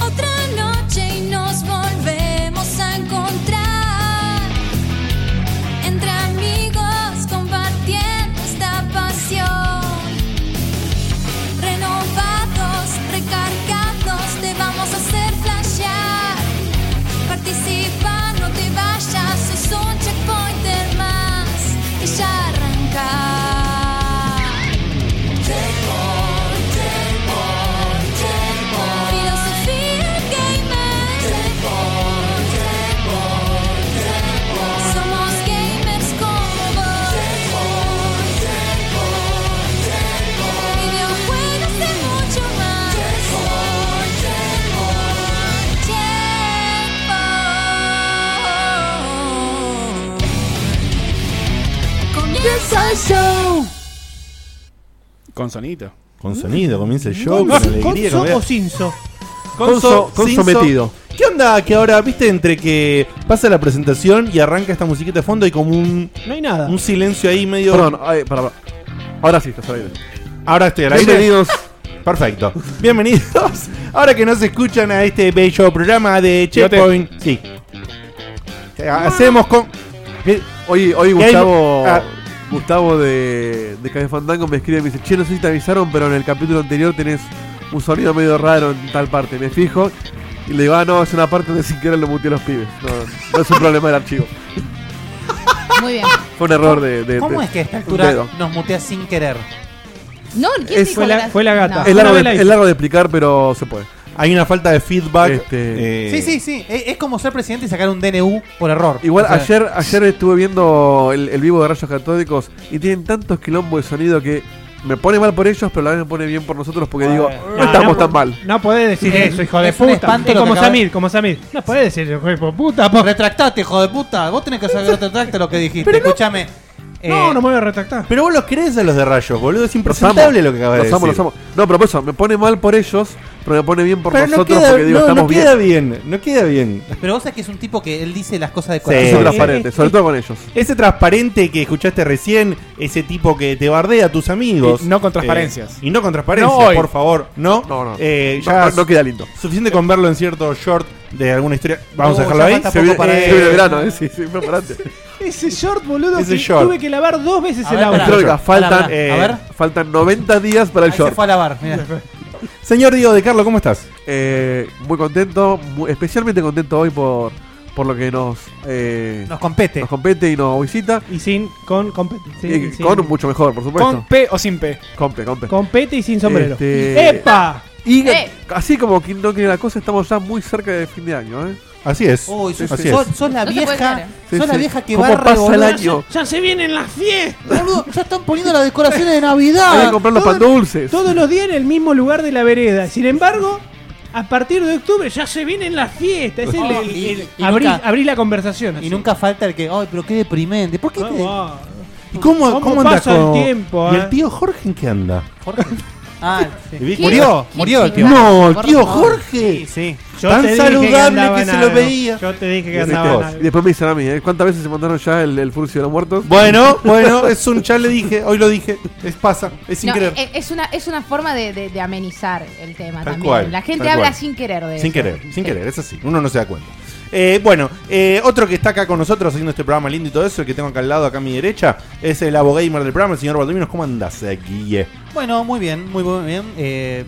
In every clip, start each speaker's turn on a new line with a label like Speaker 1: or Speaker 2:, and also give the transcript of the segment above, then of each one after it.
Speaker 1: Otra noche y nos volvemos a encontrar entre amigos compartiendo esta pasión. Renovados, recargados, te vamos a hacer flashear. Participa, no te vayas, es un checkpointer más que ya arranca. Filosofía gamer. Somos gamers como vos. Videojuegos de mucho más. Checkpoint. Comienza el show.
Speaker 2: Con sonito.
Speaker 3: Con sonido, comienza
Speaker 4: Mm.
Speaker 5: Mm.
Speaker 3: el show, con alegría.
Speaker 6: Conso
Speaker 3: con-
Speaker 6: o Cinso.
Speaker 3: Conso-
Speaker 2: Conso-
Speaker 3: Conso metido. ¿Qué onda que ahora, viste, entre que pasa la presentación y arranca esta musiquita de fondo y como un,
Speaker 6: No hay nada.
Speaker 3: un silencio ahí medio...
Speaker 2: Perdón, ay, para, para. ahora sí, estás al aire.
Speaker 3: Ahora estoy al aire.
Speaker 2: Bienvenidos.
Speaker 3: Perfecto. Bienvenidos. Ahora que nos escuchan a este bello programa de
Speaker 2: Fíjate.
Speaker 3: Checkpoint. Sí. Hacemos con.
Speaker 2: Hoy, hoy
Speaker 3: Y ahí-
Speaker 2: Gustavo
Speaker 3: ah.
Speaker 2: Gustavo de, de Café Fandango me escribe y me dice, che, no sé si te avisaron, pero en el capítulo anterior tenés un sonido medio raro en tal parte. Me fijo y le digo, ah, no, es una parte donde sin querer lo muteé a los pibes. No, no es un problema del archivo.
Speaker 7: Muy bien.
Speaker 2: Fue un error de... de-
Speaker 6: ¿Cómo
Speaker 2: de-
Speaker 6: es que a esta
Speaker 2: un
Speaker 6: altura
Speaker 2: dedo.
Speaker 6: nos muteas sin querer?
Speaker 7: No, ¿quién
Speaker 2: Es-
Speaker 7: dijo
Speaker 6: Fue la-
Speaker 7: gracias?
Speaker 6: fue la gata.
Speaker 7: No.
Speaker 2: Es largo,
Speaker 6: Una
Speaker 2: de,
Speaker 6: vez la
Speaker 2: es
Speaker 6: hice.
Speaker 2: largo de explicar, pero se puede.
Speaker 3: Hay una falta de feedback.
Speaker 2: Este,
Speaker 3: eh,
Speaker 6: Sí, sí, sí. Es, es como ser presidente y sacar un DNU por error.
Speaker 2: Igual
Speaker 6: O sea,
Speaker 2: ayer ayer estuve viendo el, el vivo de Rayos Catódicos y tienen tantos quilombos de sonido que me pone mal por ellos, pero a la vez me pone bien por nosotros porque digo, no,
Speaker 4: no,
Speaker 2: estamos
Speaker 4: no,
Speaker 2: tan mal.
Speaker 4: No podés decir
Speaker 6: Es-
Speaker 4: eso, hijo de
Speaker 6: es un
Speaker 4: puta.
Speaker 6: espanto
Speaker 4: Es
Speaker 6: lo que
Speaker 4: como
Speaker 6: acaba de-
Speaker 4: Samir, como Samir. No podés decir, hijo de puta. po.
Speaker 6: Retractate, hijo de puta. Vos tenés que saber retractate lo que dijiste. Escúchame. Eh,
Speaker 4: No, no me voy a retractar.
Speaker 3: Pero vos los crees a los de rayos, boludo. Es
Speaker 2: Los
Speaker 3: impresentable lo que acabas de
Speaker 2: los amo,
Speaker 3: decir.
Speaker 2: los amo. No, pero por eso, me pone mal por ellos, pero me pone bien por
Speaker 3: Pero no
Speaker 2: nosotros
Speaker 3: queda,
Speaker 2: porque digo,
Speaker 3: no,
Speaker 2: estamos
Speaker 3: no
Speaker 2: bien.
Speaker 3: queda bien. No queda bien.
Speaker 6: Pero vos sabés que es un tipo que él dice las cosas de
Speaker 2: Yo soy
Speaker 3: Sí.
Speaker 6: corazón.
Speaker 2: transparente, sobre todo con ellos.
Speaker 3: Ese transparente que escuchaste recién, ese tipo que te bardea a tus amigos.
Speaker 2: Y no con
Speaker 3: eh,
Speaker 2: transparencias.
Speaker 3: y no con transparencias,
Speaker 2: No hoy.
Speaker 3: por favor. No,
Speaker 2: No, no.
Speaker 3: Eh,
Speaker 2: No,
Speaker 3: ya
Speaker 2: no, no queda lindo.
Speaker 3: Suficiente con verlo en cierto short de alguna historia. Vamos
Speaker 6: No,
Speaker 3: a dejarlo
Speaker 6: ya
Speaker 3: ahí.
Speaker 6: falta
Speaker 2: Se
Speaker 6: poco
Speaker 2: viene,
Speaker 6: para
Speaker 2: se
Speaker 6: eso.
Speaker 2: viene el verano, eh, sí, sí, preparate.
Speaker 4: Ese short, boludo,
Speaker 3: Ese
Speaker 4: que
Speaker 3: short.
Speaker 4: tuve que lavar dos veces
Speaker 6: A
Speaker 4: el
Speaker 6: ver,
Speaker 4: auto.
Speaker 6: pará.
Speaker 2: Troika, faltan,
Speaker 6: Pará, pará, a
Speaker 2: eh,
Speaker 6: ver.
Speaker 2: faltan 90 días para el
Speaker 6: Ahí se
Speaker 2: short.
Speaker 6: fue a lavar. mirá.
Speaker 3: Señor Diego de Carlos, ¿cómo estás?
Speaker 2: Eh, muy contento, muy- especialmente contento hoy por, por lo que nos, eh,
Speaker 6: Nos compete.
Speaker 2: nos compete y nos visita.
Speaker 4: Y sin, con, con, sin-
Speaker 2: Eh,
Speaker 4: sin-
Speaker 2: con mucho mejor, por supuesto.
Speaker 4: con P o sin P.
Speaker 2: Compe, compe.
Speaker 4: Con pete y sin sombrero.
Speaker 2: Este-
Speaker 4: ¡Epa!
Speaker 2: y
Speaker 7: Eh.
Speaker 2: así como que no quiere la cosa, estamos ya muy cerca de fin de año, ¿eh?
Speaker 3: Así es.
Speaker 6: Uy, sos,
Speaker 3: Así
Speaker 6: sos-
Speaker 3: es.
Speaker 6: sos la
Speaker 7: No se puede
Speaker 6: vieja.
Speaker 7: creer. ¿eh?
Speaker 2: Sí,
Speaker 6: sos la
Speaker 2: sí.
Speaker 6: vieja que
Speaker 2: ¿Cómo
Speaker 6: barre,
Speaker 2: pasa el
Speaker 6: boludo.
Speaker 2: año?
Speaker 4: Ya se vienen las fiestas.
Speaker 6: Boludo, ya están poniendo las decoraciones de
Speaker 2: Hay
Speaker 6: Navidad.
Speaker 2: que comprar los
Speaker 4: todo-
Speaker 2: pan dulces.
Speaker 4: Todos los días en el mismo lugar de la vereda. Sin embargo, a partir de octubre ya se vienen las fiestas. Es el,
Speaker 6: Oh,
Speaker 4: el-
Speaker 6: y-
Speaker 4: el-
Speaker 6: y
Speaker 4: abrí,
Speaker 6: nunca-
Speaker 4: abrí la conversación.
Speaker 6: Y
Speaker 4: así.
Speaker 6: nunca falta el que, ay, pero qué deprimente. ¿Por qué
Speaker 4: Ah,
Speaker 6: te-
Speaker 4: wow.
Speaker 3: ¿Y cómo,
Speaker 4: ¿Cómo
Speaker 3: cómo andás
Speaker 4: pasa el
Speaker 3: con-
Speaker 4: tiempo,
Speaker 3: ¿Y
Speaker 4: eh?
Speaker 3: el tío Jorge en qué anda?
Speaker 6: Jorge? Ah, sí.
Speaker 7: ¿Qué?
Speaker 6: Murió,
Speaker 7: ¿Qué
Speaker 6: murió el tío.
Speaker 7: chingada?
Speaker 3: No, el
Speaker 7: Por
Speaker 3: tío
Speaker 7: favor.
Speaker 3: Jorge.
Speaker 6: Sí, sí.
Speaker 4: Yo
Speaker 3: Ah, Tan
Speaker 4: te dije
Speaker 3: saludable
Speaker 4: andaba
Speaker 3: que
Speaker 4: en
Speaker 3: se lo
Speaker 4: algo.
Speaker 3: veía.
Speaker 4: Yo te dije
Speaker 3: Y
Speaker 4: que andaba en
Speaker 3: vos.
Speaker 2: Y
Speaker 4: algo.
Speaker 2: después me dicen a mí, ¿eh? ¿cuántas veces se mandaron ya el, el Furcio de los Muertos?
Speaker 3: Bueno, bueno, es un ya le dije, hoy lo dije, es pasa, es sin
Speaker 7: No,
Speaker 3: querer.
Speaker 7: e- es una, es una forma de, de- de amenizar el tema
Speaker 3: Tal
Speaker 7: también.
Speaker 3: cual,
Speaker 7: la gente
Speaker 3: tal
Speaker 7: habla
Speaker 3: cual.
Speaker 7: sin querer de
Speaker 3: sin
Speaker 7: eso.
Speaker 3: querer, sin
Speaker 7: Sí.
Speaker 3: querer, es así, uno no se da cuenta. Eh, bueno, eh, otro que está acá con nosotros haciendo este programa lindo y todo eso, el que tengo acá al lado, acá a mi derecha, es el abogamer del programa, el señor Baldominos. ¿Cómo andás, eh, Guille?
Speaker 6: Bueno, muy bien, muy, muy bien. Eh,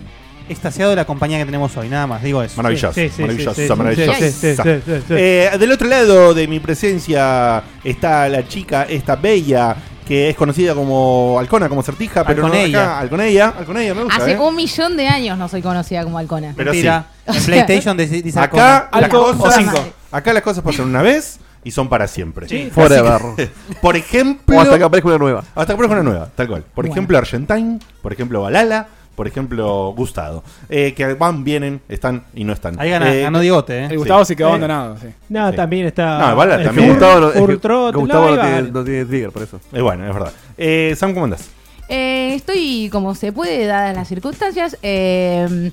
Speaker 6: extasiado de la compañía que tenemos hoy, nada más, digo eso.
Speaker 3: Maravilloso,
Speaker 4: Sí, sí, sí,
Speaker 3: maravilloso,
Speaker 4: sí, sí,
Speaker 3: maravilloso.
Speaker 4: sí, sí, sí, sí, sí.
Speaker 3: Eh, del otro lado de mi presencia está la chica, esta bella, que es conocida como Halcona, como Certija, pero no
Speaker 6: Halconella.
Speaker 3: acá, Halconella, Halconella, me gusta,
Speaker 7: Hace
Speaker 3: eh.
Speaker 7: un millón de años no soy conocida como Alcona.
Speaker 3: Pero
Speaker 6: Mentira. En PlayStation dice- dice
Speaker 3: Acá
Speaker 6: Alcona.
Speaker 3: las,
Speaker 4: Algo o
Speaker 3: cosas,
Speaker 7: cinco.
Speaker 3: acá las cosas pasan una vez y son para siempre.
Speaker 4: Sí.
Speaker 2: Forever.
Speaker 3: Por
Speaker 2: o
Speaker 3: ejemplo,
Speaker 2: hasta que aparezca una nueva.
Speaker 3: hasta que aparezca una nueva, tal cual. Por
Speaker 7: Bueno.
Speaker 3: ejemplo, Argentine, por ejemplo, Balala, por ejemplo, Gustado. Eh, que van, vienen, están y no están.
Speaker 6: Ahí gana-
Speaker 3: Eh,
Speaker 6: ganó Diegote,
Speaker 8: El
Speaker 6: ¿eh?
Speaker 8: Gustavo se quedó
Speaker 4: Sí.
Speaker 8: abandonado. sí.
Speaker 4: No,
Speaker 3: Sí.
Speaker 4: también está.
Speaker 3: No, Bala
Speaker 4: el
Speaker 3: también.
Speaker 4: Fur-
Speaker 2: Gustavo, no, es que
Speaker 4: Furtrot,
Speaker 2: Gustavo
Speaker 4: no,
Speaker 2: no,
Speaker 4: ahí va.
Speaker 2: tiene, no tiene trigger, por eso.
Speaker 3: eh, bueno, es verdad. Eh, Sam, ¿cómo andás?
Speaker 7: Eh, estoy como se puede, dadas las circunstancias, eh,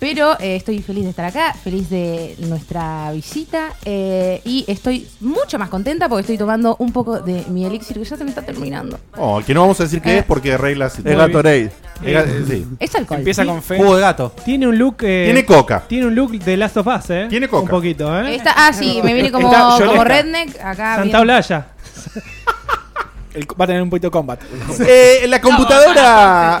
Speaker 7: pero eh, estoy feliz de estar acá, feliz de nuestra visita eh, y estoy mucho más contenta porque estoy tomando un poco de mi elixir que ya se me está terminando.
Speaker 3: Oh, que no vamos a decir qué
Speaker 7: Eh.
Speaker 3: es porque reglas. y
Speaker 2: Es
Speaker 3: todo.
Speaker 2: Gatorade.
Speaker 3: Eh, ga- eh, sí.
Speaker 7: Es alcohol.
Speaker 8: Empieza
Speaker 7: ¿sí?
Speaker 8: con fe.
Speaker 6: Jugo de gato.
Speaker 4: Tiene un look. eh,
Speaker 3: Tiene coca.
Speaker 4: tiene un look de Last of Us, ¿eh?
Speaker 3: Tiene coca.
Speaker 4: Un poquito, ¿eh?
Speaker 7: Está- ah, sí, me viene como,
Speaker 8: Está- yo
Speaker 7: como
Speaker 8: le-
Speaker 7: redneck acá.
Speaker 4: Ah, Santa
Speaker 7: bien.
Speaker 4: Olalla.
Speaker 8: El- va a tener un poquito de combat.
Speaker 3: Eh, la computadora,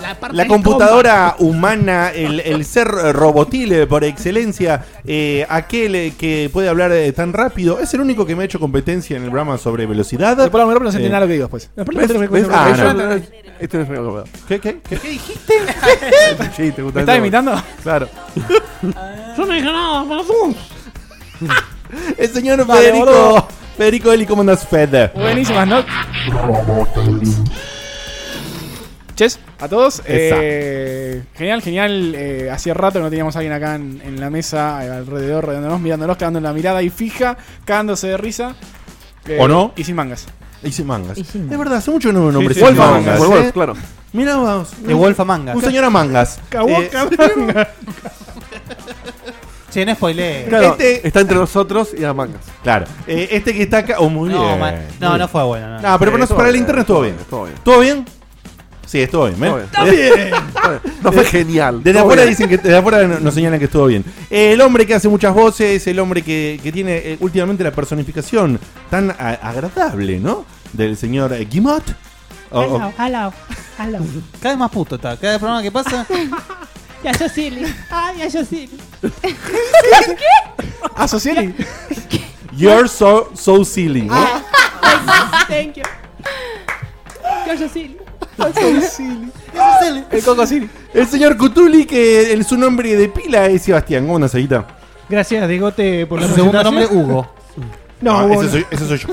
Speaker 4: la
Speaker 3: la,
Speaker 4: parte del
Speaker 3: computadora humana, el, el ser robotil eh, por excelencia, eh, aquel eh, que puede hablar eh, tan rápido, es el único que me ha hecho competencia en el programa sobre velocidad.
Speaker 8: Después lo miró, pero no se
Speaker 3: Eh,
Speaker 8: entiende nada lo que digo después.
Speaker 2: ¿Ves? ¿Ves?
Speaker 3: Ah,
Speaker 2: Eso
Speaker 3: no.
Speaker 2: no es- Esto no es real.
Speaker 3: ¿Qué, qué, qué, qué dijiste?
Speaker 2: Sí, te gusta
Speaker 8: ¿Me estás imitando?
Speaker 2: Claro.
Speaker 4: Yo no dije nada, por
Speaker 3: El señor
Speaker 8: Vale,
Speaker 3: Federico.
Speaker 8: boludo.
Speaker 3: Federico Eli, ¿cómo andas, Fed?
Speaker 8: Buenísimas noches. Ches, a todos. Eh, genial, genial. Eh, Hacía rato que no teníamos a alguien acá en, en la mesa, eh, alrededor, rodeándonos, mirándonos, clavando la mirada ahí fija, cagándose de risa. Eh,
Speaker 3: ¿O no?
Speaker 8: Y sin mangas.
Speaker 3: Y sin mangas.
Speaker 7: Y sin
Speaker 3: Es verdad, hace mucho que no me nombré
Speaker 8: sí,
Speaker 3: sin
Speaker 8: sí,
Speaker 3: mangas.
Speaker 8: Wolf,
Speaker 3: ¿eh?
Speaker 2: Wolf, claro.
Speaker 3: Mirá, vamos.
Speaker 6: De Wolf a manga.
Speaker 3: Un señor a mangas. Eh,
Speaker 6: Che, no spoilé.
Speaker 2: Claro,
Speaker 3: Este-
Speaker 2: Está entre nosotros y las mangas.
Speaker 3: claro. Eh, este que está acá. Oh, muy
Speaker 6: No,
Speaker 3: bien.
Speaker 6: man-
Speaker 3: Muy
Speaker 6: no, no
Speaker 3: bien.
Speaker 6: fue bueno. No.
Speaker 3: No, pero
Speaker 2: Sí,
Speaker 3: para,
Speaker 2: estuvo
Speaker 3: para el
Speaker 2: bien,
Speaker 3: internet estuvo bien.
Speaker 2: estuvo bien,
Speaker 3: ¿Todo bien? Sí, estuvo bien. ¿ven?
Speaker 2: Estuvo bien. No fue genial.
Speaker 3: Desde
Speaker 2: Todo
Speaker 3: afuera
Speaker 2: bien.
Speaker 3: dicen que desde afuera no- nos señalan que estuvo bien. Eh, el hombre que hace muchas voces, el hombre que, que tiene eh, últimamente la personificación tan a- agradable, ¿no? Del señor eh, Guimot. oh. O- o-
Speaker 4: hello, hello.
Speaker 6: Cada vez más puto está. Cada programa que pasa.
Speaker 4: Ya yo Silly. Ay, ya yo Silly.
Speaker 8: Ah, Socieli.
Speaker 3: You're so, so silly, ¿no?
Speaker 4: Thank you. Ya yo Silly.
Speaker 8: El Coco Silly.
Speaker 3: El señor Cutuli, que el- su nombre de pila es Sebastián. ¿Cómo andas, Aguita?
Speaker 4: Gracias, Digote, por la
Speaker 6: Su segundo nombre,
Speaker 4: presentación.
Speaker 6: Hugo.
Speaker 4: No,
Speaker 3: Ah, ese,
Speaker 4: bueno.
Speaker 3: soy, ese soy yo.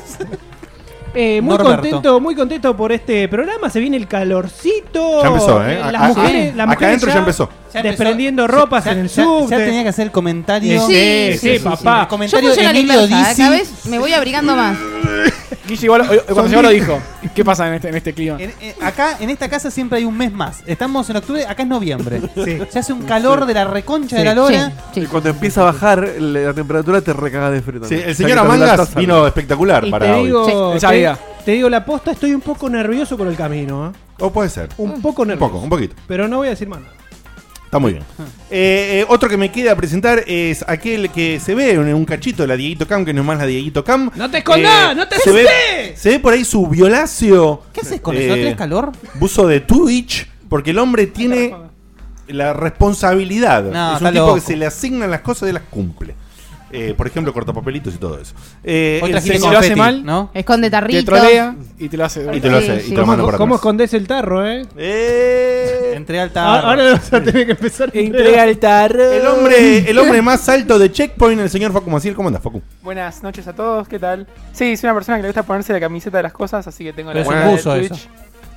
Speaker 4: Eh, muy
Speaker 6: Norberto.
Speaker 4: contento, muy contento por este programa. Se viene el calorcito.
Speaker 3: Ya empezó, ¿eh?
Speaker 4: Las
Speaker 3: Acá-
Speaker 4: mujeres, las
Speaker 3: acá
Speaker 4: mujeres
Speaker 3: adentro ya empezó.
Speaker 6: Ya empezó-
Speaker 4: Desprendiendo ropas
Speaker 6: ya-
Speaker 4: en el
Speaker 6: ya-
Speaker 4: subte.
Speaker 6: Ya tenía que hacer el comentario.
Speaker 7: Sí,
Speaker 4: sí,
Speaker 7: sí,
Speaker 4: sí, papá.
Speaker 6: El
Speaker 7: Yo
Speaker 6: comentario de
Speaker 7: funciona la
Speaker 6: Emilio
Speaker 7: inversa, ¿eh?
Speaker 6: Dizzy.
Speaker 7: cada vez me voy abrigando más.
Speaker 8: Guille igual, hoy- hoy cuando llegó lo dijo. ¿Qué pasa en este, en este clima?
Speaker 6: En- eh, acá, en esta casa siempre hay un mes más. Estamos en octubre, acá es noviembre. Se hace un calor de la reconcha de la lora.
Speaker 7: Sí,
Speaker 2: Y
Speaker 7: sí.
Speaker 2: cuando empieza a bajar la la temperatura te recagas de
Speaker 3: Sí,
Speaker 2: frío. también.
Speaker 3: el
Speaker 2: Ya
Speaker 3: señor
Speaker 2: que estás en la
Speaker 3: Amangas
Speaker 2: taza,
Speaker 3: vino espectacular
Speaker 4: Y
Speaker 3: para
Speaker 4: te
Speaker 3: hoy.
Speaker 4: digo,
Speaker 8: Sí,
Speaker 4: te,
Speaker 8: sabía.
Speaker 4: te digo la posta, estoy un poco nervioso por el camino. ¿eh?
Speaker 3: O Oh, puede ser.
Speaker 9: Mm.
Speaker 4: Un poco
Speaker 3: Un
Speaker 4: nervioso.
Speaker 3: poco, un poquito.
Speaker 4: Pero no voy a decir más nada.
Speaker 3: Está muy bien. Eh, eh, otro que me queda presentar es aquel que se ve en un cachito, la Dieguito Cam, que no es más la Dieguito Cam. Eh,
Speaker 4: ¡No te escondás! ¡No te
Speaker 3: se ve,
Speaker 4: asustes!
Speaker 3: se ve por ahí su violacio.
Speaker 6: ¿Qué haces con
Speaker 3: eh,
Speaker 6: eso? ¿No tenés calor?
Speaker 3: Buzo de Twitch, porque el hombre tiene la responsabilidad.
Speaker 6: No,
Speaker 3: es un
Speaker 6: está
Speaker 3: tipo que
Speaker 6: loco.
Speaker 3: se le asignan las cosas y las cumple. Eh, por ejemplo, cortapapelitos y todo eso. Eh,
Speaker 6: Hoy
Speaker 3: el
Speaker 6: trajiste
Speaker 8: si
Speaker 3: señor-
Speaker 8: lo hace
Speaker 6: confeti,
Speaker 8: mal-
Speaker 6: ¿no?
Speaker 7: Esconde
Speaker 8: Te
Speaker 7: tarrito.
Speaker 8: trolea y te lo hace.
Speaker 3: y te lo hace,
Speaker 7: Sí, sí.
Speaker 3: y te lo manda para
Speaker 4: ¿Cómo
Speaker 3: atrás.
Speaker 4: escondés el tarro, eh? Ah,
Speaker 3: Eh,
Speaker 6: Entre alta.
Speaker 4: Ahora, ahora vas a tener que empezar a entregar.
Speaker 8: el tarro.
Speaker 3: el, hombre, el hombre más alto de Checkpoint, el señor Facu Maciel. ¿Cómo andas, Facu?
Speaker 9: Buenas noches a todos, ¿qué tal? Sí, soy una persona que le gusta ponerse la camiseta de las cosas, así que tengo la
Speaker 6: Pero es un
Speaker 9: camiseta
Speaker 6: buzo
Speaker 9: de
Speaker 6: eso.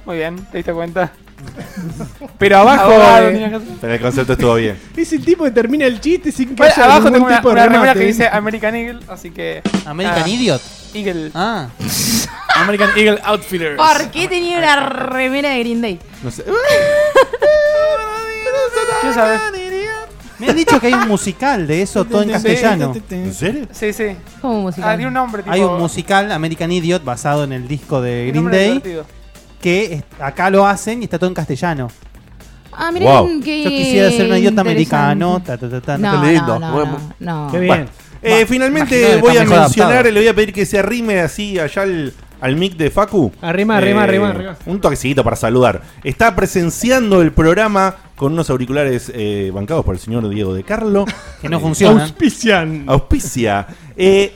Speaker 9: Muy bien, ¿te diste cuenta?
Speaker 8: Pero abajo.
Speaker 9: Abogado,
Speaker 8: eh,
Speaker 9: mira, acá-
Speaker 3: Pero el concepto estuvo bien.
Speaker 4: Es el tipo que termina el chiste sin que
Speaker 9: Bueno,
Speaker 4: haya
Speaker 9: abajo
Speaker 4: ningún
Speaker 9: tengo una,
Speaker 4: tipo de
Speaker 9: una remera
Speaker 4: remate.
Speaker 9: que dice American Eagle, así que...
Speaker 6: American
Speaker 9: Ah.
Speaker 6: Idiot.
Speaker 9: Eagle.
Speaker 6: Ah.
Speaker 8: American Eagle Outfitters.
Speaker 7: ¿Por qué tenía una remera de Green Day?
Speaker 3: No sé.
Speaker 9: ¿Qué sabes?
Speaker 6: Me han dicho que hay un musical de eso, todo en castellano.
Speaker 3: ¿En serio?
Speaker 9: Sí, sí.
Speaker 7: Como
Speaker 9: Ah, tiene un
Speaker 7: musical.
Speaker 9: nombre, tipo...
Speaker 6: Hay un musical, American Idiot, basado en el disco de
Speaker 9: tiene un
Speaker 6: Green
Speaker 9: nombre
Speaker 6: Day,
Speaker 9: divertido.
Speaker 6: que es- acá lo hacen y está todo en castellano.
Speaker 7: Ah, miren
Speaker 3: Wow.
Speaker 7: qué
Speaker 6: Yo quisiera ser un idiota
Speaker 7: interesante.
Speaker 6: americano. ta, ta, ta, ta, ta,
Speaker 7: No,
Speaker 6: ta.
Speaker 2: lindo.
Speaker 7: no, no,
Speaker 2: Bueno.
Speaker 7: no,
Speaker 8: Ah.
Speaker 7: no.
Speaker 4: Qué
Speaker 3: Bueno,
Speaker 4: bien.
Speaker 3: eh,
Speaker 6: Va, imagino
Speaker 3: finalmente
Speaker 6: que
Speaker 3: voy a
Speaker 6: está mejor
Speaker 3: mencionar,
Speaker 6: adaptado.
Speaker 3: le voy a pedir que se arrime así allá al, al mic de Facu. Eh,
Speaker 4: Arrima, arrima, arrima, arrima.
Speaker 3: Un toquecito para saludar. Está presenciando el programa con unos auriculares eh, bancados por el señor Diego de Carlo.
Speaker 6: Que no funciona.
Speaker 4: Auspician.
Speaker 3: Auspicia. Eh,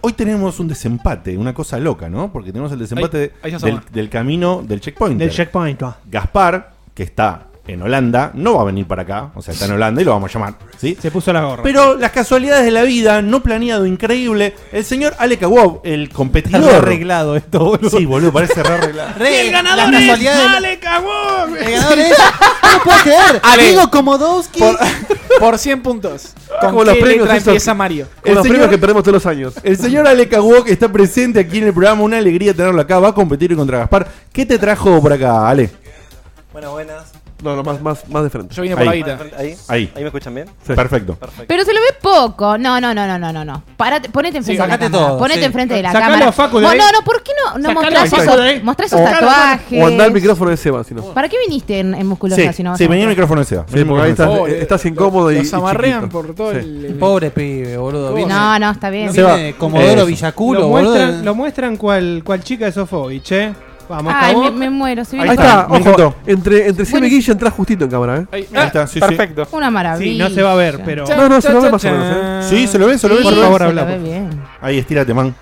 Speaker 3: hoy tenemos un desempate, una cosa loca, ¿no? Porque tenemos el desempate
Speaker 8: Ahí- ahí se
Speaker 3: del,
Speaker 8: asoma.
Speaker 3: del camino del checkpoint.
Speaker 4: Del checkpoint. va.
Speaker 3: Gaspar, que está en Holanda, no va a venir para acá, o sea, está en Holanda y lo vamos a llamar, ¿sí?
Speaker 5: Se puso la gorra.
Speaker 3: Pero las casualidades de la vida, no planeado, increíble. El señor Ale Kawov, el
Speaker 6: Está
Speaker 3: competidor.
Speaker 6: re arreglado esto, boludo.
Speaker 3: Sí, boludo, parece re arreglado.
Speaker 6: Re-
Speaker 5: el ganador
Speaker 6: las
Speaker 5: es
Speaker 6: casualidades de-
Speaker 5: Ale Cagón.
Speaker 6: El ganador es. Ah, No lo puedo creer.
Speaker 8: Ale.
Speaker 6: Amigo Komodowski.
Speaker 8: Por, por 100 puntos.
Speaker 3: Ah,
Speaker 8: ¿Con
Speaker 2: Como los
Speaker 8: qué
Speaker 2: premios
Speaker 8: letra
Speaker 2: esos.
Speaker 8: empieza Mario?
Speaker 3: El
Speaker 2: Con los premios
Speaker 3: señor-
Speaker 2: que perdemos todos los años.
Speaker 3: El señor Ale Kawov está presente aquí en el programa. Una alegría tenerlo acá. Va a competir contra Gaspar. ¿Qué te trajo por acá, Ale?
Speaker 10: Buenas, buenas.
Speaker 2: No, no, más, más, más de frente.
Speaker 8: Yo vine por la
Speaker 3: Ahí.
Speaker 8: guita.
Speaker 10: Ahí.
Speaker 3: Ahí.
Speaker 10: me escuchan bien.
Speaker 2: Sí.
Speaker 3: Perfecto.
Speaker 10: Perfecto.
Speaker 7: Pero se lo ve poco. No, no, no, no, no, no, no. Parate, ponete enfrente
Speaker 6: Sí,
Speaker 7: de la
Speaker 6: sacate
Speaker 7: cámara.
Speaker 6: todo,
Speaker 7: ponete
Speaker 6: sí.
Speaker 7: enfrente de la
Speaker 5: Sacalo
Speaker 7: cámara.
Speaker 5: a Facu de
Speaker 7: Vos-
Speaker 5: ahí.
Speaker 7: no, no, ¿por qué no, no
Speaker 5: Sacalo
Speaker 7: mostrás
Speaker 5: a Facu
Speaker 7: esos,
Speaker 5: de ahí.
Speaker 7: mostrás esos
Speaker 2: O-
Speaker 7: tatuajes?
Speaker 2: O andar el micrófono de Seba, si no.
Speaker 7: ¿Para qué viniste en, en musculosa
Speaker 3: Sí,
Speaker 7: si no vas
Speaker 3: sí,
Speaker 7: a
Speaker 3: venía el
Speaker 7: mostrar?
Speaker 3: micrófono de Seba.
Speaker 2: Sí, porque ahí estás,
Speaker 8: Oh, eh,
Speaker 2: estás incómodo y.
Speaker 8: Los
Speaker 2: y
Speaker 8: amarrean
Speaker 2: chiquito.
Speaker 8: por todo
Speaker 2: Sí.
Speaker 8: el. el-
Speaker 6: Pobre pibe, boludo. Viene,
Speaker 7: No, no, está bien.
Speaker 6: viene
Speaker 3: Se va.
Speaker 6: de Comodoro
Speaker 3: Eso.
Speaker 6: Villaculo,
Speaker 5: lo,
Speaker 6: boludo.
Speaker 5: muestran, lo muestran cual, cual chica de Sofovich, ¿eh? Vamos,
Speaker 7: Ay, me,
Speaker 5: Cagón.
Speaker 7: me muero. Si
Speaker 3: Ahí
Speaker 2: Ahí,
Speaker 7: bien-
Speaker 2: está,
Speaker 3: está, me
Speaker 2: ojo,
Speaker 3: encantó.
Speaker 2: Entre, entre Seba y
Speaker 7: Buenísimo.
Speaker 2: Guille entras justito en cámara, ¿eh?
Speaker 8: Ahí- ah,
Speaker 3: Ahí está, sí, sí.
Speaker 11: Perfecto.
Speaker 7: Una maravilla.
Speaker 5: Sí, no se va a ver, pero.
Speaker 2: No, no, se lo ve más o
Speaker 8: Chan,
Speaker 2: menos, ¿eh?
Speaker 3: Sí, se lo ve, se lo ve.
Speaker 7: Sí,
Speaker 3: Por
Speaker 7: se
Speaker 3: favor,
Speaker 7: lo
Speaker 3: habla.
Speaker 7: ve bien.
Speaker 3: Ahí, estírate, man.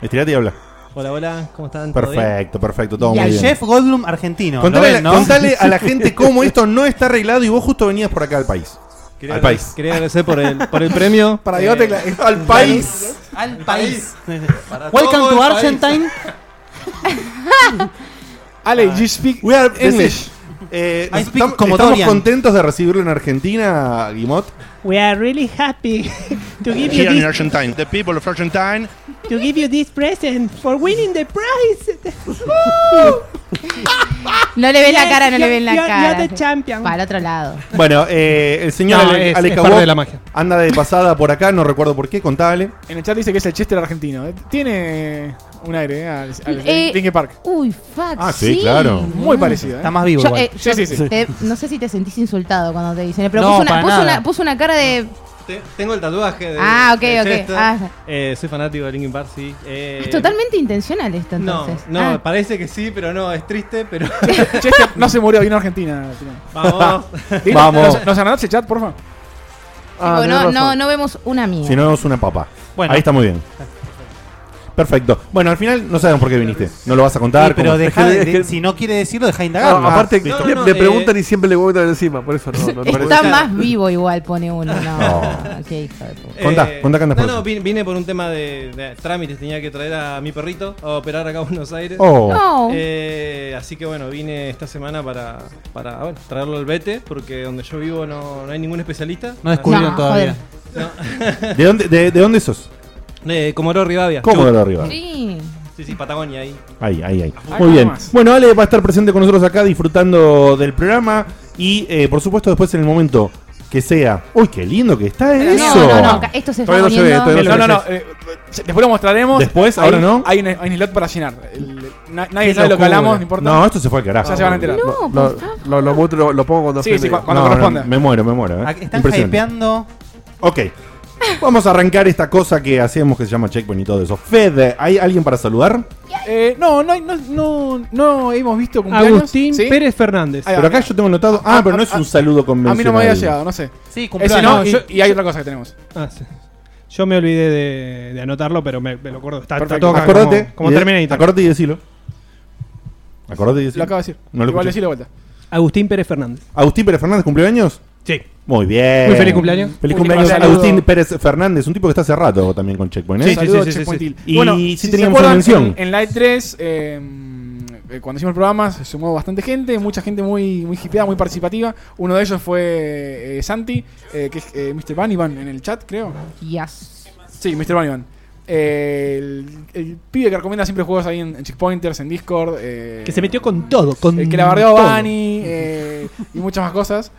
Speaker 3: Estírate y habla.
Speaker 10: Hola, hola, ¿cómo están? ¿Todo bien?
Speaker 3: Perfecto, perfecto. Todo
Speaker 6: y
Speaker 3: muy
Speaker 6: al
Speaker 3: bien.
Speaker 6: Jeff Goldblum argentino.
Speaker 3: contale,
Speaker 6: ¿lo ven, no?
Speaker 3: contale a la gente cómo esto no está arreglado y vos justo venías por acá al país.
Speaker 10: Quería
Speaker 3: al
Speaker 10: agra-
Speaker 3: país.
Speaker 10: Quería agradecer por el, por el premio.
Speaker 8: Para Diegote, la-
Speaker 1: Eh,
Speaker 3: Al país.
Speaker 6: Eh, Al país. Welcome to Argentine.
Speaker 8: Ale, you speak
Speaker 3: We are
Speaker 8: English.
Speaker 3: English. Eh,
Speaker 6: I speak
Speaker 3: estamos
Speaker 6: como
Speaker 3: estamos
Speaker 6: Dorian.
Speaker 3: contentos de recibirlo en Argentina, Guimot.
Speaker 5: We are really happy to give you this,
Speaker 3: Argentina, the people of Argentina.
Speaker 5: to give you this present for winning the prize.
Speaker 7: No le ven la cara, no le
Speaker 5: You're-
Speaker 7: ven la
Speaker 5: you're-
Speaker 7: cara.
Speaker 5: you're the champion.
Speaker 7: Para el otro lado.
Speaker 3: Bueno, eh, el señor
Speaker 5: No,
Speaker 3: Ale,
Speaker 5: es-
Speaker 3: Ale
Speaker 5: es
Speaker 3: Cabot
Speaker 5: parte de la magia.
Speaker 3: anda de pasada por acá, no recuerdo por qué, contale.
Speaker 8: En el chat dice que es el Chester argentino. Eh, Tiene un aire, ¿eh? Al, al-
Speaker 7: Eh,
Speaker 8: Linkin Park.
Speaker 7: Uy, fuck.
Speaker 3: Ah, sí, claro.
Speaker 8: Muy parecido, ¿eh?
Speaker 6: Está más vivo.
Speaker 7: Yo,
Speaker 6: igual.
Speaker 7: eh,
Speaker 8: Sí,
Speaker 7: yo
Speaker 8: sí, sí.
Speaker 7: te- no sé si te sentís insultado cuando te dicen, eh, pero
Speaker 6: No,
Speaker 7: puso, una,
Speaker 6: para
Speaker 7: puso,
Speaker 6: nada.
Speaker 7: una, puso una cara de.
Speaker 10: Te- Tengo el tatuaje de.
Speaker 7: Ah, ok,
Speaker 10: de
Speaker 7: ok.
Speaker 10: Chester.
Speaker 7: Ah.
Speaker 10: Eh, soy fanático de Linkin Park, sí. Eh,
Speaker 7: Es totalmente intencional esto,
Speaker 10: No,
Speaker 7: entonces.
Speaker 10: no,
Speaker 7: Ah.
Speaker 10: parece que sí, pero no, es triste, pero.
Speaker 8: Chester no se murió, vino a Argentina. al final.
Speaker 10: Vamos.
Speaker 8: Dile,
Speaker 3: Vamos.
Speaker 8: Nos, nos anotas el chat, por favor.
Speaker 2: Ah,
Speaker 7: Tipo,
Speaker 2: tenés
Speaker 7: no,
Speaker 2: razón.
Speaker 7: no, no vemos una mía.
Speaker 3: Si no, es una papa.
Speaker 6: Bueno.
Speaker 3: Ahí está muy bien. Perfecto. Bueno, al final no sabemos por qué viniste. No lo vas a contar.
Speaker 6: Sí, pero
Speaker 3: ¿cómo-
Speaker 6: deja
Speaker 2: Es que-
Speaker 6: de-
Speaker 2: es
Speaker 6: de-
Speaker 2: que-
Speaker 6: si no quiere decirlo, deja de
Speaker 2: Ah,
Speaker 6: indagar.
Speaker 3: Ah,
Speaker 2: aparte,
Speaker 3: listo.
Speaker 2: le,
Speaker 10: No, no,
Speaker 2: le
Speaker 10: eh,
Speaker 2: preguntan y siempre le vuelven encima, por eso no. no, no
Speaker 7: Está más vivo igual, pone uno. No.
Speaker 3: No.
Speaker 7: Qué hijo de puta.
Speaker 3: Contá,
Speaker 8: Eh,
Speaker 3: contá que andas
Speaker 10: No,
Speaker 3: por eso.
Speaker 10: no, vine, vine por un tema de, de trámites. Tenía que traer a mi perrito a operar acá a Buenos Aires.
Speaker 3: Oh,
Speaker 7: No.
Speaker 10: Eh, así que bueno, vine esta semana para, para bueno, traerlo al vete, porque donde yo vivo no, no hay ningún especialista.
Speaker 6: No descubrieron
Speaker 7: No,
Speaker 6: todavía.
Speaker 7: joder.
Speaker 3: ¿De, dónde, de, de dónde sos?
Speaker 10: Eh, Comodoro Rivadavia.
Speaker 3: ¿Cómo de arriba?
Speaker 7: Sí.
Speaker 10: Sí, sí, Patagonia ahí.
Speaker 3: Ahí, ahí,
Speaker 8: Ahí
Speaker 3: ahí. Muy
Speaker 8: nada
Speaker 3: bien.
Speaker 8: más.
Speaker 3: Bueno, Ale va a estar presente con nosotros acá disfrutando del programa. Y eh, por supuesto, después en el momento que sea. Uy, qué lindo que está eso.
Speaker 7: No, no, no, ca- Esto se está
Speaker 2: Todavía no se ve,
Speaker 7: poniendo.
Speaker 2: todavía
Speaker 8: No, no, no. eh, después lo mostraremos.
Speaker 3: Después,
Speaker 8: Ahí-
Speaker 3: ahora no.
Speaker 8: Hay un, hay un slot para llenar. El- na- nadie
Speaker 6: Qué
Speaker 8: sabe lo que
Speaker 6: locura.
Speaker 8: hablamos, no importa.
Speaker 3: No, esto se fue al carajo.
Speaker 8: Ya se van a enterar.
Speaker 7: No,
Speaker 2: lo,
Speaker 7: por favor.
Speaker 2: lo, lo muestro, lo, lo pongo cuando
Speaker 8: Sí, sí,
Speaker 2: frente.
Speaker 8: cuando
Speaker 3: No, no,
Speaker 8: corresponda.
Speaker 3: me muero, me muero.
Speaker 6: Ah,
Speaker 3: ¿eh?
Speaker 6: Están
Speaker 3: Impresionante.
Speaker 6: hypeando.
Speaker 3: Ok. Vamos a arrancar esta cosa que hacemos que se llama checkpoint y todo eso. Fed, ¿hay alguien para saludar?
Speaker 8: Eh, no, no, hay- no, no, no hemos visto cumpleaños.
Speaker 5: Agustín
Speaker 8: ¿sí?
Speaker 5: Pérez Fernández.
Speaker 8: Ahí va,
Speaker 3: pero acá
Speaker 8: mira.
Speaker 3: yo tengo notado. Ah,
Speaker 8: Ah,
Speaker 3: pero no
Speaker 8: ah,
Speaker 3: es un
Speaker 8: ah,
Speaker 3: saludo convencional.
Speaker 8: A mí no me había llegado, no sé.
Speaker 6: Sí,
Speaker 8: Ese
Speaker 6: cumpleaños.
Speaker 8: no,
Speaker 5: no,
Speaker 8: y,
Speaker 5: yo-
Speaker 8: y hay otra cosa que tenemos.
Speaker 5: Ah, sí. Yo me olvidé de, de anotarlo, pero me, me lo acuerdo. Está, está
Speaker 8: Perfecto.
Speaker 5: todo acá
Speaker 3: Acordate.
Speaker 5: como, como
Speaker 3: y de-
Speaker 5: Terminator.
Speaker 3: Acordate y decilo. Acordate y decilo.
Speaker 8: Lo acabo de decir.
Speaker 3: No lo
Speaker 8: Igual
Speaker 3: escuché.
Speaker 8: decirlo de vuelta.
Speaker 5: Agustín Pérez Fernández.
Speaker 3: Agustín Pérez Fernández, cumpleaños.
Speaker 5: Sí.
Speaker 3: Muy bien.
Speaker 5: Muy feliz cumpleaños.
Speaker 3: Feliz
Speaker 8: Un
Speaker 3: cumpleaños
Speaker 8: saludo.
Speaker 3: Agustín Pérez Fernández, un tipo que está hace rato también con Checkpoint. ¿eh?
Speaker 5: Sí, sí,
Speaker 8: Saludos,
Speaker 5: sí, sí,
Speaker 8: Checkpointil.
Speaker 3: sí. Y
Speaker 8: Bueno,
Speaker 3: sí
Speaker 8: si
Speaker 3: teníamos
Speaker 8: se acuerdan,
Speaker 3: mención.
Speaker 8: En, en la E3, eh, eh, cuando hicimos el programa, se sumó bastante gente, mucha gente muy, muy hipeada, muy participativa. Uno de ellos fue eh, Santi, eh, que es eh, Mr. Banivan en el chat, creo.
Speaker 7: Yes.
Speaker 8: Sí, Mr. Banivan. Eh, el, el pibe que recomienda siempre juegos ahí en, en Checkpointers, en Discord. eh,
Speaker 5: Que se metió con todo. Con
Speaker 8: El que la bardeó
Speaker 5: todo.
Speaker 8: a Bani eh, y muchas más cosas.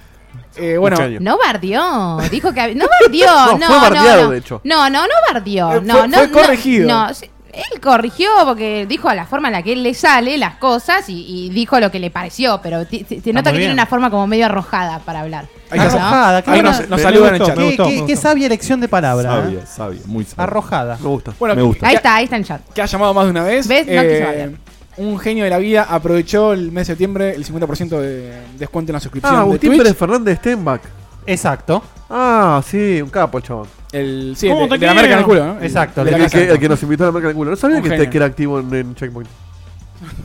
Speaker 8: Eh, bueno,
Speaker 2: Mucho año.
Speaker 7: No bardió, dijo que hab- no bardió, no,
Speaker 2: No, fue bardeado,
Speaker 7: no, no.
Speaker 2: de hecho.
Speaker 7: No, no, no bardió,
Speaker 8: Eh,
Speaker 7: no,
Speaker 8: fue-
Speaker 7: no,
Speaker 8: fue
Speaker 7: no,
Speaker 8: corregido.
Speaker 7: No, sí, él corrigió porque dijo la forma en la que él le sale las cosas y, y dijo lo que le pareció, pero ti- ti- se nota que tiene
Speaker 5: muy bien.
Speaker 7: una forma como medio arrojada para hablar.
Speaker 8: ahí está.
Speaker 6: Arrojada, qué
Speaker 8: Ahí
Speaker 6: buena-
Speaker 8: nos, nos
Speaker 3: Me
Speaker 8: saludan en el
Speaker 5: gustó,
Speaker 8: chat.
Speaker 5: me
Speaker 6: Qué,
Speaker 5: gustó,
Speaker 6: qué-
Speaker 5: me
Speaker 6: qué
Speaker 5: gustó.
Speaker 6: sabia elección de palabra.
Speaker 3: Sabio,
Speaker 6: ¿eh?
Speaker 3: sabio, muy sabio.
Speaker 6: Arrojada.
Speaker 2: Me gusta.
Speaker 8: Bueno,
Speaker 3: Me gusta.
Speaker 7: Ahí está, ahí está en chat.
Speaker 8: que ha llamado más de una vez. Eh,
Speaker 7: ¿Ves? No quiso hablar.
Speaker 8: un genio de la vida aprovechó el mes de septiembre el 50% de descuento en la suscripción.
Speaker 2: Ah,
Speaker 8: de
Speaker 2: Agustín
Speaker 8: Twitch.
Speaker 2: Pérez Fernández Stenbach.
Speaker 6: Exacto.
Speaker 2: Ah, sí, un capo, el chabón.
Speaker 8: El, sí,
Speaker 5: ¿Cómo
Speaker 8: el de,
Speaker 5: te
Speaker 8: de la
Speaker 5: quiero?
Speaker 8: marca en el culo, ¿no?
Speaker 6: Exacto,
Speaker 8: De
Speaker 2: El
Speaker 8: la
Speaker 2: que,
Speaker 8: casa.
Speaker 2: el que nos invitó a la marca del culo. No sabía
Speaker 8: Un
Speaker 2: que,
Speaker 8: genio.
Speaker 2: que era activo en, en Checkpoint.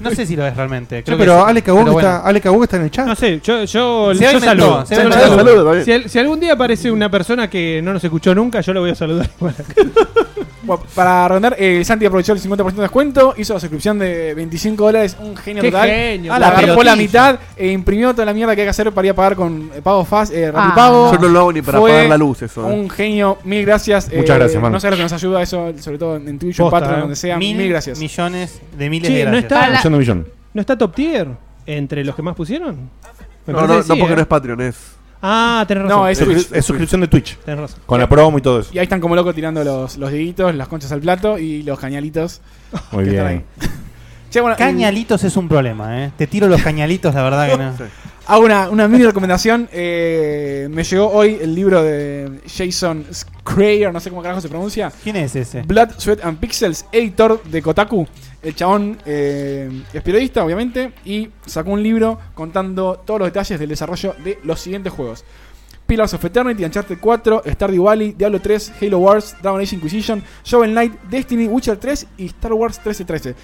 Speaker 6: No sé si lo es realmente.
Speaker 3: Che,
Speaker 6: creo que
Speaker 3: pero
Speaker 6: sí,
Speaker 3: Alex Cagón
Speaker 6: pero bueno.
Speaker 3: está, Alex Cagón está en el chat.
Speaker 4: No sé, yo, yo,
Speaker 6: Se
Speaker 4: yo
Speaker 6: inventó,
Speaker 4: saludo.
Speaker 6: se
Speaker 4: Yo
Speaker 6: inventó.
Speaker 4: saludo.
Speaker 2: Saludos, también.
Speaker 4: Si, al- si algún día aparece una persona que no nos escuchó nunca, yo lo voy a saludar. igual acá.
Speaker 8: Bueno, para rondar, eh, Santi aprovechó el 50% de descuento, hizo la suscripción de 25 dólares, un genio
Speaker 4: Qué
Speaker 8: total.
Speaker 4: genio,
Speaker 8: Ah, la
Speaker 4: la
Speaker 8: agarró la
Speaker 4: pelotilla.
Speaker 8: mitad e imprimió toda la mierda que hay que hacer para ir a pagar con eh, pago fast, eh,
Speaker 7: Ah.
Speaker 8: Pago.
Speaker 2: Yo no lo hago ni para
Speaker 8: Fue
Speaker 2: pagar la luz, eso. eh.
Speaker 8: Un genio, mil gracias. eh,
Speaker 3: Muchas gracias, mano.
Speaker 8: No sé lo que nos ayuda eso, sobre todo en Twitch, en
Speaker 12: Posta,
Speaker 8: Patreon,
Speaker 12: eh.
Speaker 8: donde sea. Mil,
Speaker 6: Mil,
Speaker 8: gracias.
Speaker 6: millones de miles
Speaker 4: Che,
Speaker 6: de
Speaker 4: no
Speaker 6: gracias.
Speaker 4: está-
Speaker 7: la-
Speaker 3: Millón de millón.
Speaker 4: ¿No está top tier entre los que más pusieron? Me
Speaker 2: No,
Speaker 4: parece
Speaker 2: no,
Speaker 4: que
Speaker 2: no,
Speaker 4: sí,
Speaker 2: porque
Speaker 4: ¿eh?
Speaker 2: no es Patreon, es.
Speaker 4: Ah, tenés razón.
Speaker 8: No, es
Speaker 3: Es,
Speaker 8: Twitch.
Speaker 3: es suscripción de Twitch.
Speaker 4: Tenés razón.
Speaker 3: Con la promo y todo eso.
Speaker 8: Y ahí están como locos tirando los, los deditos, las conchas al plato y los cañalitos.
Speaker 3: Muy
Speaker 8: que están
Speaker 3: bien.
Speaker 8: ahí. Che, bueno, y
Speaker 6: Cañalitos es un problema, ¿eh? Te tiro los cañalitos, la verdad que no.
Speaker 8: hago una, una mini recomendación. eh, me llegó hoy el libro de Jason Schreier, no sé cómo carajo se pronuncia.
Speaker 6: ¿Quién es ese?
Speaker 8: Blood, Sweat and Pixels, editor de Kotaku. El chabón eh, es periodista, obviamente, y sacó un libro contando todos los detalles del desarrollo de los siguientes juegos. Pillars of Eternity, Uncharted 4, Stardew Valley, Diablo 3, Halo Wars, Dragon Age Inquisition, Shovel Knight, Destiny, Witcher 3 y Star Wars 1313.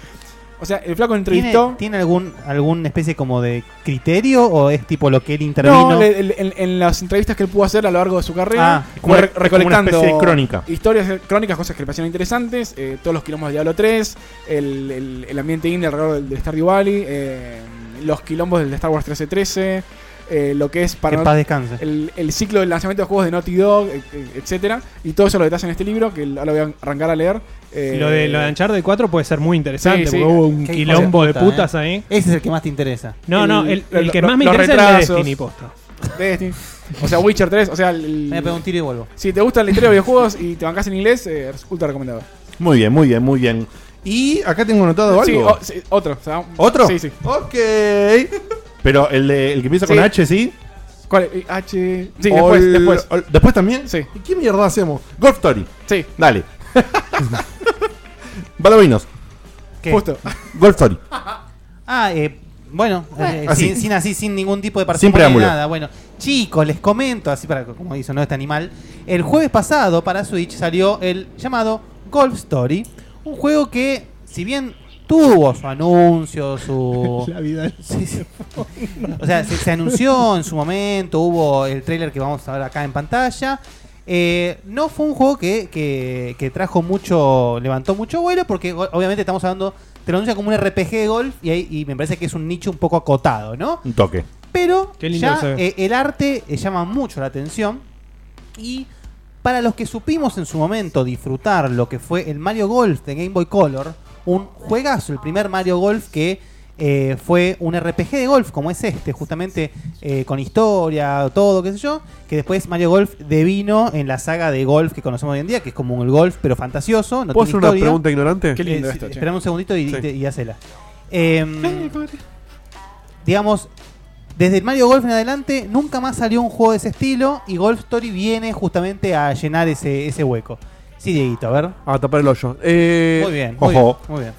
Speaker 8: O sea, el flaco
Speaker 6: ¿Tiene,
Speaker 8: entrevistó...
Speaker 6: ¿Tiene algún alguna especie como de criterio o es tipo lo que él intervino?
Speaker 8: No, le- le- en, en las entrevistas que él pudo hacer a lo largo de su carrera,
Speaker 6: Ah,
Speaker 8: fue
Speaker 3: como una-
Speaker 8: re-
Speaker 3: como una
Speaker 8: recolectando
Speaker 3: especie de crónica.
Speaker 8: historias eh, crónicas, cosas que le parecieron interesantes, eh, todos los quilombos de Diablo 3, el, el- el ambiente indie alrededor del, de Stardew Valley, eh, los quilombos del de Star Wars 1313, eh, lo que es
Speaker 6: que
Speaker 8: para
Speaker 6: en
Speaker 8: no-
Speaker 6: paz descanse.
Speaker 8: el, el ciclo del lanzamiento de juegos de Naughty Dog, eh, eh, etcétera, y todo eso lo detallan en este libro que ahora lo voy a arrancar a leer. eh,
Speaker 4: Lo de, lo de Uncharted 4 puede ser muy interesante,
Speaker 8: Sí, sí.
Speaker 4: porque hubo un
Speaker 6: Qué
Speaker 4: quilombo de
Speaker 6: hijo de puta, ¿eh?
Speaker 4: putas ahí.
Speaker 6: Ese es el que más te interesa.
Speaker 4: No,
Speaker 8: El-
Speaker 4: no, el, el
Speaker 8: lo-
Speaker 4: que
Speaker 8: lo-
Speaker 4: más me
Speaker 8: los
Speaker 4: interesa es el de
Speaker 8: retrasos.
Speaker 4: Destiny posta.
Speaker 8: Destiny. este. O sea, Witcher 3, o sea, el-
Speaker 6: Me voy a pegar un tiro y vuelvo.
Speaker 8: si te gusta la historia de videojuegos y te bancas en inglés, eh, es ultra recomendado.
Speaker 3: Muy bien, muy bien, muy bien. Y acá tengo anotado
Speaker 8: Sí,
Speaker 3: algo.
Speaker 8: o- sí, otro. o sea, un-
Speaker 3: ¿Otro?
Speaker 8: Sí, sí.
Speaker 3: Ok. Pero el, de, el que empieza con
Speaker 8: Sí.
Speaker 3: H, ¿sí?
Speaker 8: ¿Cuál? Eh, H. Sí,
Speaker 3: O
Speaker 8: después,
Speaker 3: el-
Speaker 8: después.
Speaker 3: o- ¿Después también?
Speaker 8: Sí.
Speaker 3: ¿Y qué mierda hacemos? Golf Story.
Speaker 8: Sí,
Speaker 3: Dale. Balabinos.
Speaker 6: ¿Qué?
Speaker 8: justo.
Speaker 3: Golf Story.
Speaker 6: Ah, eh, bueno, eh,
Speaker 3: Así.
Speaker 6: Sin, sin así, sin ningún tipo de
Speaker 3: Ah, Sin
Speaker 6: parsimonia ni
Speaker 3: preámbulo.
Speaker 6: nada. Bueno, chicos, les comento, así para como hizo no este animal. El jueves pasado para Switch salió el llamado Golf Story, un juego que, si bien tuvo su anuncio, su
Speaker 4: La vida.
Speaker 6: Oh. Sí, sí. O sea, se, se anunció en su momento, hubo el trailer que vamos a ver acá en pantalla. Eh, no fue un juego que, que- que trajo mucho, levantó mucho vuelo, porque o- obviamente estamos hablando, te lo anuncia como un RPG de golf y, ahí- y me parece que es un nicho un poco acotado, ¿no?
Speaker 3: Un toque.
Speaker 6: Pero
Speaker 4: Qué lindo
Speaker 6: ya,
Speaker 4: que se ve.
Speaker 6: eh, el arte eh, llama mucho la atención. Y para los que supimos en su momento disfrutar lo que fue el Mario Golf de Game Boy Color, un juegazo, el primer Mario Golf que eh, fue un RPG de golf como es este, justamente eh, con historia, todo, qué sé yo, que después Mario Golf devino en la saga de golf que conocemos hoy en día, que es como el golf pero fantasioso. No
Speaker 2: ¿Puedo
Speaker 6: tiene
Speaker 2: hacer una
Speaker 6: historia.
Speaker 2: pregunta ignorante?
Speaker 8: Qué lindo
Speaker 6: Eh,
Speaker 8: esto,
Speaker 6: sí,
Speaker 8: che.
Speaker 6: Esperame un segundito y,
Speaker 2: Sí.
Speaker 6: y- y hacela. Em, digamos, desde el Mario Golf en adelante nunca más salió un juego de ese estilo y Golf Story viene justamente a llenar ese, ese hueco. Sí, Dieguito, a ver.
Speaker 2: A tapar el hoyo. Eh,
Speaker 6: Muy bien, muy
Speaker 3: ojo.
Speaker 6: bien, muy bien.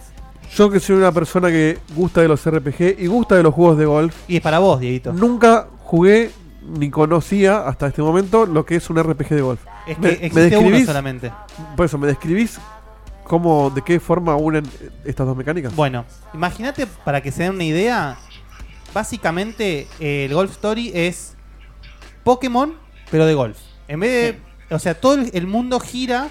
Speaker 2: Yo que soy una persona que gusta de los RPG y gusta de los juegos de golf,
Speaker 6: Y es para vos, Dieguito.
Speaker 2: nunca jugué ni conocía hasta este momento lo que es un RPG de golf.
Speaker 6: es que
Speaker 2: me- me
Speaker 6: existe uno
Speaker 2: describís?
Speaker 6: solamente.
Speaker 2: Por eso, ¿me describís cómo, de qué forma unen estas dos mecánicas?
Speaker 6: Bueno, imagínate para que se den una idea. Básicamente, eh, el Golf Story es Pokémon, pero de golf. En vez de. O sea, todo el- el mundo gira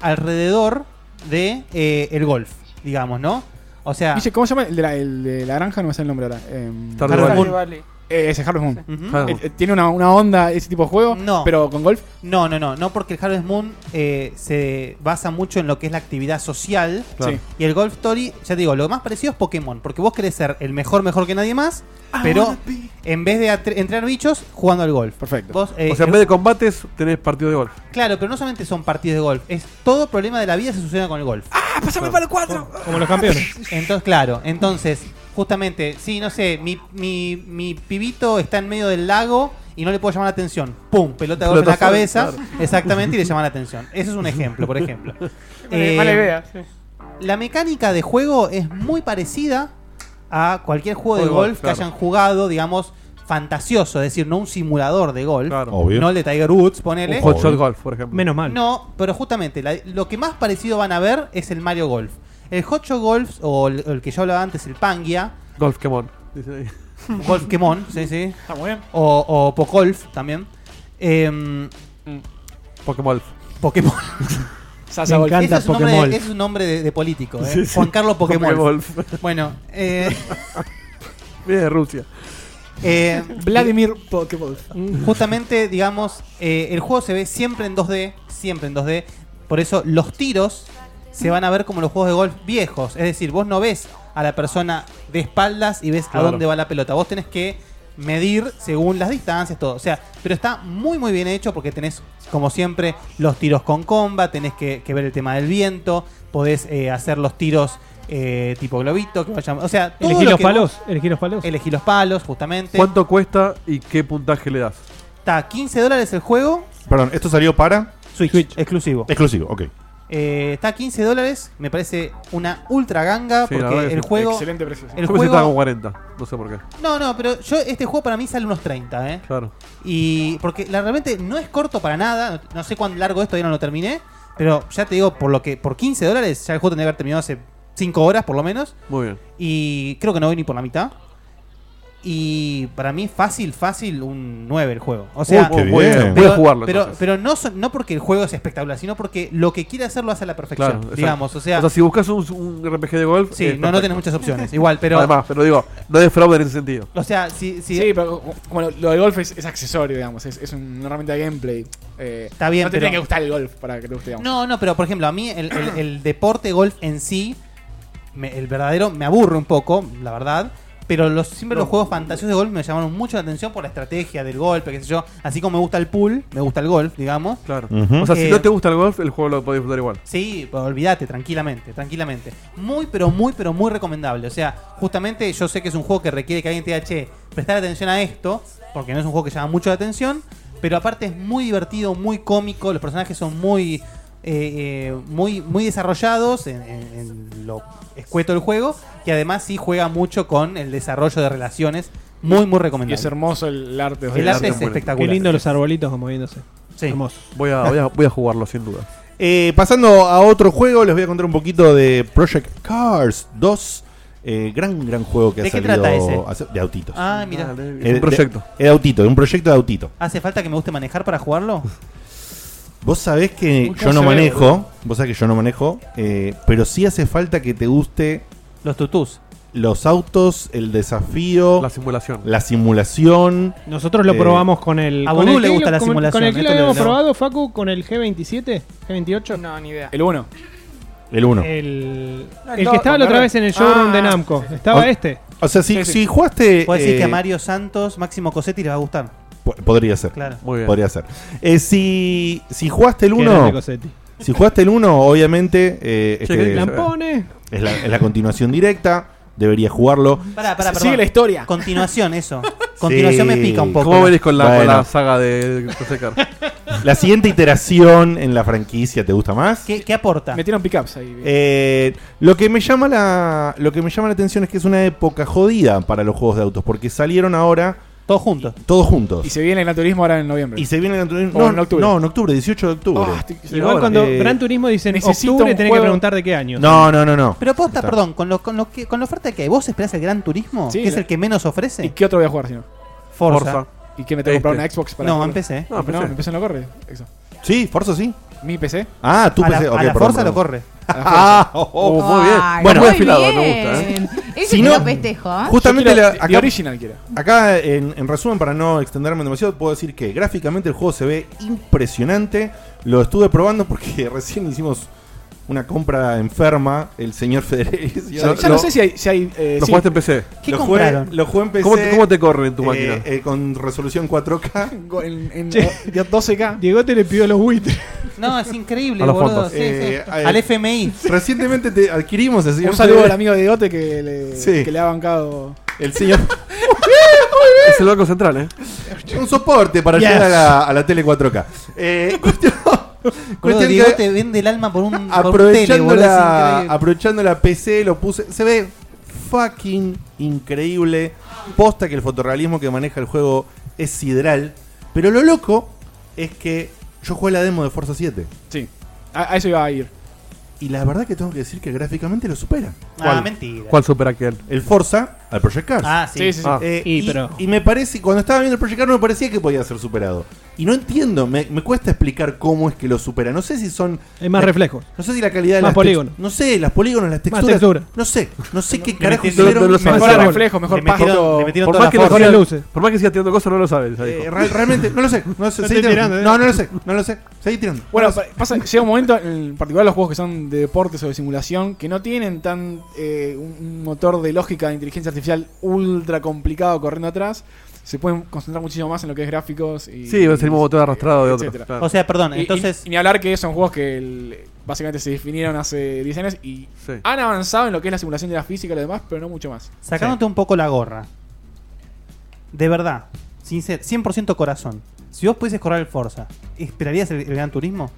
Speaker 6: alrededor de eh, el golf, digamos, ¿no? O sea.
Speaker 8: Guille, ¿Cómo se llama? El de, la, el de la granja, no me sale el nombre ahora. Em,
Speaker 2: Stardew
Speaker 8: Harvest
Speaker 2: Valley.
Speaker 8: Moon.
Speaker 9: Valley.
Speaker 8: Eh, ese Harvest Moon.
Speaker 6: ujú.
Speaker 2: Ah,
Speaker 8: Eh, eh, ¿Tiene una, una onda ese tipo de juego?
Speaker 6: No.
Speaker 8: Pero con golf.
Speaker 6: No, no, no, no porque el Harvest Moon eh, se basa mucho en lo que es la actividad social
Speaker 2: claro.
Speaker 8: Sí.
Speaker 6: y el Golf Story, ya te digo, lo más parecido es Pokémon, porque vos querés ser el mejor, mejor que nadie más,
Speaker 8: Ah,
Speaker 6: pero en vez de atre- entrenar bichos, jugando al golf.
Speaker 8: Perfecto.
Speaker 6: Vos, eh,
Speaker 2: O sea, en
Speaker 6: el-
Speaker 2: vez de combates, tenés partido de golf.
Speaker 6: Claro, pero no solamente son partidos de golf, es todo problema de la vida se soluciona con el golf.
Speaker 2: Ah,
Speaker 4: Como los campeones.
Speaker 6: Entonces, claro, entonces, justamente, sí, no sé, mi, mi, mi pibito está en medio del lago y no le puedo llamar la atención. ¡Pum! Pelota de golf en la
Speaker 2: Pelota fuera,
Speaker 6: cabeza, exactamente, y le llama la atención. Ese es un ejemplo, por ejemplo. Eh,
Speaker 9: mala idea, sí.
Speaker 6: La mecánica de juego es muy parecida a cualquier juego de
Speaker 2: Juego
Speaker 6: golf
Speaker 2: de golf,
Speaker 6: que
Speaker 2: claro.
Speaker 6: hayan jugado, digamos, fantasioso, es decir, no un simulador de golf,
Speaker 2: Claro.
Speaker 3: Obvio.
Speaker 6: no el de Tiger Woods,
Speaker 2: Un
Speaker 6: ponele.
Speaker 2: hot shot
Speaker 3: Obvio.
Speaker 2: golf, por ejemplo.
Speaker 4: Menos mal.
Speaker 6: No, pero justamente la- lo que más parecido van a ver es el Mario Golf. El Hocho Golf, o el, el que yo hablaba antes, el Pangia,
Speaker 2: Golf Kemon. dicen ahí.
Speaker 6: Golf Quemón, sí, sí.
Speaker 8: Está muy bien.
Speaker 6: O, o Pocolf también. Em,
Speaker 2: Pokémon.
Speaker 6: Pokémon.
Speaker 8: Sasa
Speaker 4: Me
Speaker 8: Golf.
Speaker 4: encanta.
Speaker 6: Ese es un nombre,
Speaker 4: Pokémon.
Speaker 6: ese es un nombre de, de político, ¿eh? Juan Carlos Pokémon. Bueno, eh,
Speaker 2: Viene de Rusia.
Speaker 6: eh,
Speaker 8: Vladimir Pokeball.
Speaker 6: justamente, digamos, eh, el juego se ve siempre en 2D, siempre en 2D. Por eso los tiros se van a ver como los juegos de golf viejos. Es decir, vos no ves a la persona de espaldas y ves
Speaker 2: Claro.
Speaker 6: a dónde va la pelota. Vos tenés que medir según las distancias, todo. O sea, pero está muy, muy bien hecho porque tenés, como siempre, los tiros con comba, tenés que, que ver el tema del viento, podés eh, hacer los tiros eh, tipo globito, que vayan. O sea, todo
Speaker 4: Elegí
Speaker 6: lo
Speaker 4: los
Speaker 6: que vos-
Speaker 4: palos. Elegí los palos.
Speaker 6: Elegí los palos, justamente.
Speaker 2: ¿Cuánto cuesta y qué puntaje le das?
Speaker 6: Está 15 dólares el juego.
Speaker 3: Perdón, esto salió para
Speaker 6: Switch, exclusivo.
Speaker 3: exclusivo, ok.
Speaker 6: Eh, está a 15 dólares. Me parece una ultra ganga.
Speaker 2: Sí, la verdad
Speaker 6: Ah, porque
Speaker 2: que
Speaker 6: el
Speaker 2: sí.
Speaker 6: juego.
Speaker 8: Excelente precio. sí.
Speaker 6: El
Speaker 2: Yo pensé que estaba
Speaker 6: juego.
Speaker 2: con 40. No sé por qué.
Speaker 6: No, no, pero yo este juego para mí sale unos 30, ¿eh?
Speaker 2: Claro.
Speaker 6: Y. Porque la, realmente no es corto para nada. No sé cuán largo esto, ya no lo terminé. Pero ya te digo, por lo que. Por 15 dólares, ya el juego tendría que haber terminado hace 5 horas por lo menos.
Speaker 2: Muy bien.
Speaker 6: Y creo que no voy ni por la mitad. Y para mí, fácil, fácil, un 9 el juego. O sea,
Speaker 3: qué
Speaker 2: voy, a-
Speaker 3: bien.
Speaker 2: voy a jugarlo.
Speaker 6: Pero,
Speaker 2: entonces.
Speaker 6: pero no, so- no porque el juego es espectacular, sino porque lo que quiere hacer lo hace a la perfección.
Speaker 2: Claro, exacto.
Speaker 6: digamos, o sea,
Speaker 2: o sea, si buscas un, un RPG de golf.
Speaker 6: sí,
Speaker 2: eh,
Speaker 6: no, no
Speaker 2: perfecto.
Speaker 6: tenés muchas opciones. Igual, pero.
Speaker 2: Además, pero digo, no defrauda en ese sentido.
Speaker 6: o sea, si, si-
Speaker 8: Sí, pero como lo, lo del golf es, es accesorio, digamos, es, es un- una herramienta de gameplay. Eh,
Speaker 6: Está bien,
Speaker 8: No te tiene
Speaker 6: pero-
Speaker 8: que gustar el golf para que te guste, digamos.
Speaker 6: No, no, pero por ejemplo, a mí el, el- el deporte golf en sí, me- el verdadero, me aburre un poco, la verdad. Pero los, siempre los juegos fantasiosos de golf me llamaron mucho la atención por la estrategia del golpe, qué sé yo. Así como me gusta el pool, me gusta el golf, digamos.
Speaker 2: Claro.
Speaker 3: Ujú.
Speaker 2: O sea, si
Speaker 6: Eh,
Speaker 2: no te gusta el golf, el juego lo podés disfrutar igual.
Speaker 6: Sí, pero olvídate, tranquilamente, tranquilamente. Muy, pero muy, pero muy recomendable. O sea, justamente yo sé que es un juego que requiere que alguien te diga, che, prestar atención a esto, porque no es un juego que llama mucho la atención, pero aparte es muy divertido, muy cómico, los personajes son muy, eh, eh, muy, muy desarrollados en, en- en lo escueto del juego, y además sí juega mucho con el desarrollo de relaciones, muy, muy
Speaker 8: Y es
Speaker 6: recomendable.
Speaker 8: hermoso el arte.
Speaker 6: El arte es
Speaker 2: Qué
Speaker 4: Qué
Speaker 6: espectacular.
Speaker 4: lindo los arbolitos moviéndose.
Speaker 6: Sí.
Speaker 4: Hermoso.
Speaker 2: Voy a, voy a, voy a jugarlo, Oh, sin duda.
Speaker 3: Eh, pasando a otro juego, les voy a contar un poquito de Project Cars 2. Eh, gran, gran juego que
Speaker 6: ¿De
Speaker 3: ha
Speaker 6: qué
Speaker 3: salido
Speaker 6: trata ese?
Speaker 3: hace- de autitos.
Speaker 6: Ah, mira.
Speaker 2: Dale,
Speaker 3: Eh,
Speaker 2: es un
Speaker 3: de-
Speaker 2: proyecto.
Speaker 3: eh, de autito, de un proyecto de autito.
Speaker 6: ¿Hace falta que me guste manejar para jugarlo?
Speaker 3: Vos sabés que
Speaker 8: Uy, ¿cómo
Speaker 3: yo
Speaker 8: se
Speaker 3: no
Speaker 8: ve,
Speaker 3: manejo, vos sabés que yo no manejo, eh, pero sí hace falta que te guste
Speaker 6: Los tutús.
Speaker 3: los autos, el desafío,
Speaker 2: La
Speaker 3: la,
Speaker 2: simulación.
Speaker 3: simulación.
Speaker 4: Nosotros lo
Speaker 3: Eh,
Speaker 4: probamos con el.
Speaker 6: a
Speaker 4: con
Speaker 6: Vudú
Speaker 4: el
Speaker 6: le
Speaker 4: que
Speaker 6: gusta
Speaker 4: lo-
Speaker 6: la
Speaker 4: con-
Speaker 6: simulación,
Speaker 4: ¿Con el que
Speaker 6: esto
Speaker 4: lo
Speaker 6: le-
Speaker 4: habíamos
Speaker 6: no.
Speaker 4: probado, Facu? ¿Con el G27? ¿G28?
Speaker 9: No, ni idea.
Speaker 8: El 1.
Speaker 3: El 1.
Speaker 4: El,
Speaker 9: No,
Speaker 4: el
Speaker 9: no,
Speaker 4: que estaba la otra
Speaker 9: con Garra.
Speaker 4: vez en el showroom de
Speaker 8: Ah,
Speaker 4: Namco. Estaba
Speaker 3: Ah.
Speaker 4: este.
Speaker 3: O sea, si,
Speaker 8: Sí, sí.
Speaker 3: si jugaste...
Speaker 6: Puedes decir
Speaker 3: eh,
Speaker 6: que a Mario Santos, Máximo Cosetti les va a gustar.
Speaker 3: po- Podría ser.
Speaker 6: Claro.
Speaker 2: Muy bien.
Speaker 3: Podría ser. Eh, si, si jugaste el
Speaker 4: Que era de
Speaker 3: 1,
Speaker 4: Cosetti.
Speaker 3: si jugaste el 1, obviamente eh,
Speaker 2: Che,
Speaker 3: este,
Speaker 2: qué gran-
Speaker 8: eh,
Speaker 4: Lampone.
Speaker 3: es, la, es la continuación directa, deberías jugarlo.
Speaker 6: Ah, Pará, pará, perdón.
Speaker 8: Sigue la historia.
Speaker 6: Continuación, eso. Continuación me pica un poco.
Speaker 2: ¿Cómo venís con la, con
Speaker 3: Bueno.
Speaker 2: la saga de José Car?
Speaker 3: La siguiente iteración en la franquicia, ¿te gusta más?
Speaker 6: ¿Qué, qué aporta?
Speaker 8: Metieron pickups ahí.
Speaker 3: Eh, lo que me llama la lo que me llama la atención es que es una época jodida para los juegos de autos porque salieron ahora
Speaker 6: Todos juntos.
Speaker 3: todos juntos
Speaker 8: y se viene el Gran turismo ahora en noviembre.
Speaker 3: y se viene el Gran Turismo-
Speaker 8: O
Speaker 3: no,
Speaker 8: en octubre.
Speaker 3: no, en octubre 18 de octubre
Speaker 8: Ah, estoy-
Speaker 4: Igual
Speaker 3: ahora,
Speaker 4: cuando
Speaker 3: eh,
Speaker 4: Gran Turismo dicen
Speaker 8: necesito
Speaker 4: octubre,
Speaker 8: un
Speaker 4: tenés que
Speaker 8: juego-
Speaker 4: preguntar de qué año.
Speaker 3: no no no no
Speaker 6: Pero posta,
Speaker 3: Está.
Speaker 6: perdón, con lo, con, lo que, con la oferta que hay, ¿vos esperás el Gran Turismo?
Speaker 8: Sí,
Speaker 6: que es
Speaker 8: la-
Speaker 6: el que menos
Speaker 8: ¿Y
Speaker 6: ofrece?
Speaker 8: qué otro voy a jugar si no?
Speaker 6: Forza.
Speaker 8: ¿Y qué me tengo que comprar
Speaker 2: Este.
Speaker 8: una Xbox para.?
Speaker 6: No,
Speaker 8: jugar? Ah,
Speaker 6: empecé.
Speaker 8: No, pero no, mi PC no corre. Eso.
Speaker 3: sí Forza sí
Speaker 8: Mi PC.
Speaker 3: ah tú
Speaker 6: a la,
Speaker 3: pensé-
Speaker 6: a
Speaker 3: ok,
Speaker 6: la
Speaker 3: perdón,
Speaker 6: Forza lo
Speaker 3: perdón.
Speaker 6: corre.
Speaker 3: ah oh, oh.
Speaker 2: Oh, muy bien.
Speaker 7: Ay,
Speaker 3: Bueno,
Speaker 7: muy
Speaker 2: muy afilado,
Speaker 7: bien.
Speaker 2: me gusta, ¿eh?
Speaker 7: Ese te
Speaker 3: Si no-
Speaker 7: lo festejo. ¿eh?
Speaker 3: justamente
Speaker 8: Yo quiero
Speaker 3: la-
Speaker 8: The- The
Speaker 3: acá,
Speaker 8: Original quiero.
Speaker 3: acá, en, en resumen para no extenderme demasiado puedo decir que gráficamente el juego se ve impresionante lo estuve probando porque recién hicimos una compra enferma el señor Federer
Speaker 8: Ya, ya no sé si hay. Si hay eh,
Speaker 2: ¿Lo
Speaker 8: sí,
Speaker 2: jugaste en PC?
Speaker 6: ¿Qué
Speaker 3: lo
Speaker 6: compraron?
Speaker 3: Jugué, lo jugué en PC.
Speaker 2: ¿Cómo, te- ¿Cómo te corre en tu
Speaker 3: eh,
Speaker 2: máquina?
Speaker 3: eh, con resolución 4K.
Speaker 8: go- en, en
Speaker 4: Che.
Speaker 8: o- de 12K.
Speaker 4: Diego te le pidió los buitres.
Speaker 6: No, es increíble,
Speaker 2: A los
Speaker 6: boludo.
Speaker 2: fondos.
Speaker 6: Sí, sí.
Speaker 3: Eh, a-
Speaker 6: Al FMI.
Speaker 3: Recientemente te adquirimos el señor
Speaker 8: Un saludo al
Speaker 3: Federer.
Speaker 8: amigo de Diegote que le,
Speaker 3: Sí.
Speaker 8: que le ha bancado.
Speaker 3: El señor.
Speaker 2: Es el Banco Central, ¿eh?
Speaker 3: un soporte para
Speaker 4: Yes.
Speaker 3: llegar a la, a la tele 4K. Eh, cuestión.
Speaker 6: Boludo,
Speaker 3: cuestión
Speaker 6: Diego
Speaker 3: que
Speaker 6: te vende el alma por un, por un tele,
Speaker 3: aprovechando,
Speaker 6: boludo. Es
Speaker 3: la,
Speaker 6: increíble.
Speaker 3: aprovechando la PC, lo puse. Se ve fucking increíble. Posta que el fotorrealismo que maneja el juego es sidral. Pero lo loco es que yo jugué la demo de Forza 7.
Speaker 8: Sí. A, a eso iba a ir.
Speaker 3: Y la verdad que tengo que decir que gráficamente lo supera.
Speaker 6: Ah, mentira.
Speaker 2: ¿Cuál supera aquel?
Speaker 3: El Forza al Project Cars.
Speaker 6: Ah, sí.
Speaker 8: Sí, sí, sí.
Speaker 2: Ah.
Speaker 3: Eh,
Speaker 4: Y,
Speaker 3: y,
Speaker 4: pero-
Speaker 3: y me parece, cuando estaba viendo el Project Cars no me parecía que podía ser superado. Y no entiendo, me, me cuesta explicar cómo es que lo supera. No sé si son.
Speaker 4: Hay más
Speaker 3: la-
Speaker 4: reflejos.
Speaker 3: No sé si la calidad de
Speaker 4: Más
Speaker 3: las
Speaker 4: polígonos.
Speaker 3: tex- No sé, las polígonos, las texturas.
Speaker 4: textura.
Speaker 3: No sé, no sé qué carajo
Speaker 2: metiste-
Speaker 3: hicieron.
Speaker 2: no lo sabes.
Speaker 8: Mejor
Speaker 2: Mejor
Speaker 8: reflejo, mejor
Speaker 6: le metieron,
Speaker 8: pasto.
Speaker 6: le metieron
Speaker 2: Por
Speaker 6: toda
Speaker 2: más,
Speaker 6: la
Speaker 2: que lo
Speaker 6: fuerza.
Speaker 2: sigas-
Speaker 4: luces.
Speaker 2: por más que sigas tirando cosas, no lo sabes. ya dijo.
Speaker 3: Eh, real- realmente, no lo sé. No, lo sé,
Speaker 12: No
Speaker 3: seguí
Speaker 12: estoy
Speaker 3: tirando.
Speaker 12: tirando,
Speaker 3: no, no lo sé, no lo sé. Seguí tirando.
Speaker 8: ¿eh? Bueno, pa- pasa, llega un momento, en particular los juegos que son de deportes o de simulación, que no tienen tan eh, un- un motor de lógica de inteligencia artificial ultra complicado corriendo atrás. Se pueden concentrar muchísimo más en lo que es gráficos y.
Speaker 2: sí, va a ser el mismo motor
Speaker 8: y-
Speaker 2: arrastrado de otro.
Speaker 8: etcétera.
Speaker 2: claro.
Speaker 6: O sea, perdón,
Speaker 8: Y- y-
Speaker 6: entonces.
Speaker 8: Y, ni hablar que son juegos que el- básicamente se definieron hace 10 años y
Speaker 2: Sí.
Speaker 8: han avanzado en lo que es la simulación de la física y lo demás, pero no mucho más.
Speaker 6: Sacándote un poco la gorra. De verdad. sin ser- 100% corazón. Si vos pudieses correr el Forza, ¿esperarías el, el Gran Turismo?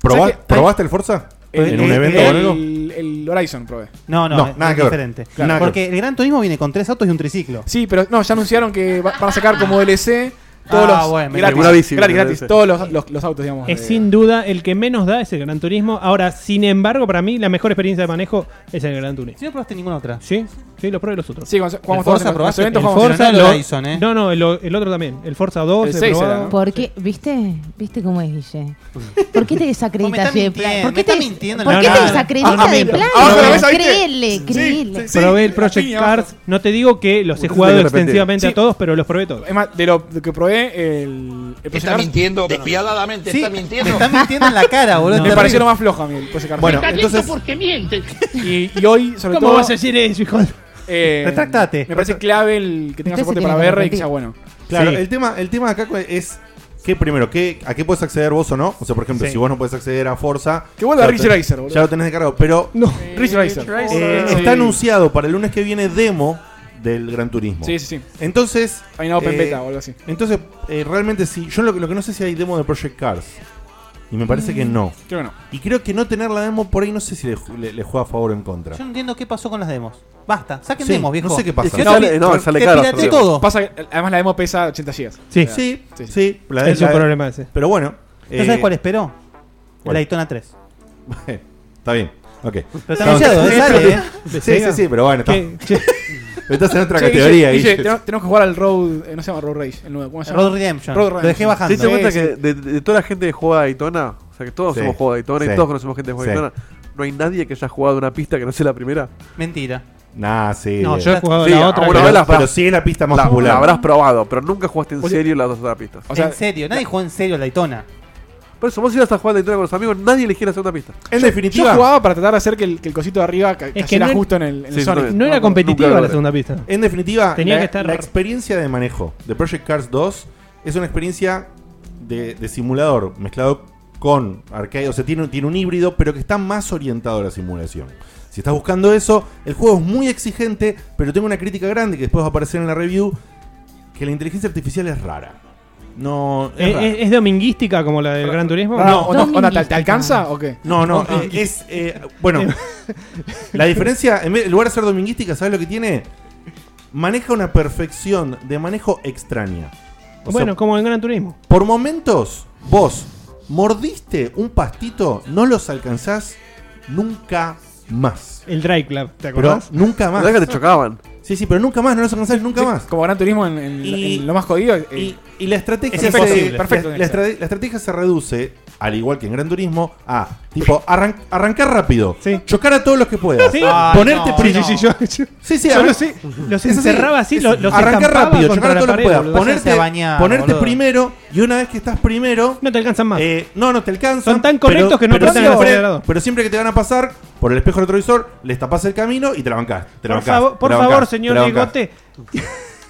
Speaker 3: ¿Proba-
Speaker 8: ¿sabes qué?
Speaker 3: ¿Probaste el Forza?
Speaker 6: ¿En un evento
Speaker 8: el,
Speaker 6: o algo?
Speaker 8: el- el Horizon, probé.
Speaker 6: No, no,
Speaker 3: No,
Speaker 6: es,
Speaker 3: nada
Speaker 6: es
Speaker 3: que ver.
Speaker 6: diferente.
Speaker 3: Claro. Nada que
Speaker 6: Porque el Gran Turismo viene con tres autos y un triciclo.
Speaker 8: Sí, pero no, ya anunciaron que Eh, va- van a sacar como DLC todos
Speaker 6: Ah,
Speaker 8: los
Speaker 6: bueno, me
Speaker 8: gratis,
Speaker 2: alegro.
Speaker 8: gratis, gratis,
Speaker 2: Bravísimo,
Speaker 8: todos los, los- los autos, digamos.
Speaker 4: Es
Speaker 8: de-
Speaker 4: sin duda el que menos da es el Gran Turismo. Ahora, sin embargo, para mí la mejor experiencia de manejo es el Gran Turismo.
Speaker 6: Si no probaste ninguna otra.
Speaker 4: Sí, sí, los pros y los otros.
Speaker 8: Sí, cuando-
Speaker 6: ¿El
Speaker 8: jugamos todos
Speaker 6: Forza
Speaker 8: en los
Speaker 6: probaste?
Speaker 8: eventos,
Speaker 6: ¿El
Speaker 8: jugamos-
Speaker 6: Forza?
Speaker 4: Pero no
Speaker 6: lo
Speaker 4: el-
Speaker 6: hizo, ¿eh?
Speaker 4: No, no, el, o- el otro también. El Forza 2.
Speaker 8: El
Speaker 4: he
Speaker 8: seis
Speaker 4: probado.
Speaker 8: era, ¿no?
Speaker 7: Porque, ¿viste? ¿Viste cómo es, Guille? ¿Por qué te desacreditas de
Speaker 6: mintiendo,
Speaker 7: Plan? ¿Por
Speaker 6: me
Speaker 7: qué
Speaker 6: está
Speaker 7: te,
Speaker 6: mintiendo,
Speaker 7: ¿por
Speaker 4: no,
Speaker 7: qué
Speaker 4: no,
Speaker 7: te
Speaker 4: no.
Speaker 7: desacreditas
Speaker 4: Ah,
Speaker 7: de
Speaker 4: miento.
Speaker 7: Plan?
Speaker 8: Ah, otra vez, ahí te-
Speaker 7: Créele, créele.
Speaker 8: Sí,
Speaker 4: probé el
Speaker 8: la
Speaker 4: Project
Speaker 8: piña.
Speaker 4: Cars. No te digo que los he
Speaker 2: Usted se
Speaker 4: jugado
Speaker 2: tiene que repetir.
Speaker 4: extensivamente
Speaker 8: Sí.
Speaker 4: a todos, pero los probé todos.
Speaker 8: Es más, de lo, de que probé, el, el Project Cars
Speaker 13: mintiendo despiadadamente,
Speaker 6: Sí, me está mintiendo en la cara, boludo.
Speaker 4: No.
Speaker 8: me
Speaker 6: Terrible.
Speaker 8: pareció lo más flojo a mí el Project Cars.
Speaker 3: Bueno,
Speaker 13: Entonces,
Speaker 3: entonces.
Speaker 13: porque miente.
Speaker 8: y, y hoy, sobre
Speaker 4: ¿Cómo
Speaker 8: todo.
Speaker 4: vas a decir eso, hijo? de-
Speaker 8: eh,
Speaker 6: Retráctate.
Speaker 8: Me parece clave el que tenga
Speaker 7: Usted se
Speaker 8: soporte
Speaker 7: tiene
Speaker 8: para
Speaker 7: que
Speaker 8: VR y que
Speaker 7: arrepentir.
Speaker 8: sea bueno.
Speaker 3: Claro,
Speaker 6: Sí.
Speaker 3: el, tema, el tema acá cu- es que primero, ¿qué, ¿a qué puedes acceder vos o no? O sea, por ejemplo,
Speaker 6: Sí.
Speaker 3: si vos no puedes acceder a Forza.
Speaker 8: Que vuelva
Speaker 3: ya
Speaker 8: Ridge
Speaker 3: te-
Speaker 8: Racer, boludo.
Speaker 3: Ya lo tenés descargado. Pero
Speaker 8: Ridge Racer.
Speaker 3: eh,
Speaker 8: Sí.
Speaker 3: está anunciado para el lunes que viene demo del Gran Turismo.
Speaker 8: Sí, sí, sí.
Speaker 3: Entonces.
Speaker 8: Hay una Open
Speaker 3: eh,
Speaker 8: Beta o algo así.
Speaker 3: Entonces, eh, realmente sí. Yo lo, que- lo que no sé si hay demo de Project Cars. Y me parece que no.
Speaker 8: Mm, Creo que no.
Speaker 3: Y creo que no tener la demo por ahí no sé si le, ju- le- le juega a favor o en contra.
Speaker 6: Yo no entiendo qué pasó con las demos. Basta, saquen
Speaker 3: Sí,
Speaker 6: demos, viejo.
Speaker 3: no sé qué
Speaker 2: Es
Speaker 3: pasa.
Speaker 2: que
Speaker 8: No,
Speaker 2: sale, no,
Speaker 6: te-
Speaker 2: sale
Speaker 6: te
Speaker 2: caro.
Speaker 6: pirateé
Speaker 2: hacerlo.
Speaker 6: todo.
Speaker 8: Pasa que, además la demo pesa 80 gigas.
Speaker 4: Sí,
Speaker 3: Sí,
Speaker 8: Sí.
Speaker 3: sí, la-
Speaker 4: es un
Speaker 3: la-
Speaker 4: problema ese.
Speaker 3: Pero bueno.
Speaker 6: ¿No
Speaker 3: eh,
Speaker 6: sabes cuál esperó?
Speaker 3: ¿Cuál?
Speaker 6: La Daytona 3.
Speaker 3: Está bien. Ok.
Speaker 6: Pero está anunciado, ¿eh? sale, ¿eh?
Speaker 4: ¿De
Speaker 3: Sí,
Speaker 4: Sega?
Speaker 3: sí, sí, pero bueno, está-
Speaker 4: ¿Qué? Che,
Speaker 3: estás en otra
Speaker 8: Che, Guille,
Speaker 3: categoría.
Speaker 8: Guille,
Speaker 3: Guille.
Speaker 8: tenemos, tenemos que jugar al Road. eh, no se llama Road Rage, el nuevo. ¿Cómo se llama?
Speaker 6: Road Redemption.
Speaker 8: Road
Speaker 6: Lo dejé
Speaker 8: Redemption.
Speaker 2: ¿Te
Speaker 6: bajando.
Speaker 2: diste cuenta
Speaker 8: Sí,
Speaker 2: que de, de toda la gente que juega a Daytona, o sea que todos
Speaker 3: Sí.
Speaker 2: hemos jugado a Daytona
Speaker 3: Sí.
Speaker 2: y todos conocemos gente que juega a
Speaker 3: Sí.
Speaker 2: Daytona, no hay nadie que haya jugado una pista que no sea la primera.
Speaker 6: Mentira.
Speaker 3: Nah, sí.
Speaker 4: No,
Speaker 3: de-
Speaker 4: yo he jugado
Speaker 2: Sí,
Speaker 4: la otra.
Speaker 2: ahora-
Speaker 3: Pero,
Speaker 2: Bueno, la-
Speaker 3: pero sí es la pista más
Speaker 2: La, la
Speaker 3: popular.
Speaker 2: habrás probado, pero nunca jugaste en
Speaker 8: O sea-
Speaker 2: serio las dos otras pistas.
Speaker 8: O sea,
Speaker 6: en serio, nadie jugó en serio a la Daytona.
Speaker 2: Por eso vos ibas a jugar a Daytona con los amigos, nadie elegía la segunda pista.
Speaker 3: En
Speaker 8: yo
Speaker 3: definitiva,
Speaker 8: jugaba para tratar de hacer que el, que el cosito de arriba ca
Speaker 4: que
Speaker 8: cayera
Speaker 4: no es-
Speaker 8: justo en el, en el
Speaker 2: Sí,
Speaker 8: Sonic.
Speaker 2: no es.
Speaker 4: No era
Speaker 2: nunca
Speaker 4: competitiva
Speaker 2: logré.
Speaker 4: la segunda pista.
Speaker 3: en definitiva
Speaker 4: Tenía
Speaker 3: la,
Speaker 4: que estar-
Speaker 3: la experiencia de manejo de Project Cars 2 es una experiencia de, de simulador mezclado con arcade. O sea, tiene, tiene un híbrido, pero que está más orientado a la simulación. Si estás buscando eso, el juego es muy exigente, pero tengo una crítica grande que después va a aparecer en la review, que la inteligencia artificial es rara. No, es
Speaker 4: ¿Es,
Speaker 3: rara.
Speaker 4: es- es dominguística como la del Gran Turismo?
Speaker 8: No, Ah. no, no,
Speaker 7: Dominguista.
Speaker 8: onda, ¿te, te alcanza o qué?
Speaker 3: No, no, eh, es. eh, bueno, la diferencia, en, vez- en lugar de ser dominguística, ¿sabes lo que tiene? Maneja una perfección de manejo extraña. O sea,
Speaker 4: Bueno, como en Gran Turismo.
Speaker 3: por momentos, vos mordiste un pastito, no los alcanzás nunca más.
Speaker 4: El Drive Club, ¿te
Speaker 3: Pero
Speaker 4: acordás?
Speaker 3: nunca
Speaker 2: La verdad
Speaker 3: más.
Speaker 2: que te chocaban.
Speaker 3: Sí, sí, pero nunca más, no los alcanzás nunca
Speaker 8: Sí,
Speaker 3: más.
Speaker 8: Como Gran Turismo en, en-
Speaker 3: Y-
Speaker 8: en lo más jodido. eh,
Speaker 3: Y, y la estrategia
Speaker 8: Es
Speaker 3: se-
Speaker 8: imposible.
Speaker 3: la-
Speaker 8: Perfecto.
Speaker 3: La, estrate- la estrategia se reduce, al igual que en Gran Turismo, a tipo arran- arrancar rápido,
Speaker 4: Sí.
Speaker 3: chocar a todos los que puedas,
Speaker 4: Sí.
Speaker 6: Ay,
Speaker 3: ponerte
Speaker 6: no,
Speaker 3: pri-
Speaker 6: no.
Speaker 4: Sí, sí, yo, yo-
Speaker 3: Sí, sí,
Speaker 4: yo
Speaker 3: arran-
Speaker 4: los, los
Speaker 3: Es así,
Speaker 4: encerraba así,
Speaker 3: es
Speaker 4: lo-
Speaker 3: así.
Speaker 4: los
Speaker 3: arrancar
Speaker 4: estampaba
Speaker 3: rápido,
Speaker 4: contra
Speaker 3: chocar a
Speaker 4: la
Speaker 3: todo lo que
Speaker 4: pared,
Speaker 3: puedas,
Speaker 4: boludo.
Speaker 3: ponerte,
Speaker 6: Váyanse a bañar,
Speaker 3: ponerte
Speaker 6: boludo.
Speaker 3: primero y una vez que estás primero,
Speaker 4: No te alcanzan más.
Speaker 3: eh, no, no te alcanzan.
Speaker 4: Son tan correctos que no apretan el
Speaker 3: siempre-
Speaker 4: acelerador.
Speaker 3: Pero siempre que te van a pasar por el espejo retrovisor, les tapas el camino y te la bancás. Te la
Speaker 4: por
Speaker 3: bancás,
Speaker 4: favor,
Speaker 3: te
Speaker 4: por
Speaker 3: la
Speaker 4: favor,
Speaker 3: bancás, te
Speaker 4: señor
Speaker 3: la bancás.
Speaker 4: Bigote,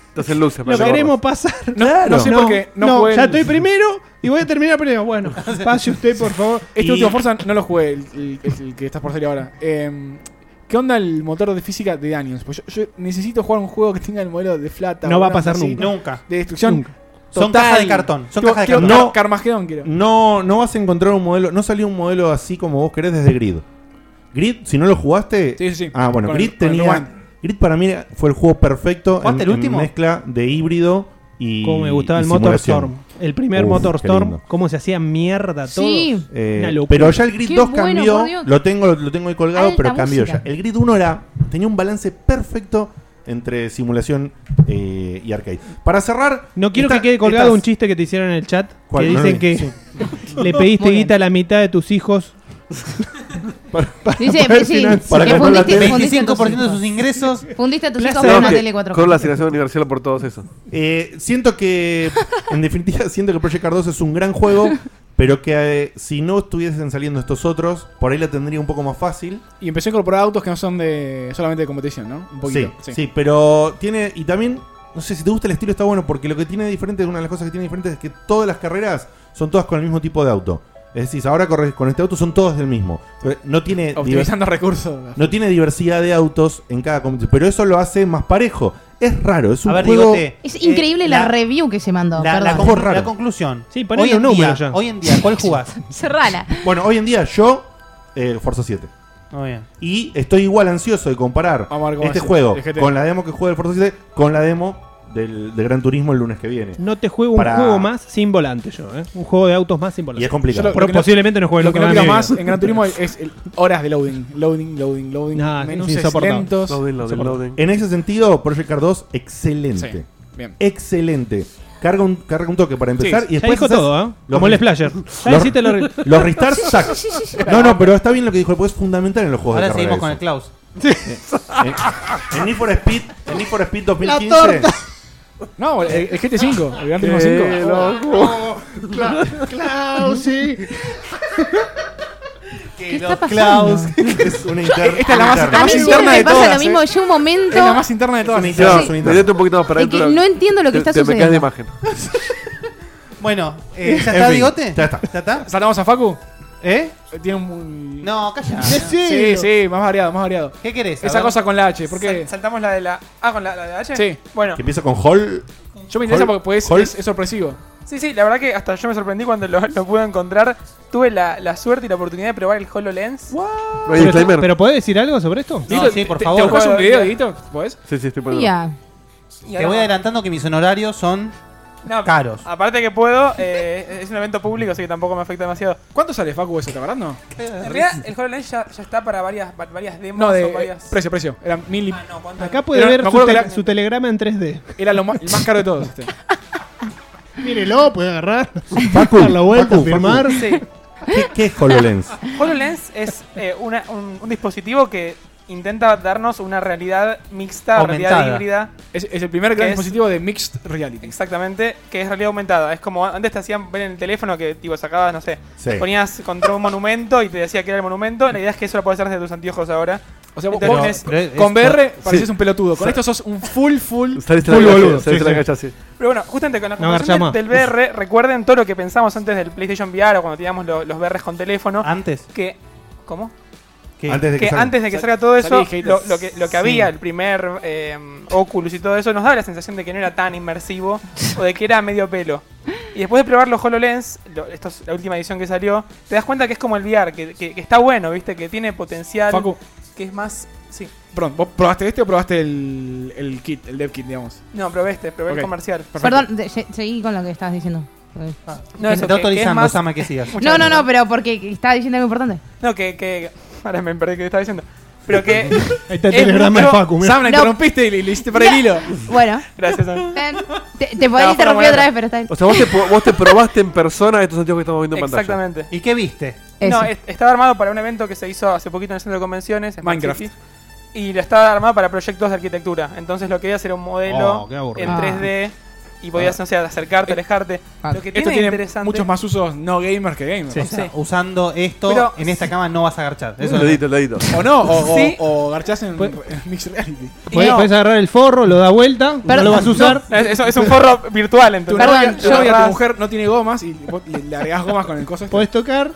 Speaker 2: Entonces luces,
Speaker 4: lo queremos pasar.
Speaker 8: no, no sé por qué. No, jugué
Speaker 4: ya
Speaker 8: el-
Speaker 4: estoy primero y voy a terminar primero. Bueno, pase usted, por favor.
Speaker 8: Este
Speaker 4: Y-
Speaker 8: último Forza no lo jugué, el, el- el- el que estás por salir ahora. Eh, ¿Qué onda el motor de física de Daniels? Pues yo, yo necesito jugar un juego que tenga el modelo de Flata.
Speaker 4: No
Speaker 8: o
Speaker 4: va a
Speaker 8: una cosa
Speaker 4: pasar
Speaker 8: así,
Speaker 4: nunca.
Speaker 6: Nunca.
Speaker 8: De destrucción.
Speaker 4: Nunca.
Speaker 6: Son
Speaker 8: total.
Speaker 6: cajas de cartón, son
Speaker 8: Quiero-
Speaker 6: cajas de
Speaker 8: quiero
Speaker 6: cartón.
Speaker 8: Car-
Speaker 3: No.
Speaker 8: Carmageddon quiero.
Speaker 3: No, no vas a encontrar un modelo. No salió un modelo así como vos querés desde Grid. Grid, si no lo jugaste.
Speaker 8: Sí, sí, sí.
Speaker 3: Ah, bueno,
Speaker 8: Con el-
Speaker 3: Grid
Speaker 8: con el
Speaker 3: tenía.
Speaker 8: rewind.
Speaker 3: Grid para mí fue el juego perfecto
Speaker 6: ¿Jugaste el último?
Speaker 3: mezcla de híbrido y.
Speaker 4: Como me gustaba
Speaker 3: y
Speaker 4: el
Speaker 3: simulación.
Speaker 4: Motorstorm. El primer
Speaker 3: Uf, qué
Speaker 4: Motorstorm,
Speaker 3: lindo.
Speaker 4: cómo se hacía mierda todo.
Speaker 7: Sí.
Speaker 3: Eh,
Speaker 4: Una locura.
Speaker 3: pero ya el Grid
Speaker 7: Qué
Speaker 3: 2
Speaker 7: bueno,
Speaker 3: cambió.
Speaker 7: por Dios.
Speaker 3: lo tengo, lo tengo ahí colgado,
Speaker 7: Alta
Speaker 3: pero cambió
Speaker 7: música.
Speaker 3: ya. El Grid 1 era, tenía un balance perfecto entre simulación eh, y arcade. Para cerrar.
Speaker 4: No quiero
Speaker 3: esta-
Speaker 4: que quede colgado
Speaker 3: estas-
Speaker 4: un chiste que te hicieron en el chat.
Speaker 3: ¿Cuál?
Speaker 4: Que
Speaker 3: No
Speaker 4: dicen
Speaker 3: vi,
Speaker 4: que le pediste
Speaker 7: Muy bien.
Speaker 4: guita a la mitad de tus hijos.
Speaker 7: Dice,
Speaker 3: poder
Speaker 7: sí,
Speaker 3: finan-
Speaker 7: sí,
Speaker 3: para
Speaker 7: que
Speaker 3: comprar la
Speaker 7: fundiste,
Speaker 3: tele.
Speaker 7: fundiste a tus
Speaker 6: 25% de
Speaker 7: hijos.
Speaker 6: sus ingresos.
Speaker 7: Fundiste a tus hijos
Speaker 4: Plaza-
Speaker 7: por
Speaker 2: No,
Speaker 7: una
Speaker 2: que-
Speaker 7: tele 4K.
Speaker 2: con la asignación universal por todos esos.
Speaker 3: Eh, siento que, en definitiva, siento que Project Cars 2 es un gran juego, pero que eh, si no estuviesen saliendo estos otros, por ahí la tendría un poco más fácil.
Speaker 8: Y empezó a incorporar autos que no son de solamente de competición, ¿no? Un
Speaker 3: Sí,
Speaker 8: poquito.
Speaker 3: sí, pero tiene. Y también, no sé si te gusta el estilo, está bueno, porque lo que tiene diferente, una de las cosas que tiene diferente es que todas las carreras son todas con el mismo tipo de auto. Es decir, ahora corres con este auto, son todos del mismo. Pero No tiene, diver-
Speaker 8: Optimizando recursos.
Speaker 3: no tiene diversidad de autos en cada competición, pero eso lo hace más parejo. Es raro, es un
Speaker 6: A ver,
Speaker 3: juego.
Speaker 6: digote.
Speaker 7: Es increíble
Speaker 6: eh,
Speaker 7: la, review que se mandó.
Speaker 6: la, la
Speaker 7: perdón.
Speaker 3: Ojo
Speaker 6: conclu-
Speaker 3: raro.
Speaker 6: la conclusión.
Speaker 4: Sí, ponele
Speaker 6: hoy en
Speaker 4: un número
Speaker 6: día,
Speaker 4: ya.
Speaker 6: Hoy en día, ¿cuál jugás?
Speaker 7: Cerrala.
Speaker 3: Bueno, hoy en día yo, eh, Forza 7.
Speaker 6: Muy bien.
Speaker 3: Y estoy igual ansioso de comparar
Speaker 8: Vamos a ver cómo
Speaker 3: este
Speaker 8: hace
Speaker 3: juego
Speaker 8: el GTA.
Speaker 3: con la demo que juega el Forza 7 con la demo del, del Gran Turismo el lunes que viene.
Speaker 4: No te juego un
Speaker 3: Para-
Speaker 4: juego más sin volante yo, ¿eh? Un juego de autos más sin
Speaker 3: Y
Speaker 4: volante.
Speaker 3: es complicado.
Speaker 8: Yo lo-
Speaker 4: Pero
Speaker 8: que no-
Speaker 4: posiblemente no juegue
Speaker 8: Lo que no
Speaker 4: nunca
Speaker 8: pica
Speaker 4: más
Speaker 8: más
Speaker 4: en mi
Speaker 8: en Gran Turismo es el- horas de loading. Loading, loading, loading.
Speaker 4: Nah,
Speaker 8: menús
Speaker 4: es insoportable.
Speaker 8: lentos.
Speaker 2: Loading, loading, loading.
Speaker 3: En ese sentido, Project Cars 2, excelente.
Speaker 8: Sí, bien.
Speaker 3: Excelente. Carga un, carga un toque para empezar
Speaker 8: Sí,
Speaker 3: y
Speaker 4: vida. Ya
Speaker 3: después.
Speaker 4: dijo
Speaker 3: haces
Speaker 4: todo, ¿eh?
Speaker 3: los-
Speaker 4: Como el Splasher. Ya
Speaker 3: los-
Speaker 4: hiciste lo-
Speaker 3: Los restarts, sac. No, no, pero está bien lo que dijo, porque es fundamental en los juegos
Speaker 6: Ahora
Speaker 3: de
Speaker 6: seguimos
Speaker 3: carrera.
Speaker 6: con
Speaker 3: eso.
Speaker 6: el
Speaker 3: Eh,
Speaker 6: Klaus.
Speaker 3: En, en Need for Speed, en Need for Speed 2015.
Speaker 8: No, el, el GT5. El Gran Turismo 5.
Speaker 2: Qué loco.
Speaker 7: ¿Qué está pasando?
Speaker 3: Es una interna.
Speaker 8: Eh, Esta es la más-
Speaker 7: A
Speaker 3: una interna.
Speaker 7: mí
Speaker 8: más
Speaker 7: siempre
Speaker 8: interna
Speaker 7: me
Speaker 8: de
Speaker 7: pasa
Speaker 8: todas,
Speaker 7: lo mismo.
Speaker 8: ¿eh?
Speaker 7: Yo un momento
Speaker 8: Es la más interna de todas.
Speaker 3: Es una
Speaker 2: Ya,
Speaker 3: interna.
Speaker 2: metete un poquito más para
Speaker 7: en que
Speaker 2: adentro.
Speaker 7: no entiendo lo que
Speaker 2: Te-
Speaker 7: está
Speaker 2: te me caes de
Speaker 7: sucediendo.
Speaker 2: imagen.
Speaker 6: Bueno, eh, ¿ya
Speaker 3: En
Speaker 6: está,
Speaker 3: fin,
Speaker 6: Digote?
Speaker 3: Ya está.
Speaker 6: ¿Ya está?
Speaker 8: ¿Saltamos a Facu?
Speaker 6: ¿Eh?
Speaker 8: Tiene un muy...
Speaker 6: No, calla.
Speaker 8: Sí, sí, más variado, más variado.
Speaker 6: ¿Qué querés? A
Speaker 8: Esa
Speaker 6: ver.
Speaker 8: cosa con la H, porque...
Speaker 9: Sal- saltamos la de la. Ah, con la, la de la H.
Speaker 8: Sí.
Speaker 9: Bueno,
Speaker 3: Que empieza con Hall.
Speaker 8: Yo me interesa
Speaker 3: Hol-
Speaker 8: porque es,
Speaker 3: Hol-
Speaker 8: es- es sorpresivo.
Speaker 9: sí, sí, la verdad que hasta yo me sorprendí cuando lo, lo pude encontrar. Tuve la, la suerte y la oportunidad de probar el HoloLens.
Speaker 2: No hay
Speaker 4: Pero,
Speaker 2: disclaimer.
Speaker 4: pero ¿podés decir algo sobre esto?
Speaker 6: No, sí, por
Speaker 8: ¿Te- ¿Te
Speaker 6: favor.
Speaker 8: buscas un
Speaker 9: Bueno,
Speaker 8: video,
Speaker 9: ya.
Speaker 8: Dieguito? ¿Podés?
Speaker 2: Sí, sí, estoy poniendo.
Speaker 7: Ya.
Speaker 9: Y
Speaker 6: Te
Speaker 9: ahora-
Speaker 6: voy adelantando que mis honorarios son
Speaker 9: No,
Speaker 6: caros.
Speaker 9: Aparte que puedo, eh, es un evento público, así que tampoco me afecta demasiado.
Speaker 8: ¿Cuánto sale Facu eso? ¿Te acordás? No,
Speaker 9: En realidad, el HoloLens ya, ya está para varias, va- varias demos
Speaker 8: no
Speaker 9: o
Speaker 8: de
Speaker 9: varias.
Speaker 8: precio, precio. Era mil y-
Speaker 9: Ah, no, ¿cuánto?
Speaker 4: Acá puede
Speaker 8: Pero
Speaker 4: ver
Speaker 8: me
Speaker 4: su,
Speaker 8: acuerdo que
Speaker 4: tele-
Speaker 8: la-
Speaker 4: su telegrama en 3D.
Speaker 8: Era lo más, el más caro de todos. Este.
Speaker 4: Mírelo, puede agarrar,
Speaker 3: Facu,
Speaker 4: dar la vuelta,
Speaker 3: Facu,
Speaker 4: firmar.
Speaker 3: Facu.
Speaker 9: Sí.
Speaker 3: ¿Qué, qué es HoloLens?
Speaker 9: Ah, HoloLens es eh, una- un, un dispositivo que intenta darnos una realidad mixta,
Speaker 6: Aumentada.
Speaker 9: realidad híbrida.
Speaker 8: Es, es el primer gran
Speaker 9: Es-
Speaker 8: dispositivo de Mixed Reality.
Speaker 9: Exactamente, que es realidad aumentada. Es como antes te hacían ver en el teléfono que tipo sacabas, no sé,
Speaker 3: Sí.
Speaker 9: ponías contra un monumento y te decía que era el monumento. La idea es que eso lo puedes hacer desde tus anteojos ahora.
Speaker 8: O sea, vos
Speaker 9: Pero-
Speaker 8: vos tenés-
Speaker 6: pero es-
Speaker 8: con VR
Speaker 6: sí.
Speaker 8: parecías un pelotudo. Con esto sos un full, full.
Speaker 2: Saliste
Speaker 4: Full
Speaker 2: la
Speaker 4: boludo,
Speaker 2: calle, saliste
Speaker 4: sí,
Speaker 2: la
Speaker 4: sí.
Speaker 2: calle así.
Speaker 9: Pero bueno, justamente con la
Speaker 4: No,
Speaker 9: comparación
Speaker 4: García,
Speaker 9: del, del VR, recuerden todo lo que pensamos antes del PlayStation VR o cuando teníamos lo- los VRs con teléfono.
Speaker 6: Antes.
Speaker 9: Que. ¿Cómo?
Speaker 6: que-
Speaker 3: Antes de que,
Speaker 9: que
Speaker 3: salga.
Speaker 9: antes de que salga todo eso,
Speaker 8: salí, haters.
Speaker 9: lo, lo que, lo que
Speaker 6: Sí.
Speaker 9: había, el primer eh, Oculus y todo eso, nos daba la sensación de que no era tan inmersivo o de que era medio pelo. Y después de probar los HoloLens, lo- esto es la última edición que salió, te das cuenta que es como el VR, que, que- que está bueno, ¿viste? Que tiene potencial,
Speaker 8: Facu,
Speaker 9: que es más... Sí,
Speaker 8: perdón, ¿vos probaste este o probaste el, el kit, el dev kit, digamos?
Speaker 9: no, probé este, probé
Speaker 8: Ok.
Speaker 9: el comercial.
Speaker 7: Perdón, de- se- seguí con lo que estabas diciendo.
Speaker 9: No, eso,
Speaker 6: Te está
Speaker 9: que- que es
Speaker 6: autorizando,
Speaker 9: más-
Speaker 6: Osama, que sigas.
Speaker 7: No, no, no, pero porque estaba diciendo algo importante.
Speaker 9: No, que, que... Ahora me perdí que estaba diciendo. Pero que...
Speaker 4: Ahí está el
Speaker 9: Es
Speaker 4: telegrama de
Speaker 9: mucho-
Speaker 4: Facu. mirá.
Speaker 8: Sam, la
Speaker 7: No.
Speaker 8: interrumpiste y le, le hiciste para el hilo.
Speaker 7: Bueno,
Speaker 9: Gracias. Ana.
Speaker 7: eh, te, te podés
Speaker 9: No,
Speaker 7: interrumpir
Speaker 9: bueno,
Speaker 7: otra vez, pero está bien.
Speaker 2: O sea, vos te, po- vos te probaste en persona estos anteojos que estamos viendo en pantalla.
Speaker 9: Exactamente.
Speaker 6: ¿Y qué viste?
Speaker 7: Eso.
Speaker 9: No, es- estaba armado para un evento que se hizo hace poquito en el centro de convenciones. en
Speaker 8: Minecraft.
Speaker 9: Park City, y lo estaba armado para proyectos de arquitectura. Entonces lo que era hacer un modelo
Speaker 4: Oh, qué aburrido. Ah. Eh,
Speaker 9: en 3D y podías, no sé, acercarte, alejarte.
Speaker 7: Ah.
Speaker 9: Lo que
Speaker 8: Esto
Speaker 9: tiene,
Speaker 8: tiene
Speaker 9: interesante.
Speaker 8: muchos más usos no gamers que gamers.
Speaker 6: O sea, usando esto,
Speaker 9: Pero-
Speaker 6: en esta cama no vas a agarchar. Eso
Speaker 2: Lo edito, lo edito.
Speaker 8: O no, o, o-
Speaker 9: Sí.
Speaker 8: o garchás en,
Speaker 4: Pues-
Speaker 8: en Mixed Reality.
Speaker 4: Podés,
Speaker 9: No.
Speaker 4: podés agarrar el forro, lo da vuelta, no
Speaker 7: Perdón.
Speaker 4: lo vas a usar.
Speaker 9: No, es, es- es un forro virtual,
Speaker 8: Tu
Speaker 9: entonces.
Speaker 7: Perdón,
Speaker 8: novia, tu
Speaker 7: yo-
Speaker 8: novia, tu mujer no tiene gomas y vos le, le agregás gomas con el coso. este.
Speaker 4: Podés tocar.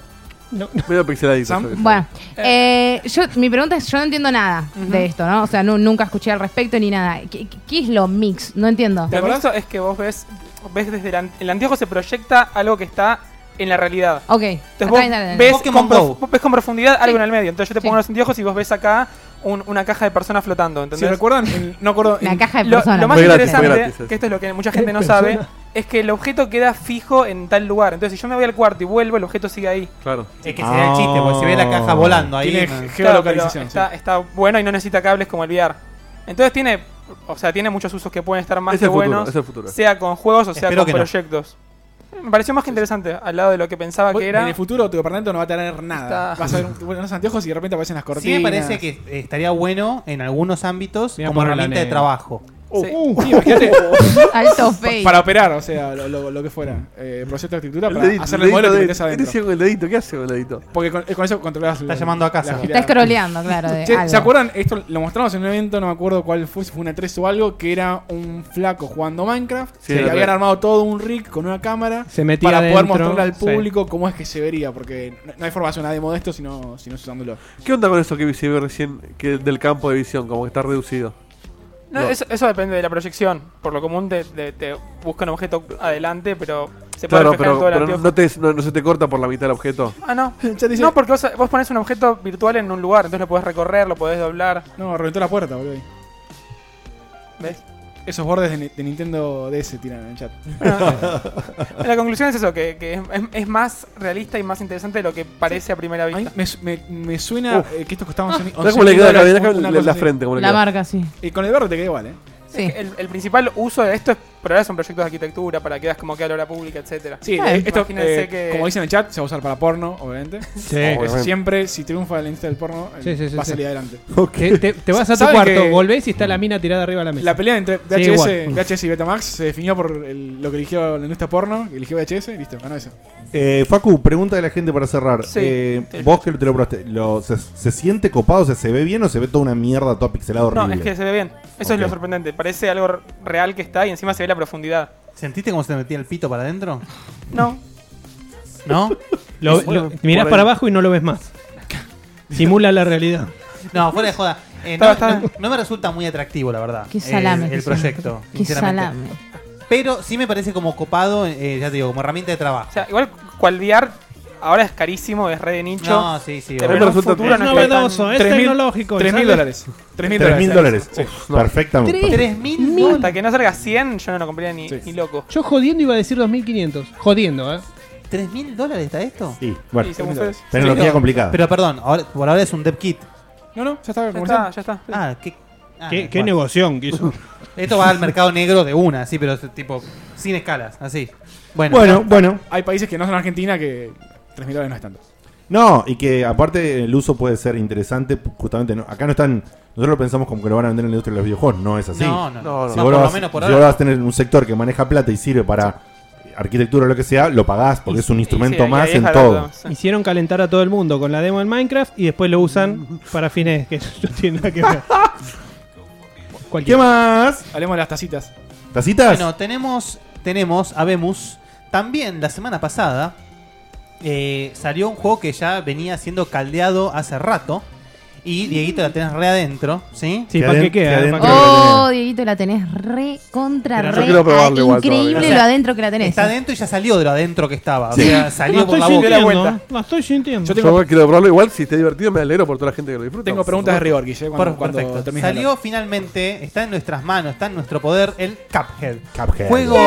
Speaker 4: No, no.
Speaker 2: Medio pixeladito.
Speaker 8: Sam.
Speaker 2: yo que sé.
Speaker 7: Bueno, eh, yo, mi pregunta es, yo no entiendo nada de esto, ¿no? O sea, nu- nunca escuché al respecto ni nada. ¿Qué, qué- qué es lo mix? No entiendo.
Speaker 9: Lo que hizo es que vos ves, ves desde el, an- el anteojo se proyecta algo que está en la realidad.
Speaker 7: Ok.
Speaker 9: Entonces
Speaker 7: Acá
Speaker 9: vos
Speaker 7: está, dale, dale.
Speaker 9: ves,
Speaker 6: Pokémon
Speaker 9: con prof-
Speaker 6: Go.
Speaker 9: vos ves con profundidad algo en el medio. Entonces yo te
Speaker 7: Sí.
Speaker 9: pongo los anteojos y vos ves acá un- una caja de personas flotando.
Speaker 8: Si
Speaker 9: ¿entendés?
Speaker 8: recuerdan, en- no acuerdo.
Speaker 7: La
Speaker 8: en-
Speaker 7: caja de
Speaker 9: Lo,
Speaker 7: personas.
Speaker 9: lo más
Speaker 2: Fue gratis, fue
Speaker 9: interesante,
Speaker 2: gratis,
Speaker 9: que esto es lo que mucha gente no sabe, es que el objeto queda fijo en tal lugar. Entonces si yo me voy al cuarto y vuelvo, el objeto sigue ahí.
Speaker 2: Claro.
Speaker 6: Es que sería el chiste, porque se ve la caja
Speaker 3: Ah.
Speaker 6: volando ahí.
Speaker 8: Tiene
Speaker 6: no.
Speaker 8: ge-
Speaker 9: Claro, pero
Speaker 8: geolocalización. sí.
Speaker 9: está, está bueno y no necesita cables como el VR. Entonces tiene, o sea, tiene muchos usos que pueden estar más
Speaker 2: es
Speaker 9: que
Speaker 2: el futuro,
Speaker 9: buenos,
Speaker 2: es el futuro.
Speaker 9: sea con juegos o sea
Speaker 6: Espero
Speaker 9: con
Speaker 6: que no.
Speaker 9: proyectos. Me pareció más que interesante al lado de lo que pensaba
Speaker 8: Vos-
Speaker 9: que era.
Speaker 8: En el futuro tu departamento no va a tener nada.
Speaker 9: Está-
Speaker 8: Vas a ver un- bueno, unos anteojos y de repente aparecen las cortinas.
Speaker 6: Sí me parece que estaría bueno en algunos ámbitos
Speaker 12: Mira,
Speaker 6: como
Speaker 12: ponerla
Speaker 6: herramienta de
Speaker 12: negra.
Speaker 6: trabajo.
Speaker 8: Uh,
Speaker 9: Sí.
Speaker 8: uh, sí, imagínate,
Speaker 7: Alto
Speaker 8: pa-
Speaker 7: fake.
Speaker 8: para operar, o sea, lo, lo- lo que fuera. Eh, proyecto de escritura
Speaker 2: El
Speaker 8: para
Speaker 2: dedito,
Speaker 8: hacer
Speaker 2: el
Speaker 8: el modelo
Speaker 2: dedito
Speaker 8: y te
Speaker 2: de-
Speaker 8: metes
Speaker 2: ¿Qué te
Speaker 8: adentro.
Speaker 2: hacía con el dedito? ¿Qué hace con el dedito?
Speaker 8: Porque con, con eso controlas.
Speaker 6: Está llamando a casa.
Speaker 7: Está scrolleando, claro. de
Speaker 8: Che,
Speaker 7: algo.
Speaker 8: ¿Se acuerdan? Esto lo mostramos en un evento, no me acuerdo cuál fue, si fue una 3 o algo, que era un flaco jugando Minecraft.
Speaker 2: Sí,
Speaker 8: que
Speaker 2: la
Speaker 8: habían
Speaker 2: verdad.
Speaker 8: armado todo un rig con una cámara
Speaker 12: Se metía
Speaker 8: para poder
Speaker 12: adentro,
Speaker 8: mostrarle al
Speaker 12: sí.
Speaker 8: público cómo es que se vería, porque no- no hay forma de hacer una demo de esto si no si no es usándolo.
Speaker 2: ¿Qué onda con eso que se vio recién que del campo de visión? Como que está reducido.
Speaker 9: No,
Speaker 2: No.
Speaker 9: Eso, eso depende de la proyección. Por lo común te, te- te busca un objeto adelante, pero se puede
Speaker 2: Claro,
Speaker 9: reflejar
Speaker 2: pero,
Speaker 9: todo el
Speaker 2: pero
Speaker 9: anteojo.
Speaker 2: no, te, no, no se te corta por la mitad el objeto.
Speaker 9: Ah, no.
Speaker 8: Ya te dice-
Speaker 9: No, porque vos, vos pones un objeto virtual en un lugar, entonces lo podés recorrer, lo podés doblar.
Speaker 8: No, reventó la puerta, boludo.
Speaker 9: ¿Ves?
Speaker 8: Esos bordes de, Ni- de Nintendo DS tiran en el chat. Eh,
Speaker 9: La conclusión es eso, que, que es, es- es más realista y más interesante de lo que parece a primera
Speaker 8: A mí
Speaker 9: vista.
Speaker 8: me, su- me- me suena
Speaker 2: Uf.
Speaker 8: eh, que estos costaban 11
Speaker 2: ¿Sabes cómo le queda la,
Speaker 8: dólares,
Speaker 2: cabeza?
Speaker 8: una
Speaker 2: la,
Speaker 8: cosa
Speaker 2: la
Speaker 8: así.
Speaker 2: frente? cómo le
Speaker 7: La
Speaker 2: queda?
Speaker 7: marca, sí.
Speaker 8: Y con el barro te queda igual, ¿eh?
Speaker 7: Sí.
Speaker 9: El, el principal uso de esto es, por ahora son proyectos de arquitectura, para que veas cómo queda la obra pública, etcétera.
Speaker 8: Sí,
Speaker 7: Ah,
Speaker 8: eh, esto,
Speaker 9: imagínense
Speaker 8: eh,
Speaker 9: que-
Speaker 8: como dicen en el chat, se va a usar para porno, obviamente.
Speaker 12: Sí.
Speaker 8: Porque Siempre, si triunfa la industria del porno, el-
Speaker 12: Sí, sí, sí,
Speaker 8: va a
Speaker 12: sí.
Speaker 8: salir adelante.
Speaker 12: Te, te- te vas a tu
Speaker 8: ¿Saben
Speaker 12: cuarto,
Speaker 8: que-
Speaker 12: volvés y está la mina tirada arriba de la mesa.
Speaker 8: La pelea entre VHS,
Speaker 12: igual.
Speaker 8: VHS y Betamax se definió por el- lo que eligió la industria porno, que eligió VHS, y listo, ganó eso.
Speaker 3: Eh, Facu, pregunta de la gente para cerrar.
Speaker 9: Sí.
Speaker 3: Eh, vos que te lo probaste, lo- se, se siente copado? O sea, ¿se ve bien o se ve toda una mierda, todo pixelado
Speaker 9: No, es
Speaker 3: horrible?
Speaker 9: que se ve bien. Eso es
Speaker 3: Ok.
Speaker 9: lo sorprendente. Parece algo r- real que está y encima se ve la profundidad.
Speaker 6: ¿Sentiste cómo se te metía el pito para adentro?
Speaker 9: No,
Speaker 6: ¿No?
Speaker 12: Lo- lo- mirás
Speaker 2: por
Speaker 12: para
Speaker 2: ahí.
Speaker 12: abajo y no lo ves más. Simula la realidad.
Speaker 6: No, fuera de joda. Eh,
Speaker 9: Está-
Speaker 6: no,
Speaker 9: está-
Speaker 6: no- no me resulta muy atractivo, la verdad.
Speaker 7: Qué
Speaker 6: eh,
Speaker 7: salame.
Speaker 6: el
Speaker 7: que
Speaker 6: proyecto,
Speaker 7: son. Qué
Speaker 6: sinceramente.
Speaker 7: salame.
Speaker 6: Pero sí me parece como copado, eh, ya te digo, como herramienta de
Speaker 9: o
Speaker 6: trabajo.
Speaker 9: sea, igual cual VR ahora es carísimo, es re de nicho.
Speaker 6: No, sí, sí.
Speaker 9: Pero
Speaker 2: A mí
Speaker 9: en
Speaker 2: me
Speaker 9: un
Speaker 2: resulta
Speaker 9: futuro no
Speaker 2: que-
Speaker 12: No,
Speaker 9: está tan-
Speaker 12: novedoso, es
Speaker 8: 3.000
Speaker 12: tecnológico.
Speaker 8: 3.000
Speaker 12: ¿sabes?
Speaker 8: dólares. 3.000
Speaker 3: 3 mil
Speaker 8: dólares.
Speaker 3: dólares.
Speaker 8: Sí.
Speaker 3: Uf, Perfectamente.
Speaker 7: Tres.
Speaker 6: ¿Tres mil
Speaker 9: Hasta
Speaker 6: dólares?
Speaker 9: que no salga 100, yo no lo compraría ni,
Speaker 8: Sí.
Speaker 9: ni loco.
Speaker 12: Yo jodiendo iba a decir 2.500. Jodiendo, ¿eh?
Speaker 6: ¿Tres mil dólares está esto?
Speaker 3: Sí, bueno,
Speaker 9: Y según ustedes.
Speaker 3: tecnología
Speaker 6: Pero-
Speaker 3: complicada.
Speaker 6: Pero perdón, ahora- por ahora es un dev kit.
Speaker 8: No, no, ya estaba
Speaker 9: Ya está,
Speaker 8: conversando.
Speaker 9: ya está.
Speaker 6: Ah, qué. ah,
Speaker 12: ¿Qué, qué
Speaker 6: bueno.
Speaker 12: negoción que hizo?
Speaker 6: Esto va al mercado negro de una, sí, pero es tipo sin escalas, así. Bueno,
Speaker 12: bueno, bueno.
Speaker 8: Hay países que no son Argentina que 3.000 dólares no es tanto.
Speaker 3: No, y que aparte el uso puede ser interesante, justamente no- acá no están, nosotros lo pensamos como que lo van a vender en la industria de los videojuegos, no es así.
Speaker 6: no, no, no,
Speaker 2: No, no.
Speaker 3: Si vos,
Speaker 6: No, por
Speaker 3: lo
Speaker 6: lo
Speaker 3: vas,
Speaker 6: menos por
Speaker 3: si
Speaker 6: ahora.
Speaker 3: vos vas a tener un sector que maneja plata y sirve para arquitectura o lo que sea, lo pagás porque es un instrumento más en todo.
Speaker 12: Hicieron calentar a todo el mundo con la demo en Minecraft y después lo usan para fines que no tienen nada que ver.
Speaker 3: ¿Qué
Speaker 12: Cualquier
Speaker 3: más?
Speaker 8: Hablemos de las tacitas.
Speaker 3: ¿Tacitas?
Speaker 6: Bueno, tenemos, tenemos a Vemus. También la semana pasada eh, salió un juego que ya venía siendo caldeado hace rato. Y Dieguito la tenés re adentro, ¿sí?
Speaker 12: Sí,
Speaker 3: Que
Speaker 12: para
Speaker 3: aden-
Speaker 12: que
Speaker 3: que
Speaker 12: queda.
Speaker 3: adentro-
Speaker 12: pa' que-
Speaker 7: Oh, Dieguito, la tenés re contra
Speaker 2: Pero yo
Speaker 7: re.
Speaker 2: quiero probarlo
Speaker 7: ah,
Speaker 2: igual
Speaker 7: increíble
Speaker 6: todavía.
Speaker 7: lo adentro que la tenés.
Speaker 6: Está adentro y ya salió de lo adentro que estaba. O sea, salió
Speaker 12: Lo
Speaker 6: por
Speaker 12: estoy
Speaker 6: la boca.
Speaker 12: sintiendo. Lo estoy sintiendo.
Speaker 8: Yo
Speaker 2: Yo
Speaker 8: tengo,
Speaker 2: quiero probarlo igual, si está divertido me alegro por toda la gente que lo disfruta.
Speaker 8: tengo preguntas de rigor, Guille, cuando,
Speaker 6: Por-
Speaker 8: cuando
Speaker 6: perfecto.
Speaker 8: termines de
Speaker 6: Salió
Speaker 8: hablar.
Speaker 6: finalmente, está en nuestras manos, está en nuestro poder, el Cuphead.
Speaker 3: Cuphead.
Speaker 6: Juego,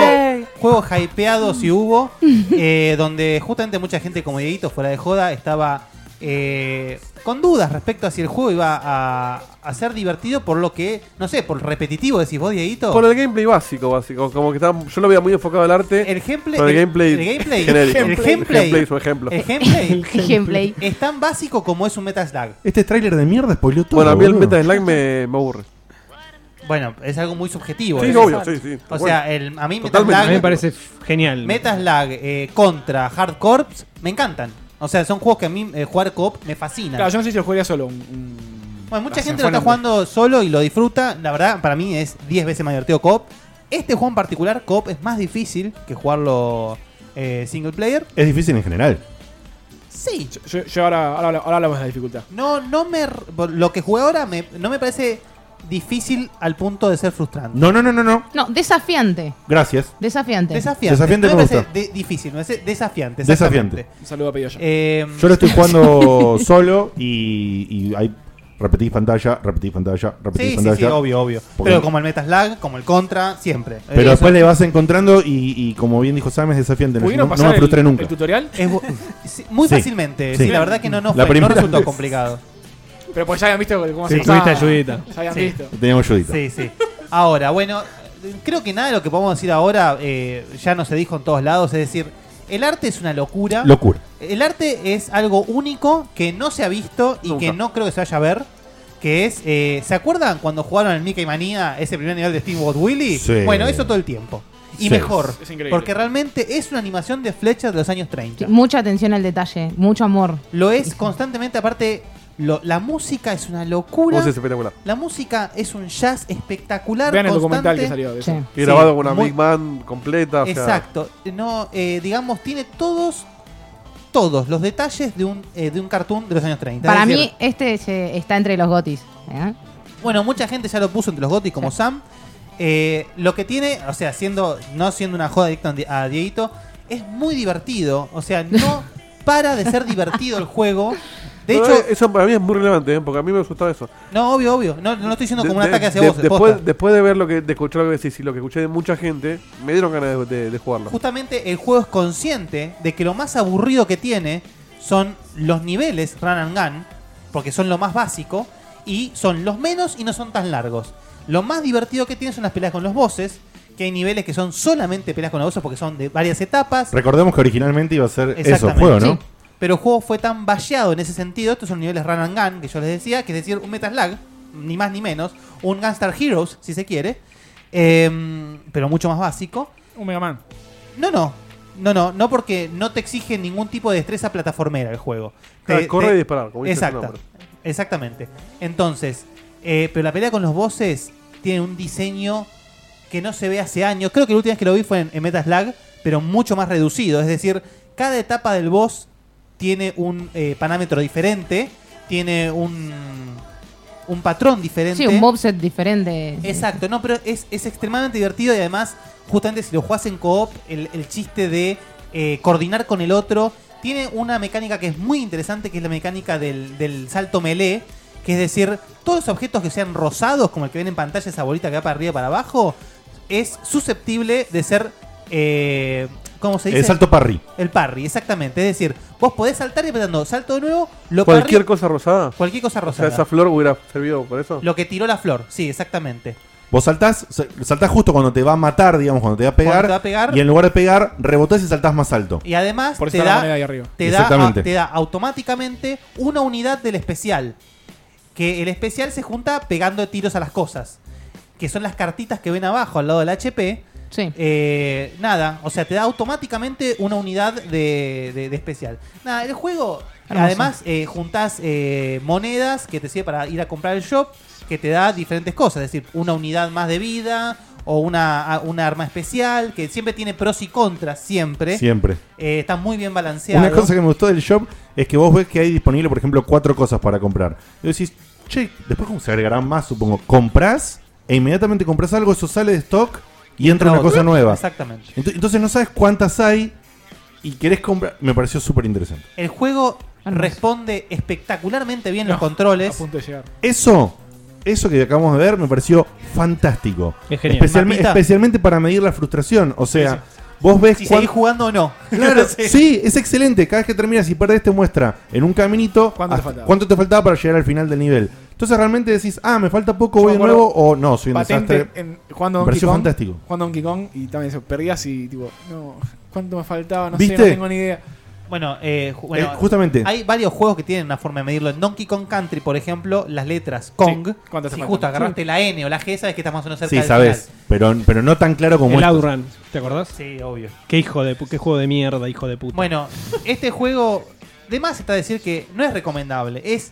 Speaker 6: juego hypeado si hubo, eh, donde justamente mucha gente como Dieguito fuera de joda estaba eh, con dudas respecto a si el juego iba a, a ser divertido por lo que, no sé, por repetitivo decís vos Dieguito.
Speaker 2: Por el gameplay básico, básico. Como que está, yo lo veía muy enfocado al arte.
Speaker 6: el gameplay,
Speaker 2: pero el gameplay
Speaker 6: el gameplay,
Speaker 2: genérico.
Speaker 6: el
Speaker 2: El
Speaker 6: gameplay,
Speaker 2: gameplay es un ejemplo.
Speaker 6: el gameplay
Speaker 7: Gameplay.
Speaker 6: es tan básico como es un Metal Slug.
Speaker 3: Este tráiler de mierda spoileó todo.
Speaker 2: Bueno, a mí el
Speaker 3: boludo.
Speaker 2: Meta Slack me, me aburre.
Speaker 6: Bueno, es algo muy subjetivo.
Speaker 2: Sí,
Speaker 6: ¿eh?
Speaker 2: obvio, sí, sí.
Speaker 6: O
Speaker 2: bueno.
Speaker 6: sea, el, a mí Metal
Speaker 2: Totalmente.
Speaker 12: A mí me
Speaker 6: Slug
Speaker 12: parece f- genial.
Speaker 6: Metaslag eh, contra Hard Corps me encantan. O sea, son juegos que a mí eh, jugar co-op me fascinan.
Speaker 8: Claro, yo no sé si lo jugaría solo. un- un-
Speaker 6: bueno, mucha
Speaker 8: se
Speaker 6: gente
Speaker 8: fue
Speaker 6: lo
Speaker 8: el
Speaker 6: está
Speaker 8: nombre.
Speaker 6: jugando solo y lo disfruta. La verdad, para mí es 10 veces más divertido co-op. Este juego en particular, co-op, es más difícil que jugarlo eh, single player.
Speaker 3: Es difícil en general.
Speaker 6: Sí.
Speaker 8: Yo, yo- yo ahora, ahora, ahora hablamos de la dificultad.
Speaker 6: No, no me. Lo que jugué ahora me- no me parece difícil al punto de ser frustrante.
Speaker 3: No, no, no, no, no.
Speaker 7: No, desafiante.
Speaker 3: Gracias.
Speaker 7: Desafiante.
Speaker 6: Desafiante.
Speaker 3: Desafiante
Speaker 6: No
Speaker 3: me
Speaker 6: parece
Speaker 3: gusta.
Speaker 6: de- difícil, me parece desafiante.
Speaker 3: Desafiante.
Speaker 6: exactamente.
Speaker 8: Un saludo a Pidoya.
Speaker 6: Eh,
Speaker 3: Yo lo estoy jugando solo y, y ahí repetís pantalla, repetís pantalla, repetís
Speaker 6: sí, sí,
Speaker 3: pantalla.
Speaker 6: sí, obvio, obvio.
Speaker 3: Porque-
Speaker 6: Pero como el Metaslag, como el Contra, siempre.
Speaker 3: Pero
Speaker 6: Eh,
Speaker 3: después le vas encontrando y, y como bien dijo Sam, es desafiante. No,
Speaker 8: ¿Pudieron
Speaker 3: no- no
Speaker 8: pasar
Speaker 3: me frustré
Speaker 8: el,
Speaker 3: nunca.
Speaker 8: el tutorial?
Speaker 6: es bu- sí, muy
Speaker 3: Sí,
Speaker 6: fácilmente.
Speaker 3: sí.
Speaker 6: Sí. la verdad que no, no,
Speaker 3: La
Speaker 6: fue, no
Speaker 3: primera
Speaker 6: resultó
Speaker 3: vez.
Speaker 6: complicado.
Speaker 8: Pero pues ya habían visto cómo se
Speaker 12: Sí,
Speaker 8: usaba.
Speaker 12: tuviste ayudita.
Speaker 8: Ya habían
Speaker 6: Sí.
Speaker 8: visto.
Speaker 3: Teníamos ayudita.
Speaker 6: Sí, sí. Ahora, bueno, creo que nada de lo que podemos decir ahora eh, ya no se dijo en todos lados. Es decir, el arte es una locura.
Speaker 3: Locura.
Speaker 6: El arte es algo único que no se ha visto y
Speaker 8: Nunca.
Speaker 6: que no creo que se vaya a ver. Que es, eh, ¿se acuerdan cuando jugaron el Mickey Manía, ese primer nivel de Steamboat Willy?
Speaker 3: Sí.
Speaker 6: Bueno, eso todo el tiempo. Y
Speaker 3: Sí.
Speaker 6: mejor,
Speaker 8: Es increíble.
Speaker 6: porque realmente es una animación de flechas de los años 30.
Speaker 7: Sí, Mucha atención al detalle, mucho amor.
Speaker 6: Lo es constantemente, aparte, lo- la música es una locura.
Speaker 2: Vos Oh, es espectacular.
Speaker 6: La música es un jazz espectacular.
Speaker 8: Vean el documental
Speaker 6: constante.
Speaker 8: que salió de
Speaker 7: Sí.
Speaker 8: eso.
Speaker 2: Y
Speaker 6: Sí,
Speaker 2: grabado con una
Speaker 6: muy-
Speaker 2: Big Man completa. o sea,
Speaker 6: Exacto. No, eh, digamos, tiene todos, todos los detalles de un, eh, de un cartoon de los años 30.
Speaker 7: Para
Speaker 6: Es decir,
Speaker 7: mí, este se- está entre los gotis. ¿eh?
Speaker 6: Bueno, mucha gente ya lo puso entre los gotis como Sam. Eh, lo que tiene, o sea, siendo no siendo una joda adicta a Dieguito, es muy divertido. O sea, no para de ser divertido el juego. De
Speaker 2: no,
Speaker 6: hecho,
Speaker 2: eh, eso para mí es muy relevante, ¿eh? porque a mí me gustaba eso.
Speaker 6: no, obvio, obvio. No, no lo estoy diciendo
Speaker 2: De-
Speaker 6: como un
Speaker 2: de-
Speaker 6: ataque hacia
Speaker 2: de-
Speaker 6: vos.
Speaker 2: después,
Speaker 6: posta.
Speaker 2: después de ver lo que de escuchar lo que decís y lo que escuché de mucha gente, me dieron ganas de, de- de jugarlo.
Speaker 6: Justamente el juego es consciente de que lo más aburrido que tiene son los niveles run and gun, porque son lo más básico, y son los menos y no son tan largos. Lo más divertido que tiene son las peleas con los bosses, que hay niveles que son solamente peleas con los bosses porque son de varias etapas.
Speaker 3: Recordemos que originalmente iba a ser eso,
Speaker 6: Exactamente.
Speaker 3: juego, ¿no?
Speaker 7: Sí.
Speaker 6: Pero el juego fue tan valleado en ese sentido, estos son niveles run and gun que yo les decía, que es decir, un Metaslag, ni más ni menos, un Gunstar Heroes, si se quiere, em, pero mucho más básico.
Speaker 8: Un Mega Man.
Speaker 6: No, no. No, no, no porque no te exige ningún tipo de destreza plataformera el juego.
Speaker 2: Claro,
Speaker 6: Te-
Speaker 2: Ah, corre
Speaker 6: te-
Speaker 2: y disparar, como dice su
Speaker 6: Exacta,
Speaker 2: nombre.
Speaker 6: Exactamente. Entonces, eh, pero la pelea con los bosses tiene un diseño que no se ve hace años. Creo que la última vez que lo vi fue en, en Metal Slug, pero mucho más reducido. Es decir, cada etapa del boss tiene un eh, parámetro diferente, tiene un, un patrón diferente.
Speaker 7: Eh, Sí, un mobset diferente.
Speaker 6: Exacto, no, pero es, es extremadamente divertido y además, justamente si lo jugás en co-op, el, el chiste de eh, coordinar con el otro tiene una mecánica que es muy interesante, que es la mecánica del, del salto melee, que es decir, todos los objetos que sean rosados, como el que ven en pantalla, esa bolita que va para arriba y para abajo, es susceptible de ser. eh, ¿Cómo se dice?
Speaker 3: El salto parry.
Speaker 6: El parry, exactamente. Es decir, vos podés saltar y apretando salto de nuevo, lo
Speaker 2: Cualquier
Speaker 6: parry-
Speaker 2: cosa rosada.
Speaker 6: cualquier cosa
Speaker 2: O sea,
Speaker 6: rosada.
Speaker 2: esa flor hubiera servido por eso.
Speaker 6: Lo que tiró la flor, sí, exactamente.
Speaker 3: Vos saltás, sa- saltás justo cuando te va a matar, digamos, cuando te va a pegar.
Speaker 6: Cuando te va a pegar.
Speaker 3: Y en lugar de pegar, rebotás y saltás más alto.
Speaker 6: Y además
Speaker 8: Por eso
Speaker 6: te
Speaker 8: está la
Speaker 6: da,
Speaker 8: moneda ahí arriba.
Speaker 6: Te, da,
Speaker 3: Exactamente.
Speaker 6: te da automáticamente una unidad del especial. Que el especial se junta pegando tiros a las cosas. Que son las cartitas que ven abajo al lado del HP.
Speaker 7: Sí.
Speaker 6: Eh, nada, o sea, te da automáticamente una unidad de, de- de especial. Nada, el juego,
Speaker 7: Hermoso.
Speaker 6: además, eh, juntás eh, monedas que te sirve para ir a comprar el shop, que te da diferentes cosas, es decir, una unidad más de vida o una, a- una arma especial, que siempre tiene pros y contras, siempre.
Speaker 3: Siempre.
Speaker 6: Eh, está muy bien balanceado.
Speaker 3: Una cosa que me gustó del shop es que vos ves que hay disponible, por ejemplo, cuatro cosas para comprar. Y vos decís, che, después cómo se agregarán más, supongo. Comprás e inmediatamente compras algo, eso sale de stock y entra una
Speaker 6: otra.
Speaker 3: cosa nueva.
Speaker 6: Exactamente.
Speaker 3: Ento- Entonces no sabes cuántas hay y querés comprar. Me pareció súper interesante.
Speaker 6: El juego
Speaker 7: Hermoso.
Speaker 6: responde espectacularmente bien los
Speaker 8: No, A
Speaker 6: controles.
Speaker 8: punto de llegar.
Speaker 3: Eso, eso que acabamos de ver me pareció fantástico.
Speaker 12: Es genial.
Speaker 3: Especialme-
Speaker 6: Mapita.
Speaker 3: especialmente para medir la frustración. O sea, vos ves
Speaker 6: Si
Speaker 3: cuán-
Speaker 6: seguís jugando o no.
Speaker 3: Claro, sí, es excelente. Cada vez que terminas y perdés te muestra en un caminito
Speaker 8: ¿Cuánto te
Speaker 3: hasta-
Speaker 8: faltaba?
Speaker 3: cuánto te faltaba para llegar al final del nivel. Entonces realmente decís, ah, me falta poco,
Speaker 8: Yo
Speaker 3: voy de
Speaker 8: me acuerdo
Speaker 3: nuevo o no, soy un
Speaker 8: Patente
Speaker 3: desastre.
Speaker 8: en, jugando
Speaker 3: Me
Speaker 8: Donkey
Speaker 3: pareció
Speaker 8: Kong.
Speaker 3: fantástico.
Speaker 8: Jugando Donkey Kong y también se perdías y tipo, no, ¿cuánto me faltaba? No sé,
Speaker 3: ¿Viste?
Speaker 8: no tengo ni idea.
Speaker 6: Bueno, eh, ju- bueno,
Speaker 3: Eh, justamente.
Speaker 6: hay varios juegos que tienen una forma de medirlo. En Donkey Kong Country, por ejemplo, las letras Kong.
Speaker 8: ¿cuántas
Speaker 6: si
Speaker 8: te
Speaker 6: justo
Speaker 8: faltan?
Speaker 6: agarraste la N o la G, sabes que estás más o menos cerca
Speaker 3: Sí,
Speaker 6: del
Speaker 3: sabes, pero, pero no tan claro como
Speaker 12: El
Speaker 3: esto.
Speaker 12: Outrun, ¿te acordás?
Speaker 6: final. Sí, obvio.
Speaker 12: Qué hijo de pu- qué juego de mierda, hijo de puta.
Speaker 6: Bueno, este juego, de más está decir que no es recomendable. Es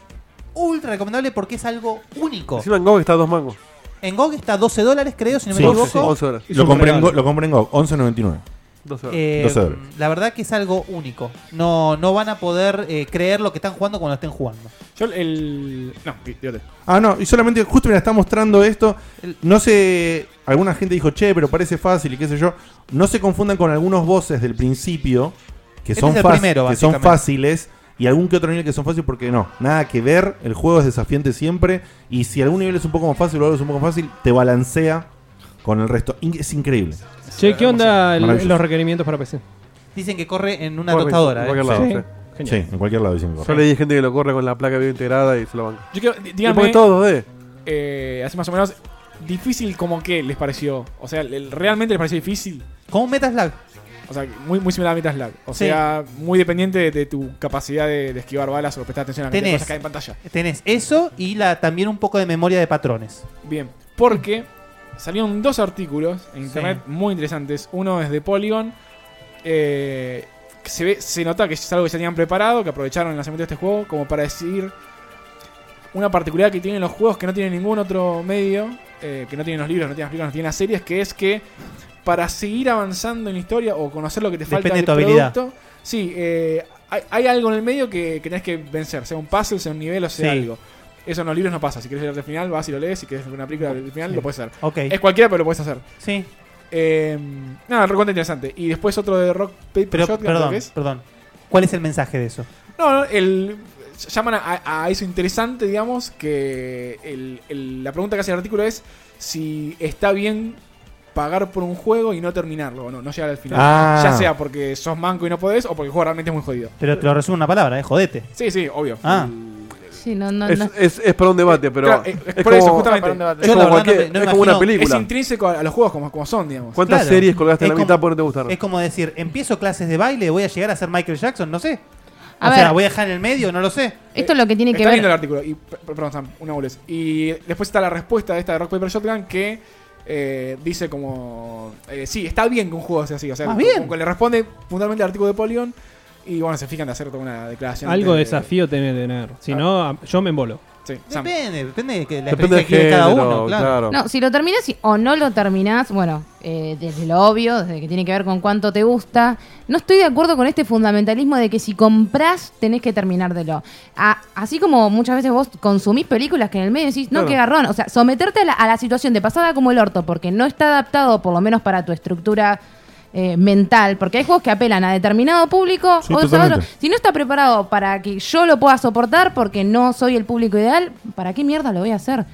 Speaker 6: ultra recomendable porque es algo único.
Speaker 2: Encima en GOG está a dos mangos.
Speaker 6: En GOG está 12 dólares, creo, si no me
Speaker 3: Sí,
Speaker 6: equivoco.
Speaker 2: 11 horas.
Speaker 12: Es
Speaker 3: Lo
Speaker 12: un
Speaker 3: compré, en
Speaker 12: regalo.
Speaker 3: Go- lo compré en GOG, 11.99.
Speaker 2: 12 horas.
Speaker 6: Eh,
Speaker 3: 12 horas.
Speaker 6: La verdad que es algo único. No, no van a poder eh, creer lo que están jugando cuando estén jugando.
Speaker 8: Yo el. No, fíjate.
Speaker 3: Ah, no, y solamente justo me la está mostrando esto. No sé, alguna gente dijo, che, pero parece fácil y qué sé yo. No se confundan con algunos voces del principio que,
Speaker 6: Este
Speaker 3: son,
Speaker 6: es el
Speaker 3: fácil-
Speaker 6: primero,
Speaker 3: que son
Speaker 6: básicamente.
Speaker 3: fáciles y algún que otro nivel que son fáciles porque no, nada que ver. El juego es desafiante siempre y si algún nivel es un poco más fácil o algo es un poco más fácil, te balancea con el resto. In- es increíble.
Speaker 12: Che, ¿qué onda el-
Speaker 3: Maravilloso.
Speaker 12: los requerimientos para PC?
Speaker 6: Dicen que corre en una
Speaker 2: Corre,
Speaker 6: tostadora.
Speaker 2: en
Speaker 6: eh.
Speaker 2: cualquier lado,
Speaker 12: Sí.
Speaker 2: sí.
Speaker 12: Genial.
Speaker 3: Sí, en cualquier lado dicen que
Speaker 2: Yo
Speaker 3: corre.
Speaker 2: leí gente que lo corre con la placa video integrada y se lo banca.
Speaker 8: Yo quiero. dí-
Speaker 2: Y porque
Speaker 8: Díganme.
Speaker 2: todo 2D.
Speaker 8: eh, así más o menos. Difícil como que les pareció. O sea, el- realmente les pareció difícil.
Speaker 6: Con un Metaslag.
Speaker 8: O sea, muy, muy similar a Metal Slug. O
Speaker 6: Sí.
Speaker 8: sea, muy dependiente de, de tu capacidad de, de esquivar balas o prestar atención a las
Speaker 6: Tenés.
Speaker 8: cosas que hay en pantalla.
Speaker 6: Tenés eso y la, también un poco de memoria de patrones.
Speaker 8: Bien, porque salieron dos artículos en internet muy interesantes. Uno es de Polygon. eh, que se, ve, se nota que es algo que ya tenían preparado, que aprovecharon el lanzamiento de este juego, como para decir una particularidad que tienen los juegos que no tienen ningún otro medio, eh, que no tienen los libros, no tienen las películas, no tienen las series, que es que para seguir avanzando en la historia o conocer lo que te falta
Speaker 6: Depende
Speaker 8: del
Speaker 6: de tu habilidad.
Speaker 8: producto, sí, eh, hay, hay algo en el medio que, que tenés que vencer, sea un puzzle, sea un nivel o sea
Speaker 6: Sí.
Speaker 8: algo. Eso en los libros no pasa. Si quieres leer el final, vas y lo lees. Si quieres ver una película del final,
Speaker 6: Sí.
Speaker 8: lo puedes hacer.
Speaker 6: Ok.
Speaker 8: Es cualquiera, pero lo puedes hacer.
Speaker 6: Sí,
Speaker 8: Eh, nada, recuerda interesante. Y después otro de Rock Paper
Speaker 6: pero
Speaker 8: Shotgun, creo
Speaker 6: perdón,
Speaker 8: que es.
Speaker 6: perdón. ¿Cuál es el mensaje de eso?
Speaker 8: No, no, el, llaman a, a eso interesante, digamos, que el- el- la pregunta que hace el artículo es si está bien pagar por un juego y no terminarlo, o no, no llegar al final.
Speaker 3: Ah.
Speaker 8: Ya sea porque sos manco y no podés, o porque el juego realmente es muy jodido.
Speaker 6: Pero te lo resumo en una palabra, eh, jodete.
Speaker 8: Sí, sí, obvio.
Speaker 6: Ah.
Speaker 8: El-
Speaker 7: Sí, no, no,
Speaker 2: Es,
Speaker 7: no.
Speaker 2: es, es para un debate, pero.
Speaker 8: Claro, es- es por eso, justamente.
Speaker 9: Para un debate.
Speaker 2: Es
Speaker 6: Yo la
Speaker 2: como,
Speaker 6: verdad no
Speaker 2: cualquier-
Speaker 6: me- no
Speaker 2: es
Speaker 6: me
Speaker 2: como una
Speaker 6: imagino-
Speaker 8: es
Speaker 2: película.
Speaker 8: intrínseco a, a los juegos como, como son, digamos.
Speaker 2: ¿Cuántas
Speaker 6: Claro.
Speaker 2: series colgaste
Speaker 6: Es
Speaker 2: en la
Speaker 6: como-
Speaker 2: mitad porque no te gustaron?
Speaker 6: Es como decir, empiezo clases de baile, voy a llegar a ser Michael Jackson, no sé.
Speaker 7: A
Speaker 6: o
Speaker 7: ver.
Speaker 6: sea, voy a dejar en el medio, no lo sé.
Speaker 7: Esto es lo que tiene que
Speaker 8: Eh, Está lindo el
Speaker 7: ver.
Speaker 8: artículo. Y, per- perdón, Sam, una boludez. Y después está la respuesta de esta de Rock Paper Shotgun que eh, dice como... eh, sí, está bien que un juego sea así. O sea,
Speaker 6: Más
Speaker 8: como-
Speaker 6: Ah, bien.
Speaker 8: como que le responde puntualmente al artículo de Polygon. Y bueno, se fijan de hacer toda una
Speaker 6: eh.
Speaker 8: declaración.
Speaker 12: Algo de
Speaker 8: de
Speaker 12: desafío tenés que tener. Si
Speaker 8: Ah.
Speaker 12: no, a- yo me embolo.
Speaker 8: Sí, Sam.
Speaker 6: Depende, depende de que la
Speaker 2: Depende
Speaker 6: experiencia
Speaker 2: del
Speaker 6: que tiene
Speaker 2: género,
Speaker 6: cada uno, claro.
Speaker 7: No, si lo terminás y- o no lo terminás, bueno, eh, desde lo obvio, desde que tiene que ver con cuánto te gusta, no estoy de acuerdo con este fundamentalismo de que si comprás tenés que terminártelo. A- así como muchas veces vos consumís películas que en el medio decís, no,
Speaker 2: Claro.
Speaker 7: qué garrón. O sea, someterte a la, a la situación de pasada como el orto, porque no está adaptado, por lo menos para tu estructura. eh, mental, porque hay juegos que apelan a determinado público,
Speaker 3: Sí,
Speaker 7: otros a
Speaker 3: totalmente.
Speaker 7: otro. Si no está preparado para que yo lo pueda soportar porque no soy el público ideal, ¿para qué mierda lo voy a hacer?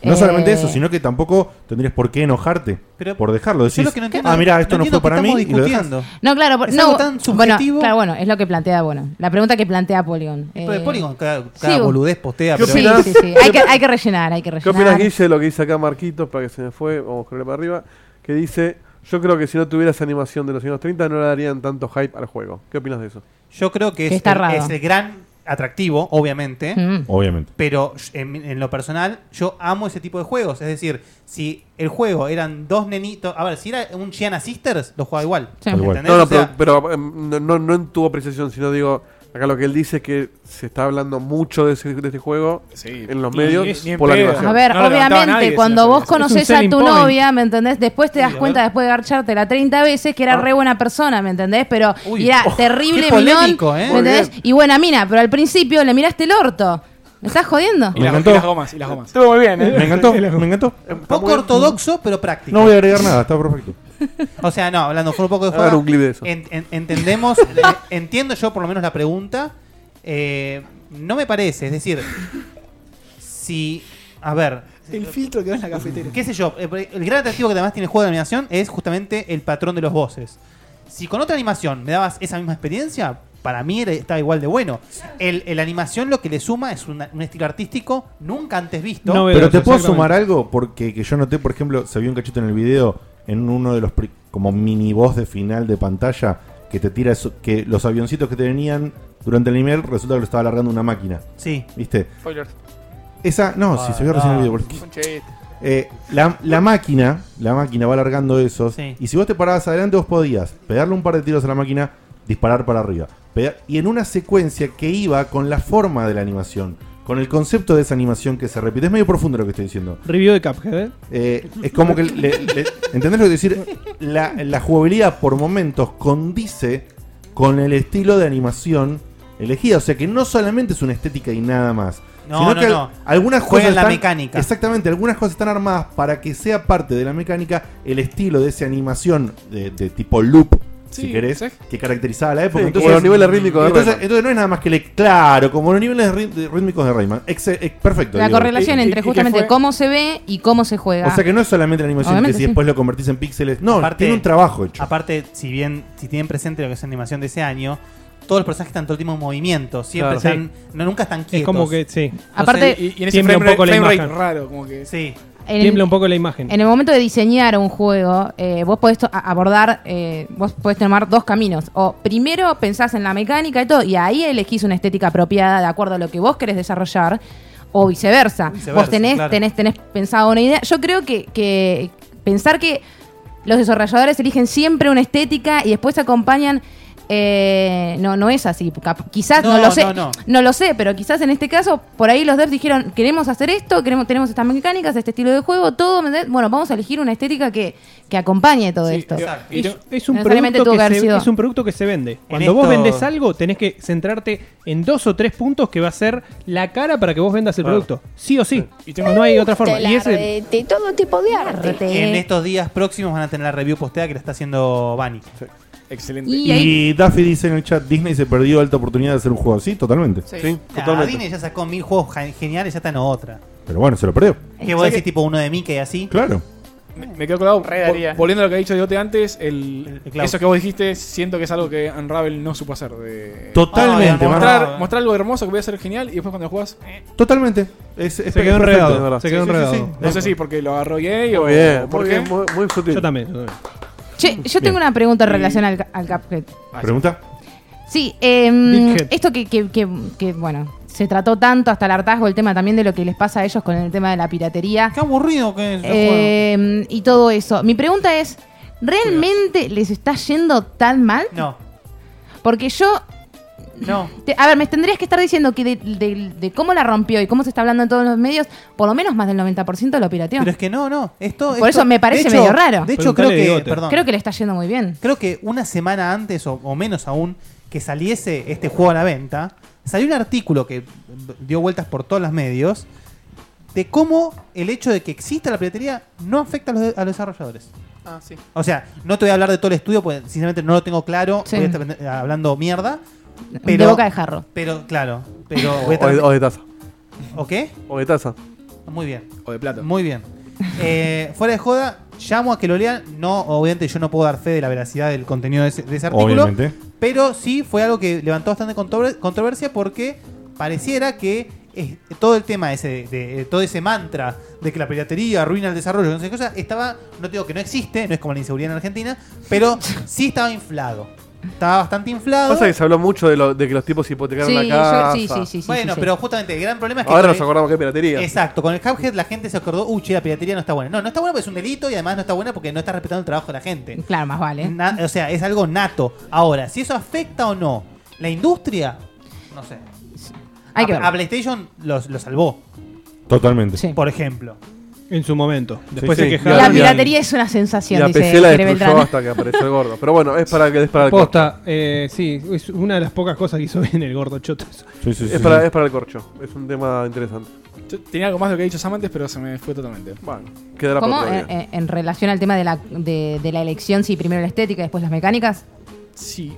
Speaker 3: No
Speaker 7: Eh,
Speaker 3: solamente eso, sino que tampoco tendrías por qué enojarte
Speaker 6: Pero
Speaker 3: por dejarlo.
Speaker 6: Yo
Speaker 3: Decís,
Speaker 6: lo que no entiendo,
Speaker 3: ah, mira, esto no,
Speaker 6: entiendo
Speaker 3: fue
Speaker 6: qué
Speaker 3: para mí.
Speaker 6: estamos
Speaker 3: y lo dejas.
Speaker 6: discutiendo.
Speaker 7: No, claro, por-
Speaker 6: Es
Speaker 7: no,
Speaker 6: algo tan subjetivo.
Speaker 7: Bueno, claro, bueno, es lo que plantea, bueno, la pregunta que plantea Polygon.
Speaker 6: Esto de
Speaker 7: Eh,
Speaker 6: Polygon, cada, cada
Speaker 7: sí, vos-
Speaker 6: boludez postea,
Speaker 2: ¿Qué
Speaker 6: pero
Speaker 7: Sí,
Speaker 2: opinás?
Speaker 7: sí, sí. Hay que, hay que rellenar, hay que
Speaker 2: ¿Qué
Speaker 7: rellenar.
Speaker 2: opinas, Guille, de lo que dice acá Marquitos, para que se me fue, vamos a correr para arriba? Que dice, yo creo que si no tuvieras animación de los años 30 no le darían tanto hype al juego. ¿Qué opinas de eso?
Speaker 6: yo creo que es,
Speaker 7: Que está
Speaker 6: el,
Speaker 7: raro.
Speaker 6: es el gran atractivo, obviamente.
Speaker 7: Mm.
Speaker 3: Obviamente.
Speaker 6: Pero sh- en, en lo personal, yo amo ese tipo de juegos. Es decir, si el juego eran dos nenitos. A ver, si era un Chiana Sisters, lo jugaba igual.
Speaker 7: Sí.
Speaker 3: Tal cual.
Speaker 6: ¿Entendés?
Speaker 2: No, no,
Speaker 6: O sea,
Speaker 2: pero, pero, em, no, no, no en tu apreciación, sino digo, acá lo que él dice es que se está hablando mucho de, ese- de este juego
Speaker 8: Sí.
Speaker 2: en los
Speaker 8: Ni-
Speaker 2: medios
Speaker 8: ni- ni en
Speaker 2: por la
Speaker 8: pedo.
Speaker 2: animación.
Speaker 7: A ver,
Speaker 8: No lo levantaba
Speaker 7: obviamente,
Speaker 8: nadie, si
Speaker 7: cuando
Speaker 8: no
Speaker 7: vos
Speaker 8: sabías.
Speaker 12: Es
Speaker 7: conocés
Speaker 12: un
Speaker 7: a
Speaker 12: selling
Speaker 7: tu
Speaker 12: point.
Speaker 7: novia, ¿me entendés? Después te das
Speaker 6: a
Speaker 7: cuenta, después de garchártela 30 veces, que era re buena persona, ¿me entendés? Pero
Speaker 6: Uy,
Speaker 7: y era
Speaker 6: oh,
Speaker 7: terrible
Speaker 6: qué polémico,
Speaker 7: minón,
Speaker 6: ¿eh?
Speaker 7: ¿me entendés? Y buena mina, pero al principio le miraste el orto. ¿Me estás jodiendo?
Speaker 8: Y,
Speaker 3: Me
Speaker 8: las- y
Speaker 3: encantó.
Speaker 8: las gomas, y las gomas.
Speaker 9: Estuvo muy bien, ¿eh?
Speaker 3: Me encantó, me encantó.
Speaker 6: poco ortodoxo, pero práctico.
Speaker 3: No voy a agregar nada, está perfecto.
Speaker 6: O sea, no, hablando fue un poco de
Speaker 2: Hagan
Speaker 6: joda,
Speaker 2: un clip de eso.
Speaker 6: en- en- entendemos, eh, entiendo yo por lo menos la pregunta. eh, no me parece, es decir, si. A ver,
Speaker 8: El filtro que va en la cafetera.
Speaker 6: qué sé yo, eh, el gran atractivo que además tiene el juego de animación es justamente el patrón de los voces. Si con otra animación me dabas esa misma experiencia, para mí era- estaba igual de bueno. El, el animación lo que le suma es una- un estilo artístico nunca antes visto.
Speaker 12: No,
Speaker 3: Pero te
Speaker 12: Novedoso,
Speaker 3: puedo
Speaker 12: exactamente.
Speaker 3: sumar algo porque que yo noté, por ejemplo, se vio un cachito en el video en uno de los pri- como mini boss de final de pantalla que te tira eso, que los avioncitos que tenían durante el nivel resulta que lo estaba alargando una máquina,
Speaker 6: Sí.
Speaker 3: ¿viste?
Speaker 9: Spoilers.
Speaker 3: Esa, no, si se vio
Speaker 6: Ah,
Speaker 3: recién el
Speaker 6: no.
Speaker 3: video. porque-
Speaker 9: Un chiste.
Speaker 3: eh, la, la máquina, la máquina va alargando esos
Speaker 6: Sí.
Speaker 3: y si vos te parabas adelante vos podías pegarle un par de tiros a la máquina, disparar para arriba, pega- y en una secuencia que iba con la forma de la animación. con el concepto de esa animación que se repite. Es medio profundo lo que estoy diciendo.
Speaker 4: Review de Cuphead, ¿eh?
Speaker 3: Eh, es como que. le- le- ¿Entendés lo que quiero decir? La, la jugabilidad por momentos condice con el estilo de animación elegida. O sea que no solamente es una estética y nada más.
Speaker 6: No,
Speaker 3: sino
Speaker 6: no,
Speaker 3: que al-
Speaker 6: no.
Speaker 3: algunas
Speaker 6: Juega
Speaker 3: cosas
Speaker 6: en la
Speaker 3: están-
Speaker 6: mecánica.
Speaker 3: Exactamente, algunas cosas están armadas para que sea parte de la mecánica el estilo de esa animación de, de tipo loop, si
Speaker 8: Sí,
Speaker 3: querés,
Speaker 8: sí.
Speaker 3: que caracterizaba la época.
Speaker 2: Sí,
Speaker 3: entonces,
Speaker 2: como los niveles rítmicos de
Speaker 3: entonces,
Speaker 2: Rayman.
Speaker 3: entonces no es nada más que le. Claro, como los niveles rí- de- rítmicos de Rayman. Ex- ex- perfecto.
Speaker 7: La
Speaker 3: Diego.
Speaker 7: correlación
Speaker 8: y- y-
Speaker 7: entre
Speaker 8: y que
Speaker 7: justamente
Speaker 8: fue-
Speaker 7: cómo se ve y cómo se juega.
Speaker 3: O sea que no es solamente la animación
Speaker 7: Obviamente,
Speaker 3: que si
Speaker 7: sí.
Speaker 3: después lo convertís en píxeles. No,
Speaker 6: Aparte-
Speaker 3: tiene un trabajo hecho.
Speaker 6: Aparte, si bien, si tienen presente lo que es animación de ese año, todos los personajes están todo el tiempo en movimiento, siempre
Speaker 12: Claro.
Speaker 6: están, no, nunca están quietos.
Speaker 12: Es como que, sí,
Speaker 7: Aparte,
Speaker 8: Y, y en ese
Speaker 12: Tiembla
Speaker 8: frame,
Speaker 12: un poco la
Speaker 8: frame rate
Speaker 12: imagen.
Speaker 8: raro, como que.
Speaker 6: Sí.
Speaker 7: en el-
Speaker 12: tiembla un poco la imagen.
Speaker 7: En el momento de diseñar un juego, eh, vos podés to- a- abordar, eh, vos podés tomar dos caminos. O primero pensás en la mecánica y todo, y ahí elegís una estética apropiada de acuerdo a lo que vos querés desarrollar, o viceversa.
Speaker 6: Viceversa,
Speaker 7: vos tenés,
Speaker 6: claro.
Speaker 7: tenés, tenés pensado una idea. Yo creo que, que pensar que los desarrolladores eligen siempre una estética y después acompañan. eh, no, no es así. Cap- Quizás no,
Speaker 6: No,
Speaker 7: lo sé.
Speaker 6: no, no.
Speaker 7: No lo sé, pero quizás en este caso, por ahí los devs dijeron, queremos hacer esto, queremos, tenemos estas mecánicas, este estilo de juego, todo. ¿me entendés? Bueno, vamos a elegir una estética que, que acompañe todo
Speaker 8: Sí,
Speaker 7: esto.
Speaker 8: y-
Speaker 6: Exacto.
Speaker 8: y
Speaker 12: Es,
Speaker 8: tengo-
Speaker 12: es un
Speaker 7: Necesariamente
Speaker 12: producto
Speaker 7: tuvo que
Speaker 12: que
Speaker 7: haber
Speaker 12: se,
Speaker 7: sido-
Speaker 12: es un producto que se vende. Cuando vos
Speaker 6: esto-
Speaker 12: vendes algo, tenés que centrarte en dos o tres puntos que va a ser la cara para que vos vendas el
Speaker 2: Claro.
Speaker 12: producto. Sí o sí.
Speaker 8: Y tengo-
Speaker 12: No hay otra forma. Y ese,
Speaker 1: arte, todo tipo de arte.
Speaker 6: En estos días próximos van a tener la review posteada que la está haciendo Bani.
Speaker 8: Excelente.
Speaker 7: Y ahí-
Speaker 3: Y Daffy dice en el chat, Disney se perdió alta oportunidad de hacer un juego así, totalmente.
Speaker 2: Sí,
Speaker 6: Nah,
Speaker 2: totalmente.
Speaker 6: Disney ya sacó mil juegos gen- geniales, ya está en otra.
Speaker 3: Pero bueno, se lo perdió.
Speaker 6: Que vos decís tipo uno de Mickey así.
Speaker 3: Claro.
Speaker 8: Me- Me quedo colado.
Speaker 9: Re
Speaker 8: Vol-
Speaker 9: daría.
Speaker 8: Volviendo a lo que ha dicho Diote antes, el,
Speaker 6: El- el cloud.
Speaker 8: eso que vos dijiste, siento que es algo que Unravel no supo hacer. de-
Speaker 3: Totalmente,
Speaker 6: Ah,
Speaker 3: man.
Speaker 8: mostrar,
Speaker 6: no.
Speaker 8: mostrar algo hermoso que voy a ser genial y después cuando jugás. eh,
Speaker 3: Totalmente. Es, es
Speaker 12: se quedó
Speaker 3: perfecto, de
Speaker 12: enredado.
Speaker 3: verdad.
Speaker 12: Se quedó
Speaker 3: Sí, sí,
Speaker 12: enredado.
Speaker 3: sí, sí.
Speaker 8: no sé si porque lo agarró EA o,
Speaker 2: Muy bien,
Speaker 8: o por
Speaker 2: muy
Speaker 8: qué.
Speaker 2: bien, muy, muy sutil.
Speaker 12: Yo también. yo también.
Speaker 7: Che, yo tengo una pregunta en relación al, al Cuphead.
Speaker 3: Pregunta.
Speaker 7: Sí, em,
Speaker 12: Big Head.
Speaker 7: esto que, que- que- que, bueno, se trató tanto hasta el hartazgo, el tema también de lo que les pasa a ellos con el tema de la piratería.
Speaker 6: Qué aburrido que es el
Speaker 7: em, y todo eso. Mi pregunta es, ¿realmente les está yendo tan mal?
Speaker 6: juego. No,
Speaker 7: Porque yo
Speaker 6: no.
Speaker 7: Te- a ver, me tendrías que estar diciendo que de, de- de cómo la rompió y cómo se está hablando en todos los medios, por lo menos más del 90% lo pirateó.
Speaker 6: Pero es que no, no. Esto,
Speaker 7: Por eso me parece medio raro.
Speaker 6: De
Speaker 12: Preguntale
Speaker 6: hecho, creo que,
Speaker 12: a Diegote.
Speaker 6: perdón,
Speaker 7: Creo que le está yendo muy bien.
Speaker 6: creo que una semana antes o, o menos aún que saliese este juego a la venta, salió un artículo que dio vueltas por todos los medios de cómo el hecho de que exista la piratería no afecta a los, a los desarrolladores.
Speaker 9: Ah, sí.
Speaker 6: O sea, no te voy a hablar de todo el estudio porque sinceramente no lo tengo claro.
Speaker 7: Sí.
Speaker 6: Voy a estar hablando mierda.
Speaker 7: de
Speaker 6: Pero-
Speaker 7: boca de jarro.
Speaker 6: Pero, claro. Pero
Speaker 2: O
Speaker 6: voy a estar-
Speaker 2: de, o de taza.
Speaker 6: ¿O qué? Ah,
Speaker 2: O de taza.
Speaker 6: Muy bien.
Speaker 8: O de plato.
Speaker 6: Muy bien. Eh, fuera de joda, llamo a que lo lean. No, obviamente yo no puedo dar fe de la veracidad del contenido de ese, de ese artículo.
Speaker 3: Obviamente.
Speaker 6: Pero sí fue algo que levantó bastante controver- controversia porque pareciera que eh, todo el tema ese, de, de todo ese mantra de que la piratería arruina el desarrollo, no sé qué cosa, estaba, no te digo que no existe, no es como la inseguridad en Argentina, pero sí estaba inflado. Estaba bastante inflado.
Speaker 2: Pasa que se habló mucho de, lo, de que los tipos hipotecaron
Speaker 7: Sí,
Speaker 2: la
Speaker 7: yo-
Speaker 2: casa.
Speaker 7: sí, sí, sí, sí, sí,
Speaker 6: bueno,
Speaker 7: sí.
Speaker 6: pero justamente el gran problema es que
Speaker 2: Ahora
Speaker 6: con
Speaker 2: nos
Speaker 6: el-
Speaker 2: acordamos que es piratería.
Speaker 6: Exacto, con el Cuphead la gente se acordó, uy, che, la piratería no está buena. No, no está buena porque es un delito y además no está buena porque no está respetando el trabajo de la gente.
Speaker 7: Claro, más vale.
Speaker 6: Na- o sea, es algo nato. Ahora, si eso afecta o no la industria, no sé.
Speaker 7: Hay
Speaker 6: a,
Speaker 7: que ver.
Speaker 6: a PlayStation los- lo salvó,
Speaker 3: Totalmente.
Speaker 7: Sí.
Speaker 6: por ejemplo.
Speaker 12: En su momento. Después
Speaker 2: sí.
Speaker 12: se
Speaker 2: La
Speaker 12: quejaron.
Speaker 7: La
Speaker 12: y-
Speaker 7: piratería es una
Speaker 2: Y
Speaker 7: sensación,
Speaker 2: la
Speaker 7: dice
Speaker 2: PC la
Speaker 7: Jere
Speaker 2: destruyó
Speaker 7: Beltrán.
Speaker 2: hasta que apareció el gordo. Pero bueno, es para que es para el corcho.
Speaker 12: Posta, eh, sí, es una de las pocas cosas que hizo bien el gordo choto. eso.
Speaker 3: Sí, sí, sí,
Speaker 2: Es
Speaker 3: sí.
Speaker 2: para, es para el corcho. Es un tema interesante.
Speaker 8: Yo tenía algo más de lo que ha dicho Sam antes, pero se me fue totalmente.
Speaker 2: Bueno, quedará para
Speaker 7: ¿Cómo?
Speaker 2: otro
Speaker 7: Eh,
Speaker 2: día.
Speaker 7: eh, en relación al tema de la, de, de la elección, si primero la estética y después las mecánicas.
Speaker 8: Sí.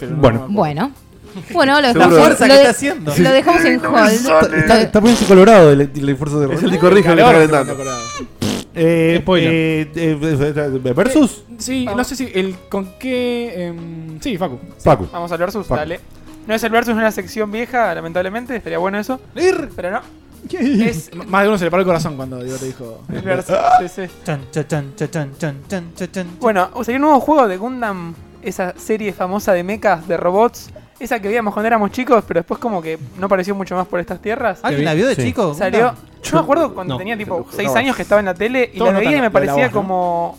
Speaker 8: Pero no
Speaker 3: Bueno.
Speaker 8: me acuerdo.
Speaker 7: Bueno. Bueno, lo
Speaker 2: Seguro.
Speaker 7: dejamos,
Speaker 2: La
Speaker 6: fuerza
Speaker 7: lo
Speaker 6: que
Speaker 7: de-
Speaker 6: está haciendo.
Speaker 7: lo dejamos en
Speaker 3: Está,
Speaker 7: hold.
Speaker 3: está poniéndose colorado el, el esfuerzo de
Speaker 2: Es el discorrijo que está
Speaker 8: Calor,
Speaker 2: calentando.
Speaker 8: pero no me acordaba.
Speaker 3: Eh,
Speaker 12: Spoiler.
Speaker 3: eh, eh, eh, versus
Speaker 8: Sí, no sé si el con qué. em, sí, Facu.
Speaker 3: Facu.
Speaker 9: Vamos al versus,
Speaker 3: Fuck.
Speaker 9: dale. No es el versus, no es una sección vieja, lamentablemente. Estaría bueno eso. Pero no. Es
Speaker 8: M- Más de uno se le paró el corazón cuando Diego te dijo.
Speaker 9: el versus. sí, sí.
Speaker 6: Chan, chan, chan, chan, chan, chan, chan, chan, chan.
Speaker 9: Bueno, salió un nuevo juego de Gundam, esa serie famosa de mechas, de robots, esa que veíamos cuando éramos chicos, pero después como que no apareció mucho más por estas tierras.
Speaker 6: ¿Alguien
Speaker 12: vi,
Speaker 6: la vio de
Speaker 3: sí.
Speaker 6: chico?
Speaker 9: Salió, Yo me acuerdo cuando
Speaker 12: No,
Speaker 9: tenía tipo
Speaker 2: juro.
Speaker 9: 6
Speaker 2: No.
Speaker 9: años que estaba en la tele y
Speaker 8: Todos
Speaker 9: la veía y me
Speaker 8: notan lo de la
Speaker 9: parecía
Speaker 8: voz, ¿no?
Speaker 9: como,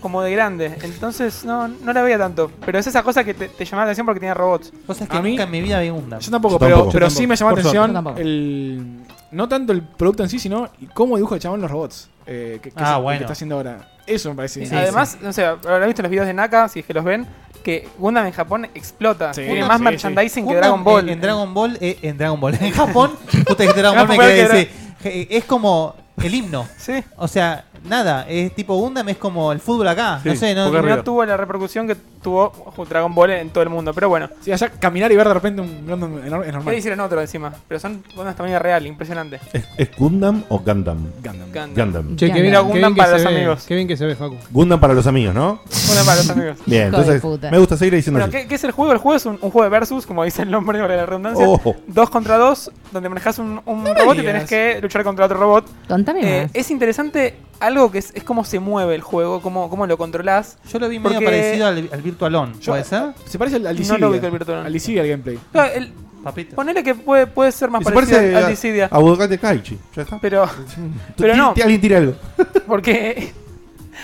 Speaker 9: como de grande. Entonces no, no la veía tanto. Pero es esa cosa que te, te llamaba la atención porque tenía robots.
Speaker 6: Cosas que
Speaker 8: A mí-
Speaker 6: nunca en mi vida vi Gundam.
Speaker 8: Yo tampoco,
Speaker 3: Yo
Speaker 8: pero,
Speaker 3: tampoco.
Speaker 8: pero
Speaker 12: Yo
Speaker 8: sí me llamó la
Speaker 12: tampoco. Por
Speaker 7: Yo
Speaker 8: atención
Speaker 7: tampoco.
Speaker 8: el, no tanto el producto en sí, sino cómo dibuja el chabón los robots. eh, que, que
Speaker 6: Ah,
Speaker 8: es el que
Speaker 6: bueno.
Speaker 8: está haciendo ahora. Eso me parece.
Speaker 6: Sí,
Speaker 9: Además, no sé, habrán visto los videos de Naka, si es que los ven, que Gundam en Japón explota.
Speaker 8: Sí,
Speaker 9: Tiene
Speaker 8: sí,
Speaker 9: más
Speaker 8: sí.
Speaker 9: merchandising que
Speaker 6: Gundam
Speaker 9: Dragon Ball.
Speaker 6: En, en Dragon Ball, eh, en Dragon Ball. En Japón, justo que Dragon Ball
Speaker 9: Dragon
Speaker 6: me
Speaker 9: Ball
Speaker 6: quedé
Speaker 9: que
Speaker 6: sí. Eh, Es como el himno.
Speaker 9: Sí.
Speaker 6: O sea, nada, es tipo Gundam, es como el fútbol acá. no
Speaker 2: Sí,
Speaker 6: sé, no,
Speaker 2: porque
Speaker 9: No
Speaker 2: arriba.
Speaker 9: tuvo la repercusión que tuvo ojo, Dragon Ball en todo el mundo. Pero bueno,
Speaker 8: Sí, allá caminar y ver de repente un Gundam enorme es
Speaker 9: ¿qué
Speaker 8: normal.
Speaker 9: hicieron otro encima? Pero son Gundam tamaño real, impresionante.
Speaker 3: ¿Es, es Gundam o Gundam?
Speaker 8: Gundam.
Speaker 9: Gundam.
Speaker 3: Gundam.
Speaker 12: Che, qué
Speaker 7: Che, qué bien-
Speaker 12: bien,
Speaker 9: Mira, qué Gundam bien que
Speaker 12: que
Speaker 9: para se
Speaker 12: se
Speaker 9: los ve,
Speaker 12: ve,
Speaker 9: amigos.
Speaker 12: qué bien que se ve, Facu.
Speaker 3: Gundam para los amigos, ¿no?
Speaker 9: Gundam para los amigos.
Speaker 3: Bien,
Speaker 7: Hijo de
Speaker 3: entonces
Speaker 7: puta.
Speaker 3: me gusta seguir diciendo
Speaker 9: Bueno,
Speaker 3: eso.
Speaker 9: ¿qué, qué es el juego? El juego es un, un juego de versus, como dice el nombre para la redundancia.
Speaker 3: Ojo.
Speaker 9: Dos contra dos, donde manejas un, un robot y tenés que luchar contra otro robot.
Speaker 7: Contame
Speaker 9: Eh,
Speaker 7: más.
Speaker 9: es interesante algo que es, es cómo se mueve el juego, cómo, cómo lo controlás.
Speaker 6: yo lo vi medio
Speaker 9: Porque-
Speaker 6: parecido al, al Virtual On.
Speaker 8: Yo-
Speaker 6: ¿Puede ser?
Speaker 8: Se parece al, al
Speaker 9: No
Speaker 8: Dissidia.
Speaker 9: lo ubico el Virtual.
Speaker 8: Al Dissidia el gameplay.
Speaker 9: No, el-
Speaker 6: Papito.
Speaker 9: ponele que puede, puede ser más
Speaker 3: Y se
Speaker 9: parecido
Speaker 3: parece
Speaker 9: al
Speaker 3: a-
Speaker 9: Dissidia,
Speaker 3: Abogate Kaichi. Ya está.
Speaker 9: Pero,
Speaker 3: Tú
Speaker 9: pero
Speaker 3: ti-
Speaker 9: no.
Speaker 3: ti- Alguien tira algo.
Speaker 9: porque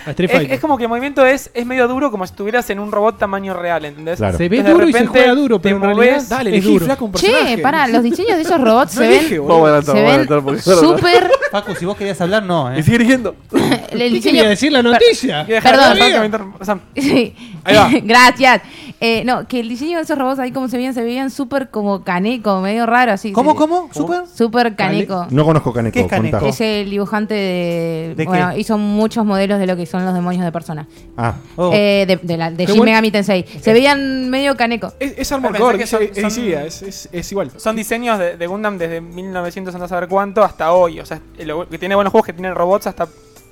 Speaker 12: A Street
Speaker 9: es,
Speaker 12: Fighter.
Speaker 9: es como que el movimiento es, es medio duro, como si estuvieras en un robot tamaño real, ¿entendés?
Speaker 3: Claro.
Speaker 12: Se ve
Speaker 9: Entonces, de
Speaker 12: duro y se
Speaker 9: repente
Speaker 12: juega duro, pero en
Speaker 9: te
Speaker 12: realidad
Speaker 9: movés-
Speaker 8: Dale,
Speaker 12: es
Speaker 8: elegí
Speaker 12: duro.
Speaker 8: flaco un personaje.
Speaker 7: Che, pará, los diseños de esos robots se ven,
Speaker 8: Elige, boludo.
Speaker 2: Vamos a adelantar,
Speaker 7: se
Speaker 2: vamos a
Speaker 7: ven
Speaker 2: adelantar porque
Speaker 7: súper...
Speaker 6: Facu, si vos querías hablar, no,
Speaker 2: Y
Speaker 6: ¿eh?
Speaker 2: sigue dirigiendo.
Speaker 7: el
Speaker 12: ¿Qué
Speaker 7: diseño-
Speaker 12: quería decir la noticia?
Speaker 9: Y dejar a
Speaker 7: Perdón.
Speaker 9: Sam que me inter- Sam.
Speaker 7: Sí.
Speaker 8: Ahí va.
Speaker 7: Gracias. Eh, no, que el diseño de esos robots ahí como se veían, se veían súper como caneco, medio raro así.
Speaker 6: ¿Cómo,
Speaker 7: se-
Speaker 6: cómo? ¿Súper?
Speaker 7: Súper caneco.
Speaker 3: No conozco Kaneko.
Speaker 6: ¿Qué es Kaneko?
Speaker 7: Que es el dibujante de...
Speaker 6: ¿De
Speaker 7: bueno,
Speaker 6: qué?
Speaker 7: hizo muchos modelos de lo que son los demonios de persona.
Speaker 3: Ah,
Speaker 6: Oh.
Speaker 7: Eh, de de, la, de Shin
Speaker 12: bueno.
Speaker 7: Megami Tensei. Se veían medio caneco.
Speaker 8: Es, es Armor
Speaker 9: Pensé
Speaker 8: Core,
Speaker 9: que
Speaker 8: es,
Speaker 9: son-
Speaker 8: es
Speaker 9: son-
Speaker 8: Dissidia, es, es- es igual.
Speaker 9: Son diseños de, de Gundam desde 1900 anda a saber cuánto hasta hoy. O sea, lo que tiene buenos juegos que tienen robots hasta.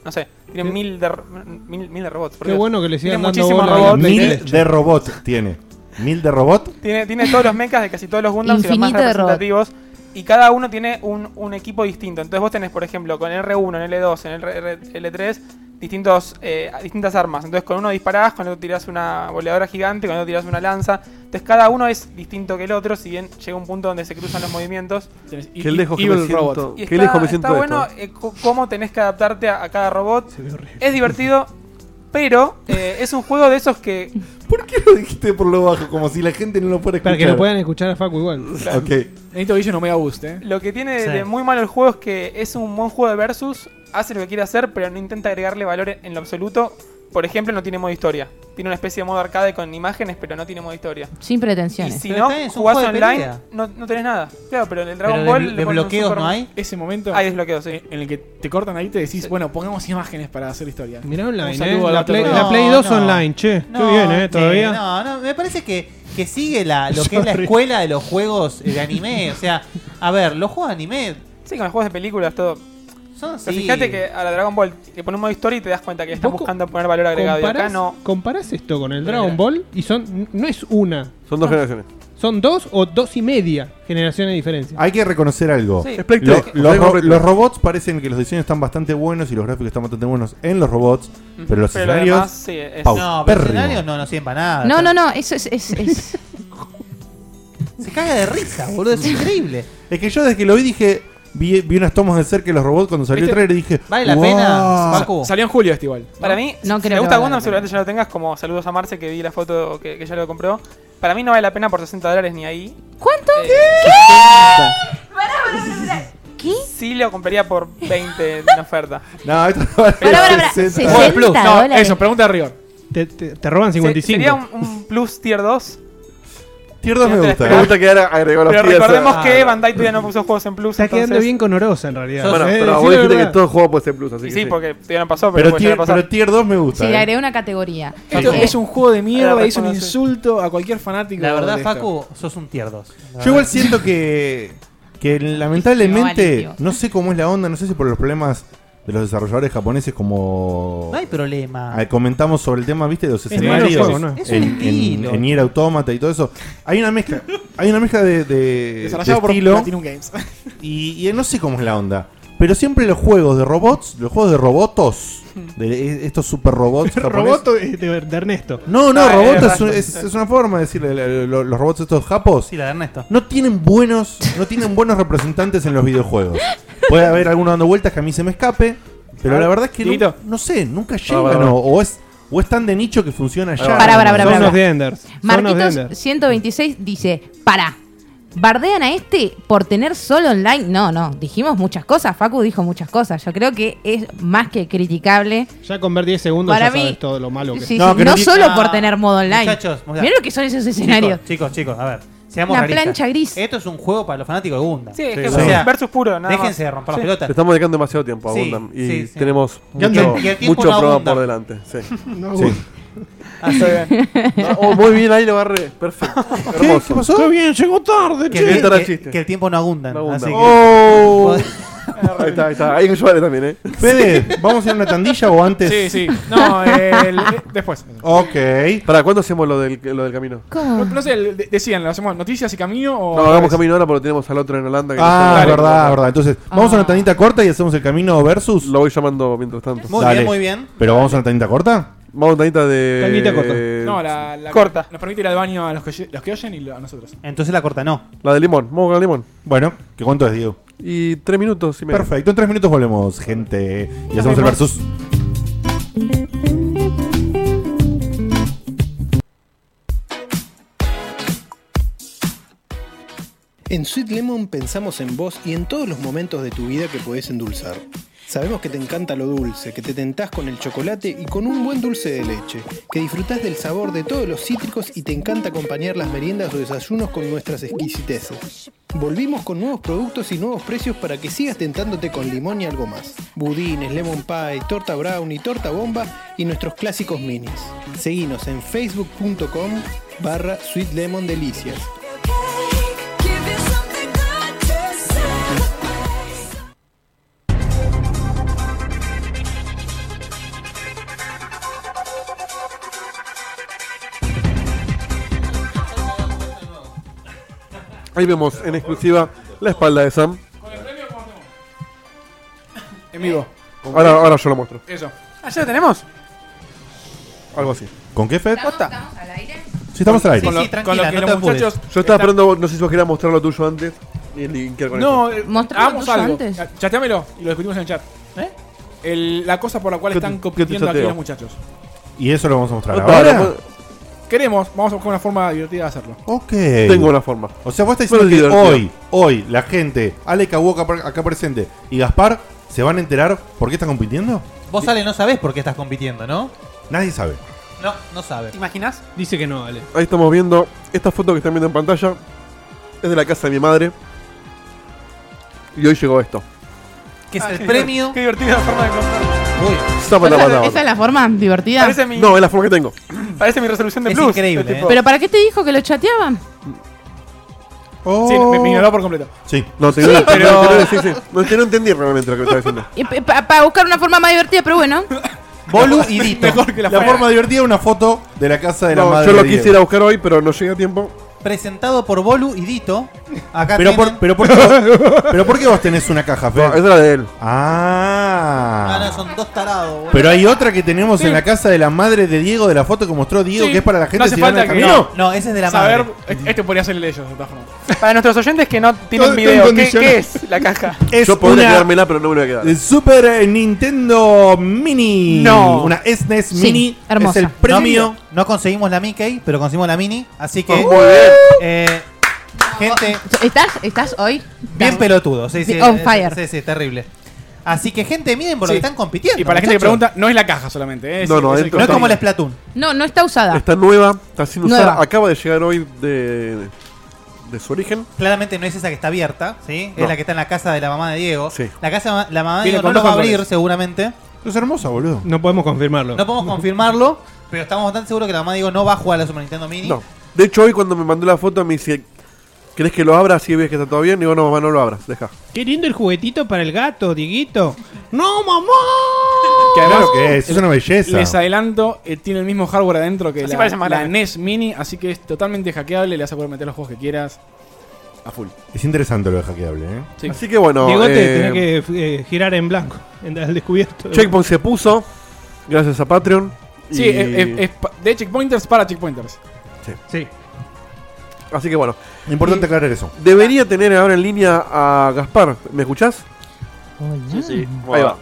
Speaker 9: No sé, tienen
Speaker 12: Qué-
Speaker 9: mil de, ro- mil, mil de robots. por
Speaker 12: Qué
Speaker 9: Dios.
Speaker 12: bueno que le sigan
Speaker 9: Tiene
Speaker 12: dando
Speaker 9: muchísimos
Speaker 12: bola a la
Speaker 9: robots. ¿eh?
Speaker 12: Play
Speaker 3: mil
Speaker 12: Derecho.
Speaker 3: de robot tiene. Mil de robot.
Speaker 9: Tiene, tiene todos los mechas de casi todos los Gundams y los más
Speaker 7: Infinito de robots.
Speaker 9: representativos. Y cada uno tiene un, un equipo distinto. Entonces vos tenés, por ejemplo, con R1, en L2, en el L3, distintos, eh, distintas armas. Entonces con uno disparás, con el otro tirás una boleadora gigante, con el otro tirás una lanza. Entonces cada uno es distinto que el otro, si bien llega un punto donde se cruzan los movimientos.
Speaker 8: Tenés
Speaker 2: Qué lejos que
Speaker 8: Evil
Speaker 2: me
Speaker 8: Robot.
Speaker 2: siento.
Speaker 9: Y
Speaker 2: Qué lejos me siento
Speaker 9: está
Speaker 2: de
Speaker 9: bueno
Speaker 2: esto.
Speaker 9: eh, co- cómo tenés que adaptarte a, a cada robot. Es divertido, pero eh, es un juego de esos que
Speaker 3: ¿Por qué lo dijiste Este, por lo bajo? Como si la gente no lo fuera a escuchar.
Speaker 12: Para que lo puedan escuchar a Facu igual.
Speaker 3: Ok.
Speaker 8: Necesito Vision Omega Boost, eh.
Speaker 9: lo que tiene de-
Speaker 6: Sí.
Speaker 9: de muy malo el juego es que es un buen juego de versus, hace lo que quiere hacer, pero no intenta agregarle valor en en lo absoluto. Por ejemplo, no tiene modo historia. Tiene una especie de modo arcade con imágenes, pero no tiene modo historia.
Speaker 7: Sin
Speaker 9: Y
Speaker 7: pretensiones.
Speaker 9: si
Speaker 6: Pero
Speaker 9: no,
Speaker 6: está bien, es un
Speaker 9: jugás
Speaker 6: juego de
Speaker 9: online,
Speaker 6: pelea.
Speaker 9: no, no tenés nada. Claro, pero en el Dragon
Speaker 6: Pero
Speaker 9: Ball.
Speaker 6: de,
Speaker 9: le
Speaker 6: de
Speaker 9: ponen un
Speaker 6: bloqueos
Speaker 9: super-
Speaker 6: no hay.
Speaker 8: Ese momento
Speaker 9: Hay desbloqueos, sí.
Speaker 8: en en el que te cortan ahí te decís, bueno, pongamos imágenes para hacer historia.
Speaker 12: Mirá
Speaker 8: Un
Speaker 12: online,
Speaker 8: saludo
Speaker 12: eh.
Speaker 8: al
Speaker 12: La
Speaker 8: otro
Speaker 12: Play,
Speaker 8: lado.
Speaker 12: la Play 2
Speaker 6: No, no.
Speaker 12: online, che. qué bien, eh,
Speaker 6: sí,
Speaker 12: todavía.
Speaker 6: no, no, me parece que, que sigue la, lo que es la escuela de los juegos de anime. O sea, a ver, los juegos de anime
Speaker 9: Sí, con los juegos de películas, todo.
Speaker 6: son
Speaker 9: Pero
Speaker 6: así.
Speaker 9: fíjate que a la Dragon Ball le pone un modo historia y te das cuenta que están
Speaker 12: Vos co-
Speaker 9: buscando poner valor agregado. Y acá
Speaker 12: Comparás,
Speaker 9: no.
Speaker 12: comparás esto con el Dragon Ball y son no es una,
Speaker 2: Son dos generaciones.
Speaker 12: son dos o dos y media generaciones de diferencia.
Speaker 3: Hay que reconocer algo.
Speaker 9: Sí.
Speaker 2: Spectre.
Speaker 3: Lo- los, ro-
Speaker 2: Spectre.
Speaker 3: los robots parecen que los diseños están bastante buenos y los gráficos están bastante buenos en los robots, pero los
Speaker 9: Pero lo
Speaker 3: escenarios.
Speaker 9: demás, sí, es-
Speaker 3: pau.
Speaker 6: No, pero
Speaker 3: Paupérrimo.
Speaker 6: escenarios no, no sirven para nada.
Speaker 7: No,
Speaker 6: Está-
Speaker 7: no, no, eso es... es, es-
Speaker 6: Se caga de risa, boludo, es increíble.
Speaker 3: Es que yo desde que lo vi dije, vi, vi unas tomas de cerca de los robots cuando salió el
Speaker 8: ¿Viste?
Speaker 3: trailer y dije.
Speaker 6: Vale la
Speaker 3: "Wow".
Speaker 6: pena, Facu.
Speaker 8: Salió en julio este igual.
Speaker 9: Para mí,
Speaker 7: No creo
Speaker 9: si te
Speaker 7: que
Speaker 9: gusta
Speaker 7: valga la
Speaker 9: Gundam,
Speaker 7: pena.
Speaker 9: seguramente ya lo tengas. Como saludos a Marce, que vi la foto que, que ya lo compró. Para mí no vale la pena por 60 dólares ni ahí.
Speaker 7: ¿Cuánto?
Speaker 9: Eh,
Speaker 7: ¿Qué?
Speaker 9: sí lo compraría por 20 en oferta.
Speaker 3: No, esto no vale
Speaker 7: Pará,
Speaker 3: la
Speaker 7: pará, pará.
Speaker 3: pena.
Speaker 7: 60
Speaker 8: Bueno, plus, no,
Speaker 7: dólares.
Speaker 8: eso, pregunta de rigor.
Speaker 12: Te, te- te roban
Speaker 9: Se-
Speaker 12: 55.
Speaker 9: Sería un, un plus tier 2.
Speaker 3: Tierdos me
Speaker 9: No te
Speaker 3: gusta.
Speaker 2: Me
Speaker 9: esperaba.
Speaker 3: ¿eh?
Speaker 2: gusta que ahora agregó los
Speaker 9: Pero
Speaker 2: pies,
Speaker 9: recordemos
Speaker 2: ah.
Speaker 9: que Bandai todavía no puso juegos en plus.
Speaker 12: Está
Speaker 9: entonces-
Speaker 12: quedando bien con Orosa en realidad.
Speaker 2: Bueno,
Speaker 12: eh,
Speaker 2: pero
Speaker 12: decí
Speaker 2: vos
Speaker 12: la
Speaker 2: dijiste que
Speaker 12: verdad.
Speaker 2: todo juego puede ser plus, así
Speaker 9: Y
Speaker 2: que.
Speaker 9: sí,
Speaker 2: sí.
Speaker 9: porque todavía no pasó, pero,
Speaker 3: Pero,
Speaker 9: puede llegar
Speaker 3: tier,
Speaker 9: a pasar.
Speaker 3: pero tier 2 me gusta.
Speaker 7: Sí, le
Speaker 3: ¿eh?
Speaker 7: agregué una categoría.
Speaker 8: Esto
Speaker 7: Eh,
Speaker 8: es un juego de
Speaker 9: Ahora
Speaker 8: mierda y es un
Speaker 9: respondo, sí.
Speaker 8: insulto a cualquier fanático.
Speaker 6: La verdad,
Speaker 8: de esto.
Speaker 6: Facu, sos un tierdos.
Speaker 3: Yo igual siento que, que lamentablemente,
Speaker 7: malísimo.
Speaker 3: no sé cómo es la onda, no sé si por los problemas de los desarrolladores japoneses como...
Speaker 6: No hay problema.
Speaker 3: Ah, Comentamos sobre el tema, viste, de los
Speaker 12: Es malo el
Speaker 3: escenarios
Speaker 12: juego, ¿no?
Speaker 6: Es un
Speaker 3: en, en,
Speaker 6: estilo.
Speaker 3: en Nier Automata y todo eso. Hay una mezcla, hay una mezcla de, de, de
Speaker 8: Desarrollado por
Speaker 3: estilo
Speaker 8: Platinum Games.
Speaker 3: y, y no sé cómo es la onda. Pero siempre los juegos de robots, los juegos de robotos, de estos super robots japoneses,
Speaker 12: Roboto de, de- de Ernesto.
Speaker 3: No, no,
Speaker 9: Ah,
Speaker 3: robot
Speaker 9: eh,
Speaker 3: es, un- es- es una forma de decirle. la- la- lo- Los robots estos japos
Speaker 6: Sí, la de Ernesto.
Speaker 3: no tienen buenos, no tienen buenos representantes en los videojuegos. Puede haber alguno dando vueltas que a mí se me escape, pero la verdad es que no,
Speaker 8: Dieguito.
Speaker 3: no sé, nunca
Speaker 2: Ah, va,
Speaker 3: llegan
Speaker 2: va, Ah, va.
Speaker 3: o, o es, o es tan de nicho que funciona allá.
Speaker 7: Pará, pará, pará,
Speaker 12: Son
Speaker 7: pará.
Speaker 12: los de Enders. Son los de
Speaker 7: Marquitos
Speaker 12: Enders.
Speaker 7: 126 dice, para, bardean a este por tener solo online. No, no, dijimos muchas cosas, Facu dijo muchas cosas. Yo creo que es más que criticable.
Speaker 12: Ya con ver 10 segundos
Speaker 7: Para
Speaker 12: ya
Speaker 7: mí-
Speaker 12: sabes todo lo malo que
Speaker 7: Sí, sí,
Speaker 3: No,
Speaker 7: no,
Speaker 3: que no di-
Speaker 7: solo
Speaker 6: No.
Speaker 7: por tener modo online.
Speaker 6: Muchachos, o sea,
Speaker 7: Mirá lo que son esos escenarios.
Speaker 6: Chicos, chicos, chicos, a ver. Seamos
Speaker 7: La
Speaker 6: realistas.
Speaker 7: plancha gris.
Speaker 6: Esto es un juego para los fanáticos de Gunda.
Speaker 9: Sí, es que
Speaker 6: O
Speaker 9: versus-
Speaker 6: sea,
Speaker 9: versus puro, nada
Speaker 6: Déjense de
Speaker 9: más.
Speaker 6: romper
Speaker 9: Sí.
Speaker 6: las pelotas.
Speaker 2: Le estamos dedicando demasiado tiempo a
Speaker 6: Sí,
Speaker 2: Gundam y
Speaker 6: sí, sí.
Speaker 2: tenemos
Speaker 6: Y el-
Speaker 2: mucho,
Speaker 6: y el tiempo
Speaker 2: mucho
Speaker 6: no
Speaker 2: programa
Speaker 6: abunda.
Speaker 2: por delante. sí.
Speaker 9: Ah, está bien.
Speaker 2: Oh, muy bien, ahí lo agarré. Perfecto. Hermoso.
Speaker 4: Qué bien, llegó tarde,
Speaker 6: Que
Speaker 2: Sí,
Speaker 6: el,
Speaker 2: este era el
Speaker 6: que-
Speaker 2: chiste.
Speaker 6: que el tiempo no abunda.
Speaker 2: No abunda.
Speaker 6: así que-
Speaker 2: Oh. Ahí está, ahí está. Ahí que yo vale también, ¿eh?
Speaker 3: Fede, ¿vamos a ir a una tandilla o antes?
Speaker 8: Sí, sí. No, el- eh, después.
Speaker 3: Ok.
Speaker 2: ¿Para cuándo hacemos lo del, lo del camino?
Speaker 8: No,
Speaker 7: ¿Cómo?
Speaker 8: no sé, el- de- decían, ¿lo hacemos noticias y camino o.?
Speaker 2: No, hagamos camino ahora porque tenemos al otro en Holanda. Que
Speaker 3: Oh, Ah,
Speaker 2: no
Speaker 3: es
Speaker 2: sé.
Speaker 3: verdad, es verdad. Entonces, vamos
Speaker 6: Ah.
Speaker 3: a una tandita corta y hacemos el camino versus.
Speaker 2: Lo voy llamando mientras tanto.
Speaker 6: Muy
Speaker 3: Dale.
Speaker 6: bien, muy bien.
Speaker 3: ¿Pero vamos a una tandita corta?
Speaker 2: Vamos a una tandita de.
Speaker 12: Tanguita corta.
Speaker 8: No, la, la-
Speaker 9: Corta.
Speaker 8: Nos permite ir al baño a los que, oye- los que oyen y lo- a nosotros.
Speaker 6: Entonces la corta no.
Speaker 2: La de limón. Vamos con la de limón.
Speaker 3: Bueno, ¿qué cuánto es, Diego?
Speaker 2: Y tres minutos y medio.
Speaker 3: Perfecto, en tres minutos volvemos, gente. Y hacemos el versus.
Speaker 13: En Sweet Lemon pensamos en vos y en todos los momentos de tu vida que podés endulzar. Sabemos que te encanta lo dulce, que te tentás con el chocolate y con un buen dulce de leche, que disfrutás del sabor de todos los cítricos y te encanta acompañar las meriendas o desayunos con nuestras exquisiteces. Volvimos con nuevos productos y nuevos precios para que sigas tentándote con limón y algo más. Budines, lemon pie, torta brownie, torta bomba y nuestros clásicos minis. Seguinos en facebook.com barra Sweet Lemon Delicias.
Speaker 1: Give you something good to celebrate.
Speaker 2: Ahí vemos en exclusiva la espalda de Sam.
Speaker 8: En vivo.
Speaker 2: Ahora, ahora yo lo muestro.
Speaker 8: Eso.
Speaker 9: Ah, ya lo tenemos.
Speaker 2: Algo así.
Speaker 3: ¿Con qué, Fede?
Speaker 7: ¿Estamos, estamos al aire?
Speaker 3: Sí, estamos al aire.
Speaker 8: Con, lo-
Speaker 6: sí,
Speaker 8: con
Speaker 6: tranquila,
Speaker 8: lo que
Speaker 6: no te
Speaker 8: los
Speaker 6: apures.
Speaker 8: muchachos.
Speaker 2: Yo estaba esperando, no sé si vos querías mostrar lo tuyo antes. Y linkear con esto.
Speaker 8: No, eh,
Speaker 7: Mostrá lo
Speaker 8: hagamos
Speaker 7: tuyo
Speaker 8: algo.
Speaker 7: antes.
Speaker 8: Ya- Chateamelo y lo discutimos en el chat.
Speaker 6: ¿Eh?
Speaker 8: El- la cosa por la cual
Speaker 2: ¿Qué te-
Speaker 8: están
Speaker 2: qué te
Speaker 8: compitiendo aquí
Speaker 2: chateo?
Speaker 8: los muchachos.
Speaker 3: Y eso lo vamos a mostrar
Speaker 2: No está,
Speaker 3: ahora.
Speaker 2: no-
Speaker 8: pues, Queremos, vamos a buscar una forma divertida de hacerlo.
Speaker 3: Ok.
Speaker 2: pues, Tengo una forma.
Speaker 3: O sea, vos estás
Speaker 2: Pero
Speaker 3: diciendo que
Speaker 2: es
Speaker 3: hoy,
Speaker 2: divertido.
Speaker 3: hoy, la gente, Ale Cabuoca acá presente y Gaspar, ¿se van a enterar por qué están compitiendo?
Speaker 6: Vos, Ale, no sabés por qué estás compitiendo, ¿no?
Speaker 3: Nadie sabe.
Speaker 6: No, no sabe.
Speaker 9: ¿Te imaginas?
Speaker 12: Dice que no, Ale.
Speaker 2: Ahí estamos viendo. Esta foto que están viendo en pantalla es de la casa de mi madre. Y hoy llegó esto.
Speaker 6: Que es
Speaker 9: Ah,
Speaker 6: el
Speaker 9: qué
Speaker 6: premio.
Speaker 9: Qué divertida forma de contar.
Speaker 2: Zapa la patata.
Speaker 7: ¿Esa es la forma divertida?
Speaker 9: Parece mi,
Speaker 2: No, es la forma que tengo.
Speaker 9: parece mi resolución de
Speaker 6: Es
Speaker 9: plus.
Speaker 6: increíble,
Speaker 9: Este
Speaker 6: eh.
Speaker 12: Oh.
Speaker 9: tipo-
Speaker 7: ¿Pero para qué te dijo que lo chateaban?
Speaker 12: Oh.
Speaker 8: Sí, me, me ignoró por completo.
Speaker 3: Sí.
Speaker 2: No, te digo, pero... sí, sí. No, te- no entendí realmente lo que me estaba diciendo.
Speaker 7: Y pe- pa- Para buscar una forma más divertida, pero bueno.
Speaker 6: Bolu y Dito.
Speaker 8: Mejor que la,
Speaker 3: La
Speaker 8: forma.
Speaker 3: forma divertida una foto de la casa de la
Speaker 2: No,
Speaker 3: madre.
Speaker 2: yo lo
Speaker 3: de Diego.
Speaker 2: quise ir a buscar hoy, pero no llegué a tiempo.
Speaker 6: Presentado por Bolu y Dito. Acá
Speaker 3: Pero por,
Speaker 6: tienen-
Speaker 3: pero, por qué vos, pero ¿por qué vos tenés una caja,
Speaker 2: No, esa
Speaker 3: Fede?
Speaker 2: es la de él.
Speaker 6: Ah, no,
Speaker 3: Ah.
Speaker 6: son dos tarados, boludo.
Speaker 3: Pero hay otra que tenemos en la casa de la madre de Diego, de la foto que mostró Diego,
Speaker 8: Sí.
Speaker 3: que es para la gente
Speaker 8: No hace
Speaker 3: si van
Speaker 8: falta
Speaker 3: al
Speaker 8: que-
Speaker 3: camino.
Speaker 6: No, ese es de la
Speaker 8: Saber,
Speaker 6: madre.
Speaker 8: este- este podría ser el de ellos, de todas formas.
Speaker 9: Para nuestros oyentes que no tienen
Speaker 12: Todo está en
Speaker 9: video, ¿qué,
Speaker 12: condiciones.
Speaker 9: qué es la caja?
Speaker 3: Es
Speaker 2: Yo podría
Speaker 3: una
Speaker 2: quedármela, pero no me lo voy a
Speaker 3: eh,
Speaker 2: quedar.
Speaker 3: Super eh, Nintendo Mini.
Speaker 9: No.
Speaker 3: Una SNES
Speaker 7: Sí,
Speaker 3: Mini.
Speaker 7: hermosa.
Speaker 3: Es el premio.
Speaker 6: No, no conseguimos la Mickey, pero conseguimos la Mini. Así que, eh, gente,
Speaker 7: ¿Estás, estás hoy?
Speaker 6: bien
Speaker 7: Estás-
Speaker 6: pelotudo. Sí, sí,
Speaker 7: On
Speaker 6: eh,
Speaker 7: fire.
Speaker 6: Sí, sí, terrible. Así que, gente, miren por lo
Speaker 8: Sí.
Speaker 6: que están compitiendo.
Speaker 8: Y para la gente que
Speaker 6: muchachos.
Speaker 8: pregunta, no es la caja solamente. Es
Speaker 2: No, no,
Speaker 8: es
Speaker 2: dentro
Speaker 6: No es
Speaker 8: contenido.
Speaker 6: como el Splatoon.
Speaker 7: No, no está usada.
Speaker 2: Está nueva, está sin usar.
Speaker 7: Nueva.
Speaker 2: Acaba de llegar hoy de, de, su origen.
Speaker 6: Claramente no es esa que está abierta, ¿sí? Es
Speaker 2: No.
Speaker 6: la que está en la casa de la mamá de Diego.
Speaker 2: Sí.
Speaker 6: La casa la mamá de
Speaker 8: Viene
Speaker 6: Diego
Speaker 8: con
Speaker 6: no lo
Speaker 8: dos
Speaker 6: va a abrir
Speaker 8: controles.
Speaker 6: seguramente.
Speaker 3: Es hermosa, boludo.
Speaker 12: No podemos confirmarlo.
Speaker 6: No podemos confirmarlo, pero estamos bastante seguros que la mamá de Diego no va a jugar a la Super Nintendo Mini.
Speaker 2: No. De hecho, hoy cuando me mandó la foto me dice, ¿crees que lo abra? Si ves que está todo bien. Y digo, no, mamá, no lo abras. Deja.
Speaker 4: Qué lindo el juguetito para el gato, Dieguito. ¡No, mamá!
Speaker 8: Que además,
Speaker 3: Claro que es, es una belleza.
Speaker 8: Les adelanto, eh, tiene el mismo hardware adentro que
Speaker 9: Así
Speaker 8: la,
Speaker 9: parece más
Speaker 8: la
Speaker 9: grande.
Speaker 8: NES Mini, así que es totalmente hackeable, le vas a poder meter los juegos que quieras a full.
Speaker 3: Es interesante lo de hackeable, ¿eh?
Speaker 8: Sí.
Speaker 2: Así que
Speaker 6: Oh,
Speaker 2: bueno,
Speaker 12: Diego
Speaker 2: eh,
Speaker 12: te tenés que eh, girar en blanco, en, al descubierto.
Speaker 2: Checkpoint se puso, gracias a Patreon.
Speaker 8: Sí,
Speaker 2: y-
Speaker 8: es, es- es pa- de checkpointers para checkpointers.
Speaker 12: Sí.
Speaker 2: Así que bueno,
Speaker 3: Importante aclarar eso.
Speaker 2: debería tener ahora en línea a Gaspar. ¿Me escuchás?
Speaker 14: Sí, sí.
Speaker 2: Ahí va.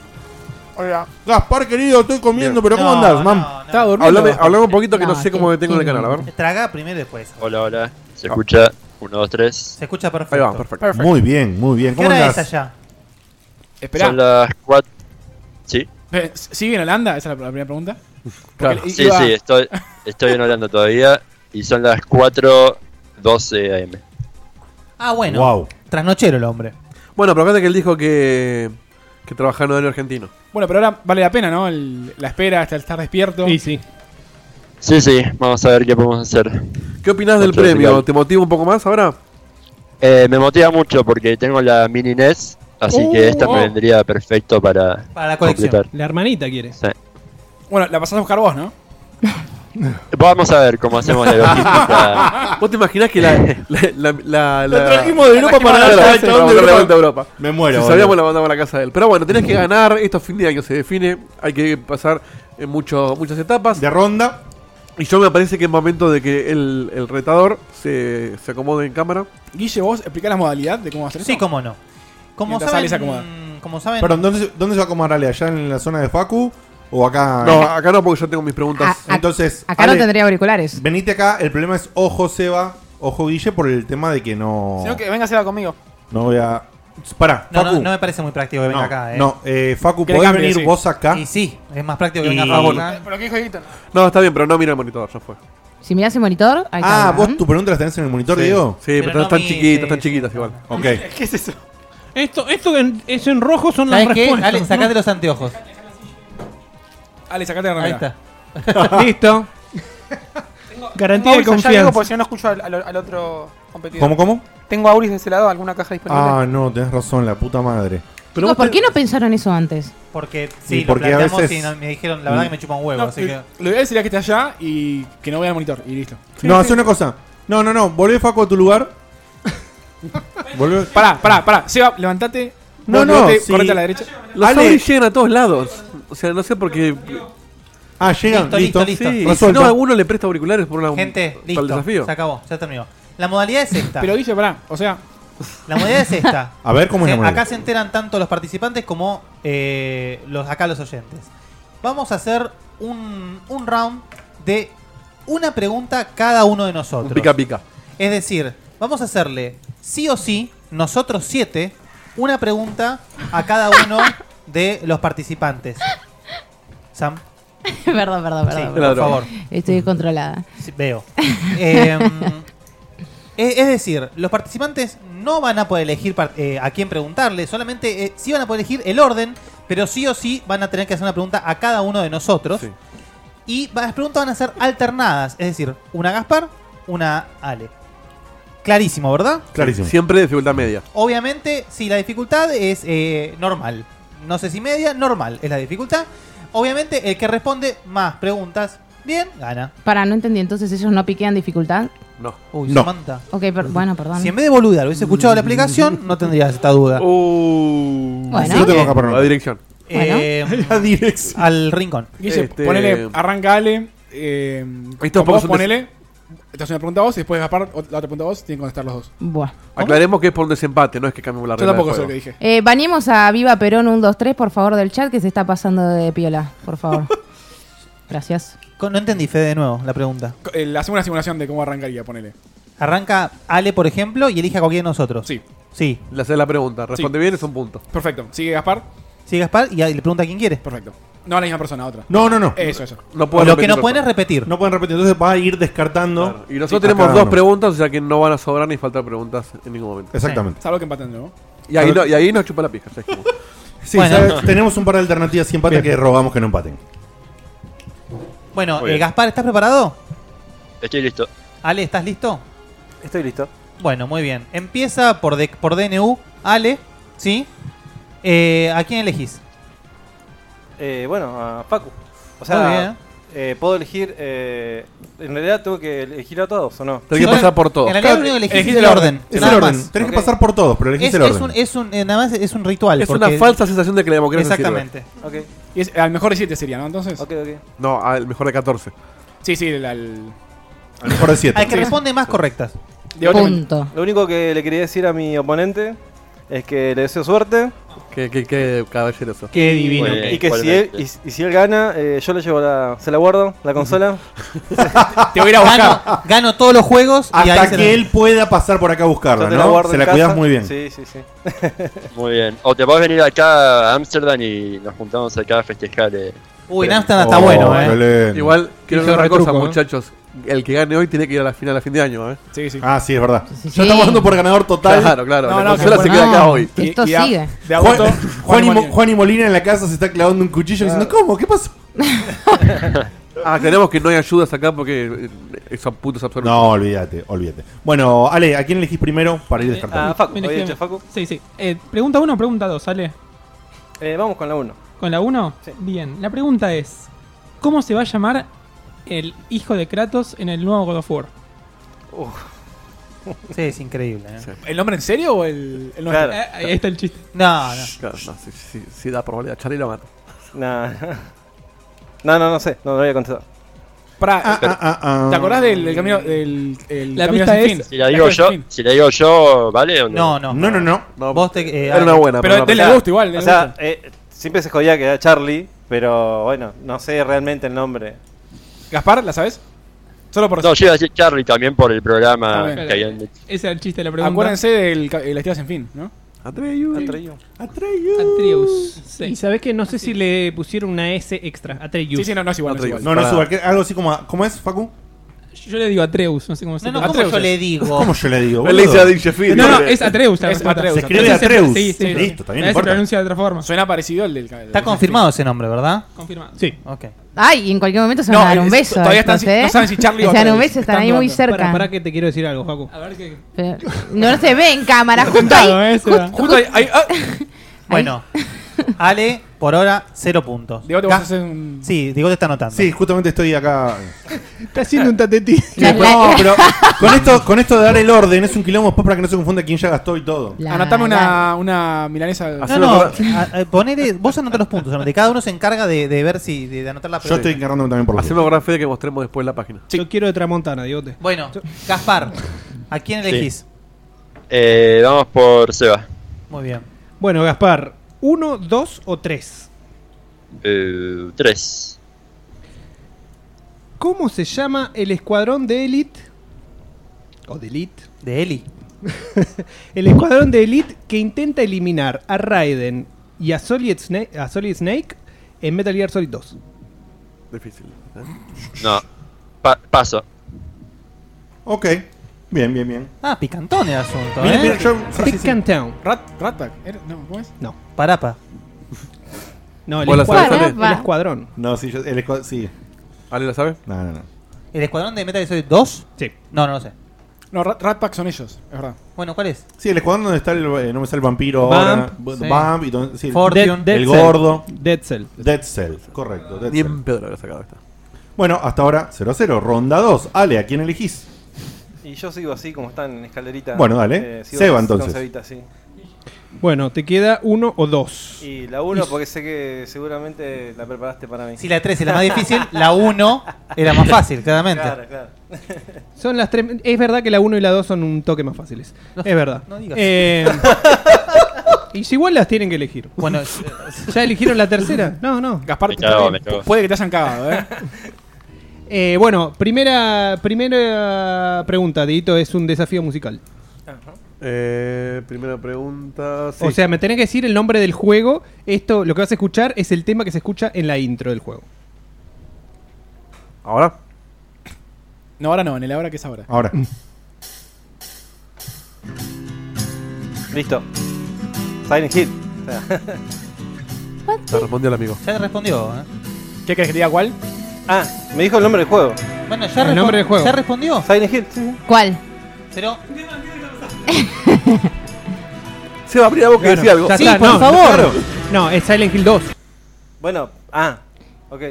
Speaker 9: Hola.
Speaker 3: Gaspar, querido, estoy comiendo,
Speaker 2: Bien.
Speaker 3: pero ¿cómo
Speaker 2: No,
Speaker 3: andás, mam?
Speaker 2: no, no. Estaba durmiendo. Hablame- hablame un poquito que No, no sé cómo me tengo en el canal, a ver.
Speaker 6: Traga primero y después.
Speaker 14: Hola, hola. ¿Se escucha? Uno, dos, tres. Se
Speaker 6: escucha perfecto.
Speaker 2: Ahí va, perfecto.
Speaker 3: Muy bien, muy bien.
Speaker 6: ¿Qué
Speaker 3: ¿Cómo
Speaker 6: hora es
Speaker 3: andás?
Speaker 6: allá?
Speaker 8: Esperá.
Speaker 14: Son las cuatro. ¿Sí?
Speaker 8: Eh, ¿Sigue en Holanda? Esa es la, la primera pregunta. Porque le-
Speaker 14: Sí,
Speaker 8: iba-
Speaker 14: sí, estoy, estoy en Holanda todavía. Y son las 4.12 AM.
Speaker 6: Ah, bueno.
Speaker 2: Guau.
Speaker 6: Trasnochero el hombre.
Speaker 2: Bueno, pero acuérdate que él dijo que, que trabajaba en horario argentino.
Speaker 8: Bueno, pero ahora vale la pena, ¿no? El- la espera hasta estar despierto. Sí,
Speaker 12: sí.
Speaker 14: Sí, sí, vamos a ver qué podemos hacer.
Speaker 2: ¿Qué opinás del
Speaker 14: Otro
Speaker 2: premio?
Speaker 14: final.
Speaker 2: ¿Te motiva un poco más ahora?
Speaker 14: Eh, me motiva mucho porque tengo la mini NES, así que esta me vendría perfecto para,
Speaker 6: Oh. Para la
Speaker 14: completar.
Speaker 12: La hermanita quiere.
Speaker 14: Sí.
Speaker 8: Bueno, la pasás a buscar vos, ¿no?
Speaker 14: Vamos a ver cómo hacemos la logística.
Speaker 2: ¿Vos te imaginás que la. la, la, la,
Speaker 14: Lo
Speaker 2: la-
Speaker 14: trajimos de Europa para la
Speaker 2: Claro,
Speaker 14: casa del
Speaker 2: sí,
Speaker 14: chabón
Speaker 2: para
Speaker 14: de
Speaker 2: mandarle
Speaker 14: Europa.
Speaker 2: vuelta a Europa.
Speaker 3: Me muero,
Speaker 2: Si
Speaker 3: boludo.
Speaker 2: sabíamos, la mandamos a la casa de él. Pero bueno, tenés que ganar. Esto es fin de año, se define. Hay que pasar en mucho, muchas etapas.
Speaker 3: De ronda.
Speaker 2: Y yo me parece que es momento de que el, el retador se, se acomode en cámara.
Speaker 8: Guille, vos explicás la modalidad de cómo hacer eso.
Speaker 6: Sí, cómo no. Como
Speaker 8: Mientras sale,
Speaker 6: saben,
Speaker 8: se acomoda.
Speaker 6: como saben,
Speaker 3: Perdón, ¿dónde, se- ¿dónde se va a acomodar Ale? ¿Allá en la zona de Facu? ¿O acá?
Speaker 2: No, acá no, porque yo tengo mis preguntas.
Speaker 3: Entonces,
Speaker 7: Acá no
Speaker 3: Ale,
Speaker 7: tendría auriculares.
Speaker 3: venite acá. El problema es ojo Seba, ojo Guille, por el tema de que no.
Speaker 9: Sino que venga Seba conmigo.
Speaker 3: No voy a. Pará,
Speaker 6: No, no,
Speaker 3: Facu.
Speaker 6: no me parece muy práctico que venga
Speaker 3: No,
Speaker 6: acá, eh.
Speaker 3: No, eh, Facu,
Speaker 6: Que le
Speaker 3: podés
Speaker 6: cambie,
Speaker 3: venir
Speaker 6: sí.
Speaker 3: vos acá.
Speaker 6: Y sí, es más práctico que
Speaker 3: Y-
Speaker 6: venga Raúl acá.
Speaker 9: Por Ah, lo que dijo Dieguito, no.
Speaker 2: Ah, No, está bien, pero no mira el monitor, ya fue.
Speaker 7: Si mirás el monitor, ahí está.
Speaker 3: Ah, vos tu pregunta la tenés en el monitor,
Speaker 2: Sí,
Speaker 3: Diego.
Speaker 2: sí, pero Pero no están mi- chiquitas, sí, están sí, chiquitas igual.
Speaker 3: Ok.
Speaker 9: ¿Qué es eso?
Speaker 4: Esto, esto en, es en rojo son las
Speaker 6: ¿Sabes qué?
Speaker 4: respuestas.
Speaker 6: Ale, sacate los anteojos.
Speaker 8: Ale, sacate la
Speaker 6: Ahí
Speaker 8: remera.
Speaker 6: está.
Speaker 4: Listo. Garantía de
Speaker 9: Auris allá,
Speaker 4: confianza.
Speaker 9: Diego, porque si no, no escucho al, al- al otro competidor.
Speaker 3: ¿Cómo, cómo?
Speaker 9: Tengo Auris de ese lado, alguna caja disponible.
Speaker 3: Ah, no, tenés razón, la puta madre.
Speaker 7: Chicos, ¿por qué no pensaron eso antes?
Speaker 6: Porque
Speaker 3: sí, Y lo porque a planteamos veces- y no-
Speaker 6: me dijeron, la verdad que me chupa un huevo, así
Speaker 8: lo-
Speaker 6: que-
Speaker 8: Lo ideal sería que esté allá y que no vea el monitor y listo.
Speaker 3: No, hace una cosa. No, no, no. Volvé, Facu, a tu lugar. Volvé.
Speaker 8: Pará, pará, pará. Seba, levantate.
Speaker 3: No,
Speaker 8: Vos
Speaker 3: no,
Speaker 8: correte-
Speaker 3: sí.
Speaker 8: correte a la derecha.
Speaker 2: Los
Speaker 3: Ale.
Speaker 2: Auris llegan a todos lados. O sea, no sé por qué.
Speaker 3: Ah, llegan. Listo, listo, listo.
Speaker 2: Sí,
Speaker 3: Resuelto.
Speaker 2: si no, alguno le presta auriculares por una
Speaker 6: Gente,
Speaker 2: para el
Speaker 6: listo.
Speaker 2: desafío.
Speaker 6: Se acabó, ya terminó. La modalidad es esta.
Speaker 8: Pero Guille, pará. O sea,
Speaker 6: La modalidad es esta.
Speaker 3: A ver, ¿cómo es
Speaker 6: Se-
Speaker 3: la modalidad?
Speaker 6: Ah. Acá se enteran tanto los participantes como eh, los acá los oyentes. Vamos a hacer un, un round de una pregunta cada uno de nosotros.
Speaker 2: Un pica pica.
Speaker 6: Es decir, vamos a hacerle sí o sí, nosotros siete, una pregunta a cada uno de los participantes. Sam,
Speaker 7: perdón, perdón,
Speaker 6: Sí,
Speaker 7: perdón.
Speaker 6: por Claro. favor.
Speaker 7: Estoy descontrolada.
Speaker 6: sí, veo. Eh, es es decir, los participantes no van a poder elegir par- eh, a quién preguntarle, solamente eh, sí van a poder elegir el orden, pero sí o sí van a tener que hacer una pregunta a cada uno de nosotros. Y va- las preguntas van a ser alternadas, es decir, una a Gaspar, una a Ale. Clarísimo, ¿verdad?
Speaker 2: Clarísimo. Siempre de dificultad media.
Speaker 6: Obviamente, si la dificultad es eh, normal. No sé si media, normal es la dificultad. Obviamente, el que responde más preguntas, bien, gana.
Speaker 7: Para, no entendí. Entonces, ellos no piquean dificultad.
Speaker 2: No.
Speaker 6: Uy,
Speaker 3: No.
Speaker 6: Samantha.
Speaker 7: Ok, per- bueno, perdón.
Speaker 6: Si en vez de boluda hubiese escuchado la explicación, no tendrías esta duda.
Speaker 2: Uh.
Speaker 7: Bueno.
Speaker 3: Yo tengo acá para
Speaker 2: La
Speaker 3: anotar.
Speaker 2: dirección.
Speaker 6: Eh, Al rincón.
Speaker 8: Guille,
Speaker 2: Este-
Speaker 8: ponele, arrancale. Eh,
Speaker 2: Estos
Speaker 8: con vos
Speaker 2: pocos son de-
Speaker 8: ponele. Esta es una pregunta a vos y después Gaspar, ot- la otra pregunta a vos, tienen que contestar los dos.
Speaker 7: Buah.
Speaker 2: Aclaremos que es por un desempate, no es que cambiemos la
Speaker 8: Yo
Speaker 2: regla.
Speaker 8: tampoco
Speaker 2: del
Speaker 8: sé lo que
Speaker 2: juego.
Speaker 8: dije.
Speaker 7: Eh, bañemos a Viva Perón 123, por favor, del chat, que se está pasando de piola, por favor. Gracias.
Speaker 6: Con- No entendí, Fede, de nuevo la pregunta.
Speaker 8: Co- eh, hacemos una simulación de cómo arrancaría, ponele.
Speaker 6: Arranca Ale, por ejemplo, y elige a cualquiera de nosotros.
Speaker 8: Sí.
Speaker 6: Sí.
Speaker 2: Le haces la pregunta. Responde bien, es un punto.
Speaker 8: Perfecto. Sigue Gaspar.
Speaker 6: Sigue Gaspar y ahí le pregunta a quién quiere.
Speaker 8: Perfecto. No a la misma persona, a otra.
Speaker 3: No, no, no.
Speaker 8: Eso, eso.
Speaker 2: No puedo
Speaker 6: Lo
Speaker 2: repetir
Speaker 6: que no
Speaker 2: los
Speaker 6: pueden es
Speaker 2: dos.
Speaker 6: repetir.
Speaker 3: No pueden repetir. Entonces va a ir descartando.
Speaker 2: Y
Speaker 3: a
Speaker 2: nosotros tenemos
Speaker 3: cada
Speaker 2: dos
Speaker 3: uno.
Speaker 2: preguntas, o sea que no van a sobrar ni faltar preguntas en ningún momento.
Speaker 3: Exactamente.
Speaker 8: Salvo que empaten de nuevo.
Speaker 2: Y ahí, no- y ahí nos chupa la pija. ¿sabes cómo?
Speaker 3: Sí,
Speaker 6: Bueno.
Speaker 3: ¿sabes? tenemos un par de alternativas si empatan que rogamos que no empaten.
Speaker 6: Bueno,
Speaker 14: Muy
Speaker 6: eh,
Speaker 14: bien.
Speaker 6: Gaspar, ¿estás preparado?
Speaker 14: Estoy listo.
Speaker 6: Ale, ¿estás listo?
Speaker 14: Estoy listo.
Speaker 6: Bueno, muy bien. Empieza por, de- por DNU, Ale, ¿sí? Eh, ¿A quién elegís?
Speaker 14: Eh, bueno, a Facu.
Speaker 6: O sea, Muy bien.
Speaker 12: eh, puedo elegir. eh, en realidad tengo que elegir a todos, ¿o no?
Speaker 2: Tenés que pasar por todo.
Speaker 6: En realidad lo único que elegís
Speaker 8: elegís
Speaker 6: es el
Speaker 8: el
Speaker 6: orden.
Speaker 8: orden.
Speaker 3: Es
Speaker 6: nada
Speaker 3: el orden.
Speaker 6: más.
Speaker 3: Tenés
Speaker 12: Ok.
Speaker 3: que pasar por todos, pero elegís
Speaker 6: Es,
Speaker 3: el
Speaker 6: es
Speaker 3: orden.
Speaker 6: un, es un- eh, nada más es un ritual.
Speaker 2: Es
Speaker 6: porque-
Speaker 2: una falsa sensación de que la democracia sirve.
Speaker 6: Exactamente.
Speaker 12: Ok,
Speaker 8: Y es, al mejor de 7 sería, ¿no? Entonces.
Speaker 12: ok, ok.
Speaker 2: No, al mejor de 14.
Speaker 8: Sí, sí, el, al-
Speaker 3: A lo mejor de siete.
Speaker 6: Al que responde más correctas.
Speaker 8: de ocho min-
Speaker 7: Punto.
Speaker 12: Lo único que le quería decir a mi oponente
Speaker 10: Es que le deseo suerte.
Speaker 2: Que, que, que caballeroso.
Speaker 10: Qué divino. Y que si él, y, y si él gana, eh, yo le llevo la. Se la guardo, la consola.
Speaker 6: Te voy a ir a buscar. Gano, gano todos los juegos y ahí
Speaker 3: Hasta
Speaker 6: se
Speaker 3: que
Speaker 6: la-
Speaker 3: él pueda pasar por acá a buscarla,
Speaker 10: Yo te la
Speaker 3: ¿no?
Speaker 10: guardo
Speaker 3: Se
Speaker 10: en
Speaker 3: la
Speaker 10: casa.
Speaker 3: cuidas muy bien.
Speaker 10: Sí, sí, sí.
Speaker 14: Muy bien. O te podés venir acá a Ámsterdam y nos juntamos acá a festejar. eh.
Speaker 6: Uy, en
Speaker 14: Pero-
Speaker 6: Ámsterdam está
Speaker 3: Oh,
Speaker 6: bueno, eh.
Speaker 2: Igual, quiero
Speaker 14: Hijo
Speaker 2: decir
Speaker 14: de
Speaker 2: una cosa,
Speaker 14: retruco, ¿no?
Speaker 2: muchachos. El que gane hoy tiene que ir a la final a fin de año, ¿eh?
Speaker 8: Sí, sí.
Speaker 3: Ah, sí, es verdad. Ya estamos dando por ganador total.
Speaker 2: Claro, claro.
Speaker 3: No,
Speaker 2: la
Speaker 3: no,
Speaker 2: consola
Speaker 3: que
Speaker 2: se
Speaker 3: bueno.
Speaker 2: queda acá
Speaker 3: No,
Speaker 2: hoy.
Speaker 3: que esto
Speaker 8: Y- y a-
Speaker 3: sigue.
Speaker 8: de agosto,
Speaker 3: Juan, Juan y Mo- Juan y Molina en la casa se está clavando un cuchillo diciendo, ¿cómo? ¿Qué pasó?
Speaker 2: Ah, tenemos que no hay ayudas acá porque eh, son puntos absolutos.
Speaker 3: No, olvídate, olvídate. Bueno, Ale, ¿a quién elegís primero para ir
Speaker 8: Eh,
Speaker 3: descartando?
Speaker 10: Ah, Facu,
Speaker 4: Bien,
Speaker 10: había
Speaker 4: bien.
Speaker 10: dicho Facu.
Speaker 4: Sí, sí. Eh, pregunta 1 o pregunta 2, ¿sale?
Speaker 10: Eh, vamos con la 1.
Speaker 4: ¿Con la 1? Bien. La pregunta es: ¿Cómo se va a llamar el hijo de Kratos en el nuevo God of War?
Speaker 6: Sí, es increíble. ¿eh?
Speaker 8: ¿El nombre en serio o el, el
Speaker 10: Claro.
Speaker 8: Eh,
Speaker 4: Ahí está el chiste.
Speaker 6: No, no.
Speaker 2: Claro, no, sí, sí, sí da por validad. Charlie lo mata.
Speaker 10: No, no, no, no sé. No, no voy a contestar.
Speaker 8: Pará,
Speaker 3: ah,
Speaker 8: ¿te acordás del, del camino del el
Speaker 4: La
Speaker 8: camino
Speaker 4: pista
Speaker 8: sin
Speaker 4: es-
Speaker 8: fin?
Speaker 14: Si la digo
Speaker 8: El
Speaker 14: yo,
Speaker 8: camino sin fin.
Speaker 14: si la digo yo, ¿vale? o
Speaker 6: No, no.
Speaker 3: No, no, no.
Speaker 6: Vos te, eh,
Speaker 2: Era una buena,
Speaker 8: Pero
Speaker 2: no,
Speaker 8: denle
Speaker 10: O sea,
Speaker 8: gusto igual.
Speaker 10: O
Speaker 8: denle
Speaker 10: sea,
Speaker 8: gusto.
Speaker 10: eh, siempre se jodía que era Charlie, pero bueno, no sé realmente el nombre.
Speaker 8: Gaspar, ¿la sabes? Solo por
Speaker 14: No, yo iba a decir Charlie también por el programa
Speaker 8: Está bien.
Speaker 14: Ah, que habían hecho.
Speaker 4: Ese era el chiste de la pregunta.
Speaker 8: Acuérdense del ca- eh, el Estrella sin fin, ¿no?
Speaker 2: Atreyu.
Speaker 10: Atreyu.
Speaker 3: Atreyu.
Speaker 4: Atreus. Sí.
Speaker 5: Y sabes que no sé si le pusieron una S extra. Atreus.
Speaker 8: Sí, sí, no, no es igual. No, es igual.
Speaker 3: No, no, suba, que- algo así como, ¿cómo es, Facu?
Speaker 4: Yo le digo Atreus, no sé cómo se
Speaker 6: No, no,
Speaker 4: llama.
Speaker 6: ¿cómo yo le digo?
Speaker 3: ¿Cómo yo le digo?
Speaker 2: Él le dice
Speaker 3: boludo?
Speaker 2: a Dick Sheffield.
Speaker 4: No, no,
Speaker 2: hombre.
Speaker 4: es Atreus. la
Speaker 8: Es
Speaker 4: pregunta.
Speaker 8: Atreus.
Speaker 3: Se escribe
Speaker 4: Entonces,
Speaker 3: Atreus.
Speaker 4: Sí, sí.
Speaker 3: Listo, también
Speaker 4: A veces se
Speaker 3: importa.
Speaker 4: pronuncia de otra forma.
Speaker 8: Suena parecido al del. del-
Speaker 6: Está confirmado ese nombre, ¿verdad?
Speaker 8: Confirmado.
Speaker 5: Sí.
Speaker 6: Ok.
Speaker 7: Ay, y en cualquier momento se
Speaker 8: No,
Speaker 7: van a dar un
Speaker 8: es-
Speaker 7: beso.
Speaker 8: todavía están
Speaker 7: estos,
Speaker 8: sin-
Speaker 7: ¿eh?
Speaker 8: no saben si Charlie o
Speaker 7: Se dan un
Speaker 8: Atreus.
Speaker 7: beso, están ahí muy cerca.
Speaker 5: Para, que te quiero decir algo, Facu.
Speaker 4: A ver qué.
Speaker 7: Pero no se ve en cámara, justo
Speaker 4: Tentado,
Speaker 7: ahí.
Speaker 4: ¿eh? Se va.
Speaker 8: Justo ahí. ahí- ah,
Speaker 6: Bueno, Ale, por ahora, cero puntos.
Speaker 8: Diego, te vas a hacer un.
Speaker 6: Sí, Diego te está anotando.
Speaker 3: Sí, justamente estoy acá.
Speaker 5: Está haciendo un tatetí.
Speaker 7: La-
Speaker 3: No,
Speaker 7: la-
Speaker 3: pero con esto, con esto de dar el orden es un quilombo después para que no se confunda quién ya gastó y todo.
Speaker 7: la-
Speaker 8: Anotame
Speaker 7: la-
Speaker 8: una, una milanesa.
Speaker 6: No, no,
Speaker 8: Ah,
Speaker 6: a- a- ponele, vos anotás los puntos, anotá. cada uno se encarga de, de ver si, de, de anotar la
Speaker 3: Yo estoy encargándome también por los
Speaker 2: Hacemos gran fe de que mostremos después la página.
Speaker 5: Yo quiero de Tramontana, digote.
Speaker 6: Bueno, Gaspar, ¿a quién elegís?
Speaker 14: Eh, vamos por Seba.
Speaker 6: Muy bien.
Speaker 5: Bueno, Gaspar, ¿uno, dos o tres?
Speaker 14: Eh, tres.
Speaker 5: ¿Cómo se llama el escuadrón de élite? O de elite.
Speaker 6: De Eli.
Speaker 5: El escuadrón de elite que intenta eliminar a Raiden y a Solid Snake, a Solid Snake en Metal Gear Solid 2.
Speaker 2: Difícil. ¿eh?
Speaker 14: No. Pa- paso.
Speaker 3: Ok. Bien, bien, bien.
Speaker 6: Ah, picantón el asunto,
Speaker 3: Mira,
Speaker 6: ¿eh?
Speaker 3: mira, yo.
Speaker 5: Pican Town.
Speaker 8: Rat, Ratpack. era- No, ¿cómo es?
Speaker 6: Parapa.
Speaker 5: No, el
Speaker 2: ¿Vos la sabés,
Speaker 5: escuadrón.
Speaker 7: Ale?
Speaker 5: El escuadrón.
Speaker 3: No, sí, yo, el escu- sí.
Speaker 2: ¿Ale la sabe?
Speaker 3: No, no, no.
Speaker 6: ¿El escuadrón de Metal Gear Solid 2?
Speaker 5: Sí.
Speaker 6: No, no lo sé.
Speaker 8: No, Rat, Ratpack son ellos, es verdad.
Speaker 6: Bueno, ¿cuál es?
Speaker 3: Sí, el escuadrón donde está el, eh, no me sale el vampiro
Speaker 5: Vamp,
Speaker 3: ahora. Bu-
Speaker 6: sí.
Speaker 3: Vamp y donde- sí, el-
Speaker 6: Ford.
Speaker 5: Dead-
Speaker 6: Fortune.
Speaker 5: Dead
Speaker 3: El
Speaker 5: Cell.
Speaker 3: gordo.
Speaker 5: Dead Cell.
Speaker 3: Dead Cell, correcto. Dead
Speaker 2: Ni
Speaker 3: Cell.
Speaker 2: en pedo la había sacado esta.
Speaker 3: Bueno, hasta ahora 0-0. Ronda 2. Ale, ¿a quién elegís?
Speaker 10: Y yo sigo así como están en escalerita. Eh,
Speaker 3: Bueno, dale.
Speaker 10: sigo
Speaker 3: Seba,
Speaker 10: con- con
Speaker 3: entonces.
Speaker 10: Sebita, sí.
Speaker 5: Bueno, te queda uno o dos.
Speaker 10: Y la 1 porque sé que seguramente la preparaste para mí.
Speaker 6: Si la 3 es la más difícil, la 1 era más fácil, claramente.
Speaker 10: Claro, claro.
Speaker 5: Son las tres. Es verdad que la 1 y la 2 son un toque más fáciles. es verdad.
Speaker 6: no digas.
Speaker 5: Eh, y si igual las tienen que elegir.
Speaker 6: Bueno, eh,
Speaker 5: ¿Ya eligieron la tercera? No, no.
Speaker 8: Gaspar,
Speaker 14: Me cago,
Speaker 8: también.
Speaker 14: me cago.
Speaker 8: puede que te hayan cagado, ¿eh?
Speaker 5: Eh, bueno, primera, primera pregunta, Dito, es un desafío musical.
Speaker 2: Eh, primera pregunta. Sí.
Speaker 5: O sea, me tenés que decir el nombre del juego. Esto, lo que vas a escuchar es el tema que se escucha en la intro del juego.
Speaker 2: ¿Ahora?
Speaker 8: No, ahora no, en el ahora que es ahora.
Speaker 3: Ahora.
Speaker 7: Mm.
Speaker 10: Listo. Silent Hill. O sea,
Speaker 2: Te respondió el amigo.
Speaker 6: ya respondió. ¿eh?
Speaker 8: ¿Qué querés que te diga cuál?
Speaker 10: ah, me dijo el nombre del juego.
Speaker 6: Bueno, ya,
Speaker 5: El
Speaker 6: respon-
Speaker 5: nombre del juego.
Speaker 6: ya respondió.
Speaker 10: Silent Hill, sí, sí.
Speaker 7: ¿Cuál?
Speaker 6: Pero,
Speaker 2: Seba, abrí la boca y
Speaker 5: Claro,
Speaker 2: decía algo.
Speaker 5: ya
Speaker 6: Sí,
Speaker 5: está,
Speaker 6: por
Speaker 5: no,
Speaker 6: favor.
Speaker 5: claro. No, es Silent Hill 2.
Speaker 10: Bueno, ah, ok.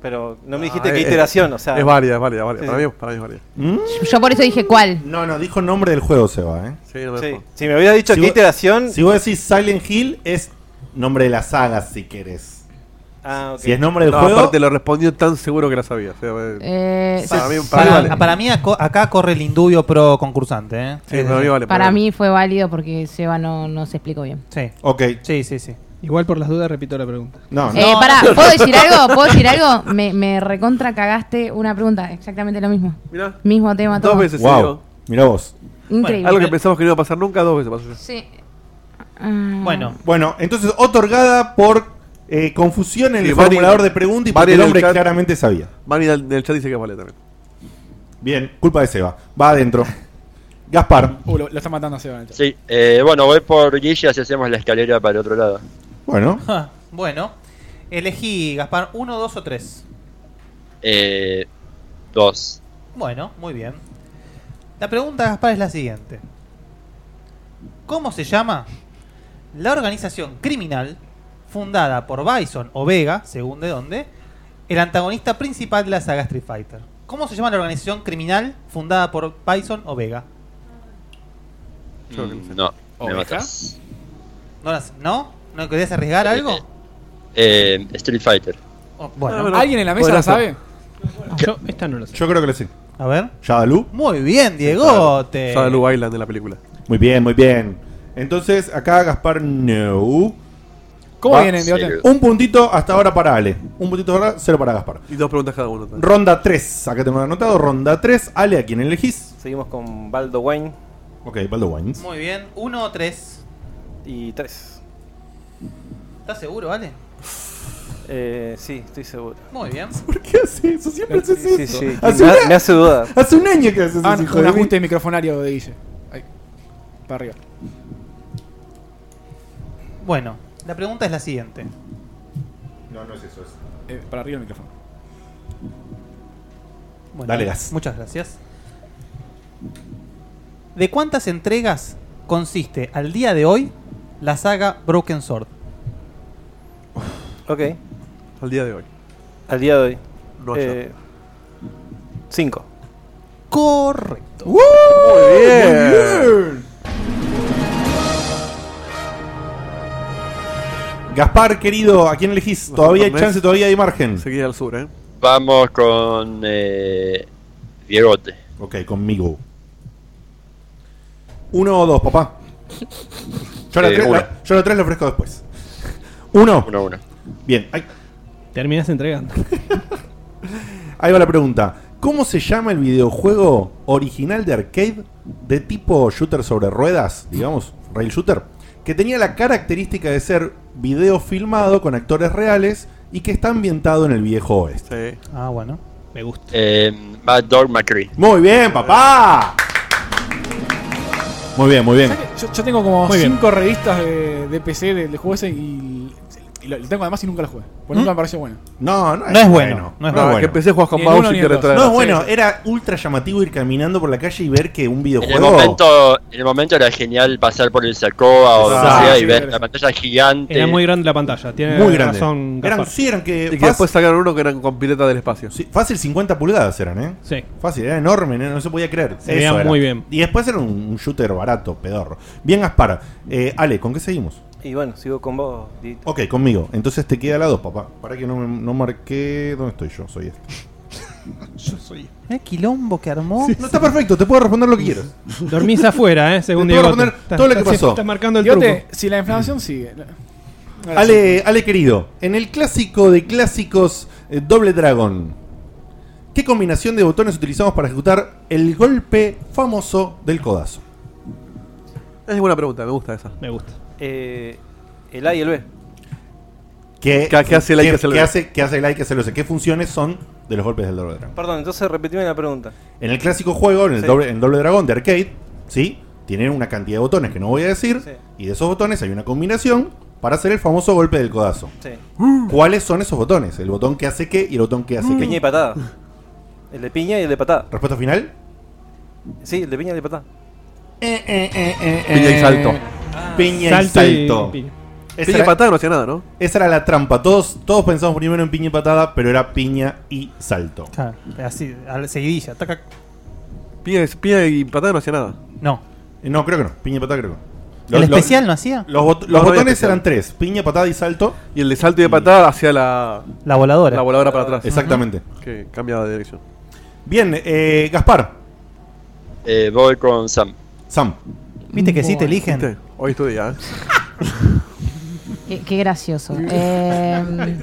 Speaker 10: Pero no me dijiste
Speaker 2: Ah,
Speaker 10: qué
Speaker 2: es-
Speaker 10: iteración, o sea.
Speaker 2: Es válida, es válida, es válida.
Speaker 10: Sí,
Speaker 2: Para
Speaker 10: sí.
Speaker 2: mí, para mí es válida.
Speaker 7: Yo por eso dije cuál.
Speaker 3: ¿Mm? No, no, dijo nombre del juego, Seba, ¿eh?
Speaker 2: Sí, no me
Speaker 10: Sí.
Speaker 2: jodas.
Speaker 10: Si me hubieras dicho
Speaker 3: Si
Speaker 10: qué
Speaker 3: vos-
Speaker 10: iteración,
Speaker 3: Si vos decís Silent Hill, es nombre de la saga, si querés.
Speaker 10: Ah, ok.
Speaker 2: Si es nombre del juego. Aparte lo respondió tan seguro que la sabía. o sea,
Speaker 7: Eh,
Speaker 2: para
Speaker 7: sí.
Speaker 2: mí, para mí
Speaker 6: Para,
Speaker 2: vale.
Speaker 6: para mí aco- acá corre el indubio pro concursante. ¿eh?
Speaker 2: Sí, para mí vale.
Speaker 7: Para mí fue válido porque Seba no, no se explicó bien. Eh,
Speaker 6: Sí.
Speaker 3: Ok.
Speaker 6: Sí, sí, sí.
Speaker 5: Igual por las dudas repito la pregunta.
Speaker 3: No,
Speaker 7: Eh, pará, ¿puedo decir algo? ¿Puedo decir algo? Me, me recontra cagaste una pregunta, exactamente lo mismo.
Speaker 2: Mirá.
Speaker 7: Mismo tema,
Speaker 2: Dos
Speaker 7: todo.
Speaker 2: veces
Speaker 3: Wow.
Speaker 2: salió.
Speaker 3: Mirá vos.
Speaker 7: Increíble.
Speaker 2: Algo que pensamos que no iba a pasar nunca, dos veces pasó.
Speaker 7: Sí. Ah.
Speaker 3: Bueno, entonces otorgada por eh, confusión en
Speaker 2: Sí,
Speaker 3: el
Speaker 2: Mari-
Speaker 3: formulador de preguntas y porque
Speaker 2: Mari
Speaker 3: el
Speaker 2: del
Speaker 3: hombre
Speaker 2: chat-
Speaker 3: claramente sabía.
Speaker 2: Mani del- del chat dice que vale también.
Speaker 3: Bien, culpa de Seba. Va adentro. Gaspar.
Speaker 8: Uh, lo, lo está matando a Seba.
Speaker 14: Sí, eh, bueno, voy por Guilla si hacemos la escalera para el otro lado.
Speaker 3: Bueno.
Speaker 6: Ah, Bueno, elegí Gaspar 1, 2 o 3.
Speaker 14: Eh, dos.
Speaker 6: Bueno, muy bien. La pregunta, Gaspar, es la siguiente. ¿Cómo se llama la organización criminal fundada por Bison o Vega, según de dónde, el antagonista principal de la saga Street Fighter? ¿Cómo se llama la organización criminal fundada por Bison o Vega?
Speaker 14: Mm, no, me
Speaker 6: ¿Oveja?
Speaker 14: matas.
Speaker 6: ¿No? las- ¿No, ¿No querías arriesgar algo?
Speaker 5: eh,
Speaker 14: Eh, Street Fighter.
Speaker 6: Oh, bueno.
Speaker 2: Ah,
Speaker 8: ¿Alguien en la mesa
Speaker 6: Podrá
Speaker 8: la
Speaker 6: ser.
Speaker 8: sabe?
Speaker 5: Yo, esta no lo sé.
Speaker 3: Yo creo que lo sé.
Speaker 6: A ver.
Speaker 3: Shadaloo.
Speaker 6: Muy bien, Diegote.
Speaker 2: Shadaloo Island de la película.
Speaker 3: Muy bien, muy bien. Entonces, acá Gaspar no.
Speaker 8: ¿Cómo
Speaker 3: Va-
Speaker 8: vienen, Diote?
Speaker 3: Un puntito hasta ahora para Ale. Un puntito ahora, cero para Gaspar.
Speaker 2: Y dos preguntas cada uno. también.
Speaker 3: Ronda 3. Acá tengo anotado. Ronda 3. Ale, ¿a quién elegís?
Speaker 10: Seguimos con Baldo Wayne
Speaker 3: Ok, Baldo Wines.
Speaker 6: Muy bien, 1 o 3.
Speaker 10: y 3.
Speaker 6: ¿Estás seguro, vale?
Speaker 10: Eh, sí, estoy seguro.
Speaker 6: Muy bien.
Speaker 3: ¿Por qué hace eso? Siempre
Speaker 10: Sí,
Speaker 3: haces
Speaker 10: sí,
Speaker 3: eso.
Speaker 10: sí.
Speaker 3: Hace
Speaker 10: Me-
Speaker 3: una-
Speaker 10: me hace dudar.
Speaker 3: Hace un año que haces
Speaker 8: Ah,
Speaker 3: eso, hijo
Speaker 8: un
Speaker 3: de mil.
Speaker 8: ajuste microfonario de Guille. Ahí. Para arriba.
Speaker 6: Bueno, la pregunta es la siguiente.
Speaker 3: No, no es eso. Es...
Speaker 8: Eh, para arriba el micrófono.
Speaker 6: Bueno,
Speaker 3: Dale gas.
Speaker 6: Muchas gracias. ¿De cuántas entregas consiste al día de hoy la saga Broken Sword?
Speaker 10: Ok.
Speaker 2: Al día de hoy.
Speaker 10: Al día de hoy.
Speaker 2: No,
Speaker 10: Eh, cinco.
Speaker 6: Correcto.
Speaker 2: Muy bien.
Speaker 3: Gaspar, querido, ¿a quién elegís? Todavía hay
Speaker 14: Tornés.
Speaker 3: chance, todavía hay margen.
Speaker 2: Seguir al sur, ¿eh?
Speaker 14: Vamos con eh, Diegote.
Speaker 3: Ok, conmigo. Uno o dos, papá. Yo la
Speaker 14: Eh,
Speaker 3: tres,
Speaker 14: uno.
Speaker 3: la- yo la tres la ofrezco después. Uno.
Speaker 14: Uno, uno.
Speaker 3: Bien, ahí,
Speaker 5: Terminas entregando.
Speaker 3: ahí va la pregunta. ¿Cómo se llama el videojuego original de arcade de tipo shooter sobre ruedas, digamos, rail shooter? Que tenía la característica de ser video filmado con actores reales y que está ambientado en el viejo oeste.
Speaker 6: Ah, bueno.
Speaker 5: Me gusta.
Speaker 14: Eh, Mad Dog McCree.
Speaker 3: Muy bien, papá. Muy bien, muy bien.
Speaker 8: Yo, yo tengo como
Speaker 3: Muy bien.
Speaker 8: cinco revistas de, de PC de, de juego ese y, y lo, lo tengo además y nunca lo jugué. Porque nunca me pareció bueno.
Speaker 3: No, no es,
Speaker 6: No es bueno, no es bueno.
Speaker 2: Que empecé a jugar con
Speaker 8: Ni el uno
Speaker 2: Mouse
Speaker 8: ni
Speaker 2: y
Speaker 8: el
Speaker 2: te
Speaker 8: dos.
Speaker 2: retrae.
Speaker 3: No,
Speaker 8: Sí,
Speaker 3: bueno,
Speaker 8: sí.
Speaker 3: era ultra llamativo ir caminando por la calle y ver que un
Speaker 14: En el,
Speaker 3: videojuego.
Speaker 14: momento, en el momento era genial pasar por el Sacoa o donde
Speaker 3: Exacto.
Speaker 14: sea y
Speaker 3: Ah, Sí,
Speaker 14: ver
Speaker 3: era
Speaker 14: la pantalla gigante.
Speaker 5: Era muy grande la pantalla. Tiene
Speaker 3: Muy grande.
Speaker 5: razón.
Speaker 3: Eran,
Speaker 5: Gaspar.
Speaker 3: sí, eran que.
Speaker 2: Y que
Speaker 3: fácil-
Speaker 2: después sacaron uno que eran con pileta del espacio.
Speaker 3: sí, fácil 50 pulgadas eran, ¿eh?
Speaker 5: Sí.
Speaker 3: Fácil, era enorme, no, no se podía creer.
Speaker 5: Se veía
Speaker 3: era.
Speaker 5: muy bien.
Speaker 3: Y después era un, un shooter barato, pedorro. Bien, Gaspar. Eh, Ale, ¿con qué seguimos?
Speaker 10: Y bueno, sigo con vos, Dieguito.
Speaker 3: Ok, conmigo. Entonces te queda la 2, papá. Para que no, me- no marqué. ¿Dónde estoy yo? Soy este.
Speaker 5: Yo soy.
Speaker 6: Mirá El ¿Eh? quilombo que armó.
Speaker 3: No está perfecto, te puedo responder lo que quieras.
Speaker 5: Dormís afuera, eh, según
Speaker 3: Te puedo
Speaker 5: Diego.
Speaker 3: responder todo lo que pasó.
Speaker 5: Estás marcando el
Speaker 8: Diote,
Speaker 5: truco.
Speaker 8: si la inflación sigue. la- ahora sí.
Speaker 3: Mm. Ale, Ale querido, en el clásico de clásicos eh, Doble Dragón, ¿qué combinación de botones utilizamos para ejecutar el golpe famoso del codazo?
Speaker 2: Es buena pregunta, me gusta esa.
Speaker 5: Me gusta.
Speaker 10: Eh, el A y el B.
Speaker 3: ¿Qué,
Speaker 2: ¿Qué- qué hace el like, qué hace el
Speaker 3: qué
Speaker 2: like?
Speaker 3: hace, qué hace el like, qué hace el like? ¿Qué funciones son de los golpes del Doble Dragón?
Speaker 10: Perdón, entonces repetime la pregunta.
Speaker 3: En el clásico juego, en el
Speaker 10: Sí.
Speaker 3: doble, en doble dragón de arcade, ¿sí? Tienen una cantidad de botones que no voy a decir.
Speaker 10: Sí.
Speaker 3: Y de esos botones hay una combinación para hacer el famoso golpe del codazo.
Speaker 10: Sí.
Speaker 3: ¿Cuáles son esos botones? El botón que hace qué y el botón que hace
Speaker 10: Mm. Piña y
Speaker 3: qué.
Speaker 10: patada. El de piña y el de patada.
Speaker 3: ¿Respuesta final?
Speaker 10: Sí, el de piña y el de patada.
Speaker 3: eh,
Speaker 2: Piña y salto.
Speaker 3: Piña
Speaker 5: Salto
Speaker 3: y
Speaker 5: y
Speaker 3: salto.
Speaker 5: piña.
Speaker 3: Esa
Speaker 2: Piña y
Speaker 3: era,
Speaker 2: patada no hacía nada, ¿no?
Speaker 3: esa era la trampa. Todos, todos pensamos primero en piña y patada, pero era piña y salto.
Speaker 6: Claro, así, a la seguidilla. taca.
Speaker 2: Piña, piña y patada no hacía nada.
Speaker 6: No.
Speaker 3: Eh, No, creo que no. Piña y patada creo que no.
Speaker 6: ¿El especial no hacía?
Speaker 3: Los, bot- los
Speaker 6: No había
Speaker 3: botones
Speaker 6: especial.
Speaker 3: eran tres: piña, patada y salto.
Speaker 2: Y el de salto y de patada hacía la,
Speaker 6: La voladora.
Speaker 2: La voladora para atrás.
Speaker 3: Exactamente.
Speaker 2: Que cambiaba de dirección.
Speaker 3: Bien, eh, Gaspar.
Speaker 14: Eh, voy con Sam.
Speaker 3: Sam.
Speaker 6: Viste que sí te eligen.
Speaker 2: ¿Viste? Hoy estudia.
Speaker 7: Qué, qué gracioso. Eh,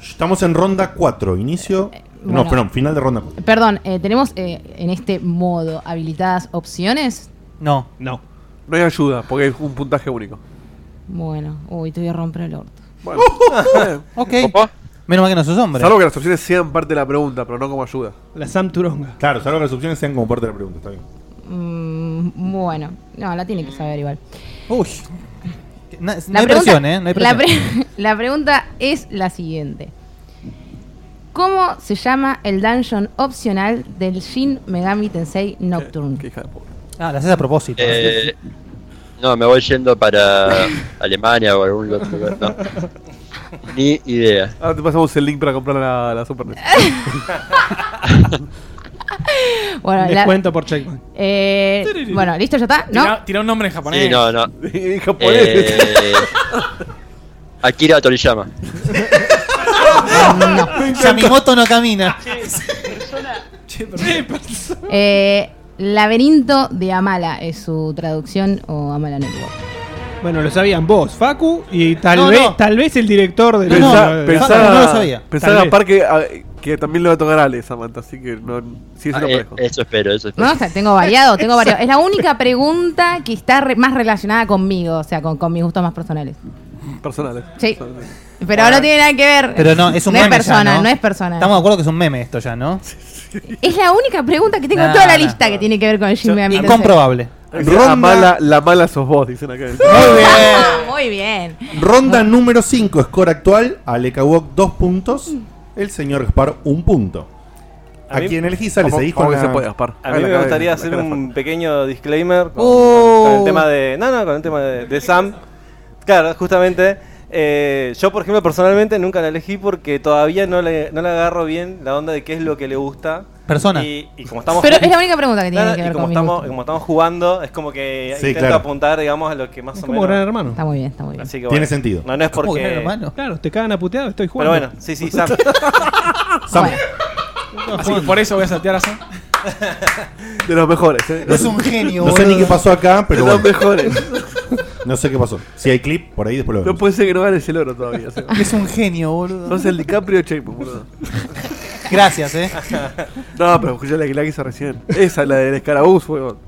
Speaker 3: Estamos en ronda 4. Inicio.
Speaker 6: Eh,
Speaker 7: bueno.
Speaker 3: No, perdón, final de ronda 4.
Speaker 7: perdón, eh, ¿tenemos eh, en este modo habilitadas opciones?
Speaker 6: No.
Speaker 5: No.
Speaker 2: No hay ayuda, porque es un puntaje único.
Speaker 7: Bueno, uy, te voy a romper el orto.
Speaker 2: Bueno.
Speaker 6: ok. Menos mal que no sos hombre.
Speaker 2: Salvo que las opciones sean parte de la pregunta, pero no como ayuda.
Speaker 5: La Sam Turonga.
Speaker 3: Claro, salvo que las opciones sean como parte de la pregunta. Está bien.
Speaker 7: Mm, bueno, no, la tiene que saber igual.
Speaker 6: Uy. No, no hay presión, ¿eh? No hay
Speaker 7: la,
Speaker 6: presión.
Speaker 7: pre- la pregunta es la siguiente. ¿Cómo se llama el dungeon opcional del Shin Megami Tensei Nocturne?
Speaker 6: Ah, la haces a propósito.
Speaker 14: Eh, no, me voy yendo para Alemania o algún otro lugar. no. Ni idea.
Speaker 2: Ahora te pasamos el link para comprar la, la Super E NES.
Speaker 7: Bueno, la-
Speaker 5: Descuento por Checkpoint.
Speaker 7: Eh, bueno, listo, ya está, ¿no?
Speaker 8: Tira, tira un nombre en japonés.
Speaker 14: Sí, no, no.
Speaker 2: En
Speaker 14: Eh, Akira Toriyama.
Speaker 6: Yamimoto no camina.
Speaker 7: Eh, Laberinto de Amala es su traducción o Amala Network.
Speaker 5: Bueno, lo sabían vos, Facu, y tal
Speaker 7: No,
Speaker 5: vez
Speaker 7: no.
Speaker 5: tal vez el director de
Speaker 2: Pensá-
Speaker 5: de-
Speaker 2: pensá-
Speaker 5: no lo sabía.
Speaker 2: pensá
Speaker 5: Tal
Speaker 2: en
Speaker 5: vez.
Speaker 2: Gaspar que, a- que también le va a tocar a Ale, Samantha, así que no, sí es
Speaker 14: Ah,
Speaker 2: una
Speaker 14: eh, eso espero, eso espero.
Speaker 7: No, o sea, tengo variado, tengo variado. Es la única pregunta que está re- más relacionada conmigo, o sea, con, con mis gustos más personales.
Speaker 2: personal.
Speaker 7: Sí. Pero no tiene nada que ver.
Speaker 6: Pero no, es un
Speaker 7: no
Speaker 6: meme.
Speaker 7: Es personal,
Speaker 6: ya,
Speaker 7: no es personal.
Speaker 6: Estamos de acuerdo que es un meme esto ya, ¿no?
Speaker 7: Es la única pregunta que tengo en
Speaker 6: No,
Speaker 7: toda la
Speaker 6: no.
Speaker 7: lista que tiene que ver con el Shin Megami Tensei.
Speaker 6: Incomprobable.
Speaker 2: La mala, la mala sos vos, dicen acá.
Speaker 7: Muy bien.
Speaker 3: Ronda número 5. Score actual. Alekawok 2 puntos. El señor Gaspar 1 punto. A,
Speaker 10: mí-
Speaker 3: quien elegís sale,
Speaker 2: ¿Cómo-
Speaker 3: seguís
Speaker 2: cómo
Speaker 3: con
Speaker 2: que se puede, Gaspar?
Speaker 10: A mí
Speaker 2: La
Speaker 10: me
Speaker 2: cara-
Speaker 10: gustaría
Speaker 2: la
Speaker 10: hacer
Speaker 2: cara
Speaker 10: un pequeño disclaimer con,
Speaker 2: Oh.
Speaker 10: con el tema de. No, no, con el tema de, de Sam. Claro, justamente. eh, yo, por ejemplo, personalmente nunca la elegí porque todavía no le, no le agarro bien la onda de qué es lo que le gusta.
Speaker 6: Persona.
Speaker 10: Y, y como estamos
Speaker 7: Pero es la única pregunta que tiene
Speaker 10: Claro,
Speaker 7: que
Speaker 10: y
Speaker 7: ver
Speaker 10: como
Speaker 7: con mis
Speaker 10: estamos,
Speaker 7: gustos.
Speaker 10: como estamos jugando, es como que
Speaker 3: Sí,
Speaker 10: intento
Speaker 3: claro.
Speaker 10: apuntar, digamos, a lo que más o
Speaker 5: como
Speaker 10: menos.
Speaker 5: Gran Hermano.
Speaker 7: Está muy bien, está muy bien.
Speaker 10: Así que,
Speaker 3: Tiene sentido.
Speaker 10: No, no es
Speaker 5: Como Gran
Speaker 10: porque.
Speaker 5: Hermano. Claro, te cagan a puteado, estoy
Speaker 10: Pero
Speaker 5: jugando.
Speaker 10: bueno, sí, sí, Sam.
Speaker 3: Sam.
Speaker 8: Así que por eso voy a saltear a Sam.
Speaker 2: De los mejores, ¿eh?
Speaker 6: Es un genio,
Speaker 3: No sé ni
Speaker 6: boludo.
Speaker 3: qué pasó acá, pero
Speaker 2: de los
Speaker 3: bueno,
Speaker 2: mejores.
Speaker 3: no sé qué pasó. Si hay clip, por ahí después lo
Speaker 2: No
Speaker 3: vemos.
Speaker 2: puede ser que no ganes el oro todavía. o sea.
Speaker 6: Es un genio, boludo.
Speaker 2: No es el DiCaprio Chepo, boludo.
Speaker 6: Gracias, eh.
Speaker 2: No, pero escuchá la que la hizo recién. Esa, la del escarabuz, weón.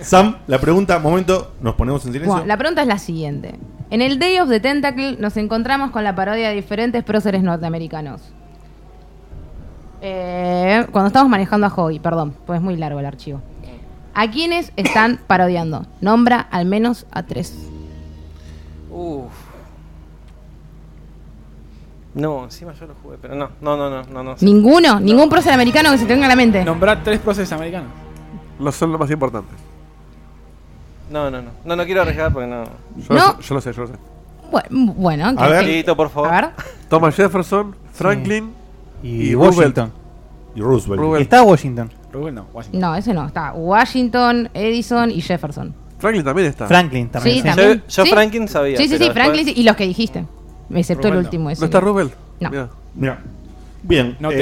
Speaker 3: Sam, la pregunta, momento, nos ponemos en silencio.
Speaker 7: Bueno, la pregunta es la siguiente. En el Day of the Tentacle nos encontramos con la parodia de diferentes próceres norteamericanos. Eh, cuando estamos manejando a Hobby, perdón, pues es muy largo el archivo. ¿A quiénes están parodiando? Nombra al menos a tres.
Speaker 10: Uf. No, encima yo lo jugué, pero no, no, no, no, no. no sí.
Speaker 7: ¿Ninguno? ¿Ningún prócer americano que se tenga en la mente?
Speaker 8: Nombrar tres procesos americanos.
Speaker 2: No son los más importantes.
Speaker 10: No, no, no. No, no quiero arriesgar porque no.
Speaker 2: Yo,
Speaker 7: No.
Speaker 2: Lo, sé, yo lo sé, yo lo sé.
Speaker 7: Bu- Bueno,
Speaker 3: A ver.
Speaker 10: Tito, por favor.
Speaker 7: a ver.
Speaker 2: Thomas Jefferson, Franklin
Speaker 6: Y,
Speaker 2: y
Speaker 6: Washington.
Speaker 3: Y Roosevelt.
Speaker 2: Roosevelt.
Speaker 6: Está Washington.
Speaker 8: Rubén no, Washington.
Speaker 7: No, ese no. Está Washington, Edison y Jefferson.
Speaker 2: Franklin también está.
Speaker 6: Franklin también.
Speaker 7: Sí,
Speaker 6: sí.
Speaker 7: también.
Speaker 10: Eh, Yo- yo
Speaker 7: Sí.
Speaker 10: Franklin sabía,
Speaker 7: Sí, sí,
Speaker 10: pero
Speaker 7: sí,
Speaker 10: después-
Speaker 7: Franklin sí, y los que dijiste. Excepto el
Speaker 8: Rubén no.
Speaker 7: último. ese
Speaker 2: ¿No está Rubel?
Speaker 7: No.
Speaker 2: Mirá.
Speaker 3: Mira. Bien.
Speaker 8: No te-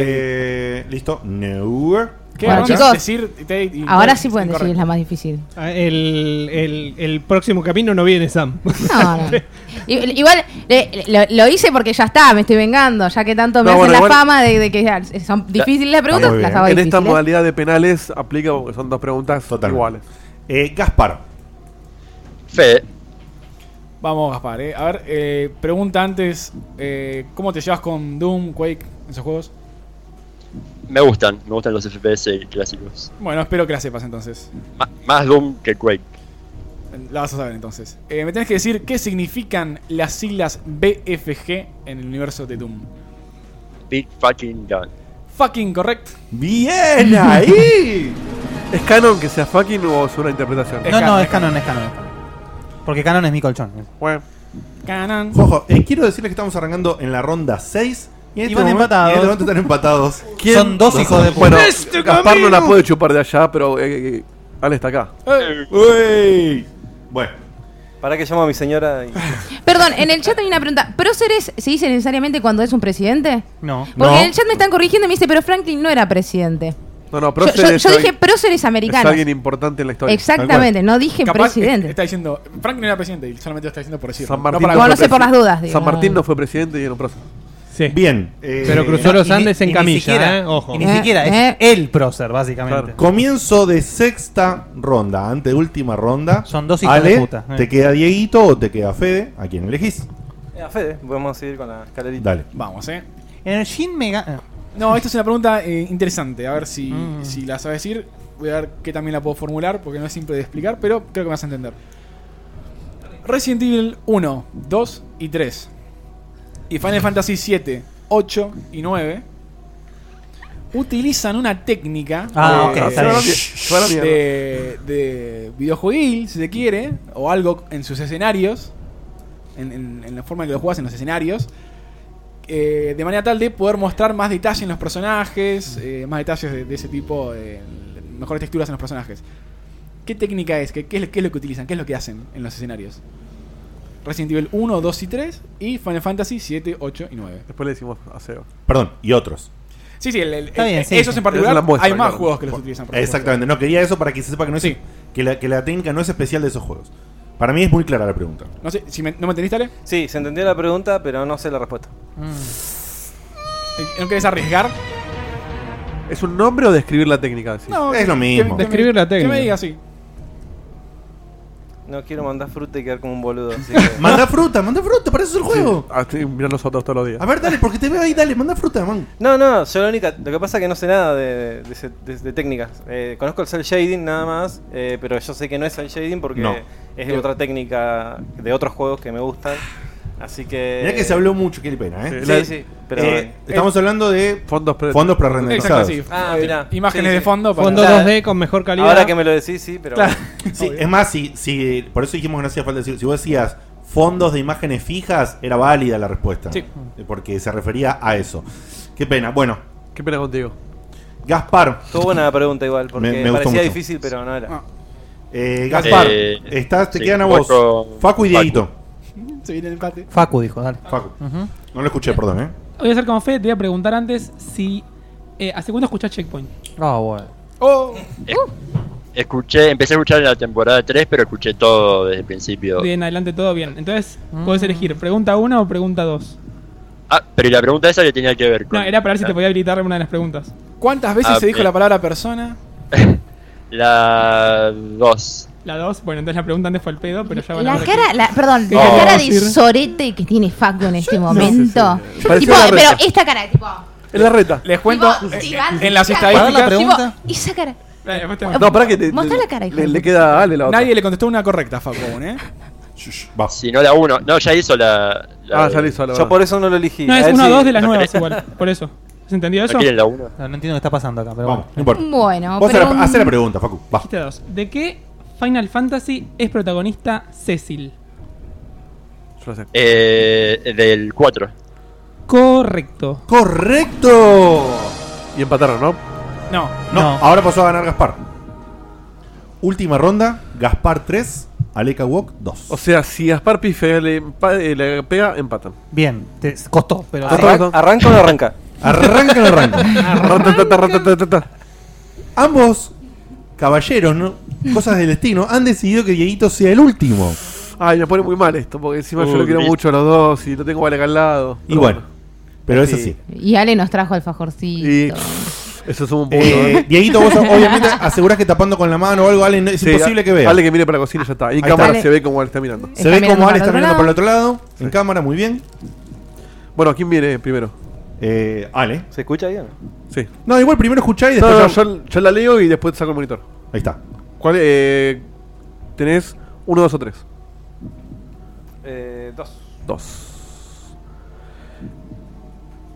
Speaker 3: eh, Listo. No.
Speaker 8: ¿Qué
Speaker 7: Bueno,
Speaker 8: vamos a
Speaker 7: chicos,
Speaker 8: decir? y te- y-
Speaker 7: Ahora
Speaker 8: y-
Speaker 7: sí pueden decir, es
Speaker 8: incorrecto.
Speaker 7: la más difícil.
Speaker 5: Ah, El, el- el próximo camino no viene Sam.
Speaker 7: No, no. I- Igual le- lo, lo hice porque ya está, me estoy vengando, ya que tanto me
Speaker 2: No,
Speaker 7: hacen
Speaker 2: bueno,
Speaker 7: la
Speaker 2: igual-
Speaker 7: fama de, de que ya son difíciles las preguntas,
Speaker 3: muy
Speaker 7: las
Speaker 3: bien.
Speaker 7: hago
Speaker 2: En esta
Speaker 7: difíciles.
Speaker 2: modalidad de penales aplica porque son dos preguntas
Speaker 3: Totalmente.
Speaker 2: iguales.
Speaker 3: Eh, Gaspar.
Speaker 14: Fe.
Speaker 8: Vamos, Gaspar. eh. A ver, eh, pregunta antes: eh, ¿cómo te llevas con Doom, Quake, esos juegos?
Speaker 14: Me gustan, me gustan los FPS clásicos.
Speaker 8: Bueno, espero que la sepas entonces.
Speaker 14: Ma- más Doom que Quake.
Speaker 8: La vas a saber entonces. Eh, me tenés que decir qué significan las siglas BFG en el universo de Doom.
Speaker 14: Big fucking gun.
Speaker 8: Fucking correct.
Speaker 3: Bien ahí.
Speaker 2: ¿Es canon que sea fucking o es una interpretación?
Speaker 8: Es
Speaker 6: No, no,
Speaker 8: canon,
Speaker 6: es canon, es canon. es canon. Porque canon es mi colchón.
Speaker 2: Bueno,
Speaker 8: Canan.
Speaker 3: Jojo, eh, quiero decirles que estamos arrancando en la ronda 6. Y en
Speaker 6: Y van
Speaker 3: momen-
Speaker 6: empatados.
Speaker 3: y en este momento están empatados.
Speaker 6: Son dos Este hijos de puta.
Speaker 2: bueno Gaspar no la puede chupar de allá, pero eh, eh, Ale está acá.
Speaker 3: Uy. Bueno.
Speaker 10: Para que llamo a mi señora y.
Speaker 7: Perdón, en el chat hay una pregunta. ¿Próceres se dice necesariamente cuando es un presidente?
Speaker 10: No.
Speaker 7: Porque en el chat me están corrigiendo y me dice, pero Franklin no era presidente.
Speaker 2: No, no,
Speaker 7: Yo,
Speaker 2: prócer
Speaker 7: yo-
Speaker 2: es
Speaker 7: yo
Speaker 2: alguien-
Speaker 7: dije próceres
Speaker 2: Es
Speaker 7: americanos.
Speaker 2: alguien importante en la historia.
Speaker 7: Exactamente, no dije
Speaker 8: Capaz,
Speaker 7: presidente.
Speaker 8: eh, Está diciendo, Frank no era presidente y solamente lo está diciendo por decir.
Speaker 2: San Martín
Speaker 8: no para-
Speaker 2: fue
Speaker 7: No, no sé, por las
Speaker 2: presi-
Speaker 7: dudas, digo,
Speaker 2: San
Speaker 7: no,
Speaker 2: Martín
Speaker 7: no.
Speaker 2: no fue presidente y era un prócer. Eh,
Speaker 3: Bien.
Speaker 6: Pero cruzó los
Speaker 3: y ni-
Speaker 6: Andes en
Speaker 3: y ni
Speaker 6: camilla,
Speaker 3: siquiera-
Speaker 6: ¿eh? Ojo.
Speaker 3: y ni siquiera es
Speaker 6: el prócer, básicamente.
Speaker 3: Comienzo de sexta ronda, ante última ronda. Son
Speaker 6: dos hijos
Speaker 3: Ale,
Speaker 6: de puta, eh.
Speaker 3: ¿Te queda Dieguito o te queda Fede? ¿A quién elegís?
Speaker 10: Eh, a Fede, podemos seguir con la escalerita.
Speaker 3: Dale.
Speaker 8: Vamos, eh.
Speaker 6: En el Shin Mega. ah. Mm.
Speaker 8: No, esta es una pregunta eh, interesante. A ver si, si la sabes decir. Voy a ver que también la puedo formular porque no es simple de explicar, pero creo que me vas a entender. Resident Evil 1, 2 y 3. Y Final Fantasy 7, 8 y 9. Utilizan una técnica
Speaker 6: Ah,
Speaker 9: Eh,
Speaker 6: ok, está bien.
Speaker 8: de, de, de videojueguil, si se quiere, o algo en sus escenarios, en, en- en la forma en que lo juegas en los escenarios, eh, de manera tal de poder mostrar más detalle en los personajes, eh, más detalles de, de ese tipo, eh, mejores texturas en los personajes. ¿Qué técnica es? ¿Qué, qué es, qué es lo que utilizan? ¿Qué es lo que hacen en los escenarios? Resident Evil 1, 2 y 3 y Final Fantasy 7, 8 y 9.
Speaker 2: Después le decimos a Seo.
Speaker 3: Perdón, y otros.
Speaker 8: Sí, sí, el- el-
Speaker 3: Está bien,
Speaker 8: el-
Speaker 3: sí,
Speaker 8: Eh, esos
Speaker 3: sí.
Speaker 8: en particular.
Speaker 3: Es una muestra,
Speaker 8: hay más
Speaker 3: claro.
Speaker 8: juegos que los utilizan. por supuesto.
Speaker 3: Exactamente, no quería eso para que se sepa que no es que la, que la técnica no es especial de esos juegos. Para mí es muy clara la pregunta.
Speaker 8: No sé, si me- ¿no me entendiste, Ale?
Speaker 10: Sí, se entendió la pregunta, pero no sé la respuesta.
Speaker 8: Mm. ¿No querés arriesgar?
Speaker 2: ¿Es un nombre o describir la técnica? Sí.
Speaker 8: No,
Speaker 10: Es lo
Speaker 8: que-
Speaker 10: mismo.
Speaker 8: que-
Speaker 10: Describir la
Speaker 8: Que me
Speaker 10: técnica.
Speaker 8: diga, sí.
Speaker 10: No quiero mandar fruta y quedar como un boludo. Así que...
Speaker 3: Manda fruta, manda fruta, para eso es el juego.
Speaker 2: Ah, estoy mirando los autos todos los días.
Speaker 3: A ver, dale, porque te veo ahí, dale, manda fruta, man.
Speaker 10: No, no, yo lo única. Lo que pasa es que no sé nada de, de ese- de- de técnicas. Eh, conozco el cel shading nada más, eh, pero yo sé que no es cel shading porque
Speaker 3: No.
Speaker 10: es de otra técnica de otros juegos que me gustan. Así que.
Speaker 3: Mirá que se habló mucho, qué pena, ¿eh?
Speaker 10: Sí, La- sí, pero-
Speaker 3: Eh, estamos hablando de
Speaker 2: fondos, pre
Speaker 3: fondos prerenderizados.
Speaker 10: Ah,
Speaker 8: Eh,
Speaker 10: mirá.
Speaker 8: imágenes
Speaker 10: Sí,
Speaker 8: de
Speaker 10: sí.
Speaker 8: fondo para-
Speaker 5: Fondo 2D con mejor calidad.
Speaker 10: Ahora que me lo decís, sí, pero.
Speaker 8: Claro.
Speaker 3: Sí, es más, si, si, por eso dijimos que no hacía falta decir. Si vos decías fondos de imágenes fijas, era válida la respuesta.
Speaker 8: Sí.
Speaker 3: Porque se refería a eso. Qué pena. Bueno,
Speaker 2: Eh, ¿Qué pena contigo?
Speaker 3: Gaspar.
Speaker 10: Estuvo buena la pregunta igual, porque
Speaker 3: Me- me gustó
Speaker 10: parecía
Speaker 3: mucho. Ah.
Speaker 10: difícil, pero no era.
Speaker 3: Eh, Gaspar,
Speaker 10: Eh,
Speaker 3: estás, te
Speaker 10: sí,
Speaker 3: quedan a
Speaker 10: voy
Speaker 3: vos.
Speaker 10: con
Speaker 3: Facu y
Speaker 10: Facu.
Speaker 3: Dieguito.
Speaker 8: Se viene el empate.
Speaker 6: Facu dijo, dale.
Speaker 3: Facu.
Speaker 4: Ujú.
Speaker 3: No lo escuché, perdón, ¿eh?
Speaker 4: Voy a hacer como Fede, te voy a preguntar antes si. eh, ¿Hace cuándo escuchás Checkpoint?
Speaker 6: Ah, bueno.
Speaker 8: Oh.
Speaker 14: Es- Escuché, empecé a escuchar en la temporada 3, pero escuché todo desde el principio.
Speaker 4: Bien, adelante, todo bien. Entonces,
Speaker 6: Mm.
Speaker 4: podés elegir pregunta 1 o pregunta 2.
Speaker 14: Ah, pero ¿y la pregunta esa que tenía que ver con.
Speaker 4: No, era para ver si te podía habilitar una de las preguntas.
Speaker 8: ¿Cuántas veces
Speaker 14: Ah,
Speaker 8: se dijo
Speaker 14: bien.
Speaker 8: la palabra persona?
Speaker 14: La 2.
Speaker 4: La 2, bueno, entonces la pregunta antes fue el pedo, pero ya van a
Speaker 7: La
Speaker 4: ver
Speaker 7: cara,
Speaker 4: aquí.
Speaker 7: la- perdón,
Speaker 4: ¿Qué
Speaker 7: la
Speaker 4: quería
Speaker 7: cara de
Speaker 4: decir?
Speaker 7: sorete que tiene Facu en este momento.
Speaker 2: sí. Parecía
Speaker 7: Tipo,
Speaker 2: la reta.
Speaker 7: pero esta cara, tipo.
Speaker 2: Es la reta.
Speaker 8: Les cuento
Speaker 7: tipo,
Speaker 8: eh,
Speaker 7: si
Speaker 8: eh,
Speaker 7: vas-
Speaker 8: en las
Speaker 7: cara,
Speaker 8: estadísticas.
Speaker 7: tipo, esa cara.
Speaker 2: No, para que te,
Speaker 7: Mostrá
Speaker 2: te-
Speaker 7: la cara, hijo
Speaker 2: le,
Speaker 7: de
Speaker 2: le
Speaker 7: puta.
Speaker 2: queda a Ale la otra.
Speaker 8: Nadie le contestó una correcta, Facu, aún, ¿eh?
Speaker 14: Si no la 1. No, ya hizo la. la-
Speaker 2: Ah, ya la hizo, la
Speaker 10: Yo por eso no lo elegí.
Speaker 4: No,
Speaker 10: A
Speaker 4: es
Speaker 10: ver
Speaker 4: una
Speaker 10: si-
Speaker 4: 2 de las nuevas igual, por eso. ¿Se entendió eso?
Speaker 14: quieren la uno?
Speaker 6: No, no entiendo qué está pasando acá, pero
Speaker 3: Vamos, no
Speaker 6: bueno.
Speaker 3: importa.
Speaker 7: Bueno,
Speaker 3: vos
Speaker 7: pero-
Speaker 3: hacé la, hacé la pregunta, Facu. Va.
Speaker 4: Dijiste dos. ¿De qué Final Fantasy es protagonista Cecil?
Speaker 14: Eh, del 4.
Speaker 4: Correcto.
Speaker 3: ¡Correcto!
Speaker 2: Y empataron, ¿no?
Speaker 4: No.
Speaker 3: No,
Speaker 4: No.
Speaker 3: ahora pasó a ganar Gaspar. Última ronda, Gaspar 3, Aleka Wok 2.
Speaker 2: O sea, si Gaspar Pife le, empa- eh, le pega, empatan.
Speaker 6: Bien, te costó, pero.
Speaker 2: Arran-
Speaker 10: ¿Arranca o no arranca?
Speaker 3: Arranca o no arranca.
Speaker 2: Ratatata, ratatata.
Speaker 3: Ambos caballeros, ¿no? Cosas del destino, han decidido que Dieguito sea el último.
Speaker 2: Ay, me pone muy mal esto, porque encima yo
Speaker 3: Uy,
Speaker 2: lo quiero
Speaker 3: listo.
Speaker 2: mucho a los dos y lo tengo vale acá al lado. Eh,
Speaker 3: Y bueno, pero es
Speaker 2: Sí.
Speaker 3: así.
Speaker 7: Y Ale nos trajo alfajorcito.
Speaker 2: Y eso es un punto.
Speaker 3: Eh,
Speaker 2: ¿eh?
Speaker 3: Dieguito, vos obviamente asegurás que tapando con la mano o algo, Ale, no- es
Speaker 2: Sí,
Speaker 3: imposible que vea.
Speaker 2: Ale que mire para la cocina y ya está. Y en
Speaker 3: Ahí
Speaker 2: cámara
Speaker 3: está.
Speaker 2: se ve como Ale está mirando.
Speaker 3: Se ve como Ale está mirando por el otro lado. En cámara, muy bien.
Speaker 2: Bueno, ¿quién viene primero?
Speaker 3: Eh, Ale.
Speaker 10: ¿Se escucha bien?
Speaker 2: Sí.
Speaker 3: No, igual primero escuchá y
Speaker 2: No,
Speaker 3: después.
Speaker 2: no,
Speaker 3: ya-
Speaker 2: yo, yo la leo y después saco el monitor.
Speaker 3: Ahí está.
Speaker 2: ¿Cuál eh, tenés? ¿Uno, dos o tres?
Speaker 10: Eh, dos.
Speaker 2: Dos.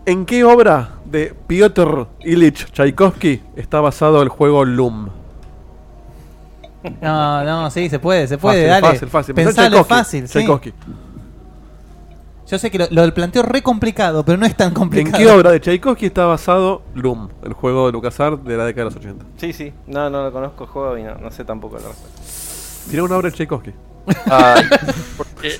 Speaker 2: ¿En qué obra de Piotr Ilich Tchaikovsky está basado el juego Loom?
Speaker 6: No, no, sí, se puede, se puede,
Speaker 2: Fácil,
Speaker 6: dale.
Speaker 2: fácil, fácil. Pensá
Speaker 6: Pensalo
Speaker 2: Tchaikovsky,
Speaker 6: fácil, sí.
Speaker 2: Tchaikovsky.
Speaker 6: Yo sé que lo, lo planteo re complicado, pero no es tan
Speaker 2: ¿En
Speaker 6: complicado.
Speaker 2: qué obra de Tchaikovsky está basado Loom, el juego de LucasArts de la década de los 80?
Speaker 10: Sí, sí. No, no lo conozco el juego y no, no sé tampoco la respuesta.
Speaker 2: Tiene una obra de Tchaikovsky.
Speaker 6: Ah.
Speaker 10: Ay, ¿por qué?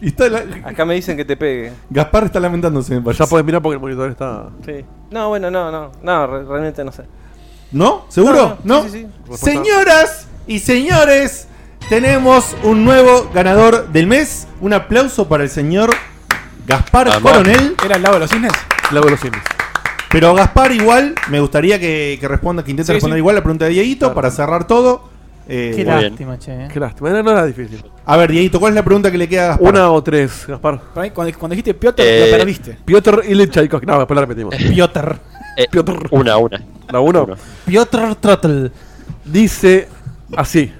Speaker 3: Y está la-
Speaker 10: Acá me dicen que te pegue.
Speaker 3: Gaspar está lamentándose, me parece.
Speaker 2: Pues Ya podés mirar porque el monitor está.
Speaker 10: Sí. No, bueno, no, no. No, re- realmente no sé.
Speaker 3: ¿No? ¿Seguro?
Speaker 10: No,
Speaker 3: ¿No?
Speaker 10: no, sí, sí, sí.
Speaker 3: Señoras y señores, tenemos un nuevo ganador del mes. Un aplauso para el señor Gaspar
Speaker 2: Vamos.
Speaker 3: Coronel.
Speaker 8: ¿Era el lado de los cisnes?
Speaker 2: Lago de los Cisnes.
Speaker 3: Pero Gaspar igual, me gustaría que, que responda, que intente
Speaker 2: Sí,
Speaker 3: responder
Speaker 2: sí.
Speaker 3: igual la pregunta de Dieguito para cerrar todo. Eh,
Speaker 2: Qué
Speaker 3: bueno.
Speaker 2: lástima, che, eh. Qué lástima, no, no era difícil.
Speaker 3: A ver, Dieguito, ¿cuál es la pregunta que le queda a Gaspar?
Speaker 2: Una o tres, Gaspar.
Speaker 8: Para mí, Cuando, cuando dijiste Piotr,
Speaker 2: Eh,
Speaker 8: lo perdiste.
Speaker 2: Piotr Ilyich Tchaikovsky. No, después la repetimos.
Speaker 6: Piotr.
Speaker 2: Piotr.
Speaker 14: Una, una.
Speaker 2: La uno.
Speaker 6: Piotr Trottle.
Speaker 2: Dice así.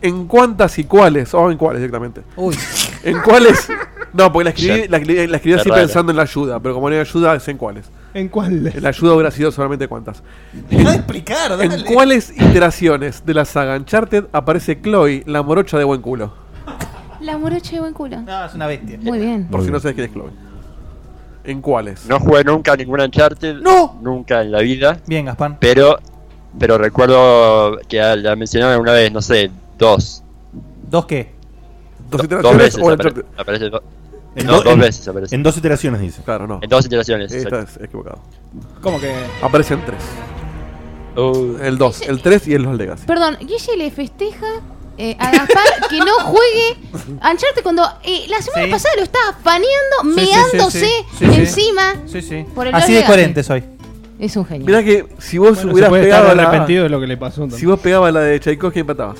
Speaker 2: ¿En cuántas y cuáles? O en cuáles directamente.
Speaker 6: Uy.
Speaker 2: ¿En cuáles? No, porque la escribí,
Speaker 6: Ya.
Speaker 2: la, escribí- la escribí
Speaker 6: Está
Speaker 2: así
Speaker 6: raro.
Speaker 2: pensando en la ayuda, pero como no hay ayuda, es en cuáles.
Speaker 5: ¿En cuáles?
Speaker 2: En la ayuda hubiera sido solamente cuántas.
Speaker 6: explicar,
Speaker 2: ¿En cuáles iteraciones de la saga Uncharted aparece Chloe, la morocha de buen culo?
Speaker 7: La morocha de buen culo.
Speaker 6: No, es una bestia.
Speaker 7: Muy bien.
Speaker 2: Por si no sabes quién es Chloe. ¿En cuáles?
Speaker 14: No jugué nunca a ningún Uncharted.
Speaker 6: No.
Speaker 14: Nunca en la vida.
Speaker 6: Bien, Gaspar.
Speaker 14: Pero, pero recuerdo que la mencionaron una vez, no sé, dos.
Speaker 6: ¿Dos qué?
Speaker 2: Dos
Speaker 14: Dos veces
Speaker 2: o
Speaker 14: apare-
Speaker 2: Uncharted?
Speaker 14: aparece do-
Speaker 3: En
Speaker 14: no,
Speaker 3: do-
Speaker 14: dos
Speaker 3: en-
Speaker 14: veces aparece.
Speaker 3: En dos iteraciones, dice.
Speaker 2: Claro, no.
Speaker 14: En dos iteraciones.
Speaker 2: Esta
Speaker 14: exacto.
Speaker 2: es equivocado.
Speaker 8: ¿Cómo que?
Speaker 2: Aparecen tres. El 2, el 3 y el Los Legacy.
Speaker 7: Perdón, Guille le festeja eh, a Gaspar que no juegue Uncharted cuando eh, la semana
Speaker 6: Sí.
Speaker 7: pasada lo estaba faneando,
Speaker 6: Sí, sí, sí,
Speaker 7: meándose
Speaker 6: sí, sí, sí.
Speaker 7: encima.
Speaker 6: Sí, sí.
Speaker 7: Por el
Speaker 6: Así
Speaker 7: Los
Speaker 6: de
Speaker 7: Legacy.
Speaker 6: coherente soy.
Speaker 7: Es un genio.
Speaker 2: Mirá que si vos
Speaker 5: Bueno, se
Speaker 2: hubieras
Speaker 5: puede estar
Speaker 2: pegado la-
Speaker 5: arrepentido de lo que le pasó también.
Speaker 2: Si vos pegabas la de Tchaikovsky empatabas.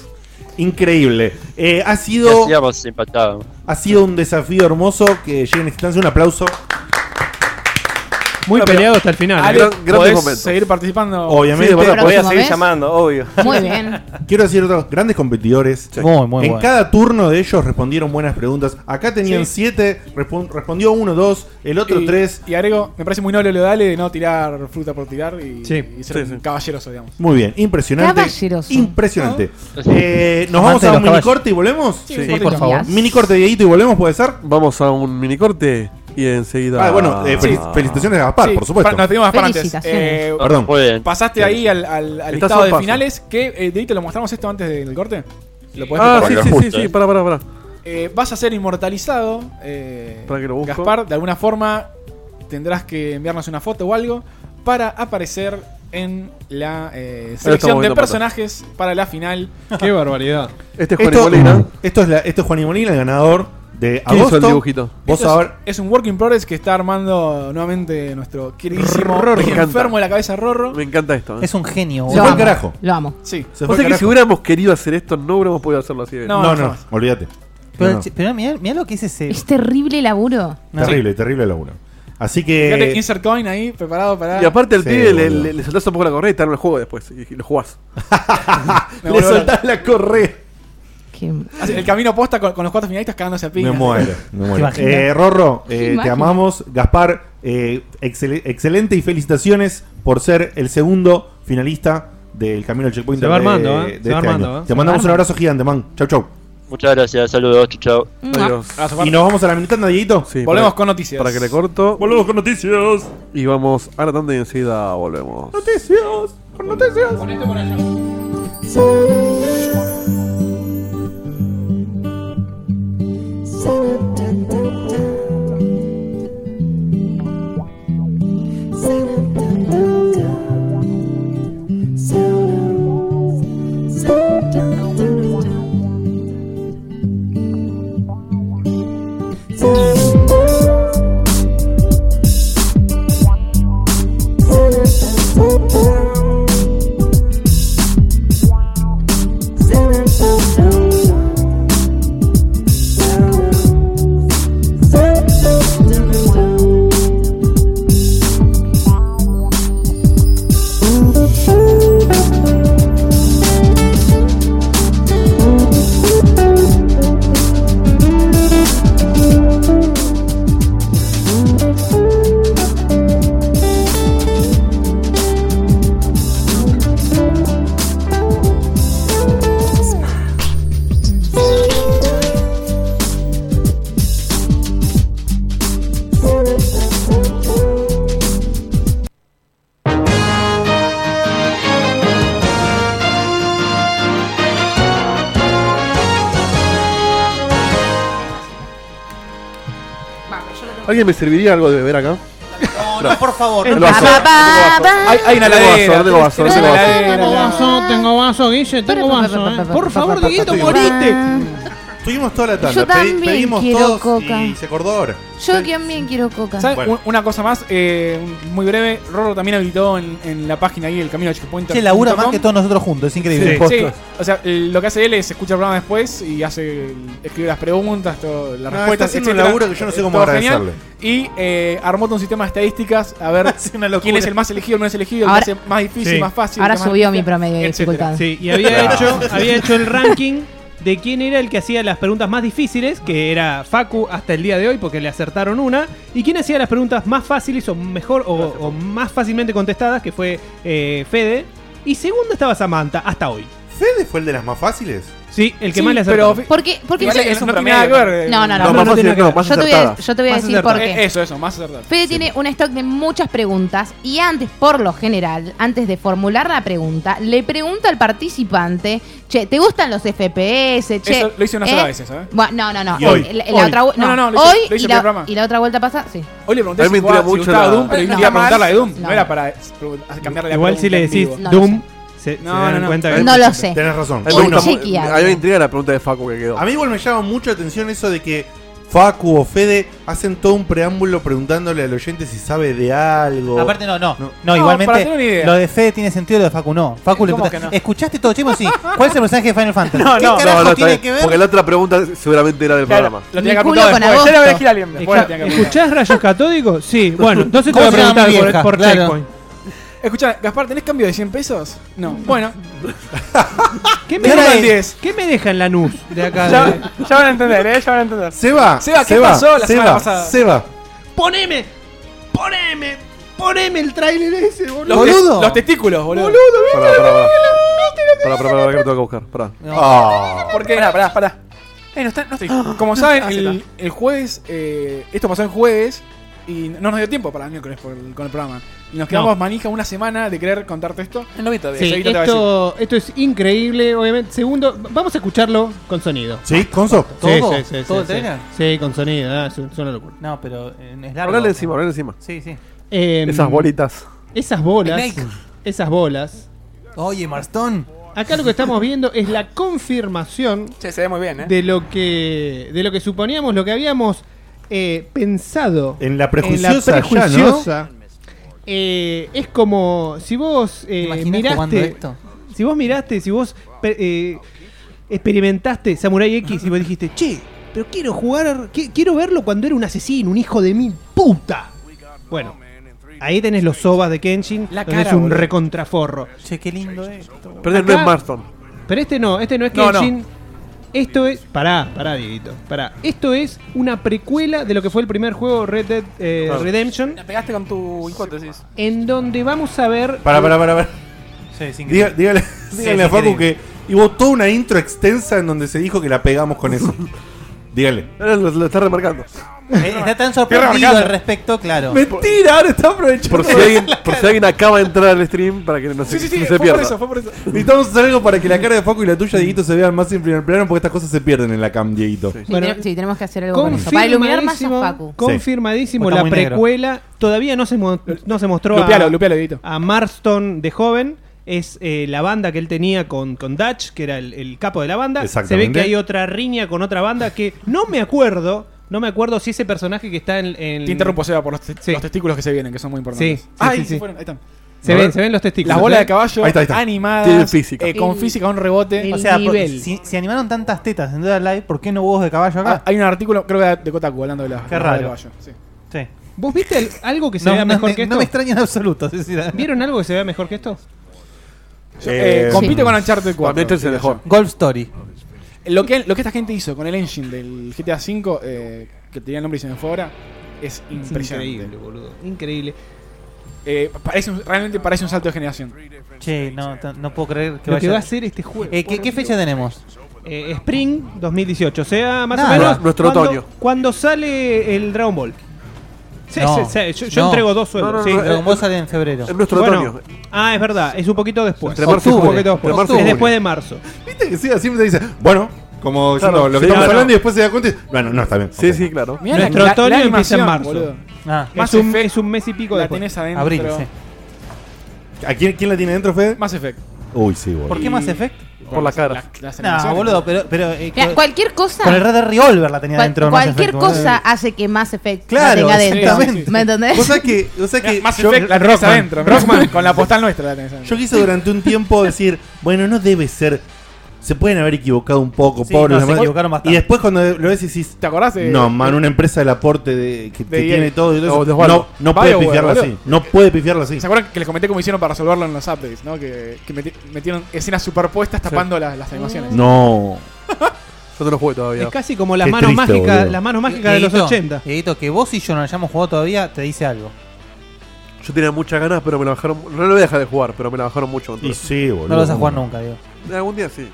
Speaker 3: Increíble. Eh, ha
Speaker 14: ¿Qué
Speaker 3: sido
Speaker 14: hacíamos? Empatábamos.
Speaker 3: ha sido un desafío hermoso que lleguen a instancia. Un aplauso.
Speaker 5: Muy peleado hasta el
Speaker 8: Ale, podés seguir participando.
Speaker 3: Obviamente,
Speaker 8: Sí,
Speaker 3: voy
Speaker 8: bueno,
Speaker 3: a
Speaker 8: podés
Speaker 3: seguir llamando,
Speaker 10: obvio.
Speaker 8: Muy bien.
Speaker 3: Quiero decir otros grandes competidores.
Speaker 6: Muy, muy
Speaker 3: en
Speaker 6: bueno.
Speaker 3: cada turno de ellos respondieron buenas preguntas. Acá tenían siete, respon- respondió uno, dos, el otro
Speaker 8: y,
Speaker 3: tres.
Speaker 8: Y agrego, me parece muy noble lo de Ale de no tirar fruta por tirar y, y ser
Speaker 3: Sí,
Speaker 8: un
Speaker 3: sí.
Speaker 8: caballeroso, digamos.
Speaker 3: Muy bien, impresionante.
Speaker 8: Caballeroso.
Speaker 3: Impresionante.
Speaker 8: ¿No?
Speaker 3: Eh, ¿Nos vamos
Speaker 8: Amante de
Speaker 3: a
Speaker 8: los
Speaker 3: un mini
Speaker 8: caballos.
Speaker 3: corte y volvemos?
Speaker 8: Sí, Sí, cortito. por favor.
Speaker 3: Mini corte, Dieguito, y volvemos, ¿puede ser?
Speaker 2: Vamos a un mini corte y enseguida.
Speaker 3: Ah, bueno, eh, fel- felicitaciones a Gaspar,
Speaker 8: Sí,
Speaker 3: por supuesto.
Speaker 8: para- nos tenemos para antes. Eh,
Speaker 3: Perdón.
Speaker 8: Pasaste ahí al, al, al
Speaker 2: Estás
Speaker 8: listado
Speaker 2: un
Speaker 8: de
Speaker 2: paso.
Speaker 8: finales. Que, eh, Dieguito, lo mostramos esto antes del corte. ¿Lo podés
Speaker 2: Ah, sí,
Speaker 8: preparar?
Speaker 2: sí, sí, sí, pará, pará, pará.
Speaker 8: Eh, vas a ser inmortalizado. eh,
Speaker 2: Para que lo busco.
Speaker 8: Gaspar, de alguna forma tendrás que enviarnos una foto o algo para aparecer en la eh, selección
Speaker 3: moviendo
Speaker 8: de
Speaker 3: pata.
Speaker 8: personajes para la final.
Speaker 5: Qué barbaridad.
Speaker 2: Este es Juan y
Speaker 3: esto,
Speaker 2: Molina.
Speaker 3: Esto es, la- esto es Juan y Molina, el ganador de
Speaker 2: ¿Quién hizo
Speaker 3: agosto.
Speaker 2: el dibujito?
Speaker 3: Vos
Speaker 8: Esto es-
Speaker 3: ahora.
Speaker 8: Es, un work in progress que está armando nuevamente nuestro queridísimo
Speaker 2: Rorro. Me encanta.
Speaker 8: enfermo de la cabeza Rorro.
Speaker 2: Me encanta esto. eh.
Speaker 6: Es un genio.
Speaker 2: Se fue al carajo.
Speaker 7: Lo amo.
Speaker 8: Sí.
Speaker 2: O sea que si hubiéramos querido hacer esto, no hubiéramos podido hacerlo así. de-
Speaker 8: No,
Speaker 3: No, no, olvídate.
Speaker 6: Pero,
Speaker 3: No, no.
Speaker 6: el ch- pero mirá, mirá lo que es ese.
Speaker 7: Es terrible laburo.
Speaker 3: Terrible, terrible laburo. Así
Speaker 8: Fíjate,
Speaker 3: que.
Speaker 8: insert coin ahí, preparado para.
Speaker 2: Y aparte el
Speaker 3: Sí,
Speaker 2: pibe le,
Speaker 3: boludo.
Speaker 2: le, le soltás un poco la correa y está en el juego después. Y, y lo jugás.
Speaker 8: Me volvió loco.
Speaker 3: la correa.
Speaker 8: Así, El camino posta con, con los cuatro finalistas cagándose a piña.
Speaker 3: Me muero, me muero.
Speaker 8: ¿Te imaginas?
Speaker 3: Eh, Rorro, eh, te
Speaker 8: imaginas?
Speaker 3: amamos. Gaspar, eh, excel- excelente y felicitaciones por ser el segundo finalista del Camino al Checkpoint
Speaker 10: Se va
Speaker 3: de-
Speaker 10: armando,
Speaker 3: de
Speaker 10: eh, se va
Speaker 3: este
Speaker 10: armando,
Speaker 3: año.
Speaker 10: eh.
Speaker 3: Te
Speaker 10: Se
Speaker 3: mandamos
Speaker 10: va
Speaker 3: un abrazo gigante, man. Chau, chau.
Speaker 14: Muchas gracias, saludos, chao.
Speaker 3: Y nos vamos a la minutanda, Dieguito.
Speaker 8: Volvemos para- con noticias.
Speaker 2: Para que le corto.
Speaker 3: Volvemos con noticias.
Speaker 2: Y vamos a la tanda y enseguida volvemos.
Speaker 3: Noticias, con noticias.
Speaker 1: Thank you.
Speaker 2: ¿Alguien me serviría algo de beber acá?
Speaker 6: No, no, por favor.
Speaker 2: Tengo vaso.
Speaker 6: Pa, pa,
Speaker 2: Tengo vaso.
Speaker 6: pa.
Speaker 2: Hay, hay una
Speaker 6: Tengo
Speaker 2: heladera.
Speaker 6: vaso, tenés-
Speaker 2: Tengo vaso,
Speaker 6: tenés una
Speaker 2: tengo vaso.
Speaker 6: heladera.
Speaker 5: Tengo vaso, tengo vaso, Guille, tengo vaso. eh. Por favor, Dieguito, morite.
Speaker 3: Tuvimos toda la tanda.
Speaker 7: Yo
Speaker 3: pedi-
Speaker 7: también
Speaker 3: pedimos
Speaker 7: quiero
Speaker 3: todos
Speaker 7: coca.
Speaker 3: y se acordó ahora.
Speaker 7: Yo también quiero coca.
Speaker 8: ¿Saben? Un- Una cosa más, eh, un- muy breve, Rorro también habilitó en, en la página ahí el camino a checkpointer.
Speaker 6: Che, labura más que todos nosotros juntos, es increíble.
Speaker 8: Sí, sí. o sea, el- lo que hace él es escucha el programa después y hace el- escribe las preguntas, todo, las
Speaker 3: No, está
Speaker 8: respuestas.
Speaker 3: haciendo un
Speaker 8: etcétera.
Speaker 3: laburo que yo no sé cómo
Speaker 8: Todo genial.
Speaker 3: agradecerle.
Speaker 8: Y eh, armó todo un sistema de estadísticas a ver quién es el más elegido, el menos elegido, el
Speaker 7: Ahora-
Speaker 8: que hace más difícil,
Speaker 7: Sí.
Speaker 8: más fácil.
Speaker 7: Ahora
Speaker 8: el que más
Speaker 7: subió mi
Speaker 8: difícil.
Speaker 7: promedio de dificultad.
Speaker 5: Sí, y había hecho, había hecho el ranking de quién era el que hacía las preguntas más difíciles, que era Facu hasta el día de hoy, porque le acertaron una, y quién hacía las preguntas más fáciles o mejor o, o más fácilmente contestadas, que fue eh, Fede. Y segundo estaba Samantha, hasta hoy.
Speaker 3: ¿Fede fue el de las más fáciles?
Speaker 5: Sí, el que
Speaker 3: Sí,
Speaker 5: más le
Speaker 3: pero
Speaker 5: acertó.
Speaker 3: fi-
Speaker 7: Porque, porque
Speaker 8: Igual
Speaker 7: yo-
Speaker 8: es un No tiene promedio. nada que ver, eh.
Speaker 7: No, no, no.
Speaker 8: No, más
Speaker 7: no tiene
Speaker 8: fácil,
Speaker 7: nada que
Speaker 8: no,
Speaker 7: ver.
Speaker 8: más
Speaker 7: yo, te voy a,
Speaker 8: acertadas.
Speaker 7: yo te voy a
Speaker 8: Más
Speaker 7: decir por
Speaker 8: acertadas.
Speaker 7: qué.
Speaker 8: Eh, Eso, eso, más acertado.
Speaker 7: Fede tiene un stock de muchas preguntas y antes, por lo general, antes de formular la pregunta, le pregunta al participante, che, ¿te gustan los FPS? Che,
Speaker 8: Eso lo hice una
Speaker 7: ¿eh?
Speaker 8: sola vez, ¿sabes?
Speaker 7: Bueno, no, no, no.
Speaker 8: Y hoy.
Speaker 7: La, la
Speaker 8: Hoy.
Speaker 7: otra vu-
Speaker 8: No,
Speaker 7: no,
Speaker 8: no, no, lo hice-
Speaker 7: hoy y,
Speaker 8: lo hice en el
Speaker 7: la,
Speaker 8: programa.
Speaker 7: y la otra vuelta pasa, sí.
Speaker 8: Hoy le pregunté
Speaker 2: Ahí
Speaker 8: si
Speaker 2: me intriga
Speaker 8: jugaba- si
Speaker 2: mucho
Speaker 8: gustaba
Speaker 2: la-
Speaker 8: Doom, pero
Speaker 7: No.
Speaker 8: no. quería preguntarle de Doom.
Speaker 7: No.
Speaker 8: No, era para eh, cambiarle la
Speaker 5: Igual si le
Speaker 8: pregunta en
Speaker 5: decís
Speaker 8: vivo.
Speaker 5: Doom, se, se
Speaker 8: No, no,
Speaker 5: dan
Speaker 8: no.
Speaker 5: cuenta que...
Speaker 7: No lo sé.
Speaker 3: Tenés razón.
Speaker 2: Ahí me
Speaker 7: Hoy
Speaker 2: gusta-
Speaker 7: chequeado.
Speaker 2: a mí me intriga la pregunta de Facu que quedó.
Speaker 3: A mí igual me llama mucho la atención eso de que Facu o Fede hacen todo un preámbulo preguntándole al oyente si sabe de algo.
Speaker 6: Aparte, no, no. No,
Speaker 3: No, para
Speaker 6: igualmente,
Speaker 3: tener una idea.
Speaker 6: lo de Fede tiene sentido, lo de Facu no. Facu le
Speaker 3: ¿Cómo
Speaker 6: pregunta, ¿escuchaste todo, Chimo? Sí. ¿Cuál es el mensaje de Final Fantasy?
Speaker 2: No,
Speaker 6: ¿Qué
Speaker 2: no,
Speaker 6: carajo
Speaker 2: no, está
Speaker 6: tiene
Speaker 2: bien,
Speaker 6: que ver?
Speaker 2: Porque la otra pregunta seguramente era del programa.
Speaker 8: Lo tenía que apuntar después. Ya le voy a elegir a alguien. Después la tenía que apuntar.
Speaker 5: ¿Escuchás rayos catódicos? Sí, bueno, entonces te voy
Speaker 8: ¿Cómo
Speaker 5: a
Speaker 8: se llama
Speaker 5: preguntar
Speaker 8: mi
Speaker 5: por,
Speaker 8: vieja?
Speaker 5: por
Speaker 8: Claro.
Speaker 5: Checkpoint.
Speaker 8: Escucha, Gaspar, ¿tenés cambio de 100 pesos? No. Bueno.
Speaker 5: ¿Qué me,
Speaker 8: Yo era
Speaker 5: deja,
Speaker 8: el 10.
Speaker 5: ¿Qué me deja en la NUS de acá? de-
Speaker 9: Ya, ya van a entender, ¿eh? Ya van a entender.
Speaker 3: Seba,
Speaker 9: Seba, ¿qué
Speaker 3: Seba,
Speaker 9: pasó la
Speaker 3: Seba,
Speaker 9: semana pasada?
Speaker 3: Seba.
Speaker 5: ¡Poneme! ¡Poneme! ¡Poneme el tráiler ese, boludo!
Speaker 8: Los, te- los testículos, boludo.
Speaker 2: Pará, pará, pará. Pará, pará, pará, que lo tengo que buscar. Pará. Ah.
Speaker 8: Porque, pará, pará, pará. Eh, no está, no estoy.
Speaker 5: Ah,
Speaker 8: Como saben, el, el jueves, eh, esto pasó en jueves y no nos dio tiempo para el miércoles por el- con el programa. Y nos quedamos
Speaker 5: No.
Speaker 8: manija una semana de querer contarte esto. No vi todavía.
Speaker 5: Sí, esto, esto es increíble, obviamente. Segundo, vamos a escucharlo con sonido.
Speaker 3: Sí, Conso.
Speaker 6: ¿Todo?
Speaker 5: Sí, sí, sí,
Speaker 6: ¿Todo el
Speaker 5: sí,
Speaker 6: trailer?
Speaker 5: Sí, con sonido, ah, es un- es una locura.
Speaker 6: No, pero eh, es largo.
Speaker 2: Hablale encima, hablale encima.
Speaker 6: Sí, sí.
Speaker 5: Em,
Speaker 2: Esas bolitas.
Speaker 5: Esas bolas.
Speaker 6: Snake.
Speaker 5: Esas bolas.
Speaker 6: Oye, Marston.
Speaker 5: Acá lo que estamos viendo es la confirmación
Speaker 8: Che, se ve muy bien, ¿eh?
Speaker 5: de lo que de lo que suponíamos, lo que habíamos eh, pensado.
Speaker 3: En la prejuiciosa ya, ¿no?
Speaker 5: prejuiciosa. Eh, es como si vos eh,
Speaker 6: imaginas jugando
Speaker 5: miraste,
Speaker 6: esto?
Speaker 5: si vos miraste, si vos pe- eh, experimentaste Samurai X y vos dijiste, che, pero quiero jugar, qui- quiero verlo cuando era un asesino, un hijo de mil puta. Bueno, ahí tenés los sobas de Kenshin,
Speaker 6: La
Speaker 5: donde
Speaker 6: cara,
Speaker 5: es un
Speaker 6: boludo.
Speaker 5: recontraforro.
Speaker 6: Che, qué lindo esto.
Speaker 2: Pero no
Speaker 5: Acá-
Speaker 2: es Marston.
Speaker 5: Pero este no, este no es
Speaker 2: No, no.
Speaker 5: Kenshin. Esto es. Pará, pará, Dieguito. Pará. Esto es una precuela de lo que fue el primer juego Red Dead eh,
Speaker 3: Claro.
Speaker 5: Redemption,
Speaker 8: La pegaste con tu hipótesis.
Speaker 5: en donde vamos a ver.
Speaker 3: Para, para, para, para.
Speaker 6: Sí, sin
Speaker 3: Diga- dígale
Speaker 6: Sí,
Speaker 3: dígale a
Speaker 6: sin
Speaker 3: Facu
Speaker 6: querer.
Speaker 3: que. Y vos toda una intro extensa en donde se dijo que la pegamos con eso. dígale.
Speaker 2: Ahora Lo, lo está remarcando.
Speaker 6: Eh, Está tan sorprendido al respecto, claro.
Speaker 3: Mentira, ahora está aprovechando.
Speaker 2: Por si, alguien, por si alguien acaba de entrar al stream para que no se,
Speaker 8: Sí, sí, sí,
Speaker 2: no
Speaker 8: fue
Speaker 2: se
Speaker 8: por
Speaker 2: pierda.
Speaker 8: eso, fue por eso.
Speaker 3: Necesitamos hacer algo para que la cara de Facu y la tuya, Dieguito, se vean más en primer plano porque estas cosas se pierden en la cam, Dieguito.
Speaker 7: Sí, tenemos- sí, tenemos que hacer algo con eso. Para iluminar más a Facu.
Speaker 5: confirmadísimo
Speaker 3: Porque está
Speaker 5: la
Speaker 3: muy negro.
Speaker 5: precuela. Todavía no se, mo- no se mostró
Speaker 8: Lupealo,
Speaker 5: a,
Speaker 8: lupealo, Dieguito.
Speaker 5: a Marston de joven. Es eh, la banda que él tenía con, con Dutch, que era el, el capo de la banda. Se ve
Speaker 3: Exactamente.
Speaker 5: que hay otra riña con otra banda que no me acuerdo. No me acuerdo si ese personaje que está en. en-
Speaker 8: Te interrumpo, Seba, por los, te-
Speaker 5: Sí.
Speaker 8: los testículos que se vienen, que son muy
Speaker 5: Sí,
Speaker 8: importantes.
Speaker 5: sí,
Speaker 8: Ay,
Speaker 5: sí, sí.
Speaker 8: se fueron, ahí están.
Speaker 5: Se
Speaker 8: A
Speaker 5: ven,
Speaker 8: ver.
Speaker 5: se ven los testículos. ¿eh?
Speaker 8: Las bolas de caballo
Speaker 5: Ahí está, ahí está.
Speaker 8: animadas.
Speaker 5: Tienen física.
Speaker 8: eh, con
Speaker 5: El-
Speaker 8: física, un rebote.
Speaker 6: O sea, por- si, si animaron tantas tetas en Dead or Alive, ¿por qué no huevos de caballo
Speaker 8: Ah,
Speaker 6: acá?
Speaker 8: hay un artículo, creo que era de Kotaku, hablando de las
Speaker 6: Qué
Speaker 8: las bolas de
Speaker 6: raro.
Speaker 8: caballo. Sí.
Speaker 6: Sí.
Speaker 5: ¿Vos viste el- algo que se
Speaker 6: No,
Speaker 5: vea
Speaker 6: no
Speaker 5: mejor
Speaker 6: me-
Speaker 5: que esto?
Speaker 6: no me extraña en absoluto. sí, sí, la-
Speaker 5: ¿Vieron algo que se vea mejor que esto?
Speaker 8: Eh, compite con Uncharted 4.
Speaker 2: Uncharted es el mejor.
Speaker 6: Golf Story.
Speaker 8: Lo que, lo que esta gente hizo con el engine del GTA V, eh, que tenía el nombre y se me fue ahora, es
Speaker 5: Es
Speaker 8: impresionante.
Speaker 5: increíble, boludo. Increíble.
Speaker 8: Eh, parece un- realmente parece un salto de generación.
Speaker 6: Che, no, t- no puedo creer que
Speaker 5: Lo
Speaker 6: vaya.
Speaker 5: que va a ser este juego.
Speaker 6: Eh, ¿qué, qué fecha tenemos?
Speaker 5: Eh, Spring 2018. O sea, más
Speaker 6: Nada.
Speaker 5: o menos.
Speaker 2: Nuestro
Speaker 5: cuando-
Speaker 2: otoño.
Speaker 5: Cuando sale el Dragon Ball. Sí,
Speaker 6: No,
Speaker 5: sí, sí, yo yo
Speaker 6: no.
Speaker 5: entrego dos sueldos.
Speaker 6: No, no,
Speaker 5: sí.
Speaker 6: no, Dragon Ball sale en febrero.
Speaker 2: Es nuestro
Speaker 5: Bueno,
Speaker 2: otoño.
Speaker 5: Ah, es verdad. Es un poquito después.
Speaker 2: Entre marzo y
Speaker 5: Es un
Speaker 2: julio.
Speaker 5: poquito después.
Speaker 2: Entre marzo y
Speaker 5: Es
Speaker 2: julio.
Speaker 5: después de marzo.
Speaker 3: Viste que Seba siempre te dice, bueno, Como
Speaker 2: Claro,
Speaker 3: diciendo, lo que
Speaker 2: sí,
Speaker 3: estamos
Speaker 2: claro.
Speaker 3: hablando y después se da cuenta. y- Bueno, no, está bien.
Speaker 2: Sí,
Speaker 3: ok.
Speaker 2: sí, claro.
Speaker 8: Mirá la-
Speaker 5: Nuestro
Speaker 8: la-
Speaker 5: otoño
Speaker 8: la
Speaker 5: empieza en
Speaker 8: animación,
Speaker 5: marzo.
Speaker 8: boludo.
Speaker 5: Ah.
Speaker 8: Mass
Speaker 5: Es un-
Speaker 8: Effect
Speaker 5: es un mes y pico
Speaker 8: la
Speaker 5: después.
Speaker 8: tenés adentro.
Speaker 5: Abril, sí.
Speaker 3: ¿A quién, quién la tiene dentro, Fede?
Speaker 8: Mass Effect.
Speaker 3: Uy, sí, boludo.
Speaker 6: ¿Por qué más efecto?
Speaker 3: Por las caras.
Speaker 6: No, boludo, pero. pero eh,
Speaker 7: Mira, cualquier cosa.
Speaker 6: Con el Red Dead Revolver la tenía
Speaker 7: cual-
Speaker 6: dentro de Mass
Speaker 7: Cualquier
Speaker 6: Effect, boludo.
Speaker 7: cosa hace que más efecto
Speaker 6: ¿eh? Claro,
Speaker 7: la tenga adentro.
Speaker 6: exactamente.
Speaker 7: ¿Me entendés?
Speaker 3: Vos sabés que. vos sabés que
Speaker 8: Mass
Speaker 3: yo-
Speaker 8: Effect la tenés adentro. Rockman, con la postal nuestra la tenés adentro.
Speaker 3: Yo quise durante un tiempo decir, bueno, no debe ser. Se pueden haber equivocado un poco,
Speaker 8: Sí,
Speaker 3: pobres.
Speaker 8: no,
Speaker 3: los
Speaker 8: se
Speaker 3: demás.
Speaker 8: equivocaron
Speaker 3: Y
Speaker 8: bastante.
Speaker 3: después cuando lo ves decís,
Speaker 8: ¿Te acordás de-
Speaker 3: No, man, una empresa del aporte de, que, que
Speaker 8: EA.
Speaker 3: tiene todo y todo
Speaker 8: O
Speaker 3: eso,
Speaker 8: de Osvaldo.
Speaker 3: no, no puede
Speaker 8: BioWare,
Speaker 3: pifiarla
Speaker 8: boludo.
Speaker 3: así. No puede pifiarla así.
Speaker 8: ¿Se acuerdan que les comenté cómo hicieron para resolverlo en los updates? ¿no? Que, que meti- metieron escenas superpuestas tapando la- las animaciones.
Speaker 3: No.
Speaker 2: Yo no lo jugué todavía.
Speaker 5: Es casi como las
Speaker 6: Qué
Speaker 5: manos
Speaker 6: triste,
Speaker 5: mágicas,
Speaker 6: boludo.
Speaker 5: las manos mágicas de los
Speaker 6: Edito,
Speaker 5: 80.
Speaker 6: Edito, que vos y yo no lo hayamos jugado todavía, te dice algo.
Speaker 2: Yo tenía muchas ganas, pero me la bajaron. No lo voy a dejar de jugar, pero me la bajaron mucho.
Speaker 3: Y sí, boludo.
Speaker 6: No lo vas a jugar nunca, Diego.
Speaker 2: Algún día sí.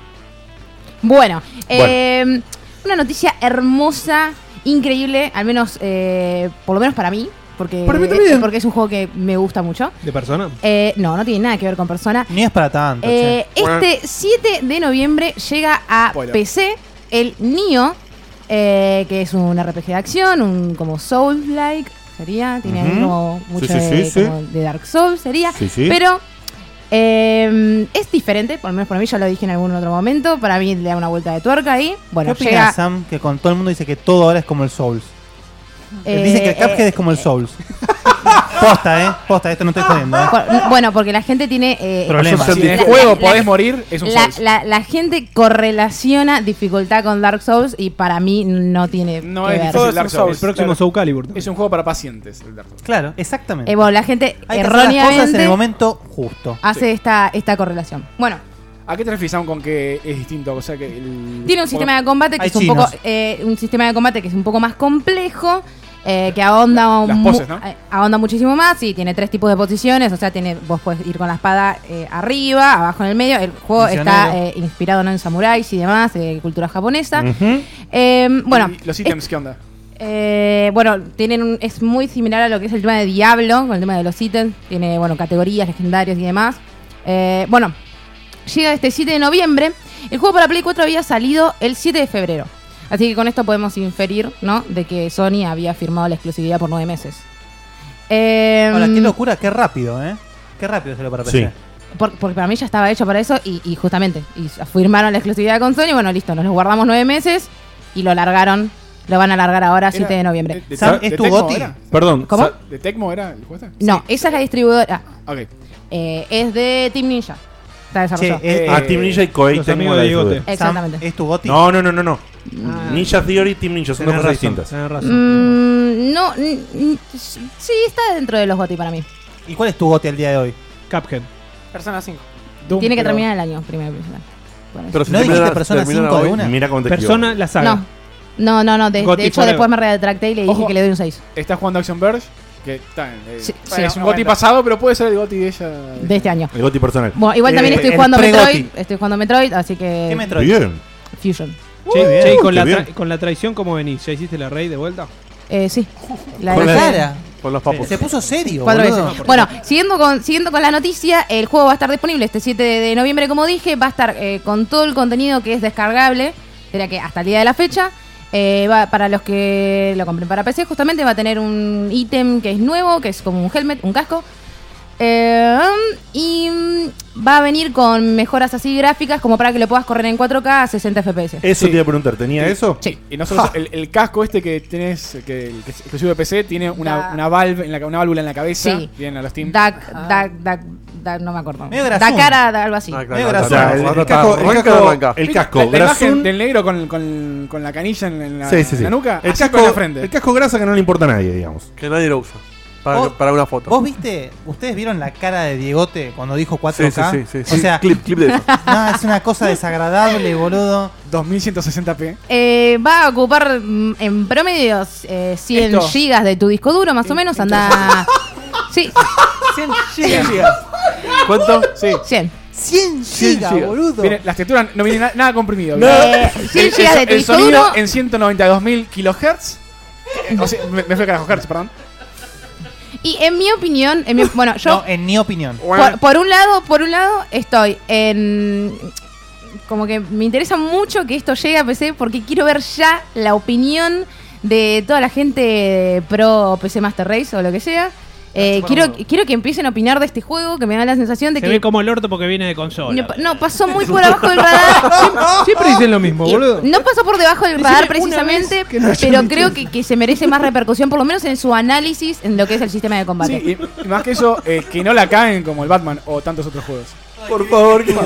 Speaker 7: Bueno, eh, una noticia hermosa, increíble, al menos, eh, por lo menos para mí, porque,
Speaker 5: Para mí también.
Speaker 7: porque es un juego que me gusta mucho.
Speaker 5: ¿De persona?
Speaker 7: Eh, no, no tiene nada que ver con persona.
Speaker 6: Ni es para tanto.
Speaker 7: Eh,
Speaker 6: che.
Speaker 7: este 7 de noviembre llega a
Speaker 6: Spoiler.
Speaker 7: PC el Nio, eh, que es un RPG de acción, un como Souls-like sería, tiene ahí
Speaker 1: Ujú.
Speaker 7: como
Speaker 1: Sí,
Speaker 7: mucho
Speaker 1: sí,
Speaker 7: de,
Speaker 1: sí, sí.
Speaker 7: como de Dark Souls sería,
Speaker 1: Sí, sí.
Speaker 7: pero eh, es diferente, por lo menos para mí, ya lo dije en algún otro momento, para mí le da una vuelta de tuerca ahí. Bueno,
Speaker 6: ¿Qué opinas,
Speaker 7: llega...
Speaker 6: Sam? Que con todo el mundo dice que todo ahora es como el Souls.
Speaker 7: eh,
Speaker 6: Dicen que el Cuphead
Speaker 7: eh,
Speaker 6: es como el Souls. Posta, ¿eh? Posta, esto no te estoy jodiendo, ¿eh?
Speaker 7: por- bueno, porque la gente tiene eh,
Speaker 6: Problemas.
Speaker 8: Si en el
Speaker 6: La-
Speaker 8: juego
Speaker 6: la-
Speaker 8: podés morir, es un
Speaker 7: la,
Speaker 8: Souls.
Speaker 7: la- la gente correlaciona dificultad con Dark Souls y para mí no tiene
Speaker 8: No
Speaker 7: que
Speaker 8: es
Speaker 7: ver.
Speaker 8: difícil Dark Souls.
Speaker 5: El próximo
Speaker 8: claro.
Speaker 5: Soul Calibur.
Speaker 8: Es un juego para pacientes, el Dark Souls.
Speaker 6: Claro, exactamente.
Speaker 7: Eh, bueno, la gente
Speaker 6: Hay que hacer las cosas en el
Speaker 7: erróneamente Ah,
Speaker 6: momento justo.
Speaker 7: hace esta, esta correlación. Bueno,
Speaker 8: ¿A qué te refieres Sam, con que es distinto? O sea, que el-
Speaker 7: tiene un sistema de combate que
Speaker 8: Hay
Speaker 7: es un
Speaker 8: chinos.
Speaker 7: poco eh, un sistema de combate que es un poco más complejo. eh, que ahonda,
Speaker 8: Las
Speaker 7: mu-
Speaker 8: poses, ¿no?
Speaker 7: eh, ahonda muchísimo más y tiene tres tipos de posiciones. O sea, tiene vos podés ir con la espada eh, arriba, abajo en el medio. El juego está
Speaker 8: Misionero.
Speaker 7: eh, inspirado ¿no? en samuráis y demás, eh, cultura japonesa.
Speaker 8: Ujú.
Speaker 7: Eh, bueno,
Speaker 8: Y los ítems, ¿qué onda?
Speaker 7: Eh, bueno, tienen un- es muy similar a lo que es el tema de Diablo, con el tema de los ítems. Tiene, bueno, categorías, legendarios y demás. Eh, bueno, llega este 7 de noviembre. El juego para Play 4 había salido el 7 de febrero. Así que con esto podemos inferir, ¿no? De que Sony había firmado la exclusividad por nueve meses. Eh,
Speaker 6: Ahora, qué locura, qué rápido, ¿eh? Qué rápido se lo para PC.
Speaker 3: Sí.
Speaker 7: por- porque para mí ya estaba hecho para eso y, y justamente y firmaron la exclusividad con Sony. Bueno, listo, nos lo guardamos nueve meses y lo largaron. Lo van a largar ahora, 7 de noviembre.
Speaker 8: ¿De,
Speaker 7: Sam,
Speaker 8: Tec-
Speaker 7: ¿es
Speaker 8: de
Speaker 7: tu
Speaker 8: Tecmo
Speaker 7: goti?
Speaker 8: era?
Speaker 3: Perdón.
Speaker 7: ¿Cómo?
Speaker 8: Sa- ¿De Tecmo era el juego? este?
Speaker 7: No, esa es la distribuidora.
Speaker 8: Ok.
Speaker 7: Eh, es de Team Ninja. La desarrolló.
Speaker 3: Eh, ah, Team Ninja y Koei
Speaker 5: los
Speaker 3: Tecmo
Speaker 5: amigos
Speaker 3: la
Speaker 5: de Diegote.
Speaker 3: distribuyen.
Speaker 7: Exactamente.
Speaker 6: ¿Es tu goti?
Speaker 3: No, no, no, no. no.
Speaker 7: Ah.
Speaker 3: Ninja Theory y Team Ninja son dos
Speaker 5: Tenés
Speaker 3: cosas
Speaker 5: razón,
Speaker 3: distintas.
Speaker 5: tenés razón.
Speaker 7: Mm, no, n- n- sí, está dentro de los GOTI para mí.
Speaker 6: ¿Y cuál es tu gote al día de hoy?
Speaker 5: Cuphead.
Speaker 9: Persona 5.
Speaker 7: Tiene que terminar el año primero. Bueno,
Speaker 3: Pero si
Speaker 6: ¿No dijiste
Speaker 3: terminara-
Speaker 6: Persona
Speaker 3: terminara
Speaker 6: 5 de
Speaker 3: hoy,
Speaker 6: una?
Speaker 3: mira cómo te
Speaker 5: Persona,
Speaker 3: equivocas.
Speaker 5: la saga.
Speaker 7: No. No, no, no. De,
Speaker 8: Gotti
Speaker 7: de hecho,
Speaker 8: forever.
Speaker 7: después me retracté y le dije
Speaker 8: Ojo.
Speaker 7: que le doy un 6.
Speaker 8: ¿Estás jugando Action Verge? Que está en- eh,
Speaker 7: Sí,
Speaker 8: bueno,
Speaker 7: sí.
Speaker 8: es un goti pasado, pero puede ser el goti de ella. eh,
Speaker 7: De este año.
Speaker 3: El Goti personal.
Speaker 7: Bueno, igual también
Speaker 3: Eh,
Speaker 7: estoy
Speaker 3: el
Speaker 7: jugando
Speaker 3: pre-Gotti.
Speaker 7: Metroid. Estoy jugando Metroid, así que.
Speaker 5: ¿Qué Metroid?
Speaker 3: Bien.
Speaker 7: Fusion.
Speaker 5: Che,
Speaker 7: Uh,
Speaker 5: che, y con,
Speaker 7: qué
Speaker 5: la
Speaker 7: bien.
Speaker 5: tra- con la traición, ¿cómo venís? ¿Ya hiciste la rey de vuelta?
Speaker 7: Eh, sí.
Speaker 5: Con
Speaker 7: de-
Speaker 5: la cara.
Speaker 2: Con los papos.
Speaker 5: Se puso
Speaker 6: serio,
Speaker 7: Cuatro
Speaker 6: boludo.
Speaker 7: veces. Bueno, siguiendo con, siguiendo con la noticia, el juego va a estar disponible este 7 de, de noviembre, como dije. Va a estar eh, con todo el contenido que es descargable, sería que hasta el día de la fecha. Eh, va, para los que lo compren para PC, justamente va a tener un ítem que es nuevo, que es como un helmet, un casco. Eh, y mm, va a venir con mejoras así gráficas, como para que lo puedas correr en 4K a 60 FPS.
Speaker 3: Eso te iba a preguntar, ¿tenía
Speaker 8: Sí.
Speaker 3: eso?
Speaker 7: Sí.
Speaker 8: Y no solo eso,
Speaker 7: Ja.
Speaker 8: el, el casco este que tenés, que, el que es exclusivo de PC, tiene una,
Speaker 7: Da-
Speaker 8: una, valve en la, ca- una válvula en la cabeza.
Speaker 7: Sí.
Speaker 8: Bien, a los Steam.
Speaker 7: Dak, dak, dak, dak- no me acuerdo.
Speaker 8: Medio
Speaker 7: Da
Speaker 8: grasón.
Speaker 7: cara, da algo así.
Speaker 3: O sea, el- el casco- el
Speaker 2: Arranca,
Speaker 3: casco-
Speaker 2: arranca.
Speaker 3: el
Speaker 8: ¿Viste?
Speaker 3: casco
Speaker 8: La, la imagen
Speaker 3: Grazun-
Speaker 8: del negro con, con, con la canilla en, en la,
Speaker 3: Sí, sí, sí.
Speaker 8: en Mm. la nuca,
Speaker 3: el
Speaker 8: así con la
Speaker 3: casco,
Speaker 8: frente.
Speaker 3: el casco grasa que no le importa a nadie, digamos.
Speaker 2: Que nadie lo usa. Para,
Speaker 6: Vos-
Speaker 2: para una foto.
Speaker 6: ¿Vos viste? ¿Ustedes vieron la cara de Diegote cuando dijo 4K?
Speaker 2: Sí, sí, sí, sí,
Speaker 6: O
Speaker 2: sí.
Speaker 6: sea,
Speaker 2: Clip- clip de eso.
Speaker 6: No, es una cosa desagradable, boludo.
Speaker 8: 2160p.
Speaker 7: Eh, va a ocupar mm, en promedio eh, 100
Speaker 8: Esto.
Speaker 7: gigas de tu disco duro, más o menos. Anda. Sí.
Speaker 8: 100 gigas.
Speaker 2: ¿Cuánto?
Speaker 8: Sí.
Speaker 7: 100.
Speaker 6: 100
Speaker 8: gigas,
Speaker 6: boludo.
Speaker 8: Viene- las texturas no vienen na- nada comprimido.
Speaker 7: No. Eh,
Speaker 8: El-
Speaker 7: 100
Speaker 8: el,
Speaker 7: gigas de
Speaker 8: so-
Speaker 7: tu
Speaker 8: el
Speaker 7: disco
Speaker 8: sonido
Speaker 7: duro.
Speaker 8: en 192.000 kilohertz. Eh, O sea, me, me fue carajo hertz, perdón.
Speaker 7: Y en mi opinión, en mi- bueno, yo
Speaker 6: No, en mi opinión.
Speaker 7: por, por un lado, por un lado, estoy en como que me interesa mucho que esto llegue a PC porque quiero ver ya la opinión de toda la gente pro PC Master Race o lo que sea. Eh,
Speaker 5: chuparon
Speaker 7: quiero,
Speaker 5: todo.
Speaker 7: quiero que empiecen a opinar de este juego, que me da la sensación de
Speaker 5: Se
Speaker 7: que...
Speaker 5: ve como el orto porque viene de consola.
Speaker 7: No, pa- no, pasó muy por abajo del radar.
Speaker 5: Siempre dicen lo mismo, boludo.
Speaker 7: No pasó por debajo del
Speaker 5: Decime
Speaker 7: radar
Speaker 5: una
Speaker 7: precisamente,
Speaker 5: vez que no haya
Speaker 7: pero
Speaker 5: dicho
Speaker 7: creo
Speaker 5: eso.
Speaker 7: que, que se merece más repercusión, por lo menos en su análisis en lo que es el sistema de combate.
Speaker 8: Sí, y, y más que eso, eh, que no la caen como el Batman o tantos otros juegos.
Speaker 2: Por favor, que
Speaker 7: No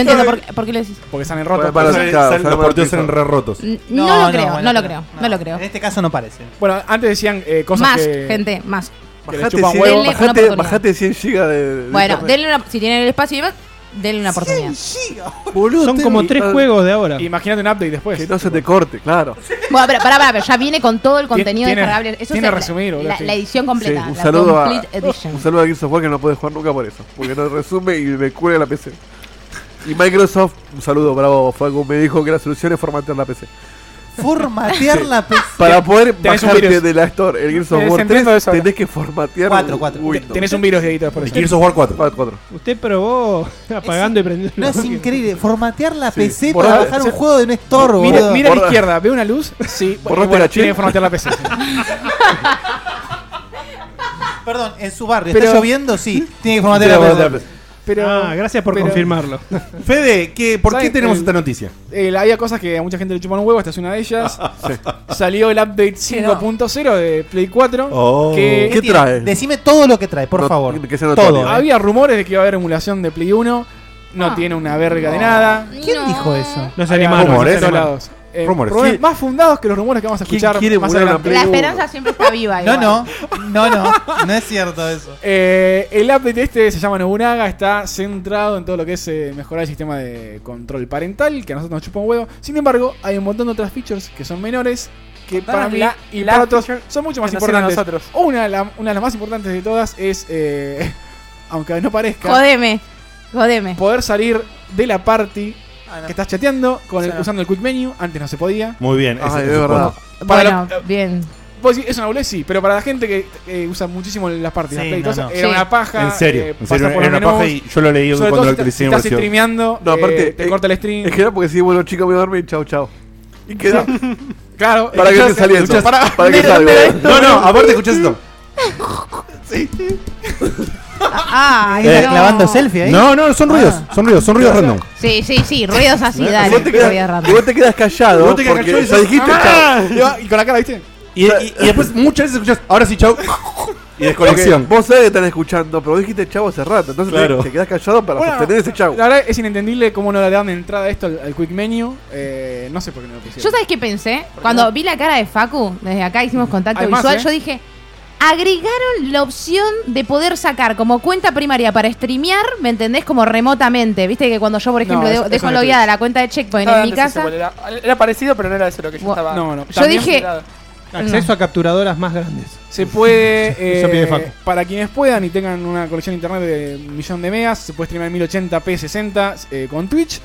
Speaker 7: entiendo por, qué- por qué lo decís.
Speaker 8: Porque salen rotos. pues.
Speaker 3: Para-
Speaker 8: Salen-
Speaker 3: claro,
Speaker 8: salen-
Speaker 3: salen-
Speaker 8: los porteos
Speaker 3: salen re rotos.
Speaker 7: N- No,
Speaker 8: No,
Speaker 7: lo
Speaker 8: no,
Speaker 7: creo, no,
Speaker 8: bueno,
Speaker 7: lo
Speaker 8: no,
Speaker 7: creo, no, lo creo.
Speaker 6: En este caso no parece.
Speaker 8: Bueno, antes decían eh, cosas
Speaker 7: Más,
Speaker 8: que...
Speaker 7: gente, más.
Speaker 8: que le
Speaker 2: Bajate
Speaker 8: chupan
Speaker 2: 100
Speaker 8: huevo.
Speaker 7: Denle una
Speaker 2: Bajate,
Speaker 7: oportunidad.
Speaker 2: bajate 100 gigas de, de
Speaker 7: Bueno,
Speaker 2: internet.
Speaker 7: denle una- si tienen el espacio y demás, denle una oportunidad.
Speaker 2: Boludo, tengo- ah,
Speaker 8: Imagínate un update después.
Speaker 2: Que no se te corte, claro.
Speaker 7: Bueno, pero pará, pará, pero ya viene con todo el contenido
Speaker 2: tiene-
Speaker 7: descargable. Eso
Speaker 2: tiene
Speaker 7: es la-
Speaker 2: resumir, boludo,
Speaker 7: la,
Speaker 2: sí.
Speaker 7: la edición completa.
Speaker 2: Sí, Eh, un,
Speaker 7: la
Speaker 2: saludo a,
Speaker 7: complete edition.
Speaker 2: un saludo a Gears of War que no puede jugar nunca por eso. Porque no resume y me cuelga la PC. Y Microsoft, un saludo, bravo, Facu, me dijo que la solución es formatear la PC.
Speaker 6: Formatear la PC.
Speaker 2: Para poder
Speaker 6: Tenés un
Speaker 2: bajarte
Speaker 6: virus.
Speaker 2: de la Store el Gears of
Speaker 6: Tenés
Speaker 2: War
Speaker 6: entiendo
Speaker 2: 3,
Speaker 6: eso ahora.
Speaker 2: tenés que formatear
Speaker 6: Cuatro, cuatro.
Speaker 2: Windows.
Speaker 6: Tenés un virus de editor por
Speaker 2: El
Speaker 6: eso.
Speaker 2: Gears of War 4. 4.
Speaker 5: Usted probó apagando y prendiendo.
Speaker 6: No, es increíble. Formatear la
Speaker 5: Sí.
Speaker 6: PC
Speaker 5: Borrar-
Speaker 6: para bajar un
Speaker 5: o sea,
Speaker 6: juego de un store, boludo.
Speaker 8: Mira, mira a la izquierda, ¿ve una luz? Sí,
Speaker 6: Borraste
Speaker 8: bueno,
Speaker 6: la
Speaker 8: tiene
Speaker 6: chip.
Speaker 8: que formatear la PC.
Speaker 6: Ah, Perdón, en su barrio.
Speaker 8: Pero-
Speaker 6: ¿Está lloviendo? Sí. Tiene que formatear la
Speaker 3: Pero-
Speaker 6: PC.
Speaker 8: Pero,
Speaker 5: Ah, gracias por
Speaker 8: pero-
Speaker 5: confirmarlo.
Speaker 3: Fede, ¿qué, ¿por qué
Speaker 8: ¿Saben?
Speaker 3: tenemos
Speaker 8: El-
Speaker 3: esta noticia?
Speaker 8: Eh, había cosas que a mucha gente le chupan un huevo, esta es una de ellas. Salió el update 5.0 de Play 4.
Speaker 3: Oh.
Speaker 8: que-
Speaker 6: tiene? Decime todo lo que trae, por favor. todo. eh.
Speaker 8: Había rumores de que iba a haber emulación de Play 1. No tiene una verga de nada.
Speaker 6: ¿Quién dijo eso?
Speaker 5: Los
Speaker 8: Había
Speaker 5: animales.
Speaker 8: rumores de
Speaker 5: Rumores.
Speaker 8: todos lados. Eh,
Speaker 5: Rumores.
Speaker 8: rumores más fundados que los rumores que vamos a escuchar
Speaker 5: quiere
Speaker 8: más
Speaker 5: emular una
Speaker 8: adelante.
Speaker 7: La esperanza siempre está viva.
Speaker 6: No,
Speaker 7: Igual.
Speaker 6: no. No, no. No es cierto eso.
Speaker 8: Eh, el update este se llama Nobunaga, está centrado en todo lo que es eh, mejorar el sistema de control parental, que a nosotros nos chupa un huevo. Sin embargo, hay un montón de otras features que son menores, que
Speaker 9: Contanos
Speaker 8: para mí
Speaker 9: la-
Speaker 8: y
Speaker 9: la
Speaker 8: para otros
Speaker 9: feature
Speaker 8: son mucho
Speaker 9: que
Speaker 8: más
Speaker 9: nos sirve a
Speaker 8: importantes.
Speaker 9: nosotros.
Speaker 8: Una, de la- una de las más importantes de todas es, eh, aunque no parezca,
Speaker 7: Jodeme. Jodeme.
Speaker 8: poder salir de la party
Speaker 7: Ah, no.
Speaker 8: que estás chateando con el-
Speaker 7: Sí.
Speaker 8: usando el quick menu. Antes no se podía.
Speaker 3: Muy bien,
Speaker 2: Ay,
Speaker 3: ese-
Speaker 2: de
Speaker 3: ese
Speaker 2: verdad.
Speaker 8: Para
Speaker 7: Bueno, bien.
Speaker 8: Vos decís, es una boludez, sí, pero para la gente que eh, usa muchísimo las partes,
Speaker 3: Sí,
Speaker 8: las Play,
Speaker 3: no,
Speaker 8: entonces,
Speaker 3: no.
Speaker 8: era
Speaker 3: Sí.
Speaker 8: una paja.
Speaker 3: En serio,
Speaker 8: eh,
Speaker 3: en
Speaker 8: pasar
Speaker 3: serio,
Speaker 8: por
Speaker 3: era
Speaker 8: los
Speaker 3: una paja
Speaker 8: menús.
Speaker 3: y yo lo leí
Speaker 8: Sobre
Speaker 3: cuando
Speaker 8: todo
Speaker 3: lo
Speaker 8: si te-
Speaker 3: utilicé
Speaker 8: si
Speaker 3: en
Speaker 8: estás
Speaker 3: versión.
Speaker 8: streameando,
Speaker 2: No, aparte,
Speaker 8: eh, te corta el stream.
Speaker 2: Es que era porque si, bueno, chicos, voy a dormir, chau, chau. Y queda.
Speaker 8: Claro,
Speaker 2: Para que
Speaker 8: escuchás-
Speaker 2: te saliendo.
Speaker 8: escuchás-
Speaker 2: Para, para que salga.
Speaker 3: No, no, aparte escuchás esto.
Speaker 7: Ah,
Speaker 3: Eh,
Speaker 7: no.
Speaker 3: No, no,
Speaker 8: Ah.
Speaker 3: son ruidos, son ruidos, son ruidos random.
Speaker 7: Sí, sí, sí. Ruidos así,
Speaker 2: ¿No?
Speaker 7: dale.
Speaker 2: Vos te quedas-
Speaker 7: ruidos raros.
Speaker 2: Y vos te quedas callado.
Speaker 3: Vos te quedas
Speaker 2: porque
Speaker 3: callado y
Speaker 2: ya
Speaker 3: dices,
Speaker 2: dijiste
Speaker 3: "Ah".
Speaker 2: chau.
Speaker 8: Y va- Y con la cara, ¿viste?
Speaker 3: Y, y- y después muchas veces escuchás, ahora sí, chau. Y desconexión.
Speaker 2: Ok, Vos sabés que están escuchando, pero vos dijiste chavo hace rato. Entonces te-
Speaker 3: Claro.
Speaker 2: te, quedás callado para
Speaker 8: Bueno,
Speaker 2: sostener ese chavo.
Speaker 8: La verdad es inentendible cómo no le dan entrada a esto al, al quick menu. Eh, no sé por qué no lo pusieron.
Speaker 7: Yo sabes qué pensé? Cuando vi la cara de Facu, desde acá hicimos contacto
Speaker 8: Hay más,
Speaker 7: visual,
Speaker 8: ¿eh?
Speaker 7: yo dije, agregaron la opción de poder sacar como cuenta primaria para streamear, ¿me entendés? Como remotamente. Viste que cuando yo, por ejemplo,
Speaker 9: No,
Speaker 7: de-
Speaker 9: eso-
Speaker 7: dejo
Speaker 9: eso no
Speaker 7: logueada
Speaker 9: es.
Speaker 7: la cuenta de Checkpoint
Speaker 9: Estaba
Speaker 7: en mi
Speaker 9: Ah, antes
Speaker 7: casa,
Speaker 9: ese, boludo. Era, era parecido, pero no era eso lo que yo estaba.
Speaker 8: no, no. Yo
Speaker 7: También dije-
Speaker 5: Acceso a capturadoras más grandes.
Speaker 8: Se puede. eh,
Speaker 5: Eso pide Facu.
Speaker 8: para quienes puedan y tengan una colección de internet de un millón de megas, se puede streamar en 1080p 60 eh, con Twitch.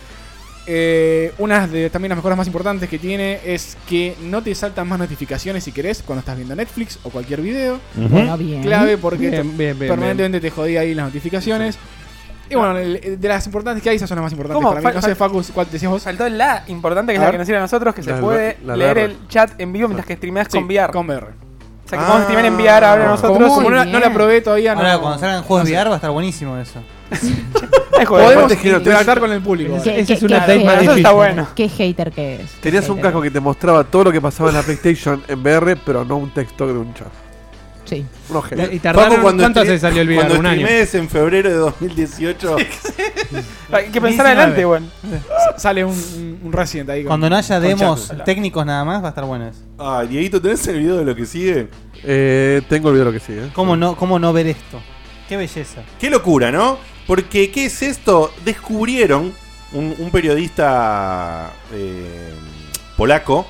Speaker 8: Eh, una de también las mejoras más importantes que tiene es que no te saltan más notificaciones si querés cuando estás viendo Netflix o cualquier video.
Speaker 7: Ujú. Bueno, bien.
Speaker 8: Clave porque
Speaker 5: Bien,
Speaker 8: te-
Speaker 5: bien, bien,
Speaker 8: permanentemente te jodía ahí las notificaciones. Y bueno, el- de las importantes que hay, esas son las más importantes
Speaker 9: ¿Cómo?
Speaker 8: para mí.
Speaker 9: Fal-
Speaker 8: No sé,
Speaker 9: fal-
Speaker 8: Facu, ¿cuál decías vos?
Speaker 9: Faltó la importante que es
Speaker 8: A
Speaker 9: la
Speaker 8: ver.
Speaker 9: que nos sirve a nosotros, que se
Speaker 8: La-
Speaker 9: puede
Speaker 8: la- la
Speaker 9: leer
Speaker 8: larga.
Speaker 9: el chat en vivo mientras que streameas
Speaker 8: Sí,
Speaker 9: con VR.
Speaker 8: con VR.
Speaker 9: O sea que
Speaker 8: Ah.
Speaker 9: podemos streamear en VR ahora nosotros.
Speaker 8: Como, como no, la- no la probé todavía.
Speaker 6: Ahora,
Speaker 8: no,
Speaker 6: cuando salgan juegos
Speaker 8: no sé.
Speaker 6: VR va a estar buenísimo eso.
Speaker 8: Podemos interactuar con el público.
Speaker 7: Qué- qué- qué hater. Qué hater que es.
Speaker 2: Tenías
Speaker 7: Qué
Speaker 2: un
Speaker 7: hater.
Speaker 2: casco que te mostraba todo lo que pasaba en la PlayStation en VR, pero no un texto de un chat.
Speaker 7: Sí.
Speaker 2: Un ojete.
Speaker 5: Y tardaron-
Speaker 3: Facu, cuando
Speaker 5: ¿cuánto
Speaker 3: stream-
Speaker 5: hace salió el video?
Speaker 3: Cuando
Speaker 5: Un año.
Speaker 3: streamees en febrero de 2018.
Speaker 9: Hay que pensar adelante, bueno.
Speaker 8: Sale un- un, un Resident ahí. con-
Speaker 6: Cuando no haya
Speaker 8: con
Speaker 6: demos
Speaker 8: chatos.
Speaker 6: técnicos nada más, va a estar bueno eso.
Speaker 3: Ah, Dieguito, ¿tenés el video de lo que sigue?
Speaker 2: Eh, tengo el video de lo que sigue.
Speaker 6: ¿Cómo no, ¿Cómo no ver esto? Qué belleza.
Speaker 3: Qué locura, ¿no? Porque, ¿qué es esto? Descubrieron un, un periodista eh, polaco,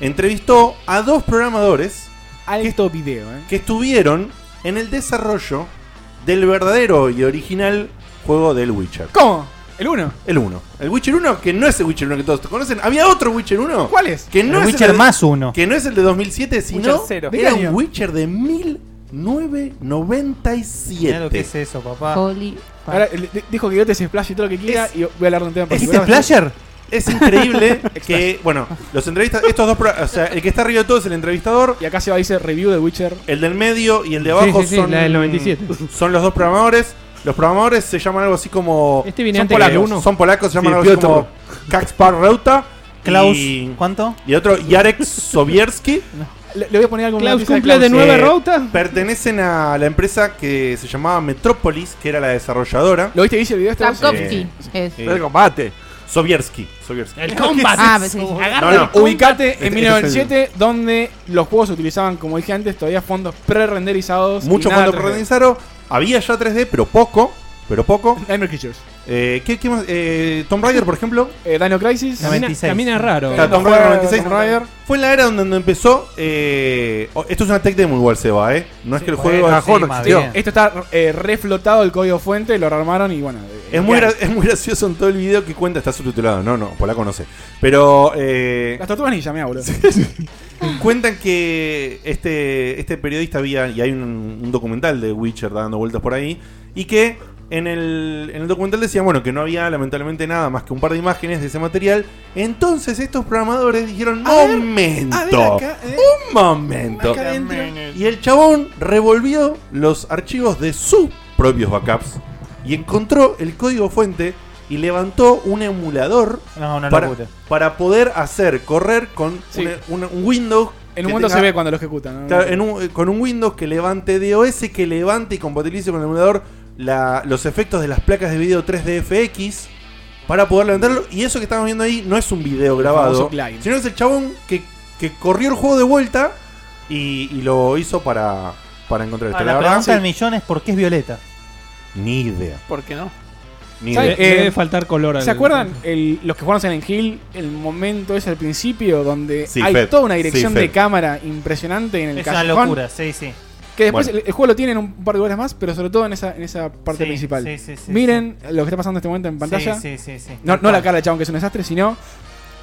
Speaker 3: entrevistó a dos programadores
Speaker 8: Alto video, ¿eh?
Speaker 3: que estuvieron en el desarrollo del verdadero y original juego del Witcher.
Speaker 8: ¿Cómo? ¿El 1?
Speaker 3: El 1. El Witcher 1, que no es el Witcher 1 que todos conocen. Había otro Witcher 1.
Speaker 8: ¿Cuál es?
Speaker 3: Que no
Speaker 6: El
Speaker 3: es
Speaker 6: Witcher
Speaker 3: de-
Speaker 6: más uno.
Speaker 3: Que no es el de 2007,
Speaker 6: Witcher
Speaker 3: sino
Speaker 6: cero.
Speaker 3: era
Speaker 6: Mirá,
Speaker 3: un
Speaker 6: yo.
Speaker 3: Witcher de 1997.
Speaker 6: Mirá lo que es eso, papá.
Speaker 7: Holy.
Speaker 8: Ahora, le- le- dijo que yo te splash y todo lo que quiera y voy a hablar de un tema en
Speaker 6: ¿Es
Speaker 8: particular.
Speaker 6: Splasher?
Speaker 3: Es increíble que, bueno, los entrevistas, estos dos, pro- o sea, el que está arriba de todo es el entrevistador.
Speaker 8: Y acá se va a decir review de Witcher.
Speaker 3: El del medio y el de abajo
Speaker 5: Sí, sí, sí,
Speaker 3: son
Speaker 5: la del 97.
Speaker 3: Son los dos programadores. Los programadores se llaman algo así como
Speaker 5: Este viene
Speaker 3: son
Speaker 5: antes
Speaker 3: polacos,
Speaker 5: que uno.
Speaker 3: son polacos, se llaman
Speaker 5: Sí,
Speaker 3: algo así
Speaker 5: Piotr.
Speaker 3: como Kaspar Reuta,
Speaker 6: Klaus,
Speaker 3: ¿cuánto? Y otro Jarek Sobierski.
Speaker 8: Le, le voy a poner algo en la
Speaker 5: Klaus
Speaker 8: pieza
Speaker 5: cumple de
Speaker 8: Klaus.
Speaker 5: nueve
Speaker 3: Eh,
Speaker 5: Rauta.
Speaker 3: Pertenecen a la empresa que se llamaba Metrópolis, que era la desarrolladora.
Speaker 8: ¿Lo viste, viste el video? este?
Speaker 7: Sapkowski es.
Speaker 2: El
Speaker 3: combate. Sobierski. Sobierski.
Speaker 8: El
Speaker 7: combate. Ah, pensé que-
Speaker 8: Agárralo.
Speaker 3: No, no.
Speaker 8: Ubicate
Speaker 3: Este-
Speaker 8: en
Speaker 3: este es el-
Speaker 8: 1997, donde los juegos utilizaban, como dije antes, todavía fondos pre-renderizados. y
Speaker 3: Mucho
Speaker 8: nada
Speaker 3: cuando
Speaker 8: 3D.
Speaker 3: protagonizaron. Había ya 3D, pero poco. Pero poco.
Speaker 8: Nightmare Creatures.
Speaker 3: Eh, ¿qué, qué más? Eh, Tomb Raider, por ejemplo.
Speaker 8: Eh, Dino Crisis.
Speaker 3: Camina-
Speaker 5: camina raro.
Speaker 3: Está Tomb
Speaker 8: Fue-
Speaker 3: Raider 96.
Speaker 8: eh. Tomb Raider.
Speaker 3: Fue en la era donde, donde empezó. eh, oh, esto es una tech demo igual, Seba, ¿eh? No es que el juego.
Speaker 8: Sí, sí, Esto está eh, reflotado el código fuente, lo rearmaron y bueno. eh,
Speaker 3: Es muy,
Speaker 8: ya.
Speaker 3: gra- es muy gracioso en todo el video que cuenta. Está subtitulado. No, no, por la conoce. Pero. Eh,
Speaker 8: Las tortugas ni llamé, boludo.
Speaker 3: Cuentan que este, este periodista había, y hay un, un documental de Witcher dando vueltas por ahí, y que en el, en el documental decían, bueno, que no había lamentablemente nada más que un par de imágenes de ese material. Entonces estos programadores dijeron,
Speaker 1: Ah,
Speaker 3: momento,
Speaker 1: eh.
Speaker 3: un momento. Y el chabón revolvió los archivos de sus propios backups y encontró el código fuente y levantó un emulador
Speaker 6: No, una
Speaker 3: para,
Speaker 6: locura.
Speaker 3: para poder hacer correr con
Speaker 8: Sí.
Speaker 3: un, un- un Windows.
Speaker 8: En
Speaker 3: que
Speaker 8: un momento
Speaker 3: tenga-
Speaker 8: se ve cuando lo ejecutan. ¿no?
Speaker 3: Claro, en un- eh, con un Windows que levante DOS, que levante y compatibilice con el emulador la- los efectos de las placas de video 3D FX para poder levantarlo. Y eso que estamos viendo ahí no es un video grabado,
Speaker 8: famoso client.
Speaker 3: sino es el chabón que, que corrió el juego de vuelta y, y lo hizo para, para encontrar esto.
Speaker 6: Ah, la,
Speaker 3: la
Speaker 6: pregunta del
Speaker 3: verdad,
Speaker 6: millón es por qué es violeta.
Speaker 3: ni idea.
Speaker 8: ¿Por qué no?
Speaker 3: Ni
Speaker 8: ¿Saben?
Speaker 3: idea. Le-
Speaker 5: debe faltar color
Speaker 8: ¿Se
Speaker 5: al-
Speaker 8: acuerdan el- los que jugaron Silent Hill? El momento es al principio donde
Speaker 5: Sí,
Speaker 8: hay
Speaker 5: Fed.
Speaker 8: toda una dirección
Speaker 5: Sí,
Speaker 8: de
Speaker 5: Fed.
Speaker 8: cámara impresionante en el
Speaker 6: Es una
Speaker 8: callejón.
Speaker 6: locura, sí, sí.
Speaker 8: Que después
Speaker 6: Bueno.
Speaker 8: el, el juego lo tiene en un par de horas más, pero sobre todo en esa, en esa parte
Speaker 6: Sí,
Speaker 8: principal.
Speaker 6: sí, sí, sí,
Speaker 8: Miren lo que está pasando en este momento en pantalla.
Speaker 6: sí, sí, sí.
Speaker 8: No,
Speaker 6: Tal
Speaker 8: no la
Speaker 6: cual.
Speaker 8: cara de chabón, que es un desastre, sino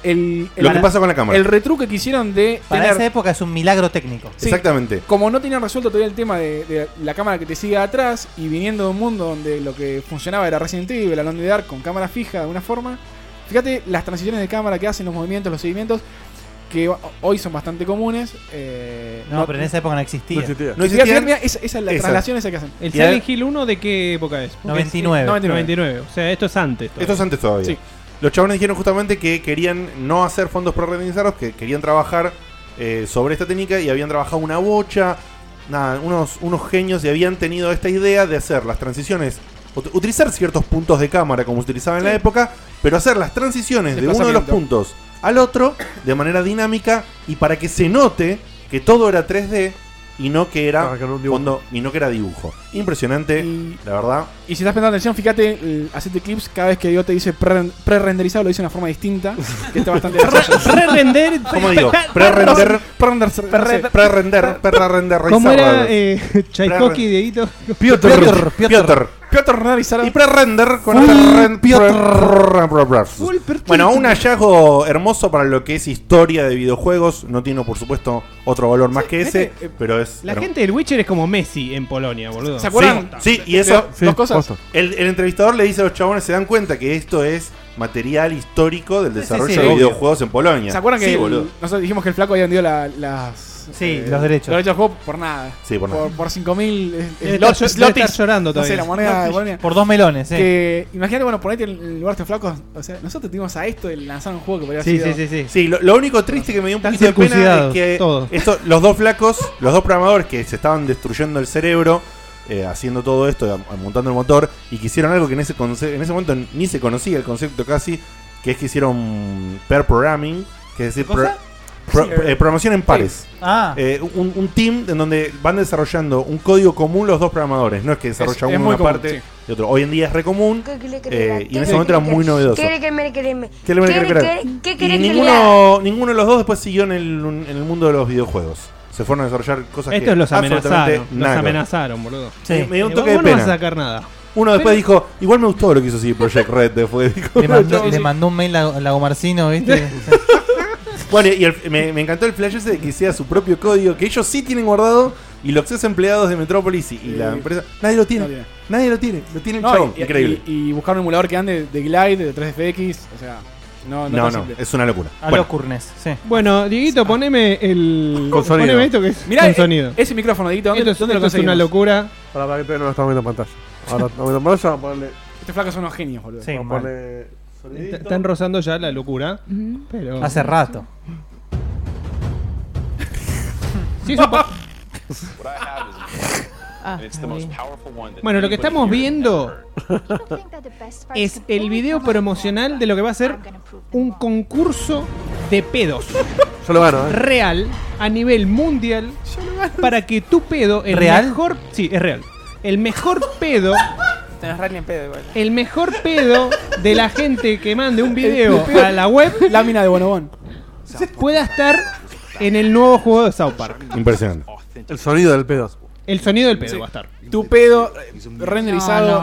Speaker 8: el, el-
Speaker 3: Lo que pasa con la cámara.
Speaker 8: El retruque que hicieron de.
Speaker 6: Para
Speaker 8: tener-
Speaker 6: esa época es un milagro técnico.
Speaker 8: Sí.
Speaker 3: Exactamente.
Speaker 8: Como no tenían resuelto todavía el tema de, de la cámara que te sigue atrás y viniendo de un mundo donde lo que funcionaba era Resident Evil, Alone de Dark con cámara fija de alguna forma, fíjate las transiciones de cámara que hacen, los movimientos, los seguimientos, que ho- hoy son bastante comunes. eh,
Speaker 6: No, pero en esa época no existía.
Speaker 8: No existía.
Speaker 6: No
Speaker 8: Fíjate,
Speaker 6: existía.
Speaker 8: mira, esa, esa es la
Speaker 6: Esa.
Speaker 8: traslación esa que hacen.
Speaker 5: ¿El Silent Hill 1 de qué época es? Porque es-
Speaker 6: 99.
Speaker 5: 99. O sea, esto es antes. todavía.
Speaker 3: Esto es antes todavía.
Speaker 5: Sí.
Speaker 3: Los chabones dijeron justamente que querían no hacer fondos prerenderizados, que querían trabajar eh, sobre esta técnica y habían trabajado una bocha, nada, unos, unos genios y habían tenido esta idea de hacer las transiciones, ut- utilizar ciertos puntos de cámara como se utilizaba en la época, pero hacer las transiciones de uno de los
Speaker 8: Desplazamiento.
Speaker 3: puntos al otro de manera dinámica y para que se note que todo era 3D y no que era fondo- y no que era dibujo. Impresionante, la verdad.
Speaker 8: Y si estás prestando atención, fíjate, el- hacete clips, cada vez que Dios te dice pre- pre-renderizado, lo dice de una forma distinta. que está bastante
Speaker 5: Pre-render.
Speaker 3: ¿Cómo digo? Pre-render.
Speaker 8: Pre-render.
Speaker 3: Pre-render. Pre-render.
Speaker 5: ¿Cómo era eh, Tchaikovsky, Dieguito?
Speaker 3: Piotr. Piotr. Piotr.
Speaker 8: Piotr renderizado.
Speaker 3: Y pre-render con este
Speaker 5: Full
Speaker 3: pre-
Speaker 5: Piotr.
Speaker 3: pre- pre- pre- Bueno, un hallazgo hermoso para lo que es historia de videojuegos. No tiene, por supuesto, otro valor más que ese,
Speaker 5: este, eh,
Speaker 3: pero es.
Speaker 5: La
Speaker 3: hermo-
Speaker 5: gente del Witcher es como Messi en Polonia, boludo.
Speaker 3: Sí, Sí, y eso.
Speaker 5: cosas.
Speaker 3: El, el entrevistador le dice a los chabones: se dan cuenta que esto es material histórico del desarrollo
Speaker 8: sí,
Speaker 3: de
Speaker 8: obvio.
Speaker 3: videojuegos en Polonia.
Speaker 8: ¿Se acuerdan
Speaker 3: Sí,
Speaker 8: que el-
Speaker 3: boludo.
Speaker 8: nosotros dijimos que el flaco había vendido la- las. eh,
Speaker 6: Sí, los derechos.
Speaker 8: Los derechos de juego por nada.
Speaker 3: Sí, por nada.
Speaker 8: Por, 5000 eh,
Speaker 6: Debe
Speaker 8: slot-
Speaker 6: estar llo-
Speaker 8: slotis.
Speaker 6: debe estar llorando
Speaker 8: No sé,
Speaker 6: todavía.
Speaker 8: la moneda de Polonia.
Speaker 6: Por dos melones, eh.
Speaker 8: Que, imagínate, bueno, ponete en el lugar de estos flacos. O sea, nosotros tuvimos a esto de lanzar un juego que podría haber sido-
Speaker 3: lo, lo único triste que me dio un
Speaker 8: Están
Speaker 3: poquito de pena es
Speaker 8: circuncidados,
Speaker 3: que
Speaker 8: todos.
Speaker 3: esto- los dos flacos, los dos programadores que se estaban destruyendo el cerebro eh, haciendo todo esto, am- montando el motor, y que hicieron algo que en ese, conce- en ese momento ni se conocía el concepto casi, que es que hicieron pair programming, que es decir, pro- pro- eh, programación en pares.
Speaker 6: Ah.
Speaker 3: Eh, un, un team en donde van desarrollando un código común los dos programadores, no es que desarrolla
Speaker 8: Es-
Speaker 3: uno
Speaker 8: es muy
Speaker 3: una
Speaker 8: común,
Speaker 3: parte
Speaker 8: sí.
Speaker 3: y otro. Hoy en día es re común eh, y en ese momento era muy novedoso. ¿Qué le van a querer creer? Y ninguno, ninguno de los dos después siguió en el, en el mundo de los videojuegos. Se fueron a desarrollar cosas que
Speaker 5: Estos los amenazaron.
Speaker 3: absolutamente
Speaker 5: Los
Speaker 3: nada que ver.
Speaker 5: amenazaron, boludo.
Speaker 3: Me, me dio un
Speaker 5: Eh,
Speaker 3: toque de
Speaker 5: vos
Speaker 3: pena.
Speaker 5: No vas a sacar nada.
Speaker 3: Uno después
Speaker 5: Pero-
Speaker 3: dijo, igual me gustó lo que hizo así Project Red. Después dijo,
Speaker 6: Le mandó, le mandó un mail a, a Gomarcino, ¿viste?
Speaker 3: Bueno, y el- me, me encantó el flash ese de que sea su propio código, que ellos sí tienen guardado, y los ex empleados de Metrópolis y, y la empresa. Nadie lo tiene. Nadie lo tiene. Lo tiene el
Speaker 8: No,
Speaker 3: chabón.
Speaker 8: y-
Speaker 3: Increíble.
Speaker 8: Y, y buscar un emulador que ande de Glide, de 3FX. O sea, No,
Speaker 3: No, no, es una locura.
Speaker 5: A
Speaker 3: Bueno,
Speaker 5: lo Curnes, sí.
Speaker 4: Bueno, Dieguito, poneme el.
Speaker 3: Con sonido.
Speaker 5: Poneme esto que es
Speaker 8: Ah. Mirá,
Speaker 5: con
Speaker 8: eh,
Speaker 5: sonido.
Speaker 8: ese micrófono, Dieguito, ¿dónde,
Speaker 5: Esto es
Speaker 8: dónde
Speaker 5: otra
Speaker 8: lo
Speaker 5: cosa, una
Speaker 8: conseguimos?
Speaker 5: locura.
Speaker 2: Para, para que todavía no estamos viendo pantalla. Ahora estamos viendo pantalla, vamos a ponerle.
Speaker 8: Estos flacos son unos genios, boludo.
Speaker 5: Sí,
Speaker 2: vamos a
Speaker 5: mal.
Speaker 2: ponerle
Speaker 5: T-
Speaker 2: sonidito.
Speaker 5: Están rozando ya la locura. Pero...
Speaker 6: Hace rato.
Speaker 5: Sí, eso pa- bueno,
Speaker 15: Bueno,
Speaker 5: lo que estamos viendo es el video promocional de lo que va a ser un concurso de pedos.
Speaker 2: Yo lo gano, ¿eh?
Speaker 5: Real, a nivel mundial, para que tu pedo, el
Speaker 6: ¿Real?
Speaker 5: mejor... Sí, es real. El mejor pedo...
Speaker 9: Tenés rally en pedo igual.
Speaker 5: El mejor pedo de la gente que mande un video
Speaker 9: El pedo-
Speaker 5: a la web.
Speaker 8: Lámina de Bonobón.
Speaker 5: Pueda estar en el nuevo juego de South Park.
Speaker 3: Impresionante.
Speaker 2: El sonido del pedo.
Speaker 5: El sonido del pedo va a estar.
Speaker 8: Tu pedo eh, renderizado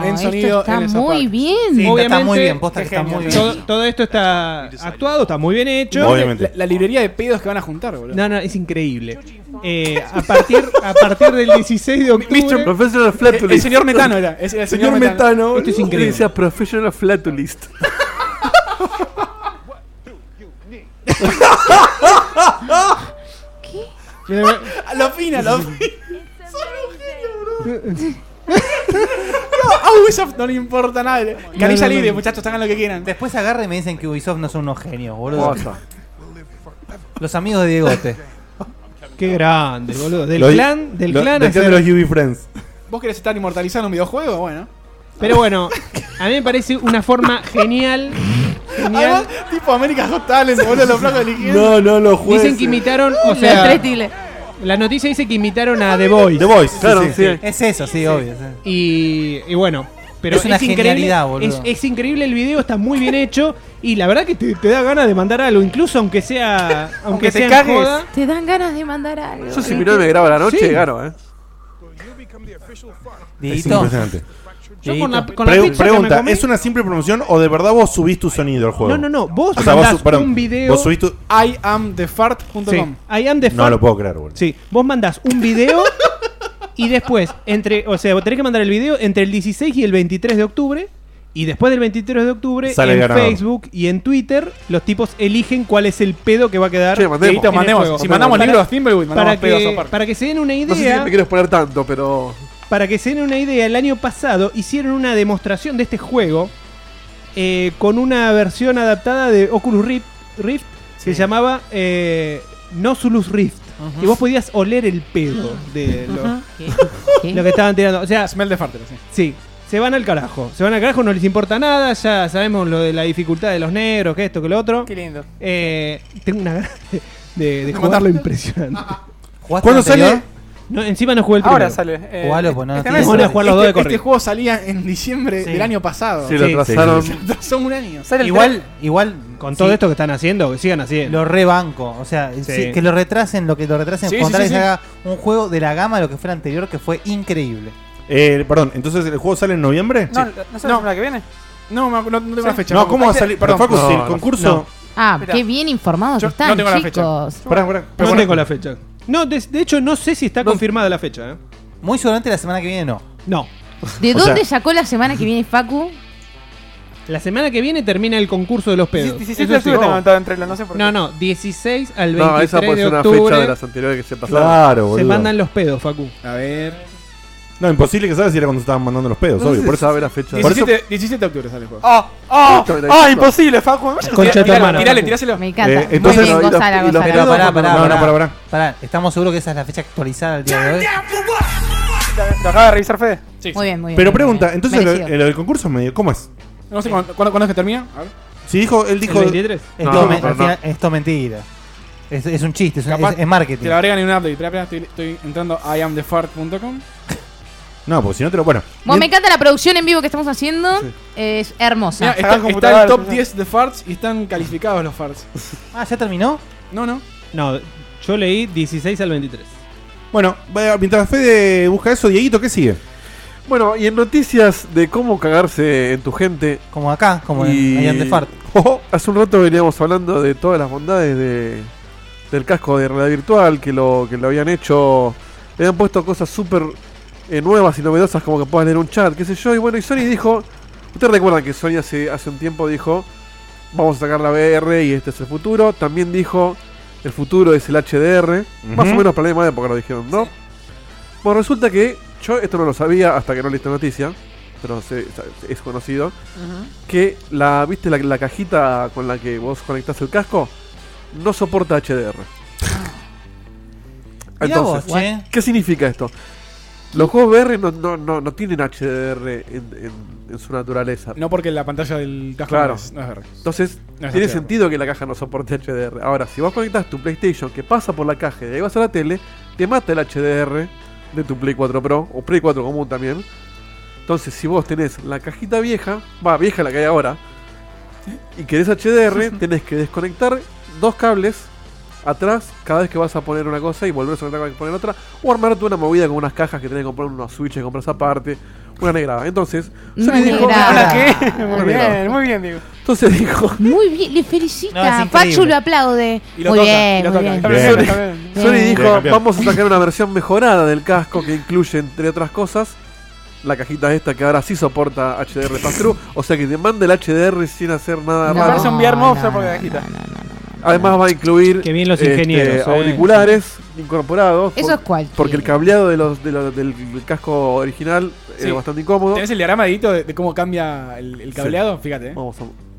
Speaker 7: No, no,
Speaker 8: en
Speaker 7: esto
Speaker 8: sonido.
Speaker 7: está
Speaker 8: en el
Speaker 7: muy
Speaker 8: Zapata.
Speaker 7: bien.
Speaker 5: Todo, todo esto está actuado, está muy bien hecho.
Speaker 8: Obviamente. La, la librería de pedos que van a juntar, boludo.
Speaker 5: No, no, es increíble. Eh, a, partir, a partir del 16 de octubre.
Speaker 2: Mr. Professional Flatulist.
Speaker 8: El- el señor Metano era, es- el señor Metano.
Speaker 5: Esto es increíble.
Speaker 2: Le decía Professional Flatulist.
Speaker 8: Lo fina, lo fina. No, a Ubisoft no le importa nada. Canilla
Speaker 6: no, no.
Speaker 8: libre, muchachos, hagan lo que quieran.
Speaker 6: Después agarre y me dicen que Ubisoft no son unos genios, boludo.
Speaker 8: Posta.
Speaker 6: Los amigos de Diegote.
Speaker 5: Qué grande, boludo. Del
Speaker 6: Los-
Speaker 5: clan, del
Speaker 6: lo-
Speaker 5: clan.
Speaker 6: del clan de
Speaker 5: hacer-
Speaker 3: los UB Friends.
Speaker 8: ¿Vos querés estar inmortalizando un videojuego? Bueno.
Speaker 5: Pero bueno, a mí me parece una forma genial. genial.
Speaker 8: Además, tipo América Hot Talent, boludo, los flacos eligiendo.
Speaker 3: no, los
Speaker 5: Dicen que imitaron, o sea, la noticia dice que imitaron a The Voice.
Speaker 3: The Voice,
Speaker 6: Claro, sí, sí. sí. Es eso, sí, obvio, sí.
Speaker 5: Y, y bueno, pero
Speaker 6: Es una
Speaker 5: increíble-
Speaker 6: genialidad, boludo.
Speaker 5: Es, es increíble el video, está muy bien hecho y la verdad que te, te da ganas de mandar algo, incluso aunque sea, aunque,
Speaker 7: Aunque te
Speaker 5: sea en
Speaker 7: cagues.
Speaker 5: joda.
Speaker 7: Te dan ganas de mandar algo.
Speaker 2: Yo si mi novia me graba a la noche, gano, ¿eh?
Speaker 3: Es impresionante.
Speaker 5: Yo con la- con la
Speaker 3: Pre-
Speaker 5: pizza que me
Speaker 3: pregunta,
Speaker 5: comí-
Speaker 3: ¿es una simple promoción o de verdad vos subís tu sonido al juego?
Speaker 5: No, no, no, vos
Speaker 3: O sea,
Speaker 5: mandás
Speaker 3: su- perdón,
Speaker 5: un video.
Speaker 3: Vos subís tu...
Speaker 8: iamthefart.com.
Speaker 5: Sí, I am the
Speaker 3: No
Speaker 5: fuck.
Speaker 3: lo puedo creer, boludo.
Speaker 5: Sí, vos mandás un video y después, entre, o sea, vos tenés que mandar el video entre el 16 y el 23 de octubre. Y después del 23 de octubre,
Speaker 3: Sale el
Speaker 5: en
Speaker 3: ganador.
Speaker 5: Facebook y en Twitter, los tipos eligen cuál es el pedo que va a quedar.
Speaker 2: Che, mandemos.
Speaker 5: en el
Speaker 2: Mandemos.
Speaker 5: juego.
Speaker 2: Si mandamos
Speaker 5: Para-
Speaker 2: libros a Thimbleweed, mandamos
Speaker 5: para
Speaker 2: pedos
Speaker 5: que,
Speaker 2: aparte.
Speaker 5: para que se den una idea.
Speaker 2: No sé si me quiero exponer tanto, pero.
Speaker 5: Para que se den una idea, el año pasado hicieron una demostración de este juego eh, con una versión adaptada de Oculus Rift, Rift que se llamaba eh, Noculus Rift.
Speaker 8: Ajá.
Speaker 5: Y vos podías oler el pedo de lo,
Speaker 8: Ajá. ¿Qué?
Speaker 5: lo que estaban tirando. O sea,
Speaker 8: Smell de farter, sí.
Speaker 5: Sí, se van al carajo. Se van al carajo, no les importa nada. Ya sabemos lo de la dificultad de los negros, que esto, que lo otro. Qué
Speaker 8: lindo.
Speaker 5: tengo una gana de, de, de
Speaker 8: De
Speaker 5: jugarlo
Speaker 8: matarlo.
Speaker 5: impresionante.
Speaker 6: ¿Jugaste ¿Cuándo el sale? anterior?
Speaker 5: No, encima no jugué el
Speaker 8: Ahora
Speaker 5: primero.
Speaker 8: sale, eh, Jugalo, pues, no, este no
Speaker 5: Me
Speaker 8: tiene-
Speaker 5: pone a jugar los dos de
Speaker 8: Este-
Speaker 5: corrido.
Speaker 8: Este juego salía en diciembre del año pasado.
Speaker 5: Sí, lo Sí, atrasaron. sí, sí,
Speaker 8: Son un año.
Speaker 6: Igual, igual.
Speaker 5: Con todo esto que están haciendo, que sigan haciendo.
Speaker 6: Lo rebanco. O sea, sí, que lo retrasen, lo que lo retrasen.
Speaker 5: Sí,
Speaker 6: Sí,
Speaker 5: sí,
Speaker 6: contar
Speaker 5: sí,
Speaker 6: que
Speaker 5: sí.
Speaker 6: se haga un juego de la gama de lo que fue el anterior, que fue increíble.
Speaker 3: Eh, perdón, entonces el juego sale en noviembre?
Speaker 9: No, ¿no sabes la semana que viene?
Speaker 8: No, no, no tengo
Speaker 9: Sí.
Speaker 8: la fecha.
Speaker 3: No, ¿cómo va a salir? Pero, Facu, si el concurso-
Speaker 7: Ah,
Speaker 8: Mirá.
Speaker 7: qué bien informados
Speaker 8: Yo
Speaker 7: están,
Speaker 8: no tengo la fecha.
Speaker 7: chicos.
Speaker 3: Pará, pará.
Speaker 5: No tengo la fecha. No, de, de hecho no sé si está confirmada la fecha. eh.
Speaker 6: Muy seguramente la semana que viene no.
Speaker 5: No.
Speaker 7: ¿De
Speaker 5: O
Speaker 7: dónde
Speaker 5: sea-
Speaker 7: sacó la semana que viene Facu?
Speaker 5: La semana que viene termina el concurso de los pedos.
Speaker 9: 17
Speaker 5: Eso
Speaker 9: de octubre
Speaker 5: sí.
Speaker 9: está
Speaker 6: Oh.
Speaker 9: comentado entre los, no sé por qué.
Speaker 5: No, no, 16 al 23
Speaker 2: No, esa puede
Speaker 5: de
Speaker 2: ser una
Speaker 5: octubre.
Speaker 2: fecha de las anteriores que se pasaron.
Speaker 3: Claro,
Speaker 5: Se
Speaker 3: boludo.
Speaker 5: mandan los pedos, Facu.
Speaker 8: A ver.
Speaker 3: No, imposible que sabes si era cuando estaban mandando los pedos,
Speaker 2: No
Speaker 3: obvio.
Speaker 2: se
Speaker 3: Por eso
Speaker 2: sabe la fecha.
Speaker 3: Por eso-
Speaker 8: 17, 17 de octubre sale el juego.
Speaker 9: ¡Ah! ¡Ah! ¡Ah! ¡Imposible, Facu!
Speaker 3: Concha de tu hermana.
Speaker 8: Tirale, tiráselo.
Speaker 7: Me
Speaker 3: Eh, entonces-
Speaker 7: bien, Gonzalo,
Speaker 3: y los-
Speaker 7: Gonzalo.
Speaker 6: Pero pará, pará,
Speaker 3: No, no,
Speaker 6: pará.
Speaker 3: pará, pará.
Speaker 6: Pará, estamos seguros que esa es la fecha actualizada del día de hoy.
Speaker 9: ¿Lo acaba de revisar Fede?
Speaker 7: Sí. Muy bien, muy bien. muy
Speaker 3: Pero
Speaker 7: bien,
Speaker 3: pregunta,
Speaker 7: muy bien.
Speaker 3: entonces lo,
Speaker 7: Merecido.
Speaker 3: lo del concurso es medio. ¿Cómo es?
Speaker 8: eh, No sé cuándo, cuándo- cuándo es que termina. A ver.
Speaker 3: Si dijo, él dijo.
Speaker 6: El 23.
Speaker 3: No,
Speaker 6: Esto, me-
Speaker 3: pero
Speaker 6: al
Speaker 3: no.
Speaker 6: final- esto es mentira. Es, es un chiste, es, un-
Speaker 8: Capaz
Speaker 6: es- es marketing.
Speaker 8: Te lo agregan en un update. Espera, espera, estoy, estoy entrando a iamthefart.com.
Speaker 3: No, porque si no te lo. Bueno.
Speaker 7: Bueno, me encanta la producción en vivo que estamos haciendo. Es hermosa.
Speaker 8: Mira, está, está el top 10 de farts y están calificados los farts.
Speaker 6: Ah, ¿ya terminó?
Speaker 8: No, no.
Speaker 5: No, yo leí 16 al 23.
Speaker 3: Bueno, vaya, mientras
Speaker 2: Eh,
Speaker 3: Fede busca eso, Dieguito, ¿qué sigue?
Speaker 2: Bueno, y en noticias de cómo cagarse en tu gente.
Speaker 6: Como acá, como en
Speaker 2: y-
Speaker 6: Allende Fart.
Speaker 2: hace un rato veníamos hablando de todas las bondades de, del casco de realidad virtual, que lo, que lo habían hecho. Le habían puesto cosas súper eh, nuevas y novedosas, como que puedas leer un chat, qué sé yo. Y bueno, y Sony dijo. Ustedes recuerdan que Sony hace, hace un tiempo dijo vamos a sacar la VR y este es el futuro. También dijo, el futuro es el HDR. Más o
Speaker 3: Ujú.
Speaker 2: menos para la misma época lo dijeron, ¿no? Bueno, resulta que yo esto no lo sabía hasta que no leí esta noticia, pero se- es conocido. Que la, ¿viste la, la cajita con la que vos conectás el casco? No soporta HDR.
Speaker 6: Mirá vos, che.
Speaker 2: ¿qué significa esto? Los juegos VR no, no, no, no tienen HDR en, en- en su naturaleza.
Speaker 8: No porque la pantalla del casco no
Speaker 2: Claro.
Speaker 8: es- no es VR.
Speaker 2: Entonces,
Speaker 8: No es
Speaker 2: tiene
Speaker 8: HDR.
Speaker 2: sentido que la caja no soporte HDR. Ahora, si vos conectás tu PlayStation que pasa por la caja y de ahí vas a la tele, te mata el HDR de tu Play 4 Pro o Play 4 común también. Entonces, si vos tenés la cajita vieja, va, vieja la que hay ahora, y querés HDR, tenés que desconectar dos cables atrás cada vez que vas a poner una cosa y volver a conectar cada vez que poner otra, o armarte una movida con unas cajas que tenés que comprar unos switches, comprar esa parte, una negrada. Entonces,
Speaker 7: Una
Speaker 2: Sony dijo-
Speaker 7: negrada. ¿Qué?
Speaker 2: Una
Speaker 7: Muy
Speaker 2: negrada.
Speaker 7: bien,
Speaker 8: muy bien, digo.
Speaker 2: Entonces dijo,
Speaker 7: Muy bien, le
Speaker 2: No, es
Speaker 7: felicita.
Speaker 2: increíble.
Speaker 7: Pachu lo aplaude.
Speaker 8: Y lo
Speaker 7: muy
Speaker 8: toca,
Speaker 7: bien,
Speaker 8: y lo
Speaker 7: muy
Speaker 8: toca.
Speaker 7: bien.
Speaker 8: Está bien,
Speaker 2: Sony,
Speaker 8: está bien.
Speaker 2: Sony
Speaker 8: Bien.
Speaker 2: dijo,
Speaker 8: Bien, campeón.
Speaker 2: vamos a sacar una versión mejorada del casco que incluye, entre otras cosas, la cajita esta que ahora sí soporta HDR pass-through, o sea que te manda el HDR sin hacer nada
Speaker 8: Me
Speaker 2: raro.
Speaker 8: parece un VR no, no, por la cajita.
Speaker 2: Además va a incluir
Speaker 5: Qué bien los
Speaker 2: este,
Speaker 5: ingenieros, eh.
Speaker 2: auriculares incorporados.
Speaker 8: Eso
Speaker 2: por-
Speaker 8: es cualquiera.
Speaker 2: Porque el cableado de los, de los- del casco original
Speaker 8: Sí.
Speaker 2: es bastante incómodo.
Speaker 8: ¿Tenés el diagrama, Edito, de, de cómo cambia el, el cableado? Fíjate. eh.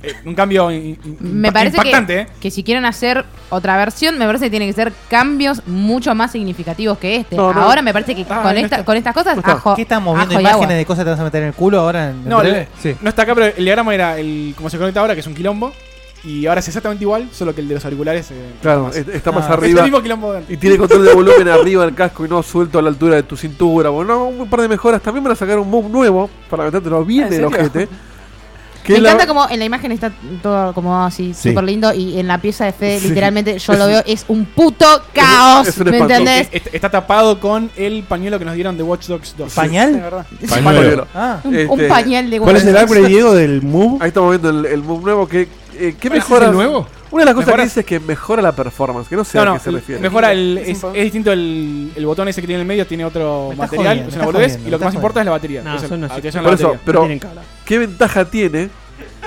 Speaker 8: Eh, un cambio in- in-
Speaker 7: Me
Speaker 8: impact-
Speaker 7: parece
Speaker 8: impactante,
Speaker 7: que,
Speaker 8: eh.
Speaker 7: que si quieren hacer otra versión, me parece que tienen que ser cambios mucho más significativos que este.
Speaker 6: No, no.
Speaker 7: Ahora me parece que
Speaker 6: Ah,
Speaker 7: con,
Speaker 6: no
Speaker 7: esta- con estas cosas, ajo,
Speaker 6: ¿Qué estamos
Speaker 7: ajo
Speaker 6: viendo?
Speaker 7: y agua.
Speaker 6: Imágenes de cosas que te vas a meter en el culo ahora. en- en
Speaker 8: No,
Speaker 6: breve?
Speaker 8: el- no está acá, pero el diagrama era el como se conecta ahora, que es un quilombo. Y ahora es exactamente igual, solo que el de los auriculares. eh,
Speaker 2: Claro,
Speaker 8: más.
Speaker 2: es- está más
Speaker 8: Ah, Es
Speaker 2: arriba.
Speaker 8: el mismo quilombo de antes.
Speaker 2: y tiene control de volumen arriba del casco y no suelto a la altura de tu cintura. Bueno, un par de mejoras. También van a sacar un move nuevo para metértelo bien
Speaker 7: ¿En
Speaker 2: en el
Speaker 7: serio?
Speaker 2: ojete.
Speaker 7: Me
Speaker 2: es la-
Speaker 7: encanta como en la imagen está todo como así,
Speaker 2: Sí.
Speaker 7: súper lindo. Y en la pieza de Fede,
Speaker 2: Sí.
Speaker 7: literalmente, yo
Speaker 2: Es
Speaker 7: lo
Speaker 2: un-
Speaker 7: veo, es un puto caos.
Speaker 8: Es un
Speaker 7: ¿Me
Speaker 8: espanto.
Speaker 7: entendés?
Speaker 8: Est- Está tapado con el pañuelo que nos dieron de Watch Dogs 2.
Speaker 2: ¿Pañal?
Speaker 8: De verdad.
Speaker 2: Pañuelo. Este,
Speaker 7: Ah. Un- un pañal de
Speaker 2: ¿Cuál es el upgrade, Diego,
Speaker 3: del Move?
Speaker 2: Ahí estamos viendo el, el Move nuevo. que eh, ¿Qué
Speaker 8: ¿Cuál es
Speaker 2: mejora?
Speaker 8: ese nuevo?
Speaker 2: Una de las cosas
Speaker 8: ¿Mejoras?
Speaker 2: que dice es que mejora la performance, que no sé
Speaker 8: No,
Speaker 2: a
Speaker 8: no,
Speaker 2: qué se
Speaker 8: el-
Speaker 2: refiere.
Speaker 8: mejora el. Es, es distinto el, el botón ese que tiene en el medio, tiene otro
Speaker 5: estás
Speaker 8: material,
Speaker 5: jodiendo,
Speaker 8: es
Speaker 5: me
Speaker 8: una
Speaker 5: estás
Speaker 8: boludez.
Speaker 5: jodiendo,
Speaker 8: Y lo que
Speaker 5: me
Speaker 8: más
Speaker 5: estás
Speaker 8: importa es la
Speaker 5: jodiendo.
Speaker 8: batería.
Speaker 5: No,
Speaker 8: Es el-
Speaker 5: eso no es-
Speaker 8: actualización de
Speaker 2: ah,
Speaker 8: la
Speaker 2: Por eso,
Speaker 8: batería.
Speaker 2: pero ¿qué ventaja tiene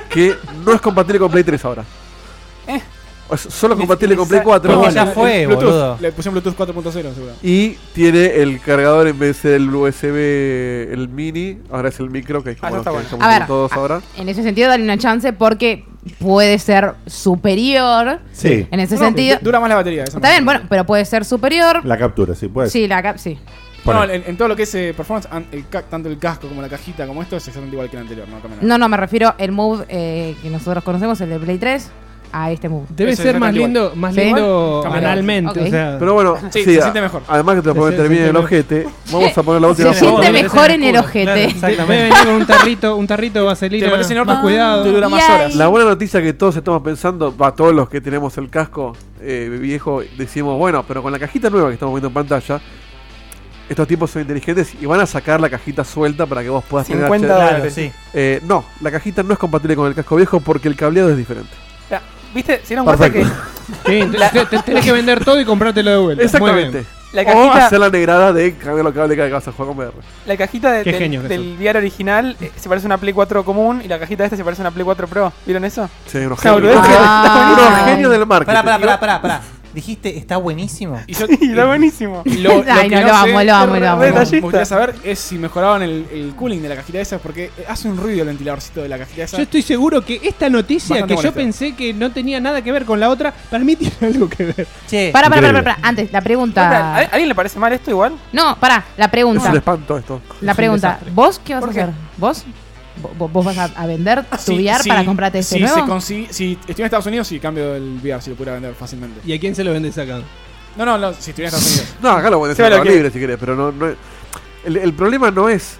Speaker 2: que no es compatible con Play 3 ahora?
Speaker 7: Eh.
Speaker 2: O sea, solo compatible con Play 4.
Speaker 8: Porque
Speaker 2: Bueno,
Speaker 8: ya
Speaker 2: el
Speaker 8: Bluetooth,
Speaker 2: Bluetooth.
Speaker 8: Le pusieron Bluetooth 4.0, seguro.
Speaker 2: Y tiene el cargador en vez del USB, el mini, ahora es el micro, que es como
Speaker 8: eso
Speaker 2: lo
Speaker 8: está
Speaker 2: que
Speaker 8: bueno.
Speaker 2: usamos
Speaker 7: A ver,
Speaker 2: todos
Speaker 7: a-
Speaker 2: ahora.
Speaker 7: En ese sentido, dale una chance porque puede ser superior.
Speaker 3: Sí.
Speaker 7: En ese
Speaker 8: No,
Speaker 7: sentido.
Speaker 8: du- Dura más la batería. eso
Speaker 7: Está
Speaker 8: no.
Speaker 7: bien, bueno, pero puede ser superior.
Speaker 3: La captura, sí, puede
Speaker 7: sí, la cap, sí.
Speaker 8: No, en, en todo lo que es eh, performance, an- el ca- tanto el casco como la cajita como esto es exactamente igual que el anterior. No, Cambia nada.
Speaker 7: No, no, me refiero el move eh, que nosotros conocemos, el de Play 3, a este move.
Speaker 5: Debe
Speaker 8: Eso es ser más
Speaker 5: lindo- más
Speaker 7: ¿Sí?
Speaker 5: lindo
Speaker 7: Ok.
Speaker 5: analmente,
Speaker 7: Ok.
Speaker 5: o sea-
Speaker 2: Pero bueno,
Speaker 8: Sí,
Speaker 2: sí,
Speaker 8: se
Speaker 2: a-
Speaker 8: siente mejor.
Speaker 2: Además que te lo
Speaker 5: Se-
Speaker 2: pueden
Speaker 5: se
Speaker 2: terminar en el
Speaker 5: siente
Speaker 2: ojete, vamos a poner la última
Speaker 7: Se siente
Speaker 2: foto.
Speaker 7: mejor en el
Speaker 5: culo, claro,
Speaker 7: ojete.
Speaker 5: Debe venir con un tarrito, un tarrito de vaselina. más cuidado.
Speaker 2: La buena noticia que todos estamos pensando, va, todos los que tenemos el casco eh, viejo, decimos, bueno, pero con la cajita nueva que estamos viendo en pantalla, estos tipos son inteligentes y van a sacar la cajita suelta para que vos puedas
Speaker 8: 50
Speaker 2: HD.
Speaker 8: dólares, sí.
Speaker 2: Eh, no, la cajita no es compatible con el casco viejo porque el cableado es diferente.
Speaker 9: Ya, ¿Viste? ¿Se dieron cuenta que.?
Speaker 5: Sí, entonces te- te tenés que vender todo y comprártelo de vuelta.
Speaker 2: Exactamente.
Speaker 9: La
Speaker 2: O
Speaker 9: cajita-
Speaker 2: hacer la negrada de cambiar los cables que vas a jugar con VR.
Speaker 9: La cajita de-
Speaker 2: Qué
Speaker 9: del,
Speaker 2: genio que
Speaker 9: del VR original eh, se parece a una Play 4 común y la cajita esta se parece a una Play 4 Pro. ¿Vieron eso?
Speaker 2: Sí, unos
Speaker 9: O sea,
Speaker 2: genios.
Speaker 9: boludeces.
Speaker 2: Ah.
Speaker 9: Está buenísimo.
Speaker 2: Unos genios del marketing.
Speaker 6: Pará, pará, pará, pará, pará. Dijiste, está buenísimo.
Speaker 8: Y yo-
Speaker 9: Está buenísimo.
Speaker 8: Lo, lo
Speaker 6: Ay,
Speaker 8: que
Speaker 6: no, lo
Speaker 8: sé,
Speaker 6: amo, lo amo,
Speaker 8: re-
Speaker 6: lo amo,
Speaker 8: re
Speaker 6: lo amo.
Speaker 8: detallista. Me gustaría saber es si mejoraban el, el cooling de la cajita esa, porque hace un ruido el ventiladorcito de la cajita esa.
Speaker 5: Yo estoy seguro que esta noticia
Speaker 8: Bastante
Speaker 5: que yo
Speaker 8: molesta.
Speaker 5: pensé que no tenía nada que ver con la otra, para mí tiene algo que ver.
Speaker 6: Che,
Speaker 7: Para, para, para, para, antes, la pregunta.
Speaker 9: ¿A alguien le parece mal esto igual?
Speaker 7: No, para, la
Speaker 2: Es
Speaker 7: pregunta.
Speaker 2: un espanto esto.
Speaker 7: La pregunta, ¿vos qué vas a hacer? ¿Vos? ¿Vo- vo- ¿Vos vas a, a vender tu
Speaker 8: Sí,
Speaker 7: VR
Speaker 8: sí,
Speaker 7: para comprarte este
Speaker 8: sí,
Speaker 7: nuevo?
Speaker 8: se consigue- si estoy en Estados Unidos, sí, cambio el VR si lo pudiera vender fácilmente.
Speaker 5: ¿Y a quién se lo vendes acá?
Speaker 8: No, no, no, si estuviera en Estados Unidos.
Speaker 2: No, acá lo puedes
Speaker 8: Se ve
Speaker 2: hacer
Speaker 8: lo que-
Speaker 2: libre si querés, pero no, no es- el, el problema no es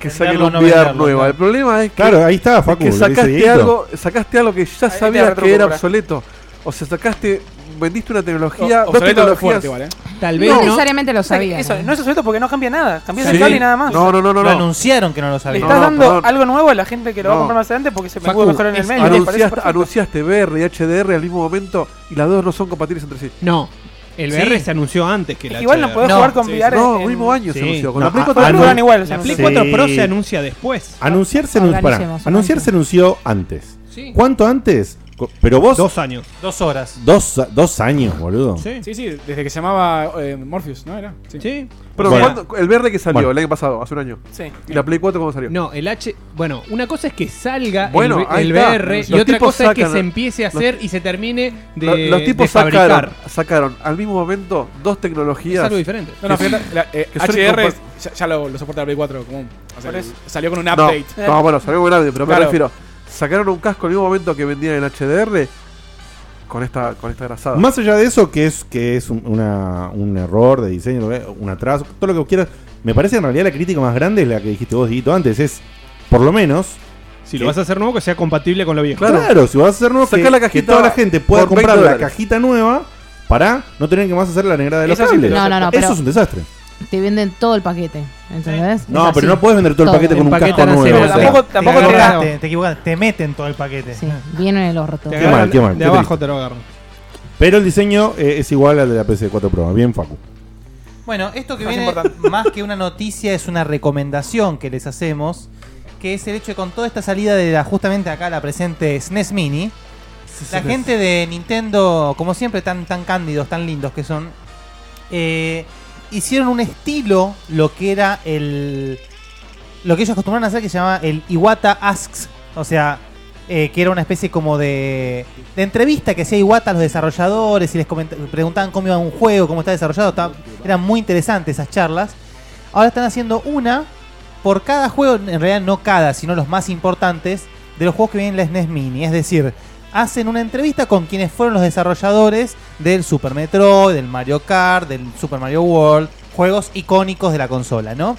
Speaker 2: que saquen
Speaker 3: Venderlo,
Speaker 2: un
Speaker 3: no
Speaker 2: VR
Speaker 3: venderlo,
Speaker 2: nuevo,
Speaker 3: claro.
Speaker 2: el problema es que,
Speaker 3: Claro, ahí está,
Speaker 2: es
Speaker 3: Facu,
Speaker 2: que
Speaker 3: lo que dice
Speaker 2: sacaste,
Speaker 3: Dieguito.
Speaker 2: algo, sacaste algo que ya sabías
Speaker 3: retruco,
Speaker 2: que era
Speaker 3: pará.
Speaker 2: obsoleto. O sea, sacaste, vendiste una tecnología,
Speaker 9: O-
Speaker 2: dos
Speaker 9: obsoleto
Speaker 2: tecnologías.
Speaker 9: fuerte igual, eh.
Speaker 5: Tal
Speaker 7: no necesariamente lo
Speaker 9: O sea, que
Speaker 7: sabía.
Speaker 9: eso, no es suelto porque no cambia nada. Cambias el
Speaker 2: Sí.
Speaker 9: cable y nada más.
Speaker 2: No, no, no,
Speaker 6: Lo
Speaker 2: no. no.
Speaker 6: anunciaron que no lo
Speaker 9: Le
Speaker 6: sabían.
Speaker 9: estás dando algo nuevo a la gente que lo va a
Speaker 2: No.
Speaker 9: comprar más adelante porque se me
Speaker 2: Facu,
Speaker 9: pudo mejorar en el
Speaker 2: es-
Speaker 9: medio. me parece
Speaker 2: anunciaste,
Speaker 9: perfecto.
Speaker 2: anunciaste VR y HDR al mismo momento y las dos no son compatibles entre sí.
Speaker 5: No. El
Speaker 2: Sí.
Speaker 5: VR se anunció antes que la
Speaker 9: igual no
Speaker 5: HDR.
Speaker 9: podés jugar con VR
Speaker 2: No,
Speaker 9: en-
Speaker 2: mismo año se
Speaker 5: Sí.
Speaker 2: anunció. Con
Speaker 5: No,
Speaker 2: la Play
Speaker 5: a-
Speaker 2: 4
Speaker 5: a-
Speaker 2: Pro.
Speaker 5: anunciaron igual, se La Play anunció. 4 Pro se anuncia después.
Speaker 3: Anunciar se anunció,
Speaker 5: Organicemos,
Speaker 3: pará,
Speaker 5: organicemos.
Speaker 3: anunciar se anunció antes.
Speaker 5: Sí.
Speaker 3: ¿Cuánto antes? Co- Pero vos.
Speaker 5: Dos años.
Speaker 9: Dos horas.
Speaker 3: Dos, dos años, boludo.
Speaker 8: Sí, sí, desde que se llamaba eh, Morpheus, ¿no era? Sí.
Speaker 2: Pero
Speaker 3: Bueno.
Speaker 2: ¿cuándo- el verde que salió
Speaker 3: Bueno.
Speaker 2: el año pasado, hace un año.
Speaker 8: Sí.
Speaker 2: ¿Y la Play 4 cómo salió?
Speaker 5: No, el H. Bueno, una cosa es que salga el
Speaker 2: Bueno,
Speaker 5: V-
Speaker 2: ahí
Speaker 5: el,
Speaker 2: está.
Speaker 5: VR
Speaker 2: Los
Speaker 5: y otra
Speaker 2: tipos
Speaker 5: cosa es que
Speaker 2: sacan-
Speaker 5: se empiece a
Speaker 2: los-
Speaker 5: hacer y se termine de.
Speaker 2: Lo- los tipos
Speaker 5: de fabricar.
Speaker 2: sacaron, sacaron al mismo momento dos tecnologías.
Speaker 5: Es algo diferente.
Speaker 8: No, no,
Speaker 2: que-
Speaker 8: fíjate, la- eh,
Speaker 2: que son
Speaker 8: HDR
Speaker 2: incompa-
Speaker 8: ya, ya lo, lo soporta la Play 4. como- o sea,
Speaker 9: Por eso.
Speaker 8: salió con un update.
Speaker 2: No, no, bueno, salió un update, pero me
Speaker 8: Claro.
Speaker 2: refiero. Sacaron un casco al mismo momento que vendían en HDR con esta, con esta grasada.
Speaker 3: Más allá de eso, que es, que es un, una- un error de diseño, lo que- un atraso, todo lo que quieras. Me parece en realidad la crítica más grande es la que dijiste vos, Dito, antes. Es, por lo menos.
Speaker 5: Si lo vas a hacer nuevo, que sea compatible con lo viejo.
Speaker 3: Claro, si vas a hacer nuevo,
Speaker 5: Sacá
Speaker 3: que,
Speaker 5: la
Speaker 3: que
Speaker 5: cajita
Speaker 3: toda la gente pueda
Speaker 5: por 20
Speaker 3: comprar la
Speaker 5: dólares.
Speaker 3: cajita nueva para no tener que más hacer la negrada de los
Speaker 7: Eso sí te
Speaker 3: cables.
Speaker 7: lo No, no, no,
Speaker 3: Eso
Speaker 7: pero-
Speaker 3: es un desastre.
Speaker 7: Te venden todo el paquete, ¿entendés?
Speaker 3: No,
Speaker 7: Es
Speaker 3: pero
Speaker 7: así.
Speaker 3: no puedes vender todo el paquete con un
Speaker 7: paquete
Speaker 3: casco nuevo.
Speaker 7: arancel.
Speaker 3: o sea.
Speaker 7: Tampoco-
Speaker 15: Tampoco te,
Speaker 7: agarran-
Speaker 15: equivocaste, te equivocaste, te meten todo el paquete.
Speaker 7: Viene en el orto.
Speaker 3: Qué mal, qué mal. qué
Speaker 5: De abajo
Speaker 3: triste.
Speaker 5: te lo agarran.
Speaker 3: Pero el diseño eh, es igual al de la PC 4 Pro. Bien, Facu.
Speaker 6: Bueno, esto que viene más que una noticia es una recomendación que les hacemos, que es el hecho de con toda esta salida de la, justamente acá la presente SNES Mini, la
Speaker 15: sí.
Speaker 6: gente de Nintendo, como siempre tan tan cándidos, tan lindos que son, eh, hicieron un estilo lo que era el lo que ellos acostumbraban a hacer que se llamaba el Iwata Asks, o sea, eh, que era una especie como de, de entrevista que hacía Iwata a los desarrolladores y les comenta- preguntaban cómo iba un juego, cómo está desarrollado. Estaba- eran muy interesantes esas charlas. Ahora están haciendo una por cada juego, en realidad no cada, sino los más importantes de los juegos que vienen en la SNES Mini. Es decir, hacen una entrevista con quienes fueron los desarrolladores del Super Metroid, del Mario Kart, del Super Mario World, juegos icónicos de la consola, ¿no?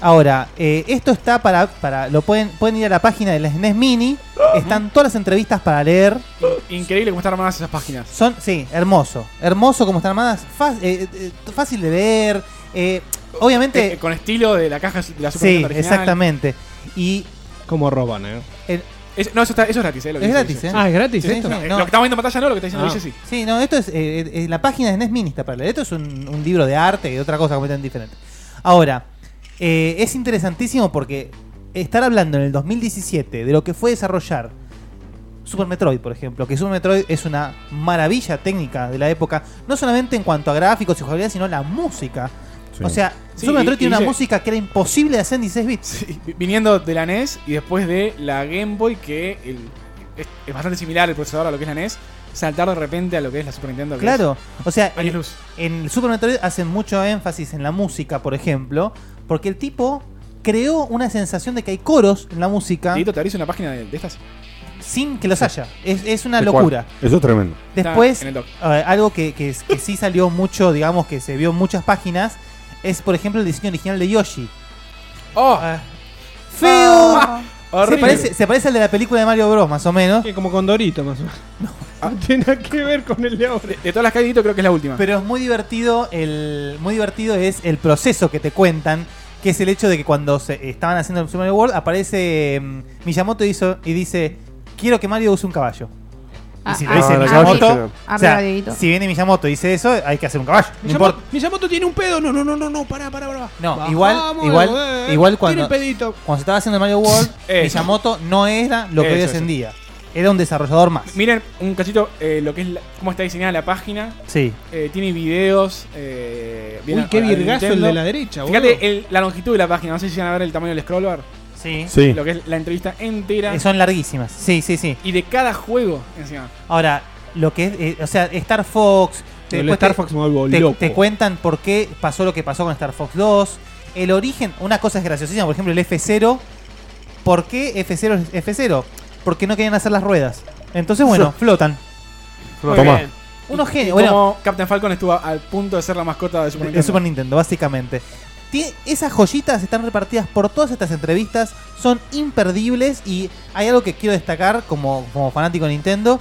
Speaker 6: Ahora, eh, esto está para, para lo pueden, pueden ir a la página de la SNES Mini, están todas las entrevistas para leer,
Speaker 8: Increíble cómo están armadas esas páginas.
Speaker 6: son, sí, hermoso. Hermoso como están armadas. fa- eh, eh, fácil de leer. eh, obviamente.
Speaker 8: Eh, eh, con estilo de la caja de la Super
Speaker 6: sí,
Speaker 8: Nintendo original.
Speaker 6: exactamente. Y.
Speaker 5: Como roban, ¿eh?
Speaker 8: Es- no, eso, está- eso es gratis, eh, lo que
Speaker 6: Es
Speaker 8: dice
Speaker 6: gratis,
Speaker 8: Guille.
Speaker 6: ¿eh? Ah, ¿es gratis
Speaker 8: Sí,
Speaker 6: esto?
Speaker 8: sí, eh,
Speaker 6: No. Ah.
Speaker 8: Lo que estamos viendo en pantalla no, lo que está diciendo Guille sí.
Speaker 6: Sí, no, esto es. eh, eh, la página de SNES Mini está para leer. Esto es un, un libro de arte y otra cosa completamente diferente. Ahora, eh, es interesantísimo porque estar hablando en el 2017 de lo que fue desarrollar Super Metroid, por ejemplo, que Super Metroid es una maravilla técnica de la época, no solamente en cuanto a gráficos y jugabilidad, sino la música.
Speaker 8: Sí.
Speaker 6: O sea,
Speaker 8: Sí,
Speaker 6: Super Metroid
Speaker 8: y-
Speaker 6: tiene
Speaker 8: y
Speaker 6: una
Speaker 8: dice-
Speaker 6: música que era imposible de hacer en 16 bits.
Speaker 8: Vi- Viniendo de la NES y después de la Game Boy, que el- es, es bastante similar el procesador a lo que es la NES, saltar de repente a lo que es la Super Nintendo. que
Speaker 6: Claro,
Speaker 8: es-
Speaker 6: o sea,
Speaker 8: Años
Speaker 6: en,
Speaker 8: luz.
Speaker 6: en el Super Metroid hacen mucho énfasis en la música, por ejemplo, porque el tipo creó una sensación de que hay coros en la música
Speaker 8: Dieguito, te abrís una página de, de estas.
Speaker 6: sin que los haya. Es, es una
Speaker 3: Tal
Speaker 6: locura.
Speaker 3: cual. Eso es tremendo.
Speaker 6: Después,
Speaker 8: Está en el doc.
Speaker 6: eh, algo que, que, que sí salió mucho, digamos, que se vio en muchas páginas, es, por ejemplo, el diseño original de Yoshi.
Speaker 8: ¡Oh!
Speaker 6: ¡Feo!
Speaker 8: Ah,
Speaker 6: se,
Speaker 8: horrible.
Speaker 6: parece, se parece al de la película de Mario Bros, más o menos.
Speaker 5: como con Dorito, más o menos.
Speaker 8: No,
Speaker 5: tiene nada que ver con el de ahora.
Speaker 8: De, todas las que hay, Dieguito, creo que es la última.
Speaker 6: Pero es muy divertido el muy divertido es el proceso que te cuentan, que es el hecho de que cuando se estaban haciendo el Super Mario World aparece mm, Miyamoto hizo, y dice, "Quiero que Mario use un caballo." Y
Speaker 7: Ah,
Speaker 6: si
Speaker 7: ah,
Speaker 6: lo dice
Speaker 7: ah,
Speaker 6: Miyamoto,
Speaker 7: arriba,
Speaker 6: o sea,
Speaker 7: Dieguito.
Speaker 6: si viene Miyamoto y dice eso, hay que hacer un caballo. No importa.
Speaker 5: Miyamoto tiene un pedo. No, no, no, no, no, pará, pará, pará.
Speaker 6: No,
Speaker 5: Bajá,
Speaker 6: igual,
Speaker 5: vamos,
Speaker 6: igual,
Speaker 5: eh,
Speaker 6: igual
Speaker 5: Tiene
Speaker 6: cuando,
Speaker 5: un pedito.
Speaker 6: cuando se estaba haciendo el Mario World,
Speaker 8: Eso.
Speaker 6: Miyamoto no era lo que hoy
Speaker 8: Eso,
Speaker 6: es en
Speaker 8: eso.
Speaker 6: día. Era un desarrollador más.
Speaker 8: Miren un cachito eh, lo que es la- cómo está diseñada la página.
Speaker 6: Sí.
Speaker 8: Eh, tiene videos. Eh, bien
Speaker 5: Uy,
Speaker 8: a-
Speaker 5: qué
Speaker 8: a- de
Speaker 5: virgazo el
Speaker 8: Nintendo.
Speaker 5: de la derecha, boludo.
Speaker 8: Fíjate el- la longitud de la página. No sé si van a ver el tamaño del scroll bar.
Speaker 6: Sí.
Speaker 3: Sí.
Speaker 8: Lo que es la entrevista entera.
Speaker 6: Eh, Son larguísimas. Sí, sí, sí.
Speaker 8: Y de cada juego, encima.
Speaker 6: Ahora, lo que es, eh, o sea, Star Fox.
Speaker 5: El
Speaker 6: después
Speaker 5: Star Fox me volvió
Speaker 6: te-
Speaker 5: loco.
Speaker 6: te cuentan por qué pasó lo que pasó con Star Fox 2. El origen, una cosa es graciosísima, por ejemplo, el F0. ¿Por qué F0 es F0? Porque no querían hacer las ruedas. Entonces, bueno, flotan.
Speaker 8: Muy
Speaker 6: Toma.
Speaker 8: bien.
Speaker 6: Unos
Speaker 8: Y-
Speaker 6: genios,
Speaker 8: y
Speaker 6: bueno.
Speaker 8: como Captain Falcon estuvo a- al punto de ser la mascota de Super
Speaker 6: El
Speaker 8: Nintendo.
Speaker 6: Super Nintendo, básicamente. Tie- esas joyitas están repartidas por todas estas entrevistas, son imperdibles y hay algo que quiero destacar como, como fanático de Nintendo,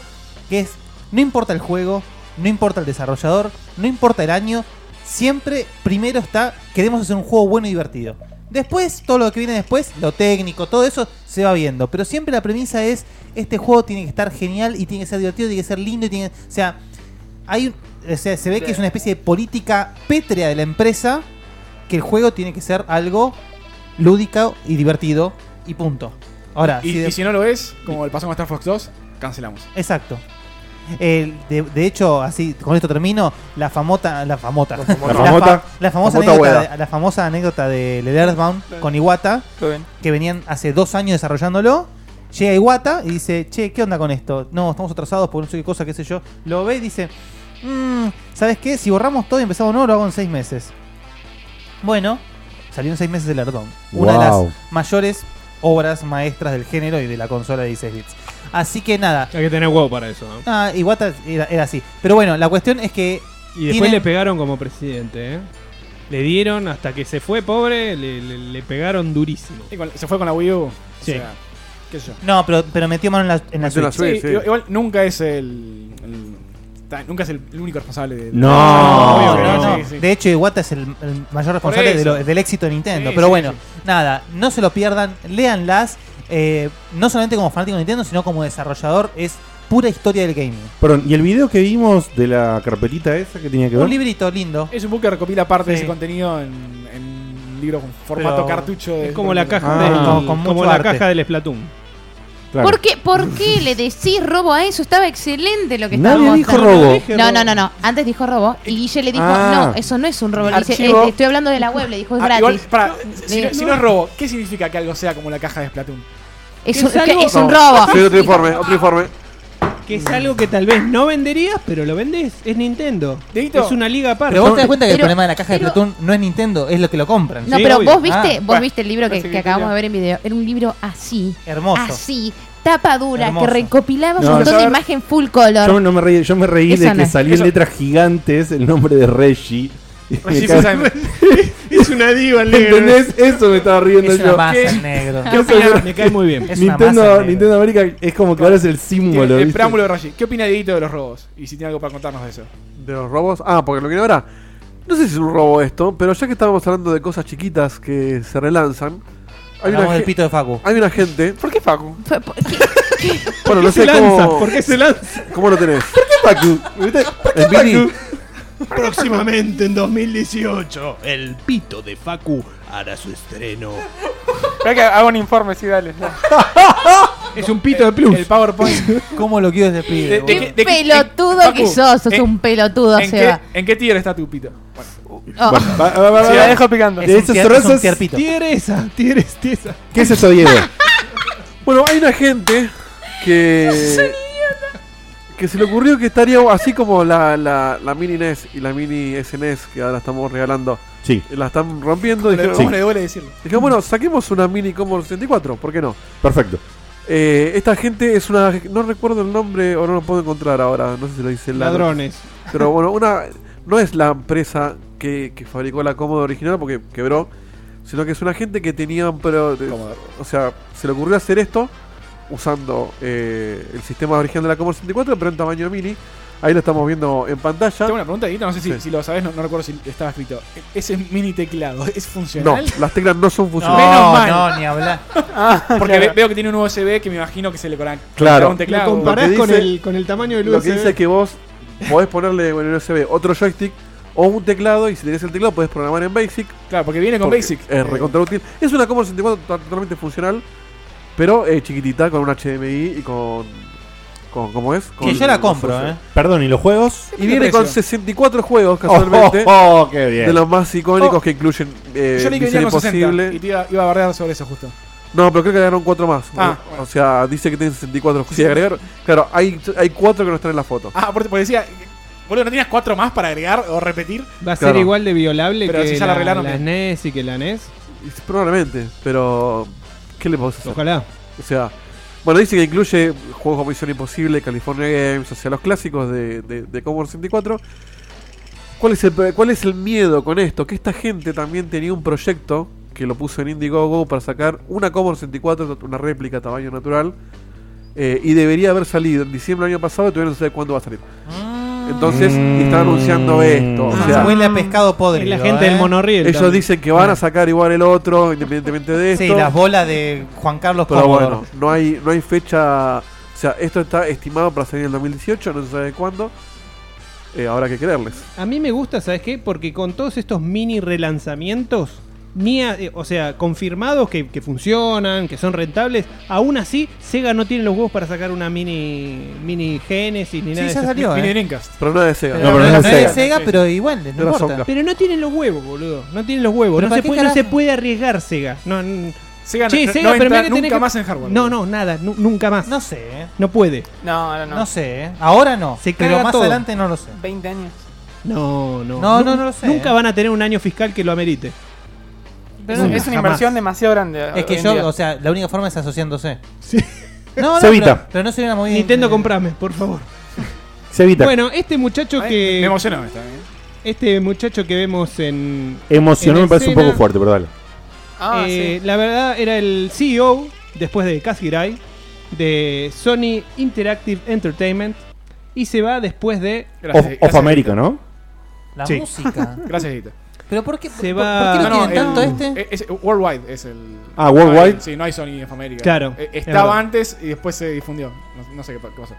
Speaker 6: que es, no importa el juego, no importa el desarrollador, no importa el año, siempre primero está, queremos hacer un juego bueno y divertido. Después, todo lo que viene después, lo técnico, todo eso se va viendo, pero siempre la premisa es, este juego tiene que estar genial y tiene que ser divertido, tiene que ser lindo y tiene... O sea, hay, un- o sea, se ve que es una especie de política pétrea de la empresa que el juego tiene que ser algo lúdico y divertido y punto. Ahora,
Speaker 8: y,
Speaker 6: si de-
Speaker 8: y si no lo es, como el pasó con Star Fox 2, cancelamos.
Speaker 6: Exacto. El- de, de hecho, así, con esto termino, la famota, la famota, la,
Speaker 8: famota.
Speaker 6: fa-
Speaker 8: La famota.
Speaker 6: la famosa
Speaker 8: Famota
Speaker 6: anécdota
Speaker 8: hueda.
Speaker 6: de, la famosa anécdota de The Earthbound con Iwata,
Speaker 8: Todo bien.
Speaker 6: que venían hace dos años desarrollándolo. Llega Iwata y dice, che, ¿qué onda con esto? No, estamos atrasados por no sé qué cosa, qué sé yo. Lo ve y dice, "Mm, ¿sabes qué? Si borramos todo y empezamos nuevo, lo hago en seis meses. Bueno, salió en seis meses el Earthbound. Una de
Speaker 3: Wow.
Speaker 6: las mayores obras maestras del género y de la consola de 16 bits. Así que nada.
Speaker 5: Hay que tener huevo para eso, ¿no?
Speaker 6: Ah, Iwata era, era así. Pero bueno, la cuestión es que.
Speaker 5: Y después
Speaker 6: tiene-
Speaker 5: le pegaron como presidente, ¿eh? Le dieron hasta que se fue pobre, le, le- le pegaron durísimo.
Speaker 8: Y con- se fue con la Wii U. o
Speaker 5: Sí.
Speaker 8: sea, qué sé yo.
Speaker 6: No, pero, pero metió mano en la, en la
Speaker 8: Sí,
Speaker 6: Switch.
Speaker 8: Igual, igual nunca es el, el- ta- nunca es el, el único responsable de
Speaker 6: No,
Speaker 8: Obvio que
Speaker 6: no, no.
Speaker 8: sí, sí.
Speaker 6: De hecho, Iwata es el, el mayor responsable
Speaker 8: Por
Speaker 6: de
Speaker 8: eso.
Speaker 6: lo- del éxito de Nintendo.
Speaker 8: Sí,
Speaker 6: Pero
Speaker 8: sí,
Speaker 6: bueno,
Speaker 8: sí.
Speaker 6: nada, no se lo pierdan, léanlas. eh, no solamente como fanático de Nintendo, sino como desarrollador, es pura historia del gaming.
Speaker 3: Perdón, ¿y el video que vimos de la carpetita esa que tenía que
Speaker 6: Un
Speaker 3: ver?
Speaker 6: librito lindo.
Speaker 8: Es un book que recopila parte de
Speaker 6: Sí.
Speaker 8: ese contenido en, en un libro con formato
Speaker 6: Pero
Speaker 8: cartucho. de-
Speaker 5: Es como la caja,
Speaker 3: Ah.
Speaker 5: del,
Speaker 3: Con- con
Speaker 5: como
Speaker 3: mucho
Speaker 5: la
Speaker 3: arte.
Speaker 5: caja del Splatoon.
Speaker 3: Claro.
Speaker 7: ¿Por qué, ¿Por qué le decís robo a eso? Estaba excelente lo que
Speaker 3: Nadie
Speaker 7: estábamos
Speaker 3: dijo
Speaker 7: hablando.
Speaker 3: robo.
Speaker 7: No, no, no, no. Antes dijo robo y Guille le dijo,
Speaker 8: Ah.
Speaker 7: no, eso no es un robo. Le dice,
Speaker 8: Archivo.
Speaker 7: "Eh, estoy hablando de la web, le dijo, es
Speaker 8: Ah,
Speaker 7: gratis.
Speaker 8: igual, pará, si,
Speaker 7: Le-
Speaker 8: no, si no es robo, ¿qué significa que algo sea como la caja de Splatoon?
Speaker 7: Es
Speaker 8: ¿Qué
Speaker 7: un- que
Speaker 8: algo-
Speaker 7: es un robo.
Speaker 2: Sí, otro informe, otro informe.
Speaker 5: Que es algo que tal vez no venderías, pero lo vendes. Es Nintendo.
Speaker 8: Dieguito.
Speaker 5: Es una liga aparte.
Speaker 6: Pero vos te das cuenta que
Speaker 7: pero-
Speaker 6: el problema de la caja
Speaker 7: pero-
Speaker 6: de Platoon no es Nintendo, es lo que lo compran.
Speaker 7: No, pero vos viste, vos
Speaker 6: Ah, bueno.
Speaker 7: viste el libro que,
Speaker 6: Parece que
Speaker 7: que acabamos de
Speaker 6: tenía-
Speaker 7: ver en video. Era un libro así.
Speaker 6: Hermoso.
Speaker 7: Así, tapa dura,
Speaker 6: Hermoso.
Speaker 7: que recopilaba
Speaker 3: No,
Speaker 7: un montón de
Speaker 3: yo-
Speaker 7: imagen full color.
Speaker 3: Yo no me reí, yo me reí
Speaker 7: Eso
Speaker 3: de
Speaker 7: no
Speaker 3: que
Speaker 7: es.
Speaker 3: salía
Speaker 7: Eso-
Speaker 3: en letras gigantes el nombre de Reggie.
Speaker 8: Reggie
Speaker 3: Me
Speaker 8: Fils-Aimé.
Speaker 5: es una diva el negro.
Speaker 3: ¿Entendés? Eso me estaba riendo
Speaker 5: Es
Speaker 3: yo.
Speaker 5: una masa
Speaker 3: ¿Qué?
Speaker 5: el negro.
Speaker 3: ¿Qué opinas?
Speaker 5: Me cae muy bien. Es una masa el
Speaker 3: Nintendo,
Speaker 5: negro.
Speaker 3: Nintendo América es como que ahora es el símbolo.
Speaker 8: El
Speaker 3: ¿viste?
Speaker 8: preámbulo de Raji. ¿Qué opina Edito de los robos? Y si tiene algo para contarnos de eso.
Speaker 2: ¿De los robos? Ah, porque lo que viene ahora. No sé si es un robo esto, pero ya que estábamos hablando de cosas chiquitas que se relanzan.
Speaker 6: Hablamos del
Speaker 2: ge-
Speaker 6: pito de Facu.
Speaker 2: Hay una gente.
Speaker 8: ¿Por qué Facu?
Speaker 2: Bueno, no
Speaker 5: ¿Por qué
Speaker 2: sé
Speaker 5: se
Speaker 2: cómo.
Speaker 5: lanza? ¿Por qué se lanza?
Speaker 2: ¿Cómo lo tenés?
Speaker 3: Facu.
Speaker 2: Envidi.
Speaker 5: Próximamente en 2018, el pito de Facu hará su estreno.
Speaker 9: Espera que hago un informe, sí, dale.
Speaker 5: Es un pito de plus.
Speaker 8: El PowerPoint.
Speaker 6: ¿Cómo lo quiero desde pibe?
Speaker 8: De- de-
Speaker 7: Qué
Speaker 8: de-
Speaker 7: pelotudo
Speaker 8: Facu,
Speaker 7: que sos, sos
Speaker 8: ¿en-
Speaker 7: un pelotudo,
Speaker 8: ¿En qué,
Speaker 7: Seba.
Speaker 8: ¿En qué tier está tu pito?
Speaker 7: Oh.
Speaker 3: Va, va, va, va,
Speaker 8: Si
Speaker 3: va.
Speaker 8: la dejo picando.
Speaker 3: De esos trozos. ¿Qué
Speaker 5: Tieresa, tieres tiesa.
Speaker 3: es eso, Diego?
Speaker 2: Bueno, hay una gente que. que se le ocurrió que estaría así como la, la, la mini NES y la mini SNES que ahora estamos regalando. Eh,
Speaker 3: Sí.
Speaker 2: La están rompiendo.
Speaker 8: Como le-
Speaker 2: dijeron,
Speaker 8: como le duele decirlo?
Speaker 2: Dijeron, bueno, saquemos una mini Commodore 64, ¿por qué no?
Speaker 3: Perfecto.
Speaker 2: Eh, esta gente es una. No recuerdo el nombre o no lo puedo encontrar ahora. No sé si lo dice la-
Speaker 5: Ladrones.
Speaker 2: Pero bueno, una. No es la empresa que, que fabricó la Commodore original porque quebró. Sino que es una gente que tenían. Pero, de- o sea, se le ocurrió hacer esto usando eh, el sistema original de la Commodore 64, pero en tamaño mini. Ahí lo estamos viendo en pantalla.
Speaker 8: Tengo una pregunta, Edito. No sé si,
Speaker 2: Sí.
Speaker 8: si lo sabes, no, no recuerdo si estaba escrito. ¿Ese mini teclado es
Speaker 2: No,
Speaker 8: funcional?
Speaker 2: las teclas no son funcionales.
Speaker 8: Menos mal. Ah,
Speaker 6: no, ni hablar.
Speaker 8: Porque
Speaker 5: claro.
Speaker 8: ve- veo que tiene un USB que me imagino que se le conecta
Speaker 2: Claro.
Speaker 8: un teclado.
Speaker 5: Lo comparás
Speaker 2: Lo que
Speaker 5: con,
Speaker 2: dice-
Speaker 5: el, con el tamaño del
Speaker 2: Lo que
Speaker 5: USB.
Speaker 2: dice es que vos podés ponerle bueno, en USB otro joystick o un teclado y si tenés el teclado podés programar en BASIC.
Speaker 8: Claro, porque viene con
Speaker 2: porque
Speaker 8: Basic.
Speaker 2: Es recontra útil. Es una Commodore 64 to- totalmente funcional, pero eh, chiquitita con un HDMI y con... con ¿Cómo es? Con
Speaker 6: Que yo la
Speaker 2: los
Speaker 6: compro,
Speaker 2: OCE.
Speaker 6: ¿eh?
Speaker 3: Perdón, ¿y los juegos?
Speaker 2: Y viene con 64 juegos casualmente.
Speaker 3: Oh, oh, qué bien.
Speaker 2: De los más icónicos
Speaker 8: Oh.
Speaker 2: que incluyen eh,
Speaker 8: Yo leí que
Speaker 2: Misión
Speaker 8: venía con 60 y
Speaker 2: Imposible.
Speaker 8: te iba, iba a bardear sobre eso justo.
Speaker 2: No, pero creo que agregaron cuatro más.
Speaker 8: Ah,
Speaker 2: o sea, dice que tienen 64. Si agregaron, claro, hay, hay cuatro que no están en la foto.
Speaker 8: Ah, porque, porque decía, boludo, ¿no tenías cuatro más para agregar o repetir?
Speaker 5: Va a ser
Speaker 2: Claro.
Speaker 5: igual de violable
Speaker 8: Pero
Speaker 5: que
Speaker 8: si ya la
Speaker 5: la,
Speaker 8: arreglaron,
Speaker 5: la
Speaker 8: bien.
Speaker 5: NES y que la E NES.
Speaker 2: Probablemente, pero. ¿Qué le podemos hacer?
Speaker 5: Ojalá.
Speaker 2: O sea, bueno, dice que incluye juegos como Misión Imposible, California Games, o sea, los clásicos de, de, de Commodore 64. ¿Cuál es, el, pe- ¿Cuál es el miedo con esto? Que esta gente también tenía un proyecto que lo puso en Indiegogo para sacar una Commodore 64, una réplica a tamaño natural. eh, y debería haber salido en diciembre del año pasado, todavía no sé cuándo va a salir. Entonces, y está anunciando esto. o
Speaker 6: Ah,
Speaker 2: sea,
Speaker 6: huele a pescado podrido.
Speaker 5: La gente
Speaker 6: ¿eh?
Speaker 5: del monorriel.
Speaker 2: ellos dicen que van a sacar igual el otro, independientemente de esto.
Speaker 6: Sí, las bolas de Juan Carlos
Speaker 2: Pero
Speaker 6: Commodore.
Speaker 2: bueno, no hay, no hay fecha. O sea, esto está estimado para salir en el 2018, no se sabe cuándo. Eh, habrá que creerles.
Speaker 5: A mí me gusta, ¿sabes qué? Porque con todos estos mini relanzamientos mía, eh, o sea, confirmados que, que funcionan, que son rentables, aún así Sega no tiene los huevos para sacar una mini mini Genesis ni
Speaker 6: Sí,
Speaker 5: nada.
Speaker 6: ya
Speaker 5: de eso.
Speaker 6: salió,
Speaker 5: Mini
Speaker 6: eh.
Speaker 5: Dreamcast.
Speaker 2: Pero no de Sega.
Speaker 5: No, pero no es
Speaker 6: de
Speaker 5: Sega.
Speaker 6: Sega,
Speaker 5: Sí.
Speaker 6: pero igual, no
Speaker 5: Pero
Speaker 6: importa.
Speaker 5: Pero no tienen los huevos, boludo. No tienen los huevos.
Speaker 6: ¿Pero
Speaker 5: No
Speaker 6: para
Speaker 5: se,
Speaker 6: qué
Speaker 5: puede, no se
Speaker 6: carajo?
Speaker 5: puede arriesgar Sega. No, n-
Speaker 8: Sega
Speaker 5: Che,
Speaker 8: no-
Speaker 5: Sega,
Speaker 8: no
Speaker 5: pero
Speaker 8: entra
Speaker 5: me tenés
Speaker 8: nunca
Speaker 5: que-
Speaker 8: más en hardware.
Speaker 5: No, no, nada. nu- nunca más.
Speaker 6: No sé. eh.
Speaker 5: No puede.
Speaker 9: No, no, no.
Speaker 6: No sé, ¿eh? Ahora no.
Speaker 5: Se
Speaker 6: pero
Speaker 5: caga
Speaker 6: más
Speaker 5: todo.
Speaker 6: adelante no lo sé.
Speaker 9: 20 años.
Speaker 5: No, no.
Speaker 6: No,
Speaker 5: Nu-
Speaker 6: no, no lo sé. eh.
Speaker 5: Nunca van a tener un año fiscal que lo amerite.
Speaker 9: Pero es una
Speaker 6: Jamás.
Speaker 9: inversión demasiado grande. eh,
Speaker 6: Es
Speaker 9: hoy
Speaker 6: que
Speaker 9: en
Speaker 6: yo,
Speaker 9: día.
Speaker 6: o sea, la única forma es asociándose. Sí. No, no,
Speaker 3: Cevita.
Speaker 6: Pero, pero no sería una movida.
Speaker 5: Nintendo, comprame, por favor.
Speaker 3: Se evita.
Speaker 5: Bueno, este muchacho
Speaker 8: Ay,
Speaker 5: que.
Speaker 8: me emocionó esta, ¿eh?
Speaker 5: Este muchacho que vemos en.
Speaker 3: Emocionó
Speaker 5: en
Speaker 3: me parece un poco
Speaker 5: escena,
Speaker 3: fuerte, pero dale.
Speaker 9: Ah,
Speaker 5: eh, La verdad, era el CEO, después de Kazirai, de Sony Interactive Entertainment. Y se va después de.
Speaker 3: Of, of America, ¿no?
Speaker 6: La
Speaker 5: Sí.
Speaker 6: música.
Speaker 8: Gracias, Edita. eh,
Speaker 6: Pero ¿por qué,
Speaker 5: Se
Speaker 6: por-
Speaker 5: va-
Speaker 6: por qué lo
Speaker 5: No, no,
Speaker 6: quieren tanto
Speaker 5: el-
Speaker 6: este?
Speaker 8: Es- es- worldwide es el.
Speaker 3: Ah, Worldwide.
Speaker 8: No hay- sí, no hay Sony of America.
Speaker 5: Claro,
Speaker 8: Eh,
Speaker 5: es
Speaker 8: estaba
Speaker 5: verdad.
Speaker 8: antes y después se difundió. No, no sé qué, pa- qué pasó.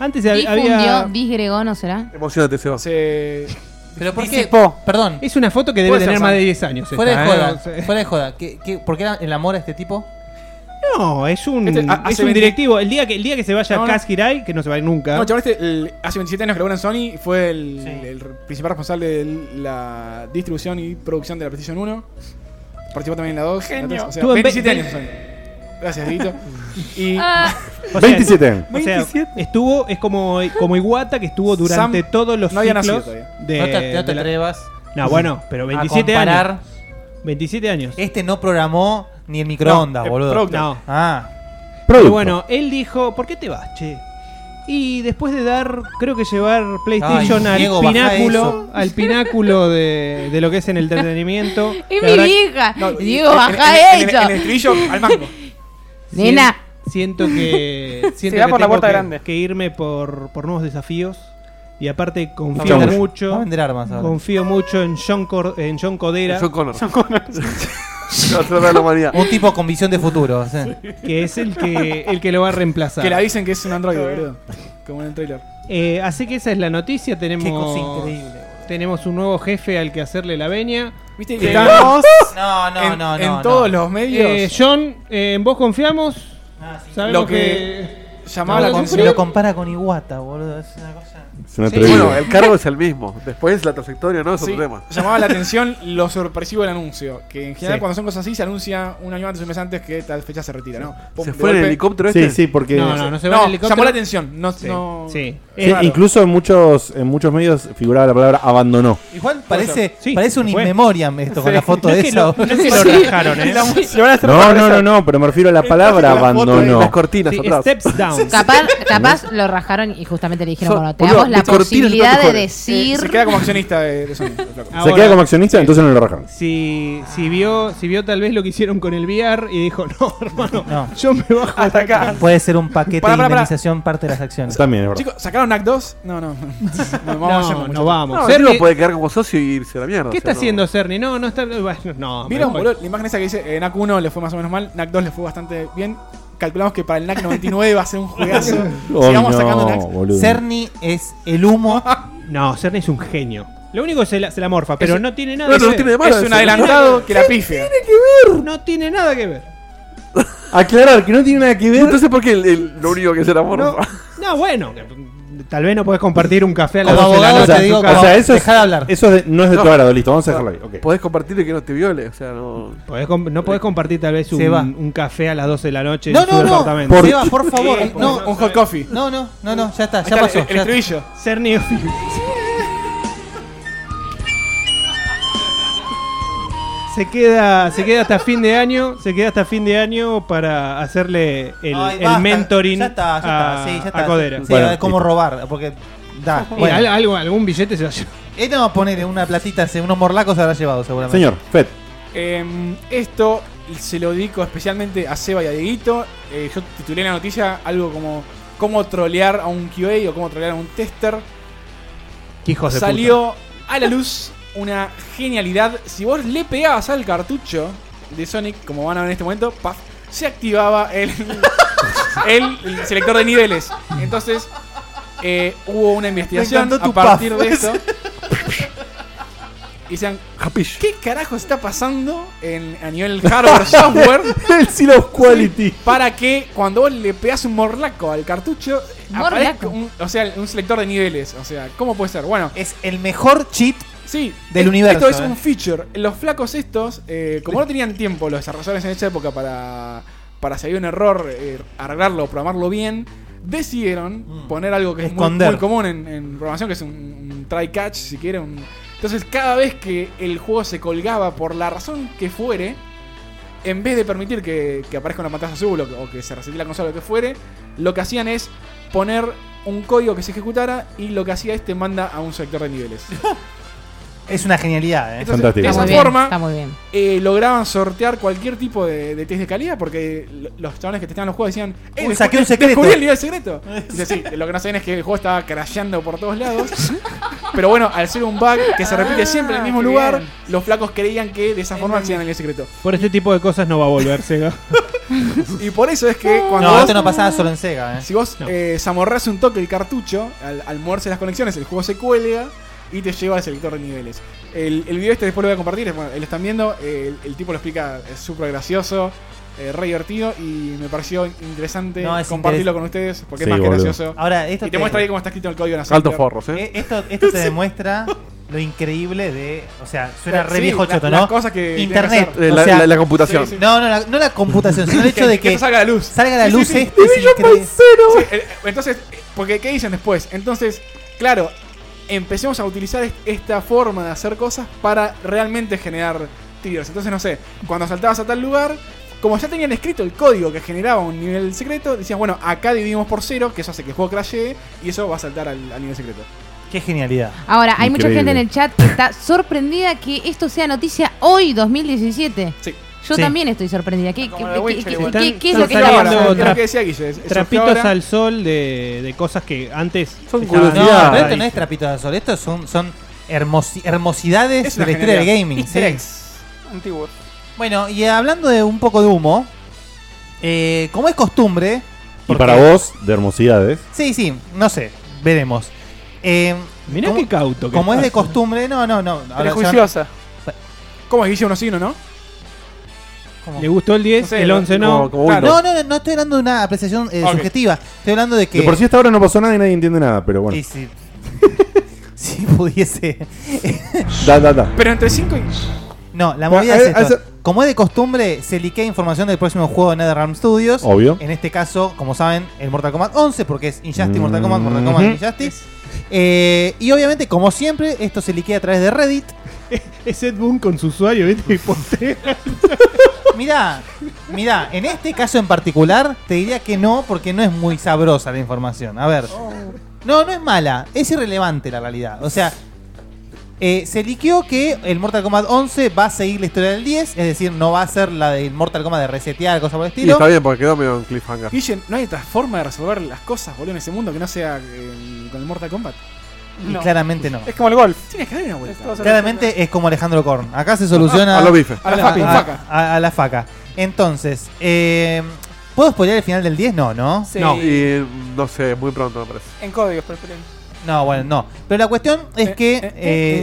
Speaker 5: Antes
Speaker 7: Difundió,
Speaker 5: había.
Speaker 7: disgregó, ¿no será?
Speaker 2: Emocionate, Seba.
Speaker 8: Se.
Speaker 6: Pero ¿por qué?
Speaker 9: Disipó.
Speaker 6: Perdón.
Speaker 5: Es una foto que debe
Speaker 6: Puede ser,
Speaker 5: tener más
Speaker 6: Sam.
Speaker 5: de 10 años.
Speaker 6: Fuera
Speaker 5: esta,
Speaker 6: de
Speaker 5: ¿eh?
Speaker 6: joda.
Speaker 5: No sé.
Speaker 6: Fuera de joda. ¿Qué, qué, por qué era el amor a este tipo?
Speaker 5: No, es un,
Speaker 8: Este, a-
Speaker 5: es
Speaker 8: hace
Speaker 5: un
Speaker 8: 20
Speaker 5: directivo. El día, que, el día que se vaya
Speaker 8: No, no.
Speaker 5: Kazirai, que no se va a ir nunca.
Speaker 8: No, chaval, este, el- hace 27 años que labura en Sony y fue el, el principal responsable de la distribución y producción de la PlayStation 1. Participó también en la 2.
Speaker 9: Genio.
Speaker 8: La 3, o sea,
Speaker 5: Estuvo en
Speaker 8: 27
Speaker 5: ve-
Speaker 8: años en Sony. Gracias, Dito. Y.
Speaker 5: O sea,
Speaker 3: 27.
Speaker 5: O sea, estuvo, es como, como Iwata que estuvo durante
Speaker 8: Sam
Speaker 5: todos los
Speaker 8: no había
Speaker 5: ciclos
Speaker 8: nacido todavía.
Speaker 5: de.
Speaker 6: no te, no te
Speaker 5: de la-
Speaker 6: atrevas.
Speaker 5: No, bueno, pero
Speaker 6: a
Speaker 5: 27
Speaker 6: comparar.
Speaker 5: años. 27 años.
Speaker 6: Este no programó ni el microondas,
Speaker 5: No, eh,
Speaker 6: boludo.
Speaker 5: producto. No.
Speaker 6: Ah.
Speaker 5: Pero bueno, él dijo, ¿por qué te vas, che? Y después de dar, creo que llevar PlayStation
Speaker 6: Ay,
Speaker 5: al,
Speaker 6: Diego, baja eso.
Speaker 5: pináculo, al pináculo de, de lo que es en el entretenimiento.
Speaker 7: Es mi
Speaker 5: la verdad-
Speaker 7: vieja.
Speaker 8: No, y-
Speaker 7: Diego,
Speaker 8: en-
Speaker 7: baja
Speaker 8: en- en-
Speaker 7: eso.
Speaker 8: En el estribillo al mango.
Speaker 5: Sien-
Speaker 7: Nena.
Speaker 5: Siento que. Siento
Speaker 9: va
Speaker 5: que
Speaker 9: por la
Speaker 5: tengo
Speaker 9: puerta
Speaker 5: que-
Speaker 9: grande.
Speaker 5: que irme por, por nuevos desafíos. Y aparte, confío
Speaker 3: Vamos.
Speaker 5: mucho.
Speaker 6: Va a vender armas ahora.
Speaker 5: Confío mucho en John, Cor- en John Codera,
Speaker 2: John Connor. No, se lo da la humanidad.
Speaker 6: Un tipo con visión de futuro. o sea.
Speaker 5: que es el que, el que lo va a reemplazar.
Speaker 8: Que la dicen que es un androide, boludo. Como en el trailer.
Speaker 5: Eh, así que esa es la noticia. Tenemos,
Speaker 6: Qué cosa increíble, boludo.
Speaker 5: Tenemos un nuevo jefe al que hacerle la venia.
Speaker 8: ¿Viste?
Speaker 5: Eh,
Speaker 8: Estamos
Speaker 6: No, no,
Speaker 8: en,
Speaker 6: no,
Speaker 8: en
Speaker 6: no,
Speaker 8: todos
Speaker 6: no.
Speaker 8: los medios.
Speaker 5: Eh, John, eh, en vos confiamos.
Speaker 6: Ah, sí.
Speaker 5: Sabemos
Speaker 8: lo que llamaba
Speaker 6: No,
Speaker 8: la
Speaker 6: lo-
Speaker 8: atención.
Speaker 6: si lo compara con Iwata, boludo. Es una cosa.
Speaker 3: Se me
Speaker 5: Sí.
Speaker 3: atrevido.
Speaker 2: Bueno, el cargo es el mismo. Después la trayectoria, ¿no? Es otro
Speaker 8: Sí,
Speaker 2: tema.
Speaker 8: Llamaba la atención lo sorpresivo del anuncio. Que en general,
Speaker 6: Sí.
Speaker 8: cuando son cosas así, se anuncia un año antes, un mes antes que tal fecha se retira, ¿no? Pum,
Speaker 2: ¿Se
Speaker 8: de
Speaker 2: fue en el
Speaker 8: golpe.
Speaker 2: helicóptero
Speaker 3: Sí,
Speaker 2: este?
Speaker 3: sí, porque.
Speaker 5: No, no, no se va
Speaker 8: No,
Speaker 5: en helicóptero.
Speaker 8: llamó la atención. No,
Speaker 5: Sí.
Speaker 8: no-
Speaker 5: Sí. Eh,
Speaker 8: es
Speaker 3: Sí,
Speaker 8: raro.
Speaker 3: incluso en muchos, en muchos medios figuraba la palabra abandonó.
Speaker 6: Igual parece,
Speaker 5: Sí,
Speaker 6: parece un
Speaker 5: fue.
Speaker 6: inmemoriam esto con la foto
Speaker 5: No
Speaker 6: de
Speaker 5: es que lo,
Speaker 6: eso.
Speaker 5: no es que lo rajaron, ¿eh?
Speaker 9: Lo van a hacer
Speaker 3: No,
Speaker 9: otra
Speaker 3: no,
Speaker 9: vez.
Speaker 3: no, no, pero me refiero a la palabra
Speaker 2: La foto y Las
Speaker 3: abandonó.
Speaker 2: cortinas
Speaker 5: Sí,
Speaker 2: atrás.
Speaker 5: steps down.
Speaker 7: Capaz, capaz lo rajaron y justamente le dijeron,
Speaker 2: Son-
Speaker 7: bueno, te
Speaker 2: boludo,
Speaker 7: damos la
Speaker 2: mis cortinas están
Speaker 7: posibilidad de
Speaker 2: mejores.
Speaker 8: Eh,
Speaker 7: decir...
Speaker 8: se queda como accionista de, de Sony. el flaco.
Speaker 3: Se
Speaker 5: Ahora,
Speaker 3: queda como accionista, entonces no lo rajaron.
Speaker 5: Si, si, vio, si vio tal vez lo que hicieron con el VR y dijo, no, hermano,
Speaker 6: No.
Speaker 5: yo me bajo
Speaker 9: Hasta acá.
Speaker 6: Puede ser un paquete
Speaker 8: Pará, pará,
Speaker 6: de
Speaker 8: pará.
Speaker 6: indemnización parte de las acciones.
Speaker 3: También, es verdad.
Speaker 8: Chicos, ¿sacaron NAC 2? No, no. No,
Speaker 5: No,
Speaker 8: vamos a
Speaker 5: no vamos.
Speaker 2: No,
Speaker 5: Cerny-
Speaker 2: Diego puede quedar como socio y irse a la mierda.
Speaker 5: ¿Qué
Speaker 2: o
Speaker 5: está
Speaker 2: sea, no-
Speaker 5: haciendo Cerny? No, no está. bueno, No, me
Speaker 8: ¿Vieron,
Speaker 5: voy.
Speaker 8: boludo? La imagen esa que dice eh, NAC 1 le fue más o menos mal, NAC 2 le fue bastante bien. Calculamos que para el NAC 99 va a ser un juegazo.
Speaker 3: Ay,
Speaker 8: Sigamos sacando
Speaker 3: Oh, no,
Speaker 8: NACs.
Speaker 3: boludo.
Speaker 6: Cerny es el humo.
Speaker 5: No, Cerny es un genio. Lo único es la, se la morfa, pero
Speaker 8: Es-
Speaker 5: no tiene nada
Speaker 2: No,
Speaker 5: que
Speaker 2: no
Speaker 5: ver.
Speaker 2: tiene de malo
Speaker 8: Es un
Speaker 2: eso.
Speaker 8: adelantado que la pifia.
Speaker 5: No tiene nada que ver.
Speaker 3: Aclarar que no tiene nada que ver.
Speaker 2: Entonces, ¿por qué el- el- lo único que será
Speaker 5: No,
Speaker 2: morfa?
Speaker 5: no, bueno. que- Tal vez no podés compartir un café a la
Speaker 6: Como
Speaker 5: doce de la
Speaker 6: abogado
Speaker 5: noche
Speaker 6: te
Speaker 5: en tu
Speaker 6: digo
Speaker 5: casa.
Speaker 6: como-
Speaker 3: o sea, eso es,
Speaker 6: dejá de hablar.
Speaker 3: Eso es de- no es de
Speaker 2: No.
Speaker 3: tu agrado, listo, vamos a dejarlo ahí. ok.
Speaker 2: Podés compartir y que no te viole. O sea, no.
Speaker 5: Podés com- no podés compartir tal vez un,
Speaker 6: Se va.
Speaker 5: un café a las 12 de la noche
Speaker 6: No,
Speaker 5: en tu
Speaker 6: no, no.
Speaker 5: departamento.
Speaker 3: Por-
Speaker 6: Seba, por favor.
Speaker 8: Eh,
Speaker 6: no,
Speaker 8: un hot coffee.
Speaker 6: no, no, no, no, ya está,
Speaker 8: Ahí
Speaker 6: ya
Speaker 8: está
Speaker 6: pasó.
Speaker 8: el, el
Speaker 6: ya-
Speaker 8: estribillo.
Speaker 5: Cerny Office. Se queda, se queda hasta fin de año, se queda hasta fin de año para hacerle el,
Speaker 6: Ay,
Speaker 5: el
Speaker 6: basta,
Speaker 5: mentoring
Speaker 6: Ya está, ya
Speaker 5: a,
Speaker 6: está, sí, ya
Speaker 5: a
Speaker 6: está.
Speaker 5: Codera.
Speaker 6: Sí,
Speaker 3: Bueno,
Speaker 6: es como
Speaker 3: listo.
Speaker 6: robar, porque da.
Speaker 5: Y
Speaker 6: Bueno,
Speaker 5: al- algo, algún billete se va a llevar.
Speaker 6: Este va a poner una platita, se- unos morlacos se habrá llevado seguramente.
Speaker 3: Señor, Fed,
Speaker 8: Eh, esto se lo dedico especialmente a Seba y a Dieguito. Eh, yo titulé la noticia algo como cómo trolear a un QA o cómo trolear a un tester.
Speaker 5: Hijos de puta.
Speaker 8: Salió a la luz una genialidad. Si vos le pegabas al cartucho de Sonic, como van a ver en este momento, ¡paf! se activaba el, el, el selector de niveles. Entonces eh, hubo una investigación
Speaker 6: encantó
Speaker 8: a
Speaker 6: tu
Speaker 8: partir
Speaker 6: paf.
Speaker 8: de eso. y decían, ¿qué carajo está pasando en, a nivel hardware software?
Speaker 3: El Seal of Quality.
Speaker 8: Para que cuando vos le pegas un morlaco al cartucho, aparezca un, o sea, un selector de niveles. O sea, ¿cómo puede ser? Bueno.
Speaker 6: Es el mejor cheat
Speaker 8: sí,
Speaker 6: del
Speaker 8: es-
Speaker 6: universo,
Speaker 8: Esto es
Speaker 6: eh.
Speaker 8: un feature. Los flacos estos, eh, como no tenían tiempo los desarrolladores en esa época para, para si había un error, eh, arreglarlo, programarlo bien, decidieron poner algo que
Speaker 6: Esconder.
Speaker 8: es muy- muy, común en, en programación, que es un, un try-catch, si quieren. un- Entonces, cada vez que el juego se colgaba por la razón que fuere, en vez de permitir que, que aparezca una pantalla azul o que, o que se resetiera la consola o lo que fuere, lo que hacían es poner un código que se ejecutara y lo que hacía este manda a un sector de niveles.
Speaker 6: Es una genialidad, ¿eh?
Speaker 8: Entonces, De esa
Speaker 7: Está muy bien,
Speaker 8: forma,
Speaker 7: está muy bien.
Speaker 8: eh, lograban sortear cualquier tipo de, de test de calidad porque lo- los chavales que testaban los juegos decían: ¡Eh,
Speaker 6: Uy,
Speaker 8: descu-
Speaker 6: saqué un secreto".
Speaker 8: descubrí el nivel secreto! Y dice, "Sí, lo que no saben es que el juego estaba crasheando por todos lados. Pero bueno, al ser un bug que se repite siempre en el
Speaker 7: Ah,
Speaker 8: mismo
Speaker 9: qué
Speaker 8: lugar,
Speaker 9: bien.
Speaker 8: los flacos creían que de esa forma hacían el nivel secreto.
Speaker 5: Por este tipo de cosas no va a volver, Sega.
Speaker 8: Y por eso es que cuando.
Speaker 5: No,
Speaker 8: vos-
Speaker 5: esto no pasaba solo en Sega, eh.
Speaker 8: Si vos eh, zamorrás un toque el cartucho, al, al moverse las conexiones, el juego se cuelga y te lleva al selector de niveles. El, el video este después lo voy a compartir, es- bueno, lo están viendo, eh, el, el tipo lo explica, es súper gracioso, eh, re divertido y me pareció interesante
Speaker 6: No, es
Speaker 8: compartirlo
Speaker 6: interes-
Speaker 8: con ustedes porque es
Speaker 6: Sí,
Speaker 8: más que
Speaker 6: boludo.
Speaker 8: gracioso.
Speaker 6: Ahora, esto
Speaker 8: y te,
Speaker 6: te-
Speaker 8: muestra ahí cómo está escrito el código en la
Speaker 6: Altos
Speaker 8: software.
Speaker 6: forros, ¿eh? Esto, esto te demuestra lo increíble de. O sea, suena re
Speaker 8: Sí,
Speaker 6: viejo
Speaker 8: la-
Speaker 6: choto,
Speaker 8: las
Speaker 6: ¿no?
Speaker 8: cosas que tiene
Speaker 6: Internet.
Speaker 2: que hacer.
Speaker 6: o
Speaker 2: La-
Speaker 6: sea-
Speaker 2: la- la computación. Sí, sí.
Speaker 6: No, no, la- no la computación, sino el hecho de que.
Speaker 8: esto salga a la luz.
Speaker 6: Salga a la
Speaker 8: Sí,
Speaker 6: luz este,
Speaker 8: sí, sí.
Speaker 6: esto es increíble.
Speaker 8: Sí, eh, entonces, eh, porque ¿qué dicen después? Entonces, claro, empecemos a utilizar est- esta forma de hacer cosas para realmente generar tiros. Entonces, no sé, cuando saltabas a tal lugar, como ya tenían escrito el código que generaba un nivel secreto, decías, bueno, acá dividimos por cero, que eso hace que el juego crashee, y eso va a saltar al, al nivel secreto.
Speaker 6: Qué genialidad.
Speaker 7: Ahora, hay mucha
Speaker 8: Increíble.
Speaker 7: gente en el chat que está sorprendida que esto sea noticia hoy, 2017. Yo
Speaker 5: Sí.
Speaker 7: también estoy sorprendida. ¿Qué,
Speaker 8: Ah, Como
Speaker 7: qué-
Speaker 8: lo de
Speaker 7: qué-
Speaker 8: Witcher
Speaker 7: qué-
Speaker 8: igual.
Speaker 7: qué-
Speaker 5: Están-
Speaker 7: qué es lo que
Speaker 5: están
Speaker 7: está
Speaker 5: saliendo
Speaker 7: pasando?
Speaker 5: tra-
Speaker 8: Es lo que decía Guille, es- es
Speaker 5: trapitos
Speaker 8: ahora-
Speaker 5: al sol de, de cosas que antes. Son
Speaker 6: No, pero esto no es trapitos al sol, esto son, son hermosi- hermosidades
Speaker 5: Es
Speaker 6: Ah, de
Speaker 5: una
Speaker 6: la historia del
Speaker 5: genialidad.
Speaker 6: gaming.
Speaker 5: Easter
Speaker 6: sí.
Speaker 5: eggs.
Speaker 9: Antiguos.
Speaker 6: Bueno, y hablando de un poco de humo, eh, como es costumbre.
Speaker 3: Y
Speaker 6: porque-
Speaker 3: para vos, de hermosidades.
Speaker 6: Sí, sí, no sé, veremos. Eh,
Speaker 5: Mirá qué cauto.
Speaker 3: que
Speaker 6: Como es de
Speaker 3: estás.
Speaker 6: costumbre, no, no, no. ahora ya-
Speaker 9: Prejuiciosa.
Speaker 8: ¿Cómo es Guille unos signos, no?
Speaker 6: ¿Cómo?
Speaker 5: Le gustó el 10,
Speaker 8: No sé,
Speaker 5: el
Speaker 8: lo-
Speaker 5: 11 no.
Speaker 8: como- como Claro.
Speaker 6: No, no, no, no estoy hablando de una apreciación eh,
Speaker 8: Ok.
Speaker 6: subjetiva. Estoy hablando de que.
Speaker 3: De por sí hasta ahora no pasó nada y nadie entiende nada, pero bueno.
Speaker 6: Y si, si pudiese.
Speaker 3: Da, da, da.
Speaker 8: Pero entre 5 y.
Speaker 6: No, la
Speaker 3: Ah,
Speaker 6: movida
Speaker 8: eh,
Speaker 3: ah,
Speaker 6: es esto.
Speaker 3: ah, eso-
Speaker 6: Como es de costumbre, se liquea información del próximo juego de NetherRealm Studios.
Speaker 3: Obvio.
Speaker 6: En este cacaso, como saben, el Mortal Kombat 11, porque es Injustice, Mortal Kombat, Mortal
Speaker 3: Ujú.
Speaker 6: Kombat, Injustice. Eh, y obviamente, como siempre, esto se liquea a través de Reddit.
Speaker 5: Es Ed Boon con su usuario, ¿viste? Y postea.
Speaker 6: Mirá, mirá, en este caso en particular, te diría que no, porque no es muy sabrosa la información. A ver.
Speaker 8: Oh.
Speaker 6: No, no es mala, es irrelevante la realidad. O sea, eh, se liqueó que el Mortal Kombat 11 va a seguir la historia del 10, es decir, no va a ser la del Mortal Kombat de resetear, cosas por el
Speaker 2: Y
Speaker 6: estilo.
Speaker 2: está bien, porque quedó medio en cliffhanger.
Speaker 8: Guille, no hay otra forma de resolver las cosas, boludo, en ese mundo que no sea eh, con el Mortal Kombat.
Speaker 6: Y claramente no.
Speaker 9: Es como el golf.
Speaker 8: Tienes que darle una vuelta.
Speaker 6: Claramente es como Alejandro Korn. Acá se soluciona.
Speaker 2: A lo bife.
Speaker 8: A la faca,
Speaker 6: a-
Speaker 8: faca.
Speaker 6: a- a la faca. Entonces, eh, ¿puedo spoilear el final del 10? No, ¿no?
Speaker 2: No, y no sé, muy pronto me parece.
Speaker 9: En códigos, por ejemplo.
Speaker 6: No, bueno, no. Pero la cuestión es que eh,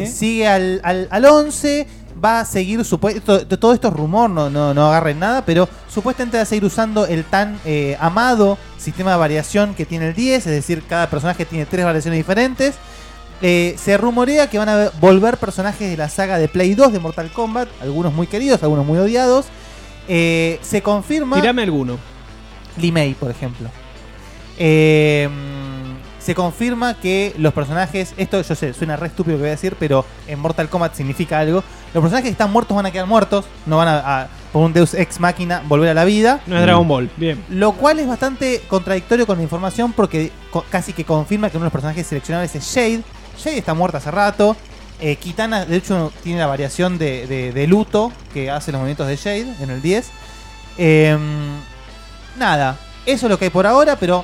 Speaker 9: eh.
Speaker 6: sigue al, al, al 11, va a seguir supuesto. Todo esto es rumor, no, no, no agarren nada, pero supuestamente va a seguir usando el tan eh, amado sistema de variación que tiene el 10, es decir, cada personaje tiene tres variaciones diferentes. Eh, se rumorea que van a volver personajes de la saga de Play 2 de Mortal Kombat, algunos muy queridos, algunos muy odiados. Eh, se confirma.
Speaker 5: Tirame alguno.
Speaker 6: Limei, por ejemplo. Eh, se confirma que los personajes. Esto yo sé, suena re estúpido lo que voy a decir, pero en Mortal Kombat significa algo. Los personajes que están muertos van a quedar muertos. No van a, a, por un Deus Ex Máquina, volver a la vida.
Speaker 5: No es
Speaker 2: Mm.
Speaker 5: Dragon Ball. Bien.
Speaker 6: Lo cual es bastante contradictorio con la información porque co- casi que confirma que uno de los personajes seleccionables es Shade. Shade está muerta hace rato. Eh, Kitana, de hecho, tiene la variación de, de- de luto que hace los movimientos de Shade en el 10. Eh, nada, eso es lo que hay por ahora, pero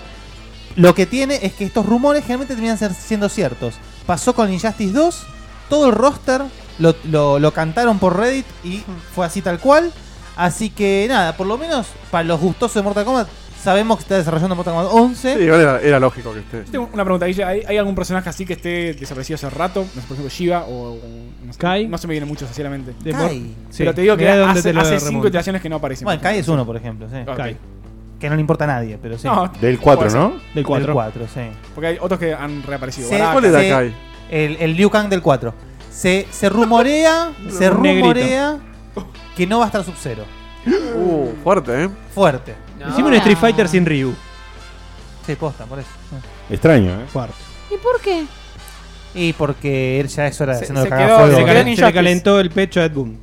Speaker 6: lo que tiene es que estos rumores generalmente terminan ser- siendo ciertos. Pasó con Injustice 2, todo el roster lo, lo- lo cantaron por Reddit y fue así tal cual. Así que nada, por lo menos para los gustosos de Mortal Kombat Sabemos que está desarrollando Mortal Kombat 11.
Speaker 2: Sí, igual era, era lógico que esté.
Speaker 8: Tengo una pregunta, Guille, ¿hay, hay algún personaje así que esté desaparecido hace rato? No sé, por ejemplo, Shiva o, o- no sé, No se me viene mucho, sinceramente.
Speaker 6: De Kai. Mor-
Speaker 8: Pero
Speaker 6: Sí,
Speaker 8: te digo que
Speaker 6: mirá dónde
Speaker 8: hace,
Speaker 6: te lo
Speaker 8: hace
Speaker 6: remonto.
Speaker 8: cinco iteraciones que no aparecen.
Speaker 6: Bueno, Kai es uno, por ejemplo, sí.
Speaker 8: Ok.
Speaker 6: Kai. Que no le importa a nadie, pero sí.
Speaker 8: No,
Speaker 3: Del cuatro, puede ser. ¿no?
Speaker 6: Del
Speaker 3: Del
Speaker 6: 4.
Speaker 3: cuatro.
Speaker 6: Del 4, sí.
Speaker 8: Porque hay otros que han reaparecido.
Speaker 6: Se-
Speaker 8: Baraka.
Speaker 6: se- El, el Liu Kang del 4. Se, se rumorea, se
Speaker 8: Un negrito.
Speaker 6: rumorea que no va a estar Sub-Zero.
Speaker 2: Uh, fuerte, ¿eh?
Speaker 6: Fuerte.
Speaker 5: Hicimos un Street Fighter sin Ryu.
Speaker 6: Sí, posta, por eso.
Speaker 3: Extraño, ¿eh?
Speaker 7: ¿Y por qué?
Speaker 6: Y porque él ya es hora de
Speaker 5: Se-
Speaker 6: hacernos
Speaker 5: se
Speaker 6: cagar
Speaker 5: quedó-
Speaker 6: fuego.
Speaker 5: se quedó en
Speaker 6: le
Speaker 5: Injustice.
Speaker 6: el pecho a Ed Boon.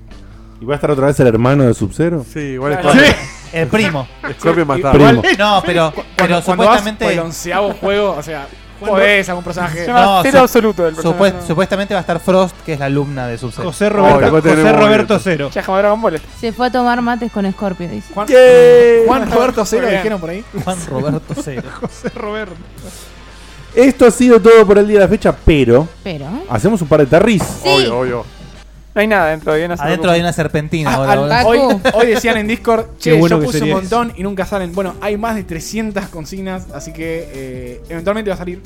Speaker 3: ¿Y va a estar otra vez el hermano de Sub-Zero?
Speaker 2: Sí, igual
Speaker 6: Claro.
Speaker 2: está.
Speaker 6: El primo.
Speaker 2: Scorpion mataba.
Speaker 3: Primo.
Speaker 6: No, pero,
Speaker 8: Cuando-
Speaker 6: pero
Speaker 8: cuando vas
Speaker 6: supuestamente.
Speaker 8: por el onceavo juego, o sea,
Speaker 9: Cuando-
Speaker 8: podés algún personaje.
Speaker 6: No,
Speaker 9: cero
Speaker 6: su-
Speaker 9: absoluto del personaje,
Speaker 6: supuest-
Speaker 9: no.
Speaker 6: Supuestamente va a estar Frost, que es la alumna de Sub-Zero.
Speaker 5: José Roberto-
Speaker 6: Obvio.
Speaker 5: José Roberto Cero.
Speaker 9: Ya, como Dragon Ball.
Speaker 7: Se fue a tomar mates con Scorpio, dice.
Speaker 8: Juan Roberto Cero,
Speaker 9: Muy bien.
Speaker 8: dijeron por ahí.
Speaker 6: Juan Roberto Cero.
Speaker 5: José Roberto.
Speaker 3: Esto ha sido todo por el día de la fecha, pero.
Speaker 7: Pero.
Speaker 3: Hacemos un par de tarris. Obvio,
Speaker 2: obvio.
Speaker 9: No hay nada adentro, todavía no se
Speaker 6: Adentro
Speaker 9: preocupen.
Speaker 6: hay una
Speaker 9: Ah,
Speaker 6: serpentina ahora,
Speaker 8: Al-
Speaker 6: boludo.
Speaker 8: hoy, hoy decían en Discord, che,
Speaker 6: Qué bueno
Speaker 8: yo
Speaker 6: que
Speaker 8: puse un
Speaker 6: sería
Speaker 8: montón y nunca salen. Bueno, hay más de 300 consignas, así que eh, eventualmente va a salir.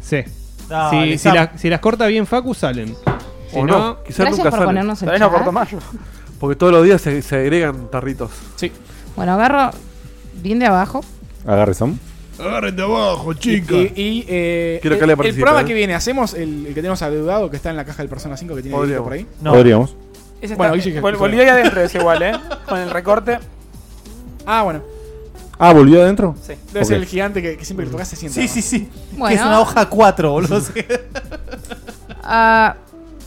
Speaker 5: Sí.
Speaker 8: Dale,
Speaker 5: si, si
Speaker 8: Sam.
Speaker 5: las- si las corta bien Facu, salen. Si
Speaker 2: O no, quizás nunca salen.
Speaker 7: Tal vez no chat. corto
Speaker 9: más.
Speaker 2: Porque todos los días se, se agregan tarritos.
Speaker 8: Sí.
Speaker 7: Bueno, agarro bien de abajo.
Speaker 3: Agarre, Sam.
Speaker 5: Agárrate abajo,
Speaker 8: chica. Y, y, eh,
Speaker 2: Quiero que
Speaker 8: el,
Speaker 2: le
Speaker 8: el
Speaker 2: participe,
Speaker 8: programa
Speaker 2: eh.
Speaker 8: que viene, ¿hacemos el, el que tenemos adeudado que está en la caja del Persona 5 que tiene el
Speaker 2: Podríamos.
Speaker 8: por ahí?
Speaker 3: No. Podríamos.
Speaker 9: Ese está-
Speaker 8: Bueno, Guille, que-
Speaker 9: vol- volvió ahí adentro, es igual, ¿eh? Con el recorte.
Speaker 8: Ah, bueno.
Speaker 3: Ah, ¿volvió adentro?
Speaker 9: Sí.
Speaker 8: Debe ser el gigante que, que siempre que tocas se sienta.
Speaker 6: Sí, sí, sí. Que es
Speaker 7: Bueno.
Speaker 6: una hoja 4, boludo.
Speaker 7: Ah,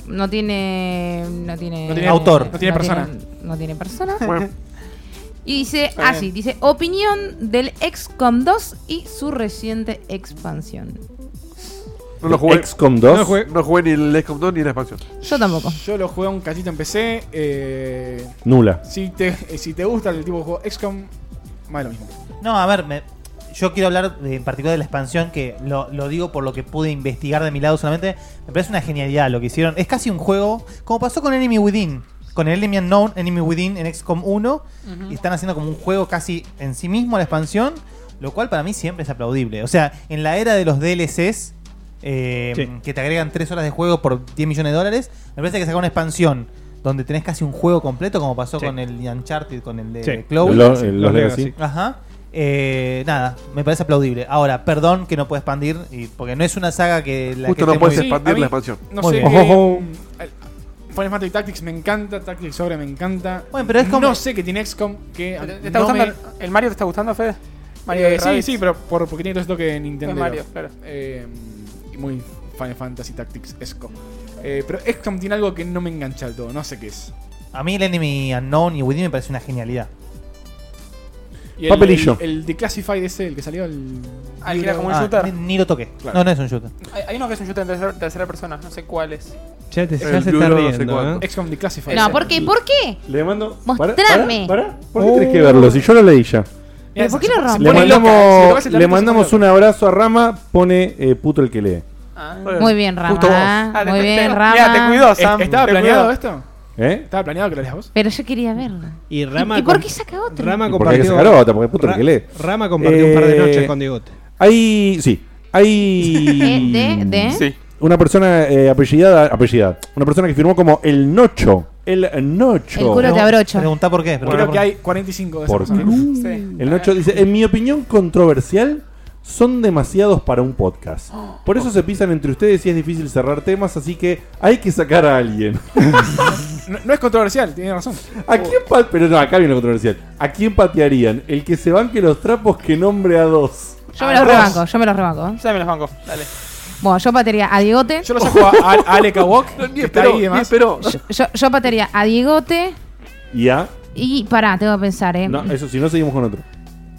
Speaker 7: no tiene. No tiene.
Speaker 6: No tiene autor.
Speaker 7: No tiene persona. no tiene persona.
Speaker 6: Bueno.
Speaker 7: Y dice
Speaker 6: Está
Speaker 7: así: dice opinión del XCOM 2 y su reciente expansión.
Speaker 2: No lo jugué.
Speaker 3: XCOM 2.
Speaker 2: No lo jugué, no jugué ni el XCOM 2 ni la expansión.
Speaker 7: Yo tampoco.
Speaker 8: Yo lo jugué un cachito en PC. eh,
Speaker 3: Nula.
Speaker 8: Si te, eh, si te gusta el tipo de juego XCOM, más de lo mismo.
Speaker 6: No, a ver, me- yo quiero hablar de- en particular de la expansión, que lo, lo digo por lo que pude investigar de mi lado solamente. Me parece una genialidad lo que hicieron. Es casi un juego, como pasó con Enemy Within, con el Enemy Unknown, Enemy Within en XCOM 1. Y están haciendo como un juego casi en sí mismo la expansión, lo cual para mí siempre es aplaudible. O sea, en la era de los DLCs, eh,
Speaker 5: Sí.
Speaker 6: que te agregan 3 horas de juego por 10 millones de dólares, me parece que sacar una expansión. Donde tenés casi un juego completo, como pasó
Speaker 5: Sí.
Speaker 6: con el Uncharted, con el de
Speaker 5: Sí.
Speaker 6: Cloud.
Speaker 5: El Lo- el Los Legacy. Legacy.
Speaker 6: Ajá. Eh, nada, me parece aplaudible. Ahora, perdón que no puedo expandir, y, porque no es una saga que la que
Speaker 2: Justo no
Speaker 6: esté
Speaker 2: puedes
Speaker 6: muy-
Speaker 2: expandir Sí, a la mí- expansión.
Speaker 8: No
Speaker 6: Muy
Speaker 8: sé.
Speaker 6: bien.
Speaker 8: eh, el- Final Fantasy Tactics me encanta, Tactics Sobre me encanta. Bueno, pero es como. No sé que tiene XCOM que.
Speaker 9: ¿Te está
Speaker 8: no
Speaker 9: gustando
Speaker 8: me-
Speaker 9: el- el Mario? ¿Te está gustando, Fede? Mario
Speaker 8: Eh,
Speaker 9: y
Speaker 8: sí,
Speaker 9: Rabbids.
Speaker 8: sí, pero por, porque tiene todo esto que Nintendo.
Speaker 9: Es Mario, claro.
Speaker 8: Eh, y muy Final Fantasy Tactics XCOM. Eh, pero XCOM tiene algo que no me engancha del todo, no sé qué es.
Speaker 6: A mí el Enemy Unknown y Within me parece una genialidad.
Speaker 8: Y el,
Speaker 6: Papelillo.
Speaker 8: El, el Declassified ese, el que salió el.
Speaker 9: Ah, el que era como un
Speaker 6: Ah,
Speaker 9: shooter.
Speaker 6: ni- ni lo toqué.
Speaker 8: Claro.
Speaker 6: No, no es un shooter.
Speaker 9: Hay, hay uno que es un shooter en tercera, tercera persona, no sé cuál es.
Speaker 5: Ya te
Speaker 8: El
Speaker 5: ya se
Speaker 8: Blue
Speaker 5: está
Speaker 8: no sé
Speaker 5: riendo.
Speaker 8: cuánto.
Speaker 5: ¿eh?
Speaker 8: XCOM Declassified.
Speaker 7: No, ¿por qué? ¿Por qué?
Speaker 3: Le mando.
Speaker 7: Mostrame.
Speaker 3: ¿Por qué tenés que verlo? Si yo lo leí ya.
Speaker 7: ¿Pero por qué lo rompes?
Speaker 3: Uh. Le
Speaker 7: Loca,
Speaker 3: mandamos,
Speaker 7: Ah, si le tocas el
Speaker 3: le
Speaker 7: tarrito,
Speaker 3: mandamos
Speaker 7: se
Speaker 3: un abrazo a Rama, pone eh, puto el que lee.
Speaker 7: Muy bien, Rama.
Speaker 8: Justo vos.
Speaker 7: Ah, Muy
Speaker 9: te-
Speaker 7: bien,
Speaker 9: te-
Speaker 7: Rama.
Speaker 9: mira, te cuidó, Sam.
Speaker 8: ¿Estaba
Speaker 9: Te
Speaker 8: planeado
Speaker 9: cuidó.
Speaker 8: esto?
Speaker 3: ¿Eh?
Speaker 8: ¿Estaba planeado que lo leas vos?
Speaker 7: Pero yo quería verla.
Speaker 5: Y
Speaker 7: ¿Y, por qué saca otro?
Speaker 5: Rama
Speaker 3: ¿Y por qué
Speaker 5: compartió-
Speaker 3: sacar otra? Porque puto Eh, el
Speaker 5: Ra-
Speaker 3: que lee.
Speaker 5: Rama compartió un par de noches con Diegote.
Speaker 3: Hay. Sí. Hay.
Speaker 7: De- de- de- Sí.
Speaker 3: Una persona eh, apellidada. Apellidada. Una persona que firmó como el Nocho. El Nocho.
Speaker 6: Preguntá por qué.
Speaker 8: Creo que hay 45 de esas
Speaker 3: ¿Por qué?
Speaker 8: personas.
Speaker 9: Uh.
Speaker 3: El Nacho dice, en mi opinión controversial, son demasiados para un podcast. Por eso se pisan entre ustedes y es difícil cerrar temas, así que hay que sacar a alguien.
Speaker 8: No, no es controversial, tiene razón.
Speaker 3: ¿A quién pa- Pero no, acá viene lo controversial. ¿A quién patearían? El que se banque los trapos que nombre a dos.
Speaker 8: Ah,
Speaker 7: Yo me los rebanco, yo me los rebanco. ¿eh?
Speaker 9: Yo también los banco, dale.
Speaker 7: Bueno, yo patearía a Diegote.
Speaker 8: Yo lo saco a, a, a Ale Kawok, que está ahí y demás.
Speaker 7: Yo, yo patearía a Diegote
Speaker 3: Y a...
Speaker 7: y pará, tengo que pensar, eh.
Speaker 3: No,
Speaker 2: Em.
Speaker 3: eso si no seguimos con otro.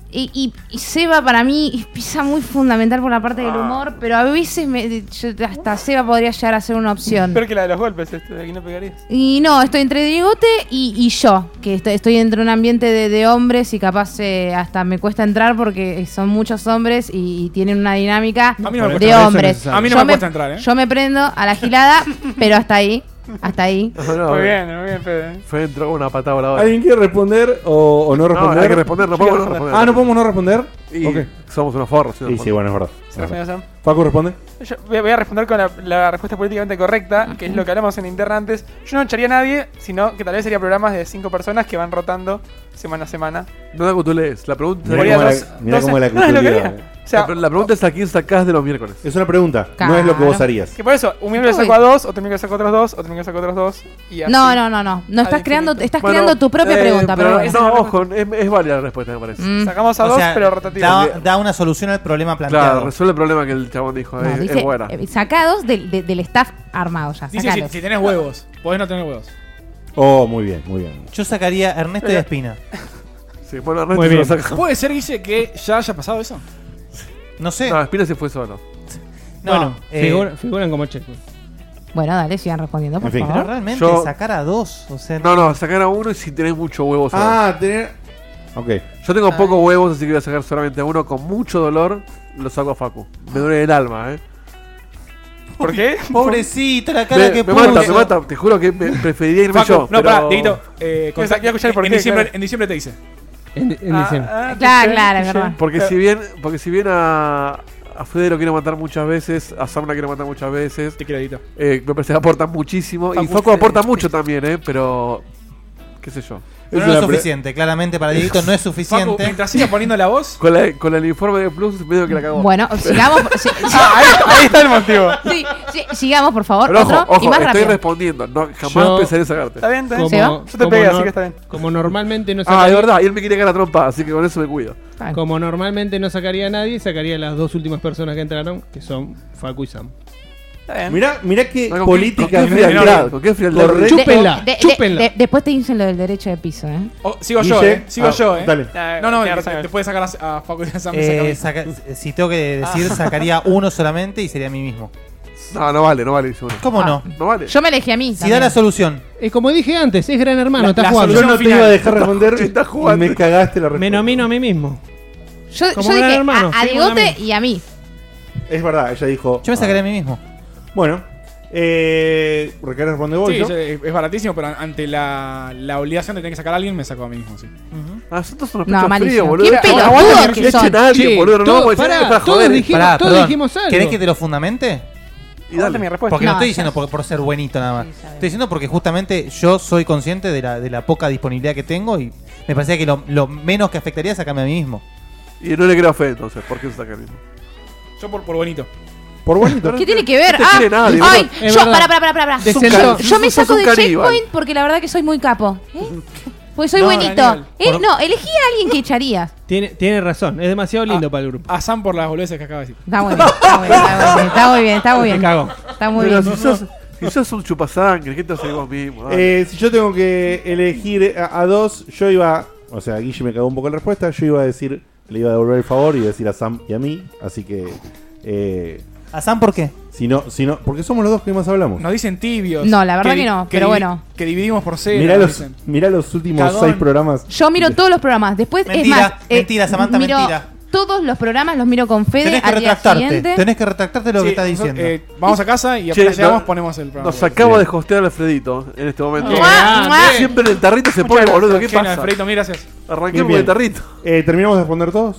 Speaker 7: Y, y- y Seba para mí pisa muy fundamental por la parte
Speaker 8: Ah.
Speaker 7: del humor, pero a veces me- yo- hasta Seba podría llegar a ser una opción.
Speaker 9: Peor que la de los golpes, este, de aquí no pegarías.
Speaker 7: Y no, estoy entre Diegote y, y yo, que estoy, estoy entre un ambiente de, de hombres y capaz eh, hasta me cuesta entrar porque son muchos hombres y, y tienen una dinámica
Speaker 8: A mí no
Speaker 7: de
Speaker 8: me cuesta, eso es
Speaker 7: hombres.
Speaker 8: necesario. A mí no
Speaker 7: Yo
Speaker 8: me cuesta entrar, ¿eh?
Speaker 7: Yo me prendo a la gilada, pero hasta ahí. Hasta ahí.
Speaker 2: No, no,
Speaker 9: muy bien, Fede.
Speaker 2: Fue entró con una patada voladora.
Speaker 3: ¿Alguien quiere responder o, o no responder?
Speaker 2: hay que responder, no podemos no responder.
Speaker 3: Ah, no podemos no responder.
Speaker 2: Y
Speaker 3: Ok.
Speaker 2: somos unos forros.
Speaker 3: Y sí, bueno, es verdad.
Speaker 9: Sí, señor Sam.
Speaker 3: Facu responde.
Speaker 9: Yo voy a- voy a responder con la, la respuesta políticamente correcta, que es lo que hablamos en interna antes. Yo no echaría a nadie, sino que tal vez sería programas de cinco personas que van rotando semana a semana.
Speaker 2: No la cutulees. La pregunta
Speaker 9: Mirá Podría cómo dos- la- mirá dos- cómo la no, es lo que cutuleaba. había. O sea-
Speaker 2: La pre- la pregunta es a quién sacás de los miércoles.
Speaker 3: Es una pregunta. No es lo que vos harías.
Speaker 9: Que por eso, un miembro
Speaker 7: Está
Speaker 9: saco a dos, otro miembro saco a otros dos, otro miembro saco a otros dos, y así.
Speaker 7: No, no, no, no. No estás creando, estás creando tu propia
Speaker 2: eh,
Speaker 7: pregunta, pero, bueno.
Speaker 2: No, ojo, es, es válida la respuesta, me parece.
Speaker 7: Mm.
Speaker 9: Sacamos a
Speaker 6: O
Speaker 9: dos,
Speaker 6: sea,
Speaker 9: pero rotativos.
Speaker 6: Da, da una solución al problema planteado.
Speaker 2: Claro, resuelve el problema que el chabón dijo.
Speaker 7: No,
Speaker 2: es,
Speaker 7: dice,
Speaker 2: es buena.
Speaker 7: eh, sacados del, de- del staff armado ya.
Speaker 8: Dice si,
Speaker 7: sacalos.
Speaker 8: si tenés huevos, podés no tener huevos.
Speaker 3: Oh, muy bien, muy bien.
Speaker 6: Yo sacaría a Ernesto de Espina.
Speaker 2: Sí, bueno, el resto
Speaker 6: Muy
Speaker 2: se lo
Speaker 6: bien.
Speaker 2: saca.
Speaker 8: ¿Puede ser, Guille, que ya haya pasado eso?
Speaker 6: No sé.
Speaker 2: No, Espina se fue solo.
Speaker 5: bueno,
Speaker 6: eh,
Speaker 5: figura- figuran como checo.
Speaker 7: Bueno, dale, sigan respondiendo, por favor.
Speaker 6: Pero realmente
Speaker 2: Yo-
Speaker 6: sacar a dos, o sea,
Speaker 2: No, no, sacar a uno y si tenés mucho huevos.
Speaker 3: Ah, tener. Ok.
Speaker 2: Yo tengo pocos huevos, así que voy a sacar solamente a uno con mucho dolor. Lo saco a Facu. Me duele el alma, eh.
Speaker 9: ¿Por qué?
Speaker 6: pobrecita la cara
Speaker 2: me,
Speaker 6: que
Speaker 2: me
Speaker 6: puso.
Speaker 2: mata, me mata. Te juro que me- preferiría irme
Speaker 8: Facu,
Speaker 2: yo.
Speaker 8: no,
Speaker 2: pero-
Speaker 8: pará, Dieguito. Eh,
Speaker 9: Quiero sa- quiero escuchar por
Speaker 8: en,
Speaker 9: qué,
Speaker 8: diciembre,
Speaker 9: claro.
Speaker 8: en diciembre te dice.
Speaker 5: En, en
Speaker 6: Ah,
Speaker 5: diciembre.
Speaker 7: Claro, claro, es verdad.
Speaker 2: Porque si bien, porque si bien a, a Fede lo quiero matar muchas veces, a Sam la quiero matar muchas veces.
Speaker 8: Te quiero, Dito.
Speaker 2: Eh, me parece que aportan muchísimo. Y
Speaker 8: Facu,
Speaker 2: Facu
Speaker 8: Fede.
Speaker 2: aporta mucho también, eh, pero. qué sé yo.
Speaker 6: Pero no es suficiente, claramente para Dieguito no es suficiente.
Speaker 8: Facu, mientras siga poniendo la voz.
Speaker 2: Con, la- con el informe de Plus, medio que la cagó.
Speaker 7: Bueno, sigamos. si-
Speaker 8: Ah, ahí, está el motivo.
Speaker 7: sí, sí, sigamos, por favor.
Speaker 2: Pero ojo,
Speaker 7: otro y
Speaker 2: ojo,
Speaker 7: más
Speaker 2: estoy
Speaker 7: rápido.
Speaker 2: respondiendo. No, jamás
Speaker 5: Yo-
Speaker 2: pensaré en sacarte.
Speaker 9: Está bien, está bien.
Speaker 5: Como-
Speaker 9: Seba, Yo te
Speaker 5: como
Speaker 9: pegué, así
Speaker 5: nor-
Speaker 9: que está bien.
Speaker 5: Como normalmente no
Speaker 2: Ah,
Speaker 5: sacaría-
Speaker 2: de verdad, y él me quiere ganar a trompa, así que con eso me cuido.
Speaker 5: Como normalmente no sacaría a nadie, sacaría a las dos últimas personas que entraron, que son Facu y Sam.
Speaker 9: Está bien.
Speaker 3: Mirá, mirá qué
Speaker 2: No, con
Speaker 3: política
Speaker 2: qué- con qué
Speaker 3: frialdad.
Speaker 2: frialdad, con qué frialdad.
Speaker 3: Correcto.
Speaker 7: De-
Speaker 5: Chúpenla,
Speaker 7: de- de-
Speaker 5: chúpenla.
Speaker 7: de- después te dicen lo del derecho de piso, ¿eh?
Speaker 8: Oh, sigo yo,
Speaker 3: Guille,
Speaker 8: eh. Sigo
Speaker 3: ah,
Speaker 8: yo, eh.
Speaker 3: dale.
Speaker 9: Ah,
Speaker 8: No, no,
Speaker 9: tenés
Speaker 8: te,
Speaker 9: razón.
Speaker 8: te puedes sacar a, a Facu y a Sam. y
Speaker 6: Eh,
Speaker 8: sacarme.
Speaker 6: saca- si tengo que decir, sacaría uno solamente y sería a mí mismo.
Speaker 2: No, no vale, no vale. dice uno.
Speaker 6: ¿Cómo
Speaker 7: Ah.
Speaker 6: no?
Speaker 2: No vale.
Speaker 7: Yo me elegí a mí.
Speaker 6: Si da la solución.
Speaker 5: Eh, como dije antes, es gran hermano,
Speaker 8: La-
Speaker 5: está
Speaker 8: la
Speaker 5: jugando.
Speaker 3: Yo
Speaker 8: solución-
Speaker 3: no te
Speaker 8: final.
Speaker 3: iba a dejar responder.
Speaker 2: Está
Speaker 3: y
Speaker 2: jugando.
Speaker 3: me cagaste la
Speaker 5: Me
Speaker 3: respuesta.
Speaker 5: nomino a mí mismo.
Speaker 7: ah, yo yo
Speaker 5: Como gran
Speaker 7: dije
Speaker 5: hermano,
Speaker 7: a, a
Speaker 5: sí, como
Speaker 7: Diegote
Speaker 5: también.
Speaker 7: y a mí.
Speaker 3: Es verdad, ella dijo.
Speaker 6: Yo me sacaría a mí mismo.
Speaker 3: ah, Bueno. Eh, ¿Requerés responder vos?
Speaker 8: Sí,
Speaker 3: yo?
Speaker 8: yo- eh, es es baratísimo, pero ante la, la obligación de tener que sacar a alguien, me sacó a mí mismo, sí.
Speaker 2: Ah, nosotros son los
Speaker 7: No,
Speaker 2: pechos
Speaker 7: malísimo.
Speaker 2: fríos, boludo.
Speaker 7: Qué
Speaker 2: Aguanta
Speaker 7: pelotudos
Speaker 2: que
Speaker 7: que
Speaker 2: no eche
Speaker 7: son.
Speaker 2: nadie,
Speaker 5: Che,
Speaker 2: boludo. No,
Speaker 5: todo-
Speaker 2: porque si no,
Speaker 5: pará,
Speaker 2: es para
Speaker 5: todos
Speaker 2: joder. eh.
Speaker 5: dijimos-
Speaker 6: Pará,
Speaker 5: todos
Speaker 6: perdón.
Speaker 5: dijimos algo.
Speaker 6: ¿Querés que te lo fundamente?
Speaker 2: Y dale.
Speaker 9: Aguanta mi respuesta.
Speaker 6: Porque no,
Speaker 7: No,
Speaker 6: estoy
Speaker 7: ya
Speaker 6: diciendo
Speaker 7: sé.
Speaker 6: por, por ser buenito nada más.
Speaker 7: Sí, sabemos.
Speaker 6: estoy diciendo porque justamente yo soy consciente de la, de la poca disponibilidad que tengo y me parecía que lo, lo menos que afectaría es sacarme a mí mismo.
Speaker 2: Y no le creo a Fede, entonces, ¿por qué se saca el mismo?
Speaker 8: Yo por, por bonito.
Speaker 3: Por bonito.
Speaker 7: ¿Qué tiene que ver?
Speaker 2: No te
Speaker 7: ah,
Speaker 2: quiere nadie,
Speaker 7: ay,
Speaker 5: Es
Speaker 7: yo,
Speaker 5: verdad.
Speaker 7: pará, pará, pará, pará.
Speaker 5: Sos un
Speaker 7: Yo,
Speaker 5: ca-
Speaker 7: yo me
Speaker 2: sos- sos
Speaker 7: saco
Speaker 2: un
Speaker 7: de
Speaker 2: caníbal.
Speaker 7: checkpoint porque la verdad que soy muy capo. ¿Eh? Porque soy
Speaker 8: No,
Speaker 7: buenito.
Speaker 8: Daniel,
Speaker 7: ¿Eh?
Speaker 6: por-
Speaker 7: No, elegí a alguien que echarías.
Speaker 5: Tiene, tiene razón, es demasiado lindo para el grupo.
Speaker 8: Ah, A Sam por las boludeces que acaba de decir.
Speaker 7: Está muy bien, está muy bien, está muy bien, está muy
Speaker 5: Me
Speaker 7: bien.
Speaker 5: cago.
Speaker 7: Está muy
Speaker 2: Pero
Speaker 7: bien.
Speaker 2: si sos, si sos un chupasangre, ¿qué te hace vos mismo? Dale.
Speaker 3: Eh, si yo tengo que elegir a, a dos, yo iba. O sea, Guille me cagó un poco la respuesta. Yo iba a decir. Le iba a devolver el favor y iba a decir a Sam y a mí. Así que. Eh,
Speaker 6: ¿A Sam por qué?
Speaker 3: si no, si no, porque somos los dos que más hablamos.
Speaker 8: Nos dicen tibios.
Speaker 7: No, la verdad
Speaker 8: di-
Speaker 7: que no, pero
Speaker 8: divi-
Speaker 7: bueno.
Speaker 8: Que dividimos por cero.
Speaker 3: mirá,
Speaker 8: nos
Speaker 3: los,
Speaker 8: dicen.
Speaker 3: mirá los últimos
Speaker 8: Cagón.
Speaker 3: seis programas.
Speaker 7: Yo miro todos los programas. Después,
Speaker 6: Mentira,
Speaker 7: es más. eh,
Speaker 6: mentira, Samantha,
Speaker 7: miro
Speaker 6: mentira.
Speaker 7: Todos los programas los miro con Fede
Speaker 6: Tenés que
Speaker 7: al día
Speaker 6: retractarte.
Speaker 7: siguiente.
Speaker 6: Tenés que retractarte lo
Speaker 8: Sí,
Speaker 6: que estás
Speaker 8: nosotros,
Speaker 6: diciendo.
Speaker 8: eh, vamos a casa y
Speaker 2: Che,
Speaker 8: apenas llegamos
Speaker 2: no-
Speaker 8: ponemos
Speaker 9: Eh,
Speaker 8: el programa.
Speaker 2: Nos acaba de hostear Alfredito en este momento.
Speaker 7: Mua, mua.
Speaker 2: Siempre en el tarrito se
Speaker 8: Muchas
Speaker 2: pone, boludo. ¿Qué
Speaker 8: gracias, Genial,
Speaker 2: pasa?
Speaker 8: Alfredito, mil gracias.
Speaker 2: Arranquemos
Speaker 3: Bien, bien.
Speaker 2: el tarrito.
Speaker 3: Eh, ¿Terminamos de responder todos?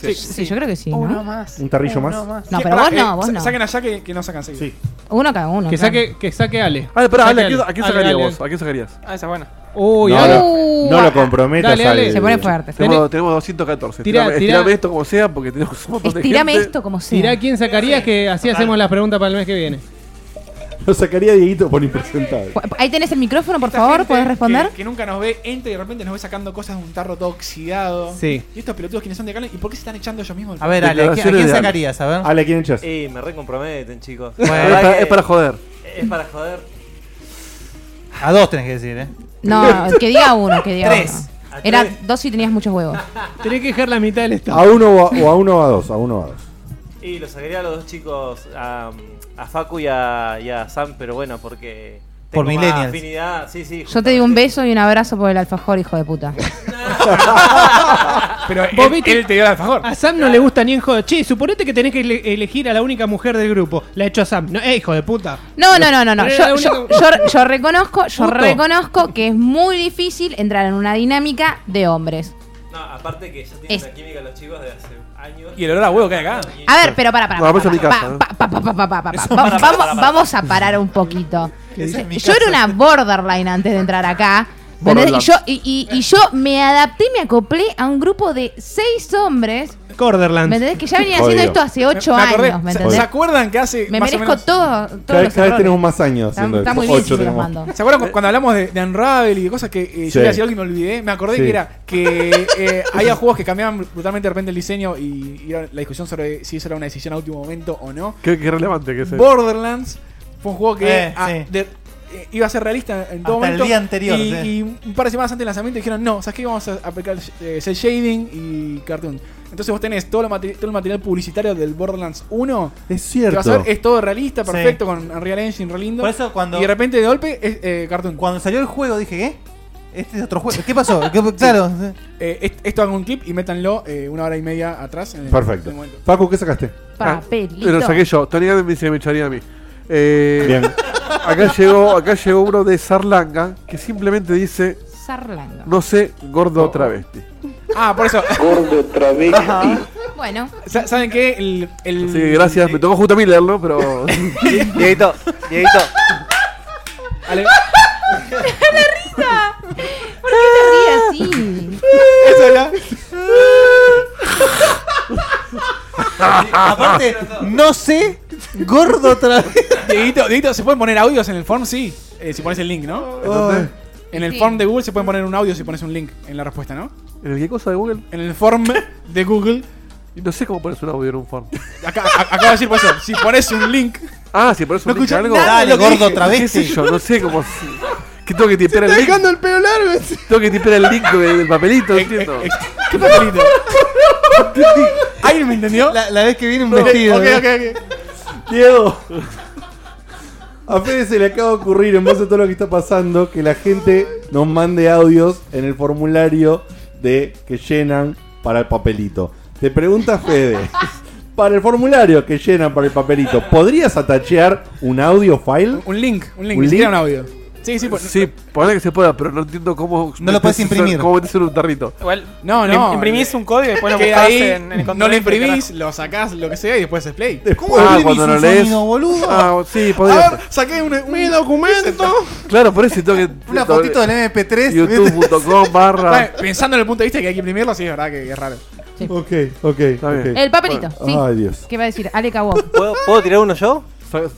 Speaker 7: Sí, sí, yo creo que sí,
Speaker 9: Uno
Speaker 7: ¿no?
Speaker 9: más.
Speaker 3: ¿Un tarrillo
Speaker 9: Uno
Speaker 3: más?
Speaker 7: No,
Speaker 8: Sí,
Speaker 7: pero
Speaker 8: pará,
Speaker 7: vos no,
Speaker 8: eh,
Speaker 7: vos
Speaker 8: sa-
Speaker 7: no.
Speaker 8: Saquen allá que, que no sacan seguido.
Speaker 3: Sí.
Speaker 7: Uno cada uno.
Speaker 5: Que
Speaker 7: claro.
Speaker 5: saque, que saque Ale.
Speaker 2: Ah, pará, Ale, ¿a
Speaker 5: Saque
Speaker 2: quién- ¿a quién
Speaker 5: Ale,
Speaker 2: sacarías
Speaker 5: Ale,
Speaker 2: vos?
Speaker 5: Ale.
Speaker 2: ¿A quién sacarías?
Speaker 9: Ah, esa es buena.
Speaker 5: Uy,
Speaker 3: No,
Speaker 5: Ale.
Speaker 3: no, no lo comprometas.
Speaker 5: Dale, dale.
Speaker 3: al-
Speaker 7: Se pone fuerte.
Speaker 2: Tenemos, tenemos 214.
Speaker 5: Tirá,
Speaker 2: Estirame-
Speaker 5: tirá.
Speaker 2: estirame esto como sea porque tenemos un montón de
Speaker 7: Estirame
Speaker 2: gente.
Speaker 7: esto como sea.
Speaker 5: Tirá quién sacarías que así hacemos las preguntas para el mes que viene.
Speaker 3: Lo sacaría Dieguito por impresentable.
Speaker 7: Pu- Ahí tenés el micrófono, por
Speaker 8: Esta
Speaker 7: favor,
Speaker 8: gente
Speaker 7: podés responder.
Speaker 8: Que, que nunca nos ve, entra y de repente nos ve sacando cosas de un tarro todo oxidado.
Speaker 5: Sí.
Speaker 8: ¿Y estos pelotudos quiénes son de acá? ¿Y por qué se están echando ellos mismos?
Speaker 6: A ver, Ale, ¿a quién, a
Speaker 2: declaraciones
Speaker 6: quién
Speaker 2: de Ale.
Speaker 6: sacarías? A ver.
Speaker 3: Ale, ¿quién echas?
Speaker 2: Eh,
Speaker 10: Y me recomprometen, chicos. La
Speaker 2: Es
Speaker 10: verdad
Speaker 2: para,
Speaker 10: que
Speaker 2: es para joder.
Speaker 10: Es para joder.
Speaker 6: A dos tenés que decir, ¿eh?
Speaker 7: No, que diga uno, que diga
Speaker 6: Tres.
Speaker 7: uno. Era dos y tenías muchos huevos.
Speaker 8: Ah,
Speaker 5: Tenés que dejar la mitad del estado.
Speaker 3: A uno o a, o a uno o a dos. A uno o a dos.
Speaker 10: Y los sacaría a los dos chicos, a, a Facu y a, y a Sam, pero bueno, porque.
Speaker 6: Por
Speaker 10: tengo más
Speaker 6: millennials.
Speaker 10: afinidad. Sí, sí.
Speaker 7: Yo te di un beso y un abrazo por el alfajor, hijo de puta.
Speaker 8: Pero él-
Speaker 5: Bobby-
Speaker 8: él te dio el alfajor.
Speaker 5: A Sam no le gusta ni en joda. Che, suponete que tenés que ele- elegir a la única mujer del grupo. La echó a Sam. No, eh, hijo de puta.
Speaker 7: No, no, no, no, no. Yo,
Speaker 5: Pero era la
Speaker 7: yo,
Speaker 5: única-
Speaker 7: yo- yo reconozco, yo
Speaker 5: Justo.
Speaker 7: reconozco que es muy difícil entrar en una dinámica de hombres.
Speaker 12: No, aparte que ya tienen
Speaker 7: Es-
Speaker 12: una química los chicos de hace años.
Speaker 8: Y el olor a huevo que hay acá.
Speaker 10: Ah,
Speaker 7: A ver, pero Ah, para, para.
Speaker 8: No, vamos a mi casa,
Speaker 15: ¿eh?
Speaker 8: ¿no? Eso, para, para, para,
Speaker 7: Vamos
Speaker 8: para.
Speaker 7: vamos a parar un poquito.
Speaker 8: ¿Qué dice mi
Speaker 7: Yo era una borderline antes de entrar acá. ¿entendés? Y
Speaker 5: Borderline.
Speaker 7: yo, y, y- y yo me adapté, me acoplé a un grupo de seis hombres.
Speaker 5: Corderland.
Speaker 7: ¿Me entendés? Que ya venía haciendo
Speaker 3: Jodido.
Speaker 7: esto hace ocho
Speaker 8: Me acordé.
Speaker 7: años. ¿Me
Speaker 8: ¿Se-
Speaker 7: entendés?
Speaker 8: ¿Se acuerdan que hace
Speaker 7: Me
Speaker 8: más o
Speaker 7: merezco
Speaker 8: menos-
Speaker 7: todo, todos
Speaker 3: Cada,
Speaker 7: los
Speaker 3: cada vez
Speaker 7: errores.
Speaker 3: tenemos más años.
Speaker 7: Está-
Speaker 3: haciendo
Speaker 7: está
Speaker 3: esto.
Speaker 7: muy bien si
Speaker 3: Ocho
Speaker 7: se los
Speaker 3: tenemos.
Speaker 7: mando.
Speaker 8: ¿Se acuerdan cu- cuando hablamos de, de Unravel y de cosas que eh, yo
Speaker 3: Sí.
Speaker 8: iba a decir algo y me olvidé? Me acordé
Speaker 3: Sí.
Speaker 8: que era que eh, había juegos que cambiaban brutalmente de repente el diseño y, y era la discusión sobre si eso era una decisión a último momento o no.
Speaker 2: Qué, qué relevante que es. eso.
Speaker 8: Borderlands fue un juego que
Speaker 2: Eh,
Speaker 8: a-
Speaker 2: sí.
Speaker 8: de- eh, iba a ser realista en todo
Speaker 15: Hasta el
Speaker 8: momento.
Speaker 15: día anterior,
Speaker 8: Y,
Speaker 15: sí.
Speaker 8: y un par de semanas antes del lanzamiento dijeron, no, ¿sabes qué? Vamos a aplicar eh, cel shading y cartoon. Entonces vos tenés todo, lo materi- todo el material publicitario del Borderlands 1.
Speaker 3: Es
Speaker 8: que vas a
Speaker 3: cierto.
Speaker 8: ver, este es todo realista,
Speaker 15: Sí.
Speaker 8: perfecto, con Unreal Engine, re lindo.
Speaker 15: Por eso cuando-
Speaker 8: Y de repente de golpe es eh, cartoon.
Speaker 15: Cuando salió el juego dije, ¿qué? Este es otro juego. ¿Qué pasó? ¿Qué- claro.
Speaker 8: Eh, est- esto hagan un clip y métanlo eh, una hora y media atrás. en el-
Speaker 3: Perfecto.
Speaker 8: en el momento.
Speaker 3: Facu, ¿qué sacaste?
Speaker 7: Papelito.
Speaker 2: Ah, Pero saqué yo. Tony Gamer me dice que me echaría a mí. Eh, Acá llegó, acá llegó uno de Sarlanga que simplemente dice,
Speaker 7: Sarlanga.
Speaker 2: no sé, gordo o travesti.
Speaker 8: Ah, por eso.
Speaker 2: Gordo travesti.
Speaker 7: Bueno.
Speaker 8: Sa- ¿Saben qué? El, el-
Speaker 2: Sí, gracias. Me tocó justo a mí leerlo, pero...
Speaker 10: Dieguito, Dieguito.
Speaker 8: Ale-
Speaker 7: ¡La risa! ¿Por qué te ríes así?
Speaker 8: Eso era.
Speaker 15: Aparte, no sé, gordo otra vez.
Speaker 8: Dieguito, Dieguito, ¿se pueden poner audios en el form? Sí, eh, si pones el link, ¿no?
Speaker 2: dónde?
Speaker 8: En el
Speaker 7: Sí.
Speaker 8: form de Google se pueden poner un audio si pones un link en la respuesta, ¿no?
Speaker 2: ¿En el qué cosa de Google?
Speaker 8: En el form de Google.
Speaker 2: No sé cómo pones un audio en un form.
Speaker 8: Acá, a- acabo de decir por eso. Si pones un link.
Speaker 2: Ah, si pones un
Speaker 8: No
Speaker 2: link
Speaker 8: escuché
Speaker 2: a algo.
Speaker 8: nada de lo que dije.
Speaker 2: ¿Qué sé yo? No sé cómo... ¿Qué tengo que tipear el
Speaker 8: está
Speaker 2: link?
Speaker 8: dejando Eh, el pelo largo.
Speaker 2: Tengo que tipear el link de- del papelito, no entiendo.
Speaker 8: ¿Qué papelito? ¿Alguien me entendió?
Speaker 15: La, la vez que viene un
Speaker 8: No.
Speaker 15: vestido. ¿eh?
Speaker 8: Ok,
Speaker 15: ¿no?
Speaker 8: ok, ok.
Speaker 3: Diego. A Fede se le acaba de ocurrir, en base a todo lo que está pasando, que la gente nos mande audios en el formulario de que llenan para el papelito. Te pregunta Fede, para el formulario que llenan para el papelito, ¿podrías atachear un audio file?
Speaker 8: Un link, un link,
Speaker 3: ¿Un
Speaker 8: ni siquiera un
Speaker 3: link?
Speaker 8: audio. Sí, pues, sí, por-
Speaker 2: Sí, ponle que se pueda, pero no entiendo cómo...
Speaker 15: No lo puedes imprimir.
Speaker 2: Cómo metes en un tarrito.
Speaker 9: Igual,
Speaker 8: No,
Speaker 9: le
Speaker 8: no.
Speaker 9: Imprimís un código y después lo
Speaker 8: Que
Speaker 9: buscás
Speaker 8: ahí
Speaker 9: en, en el
Speaker 8: No
Speaker 9: control este
Speaker 8: lo
Speaker 9: F,
Speaker 8: imprimís, lo sacás, lo que sea y después es play.
Speaker 2: Ah, cuando lo lees.
Speaker 15: Uh.
Speaker 2: Ah, sí, podría
Speaker 8: A
Speaker 2: ser.
Speaker 8: ver, saqué un, mi documento.
Speaker 2: Claro, por eso tengo que.
Speaker 15: Una fotito del MP3.
Speaker 2: YouTube.com barra.
Speaker 8: Pensando en el punto de vista que hay que imprimirlo, sí, es verdad que es raro.
Speaker 3: Ok, ok. ok.
Speaker 7: El papelito, sí.
Speaker 3: Ay, Dios.
Speaker 7: ¿Qué va a decir? Ale Cagó.
Speaker 10: ¿Puedo, puedo tirar uno yo?
Speaker 15: Vos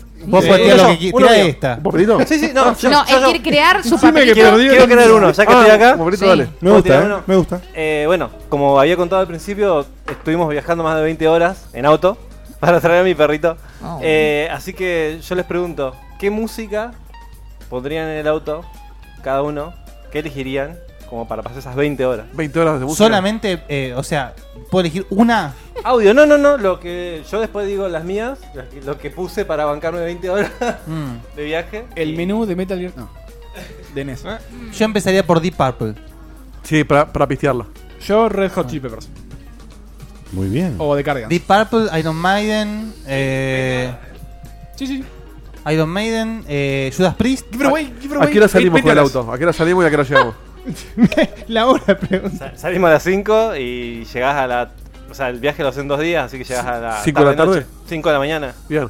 Speaker 10: Sí.
Speaker 15: podés tirar lo
Speaker 10: Uno
Speaker 15: que
Speaker 10: yo,
Speaker 15: qui-
Speaker 10: uno
Speaker 15: tirá
Speaker 10: yo.
Speaker 15: esta.
Speaker 2: ¿Un papelito?
Speaker 10: Sí, sí, no. yo-
Speaker 7: No,
Speaker 10: yo-
Speaker 7: él
Speaker 10: yo-
Speaker 7: quiere crear su
Speaker 10: Decime que
Speaker 7: papelito.
Speaker 10: quiero, quiero crear uno, ya que estoy acá.
Speaker 2: papelito, dale.
Speaker 3: Me
Speaker 10: ¿Puedo
Speaker 3: gusta,
Speaker 10: tirar
Speaker 3: eh,
Speaker 10: uno?
Speaker 3: me gusta.
Speaker 10: Eh, bueno, como había contado al principio, estuvimos viajando más de 20 horas en auto para traer a mi perrito.
Speaker 7: Oh.
Speaker 10: Eh, así que yo les pregunto, ¿qué música pondrían en el auto cada uno? ¿Qué elegirían como para pasar esas 20 horas?
Speaker 2: 20 horas de música.
Speaker 15: Solamente, eh, o sea, puedo elegir una.
Speaker 10: Audio, no, no, no, lo que yo después digo las mías, lo que, lo que puse para bancarme 20 horas
Speaker 15: Mm.
Speaker 10: de viaje.
Speaker 8: El menú de Metal Gear. No. De E NES.
Speaker 9: Ah.
Speaker 15: Yo empezaría por Deep Purple.
Speaker 2: Sí, para, para pistearla.
Speaker 8: Yo Red Hot Chili Peppers.
Speaker 3: Muy bien.
Speaker 8: O de carga.
Speaker 15: Deep Purple, Iron Maiden, eh,
Speaker 8: Sí, sí.
Speaker 15: Iron Maiden, eh, Judas Priest.
Speaker 8: Pero güey,
Speaker 6: Ah,
Speaker 8: pero
Speaker 2: ¿A
Speaker 8: güey.
Speaker 2: qué hora salimos
Speaker 8: 20
Speaker 2: con el
Speaker 8: horas.
Speaker 2: auto? ¿A qué hora salimos y a qué hora llegamos?
Speaker 5: La hora pregunta.
Speaker 10: Sa- Salimos a las 5 y llegás a la. O sea, el viaje lo hacen dos días, así que llegás a las
Speaker 2: ¿Cinco de la tarde?
Speaker 10: 5 de la mañana.
Speaker 2: Bien.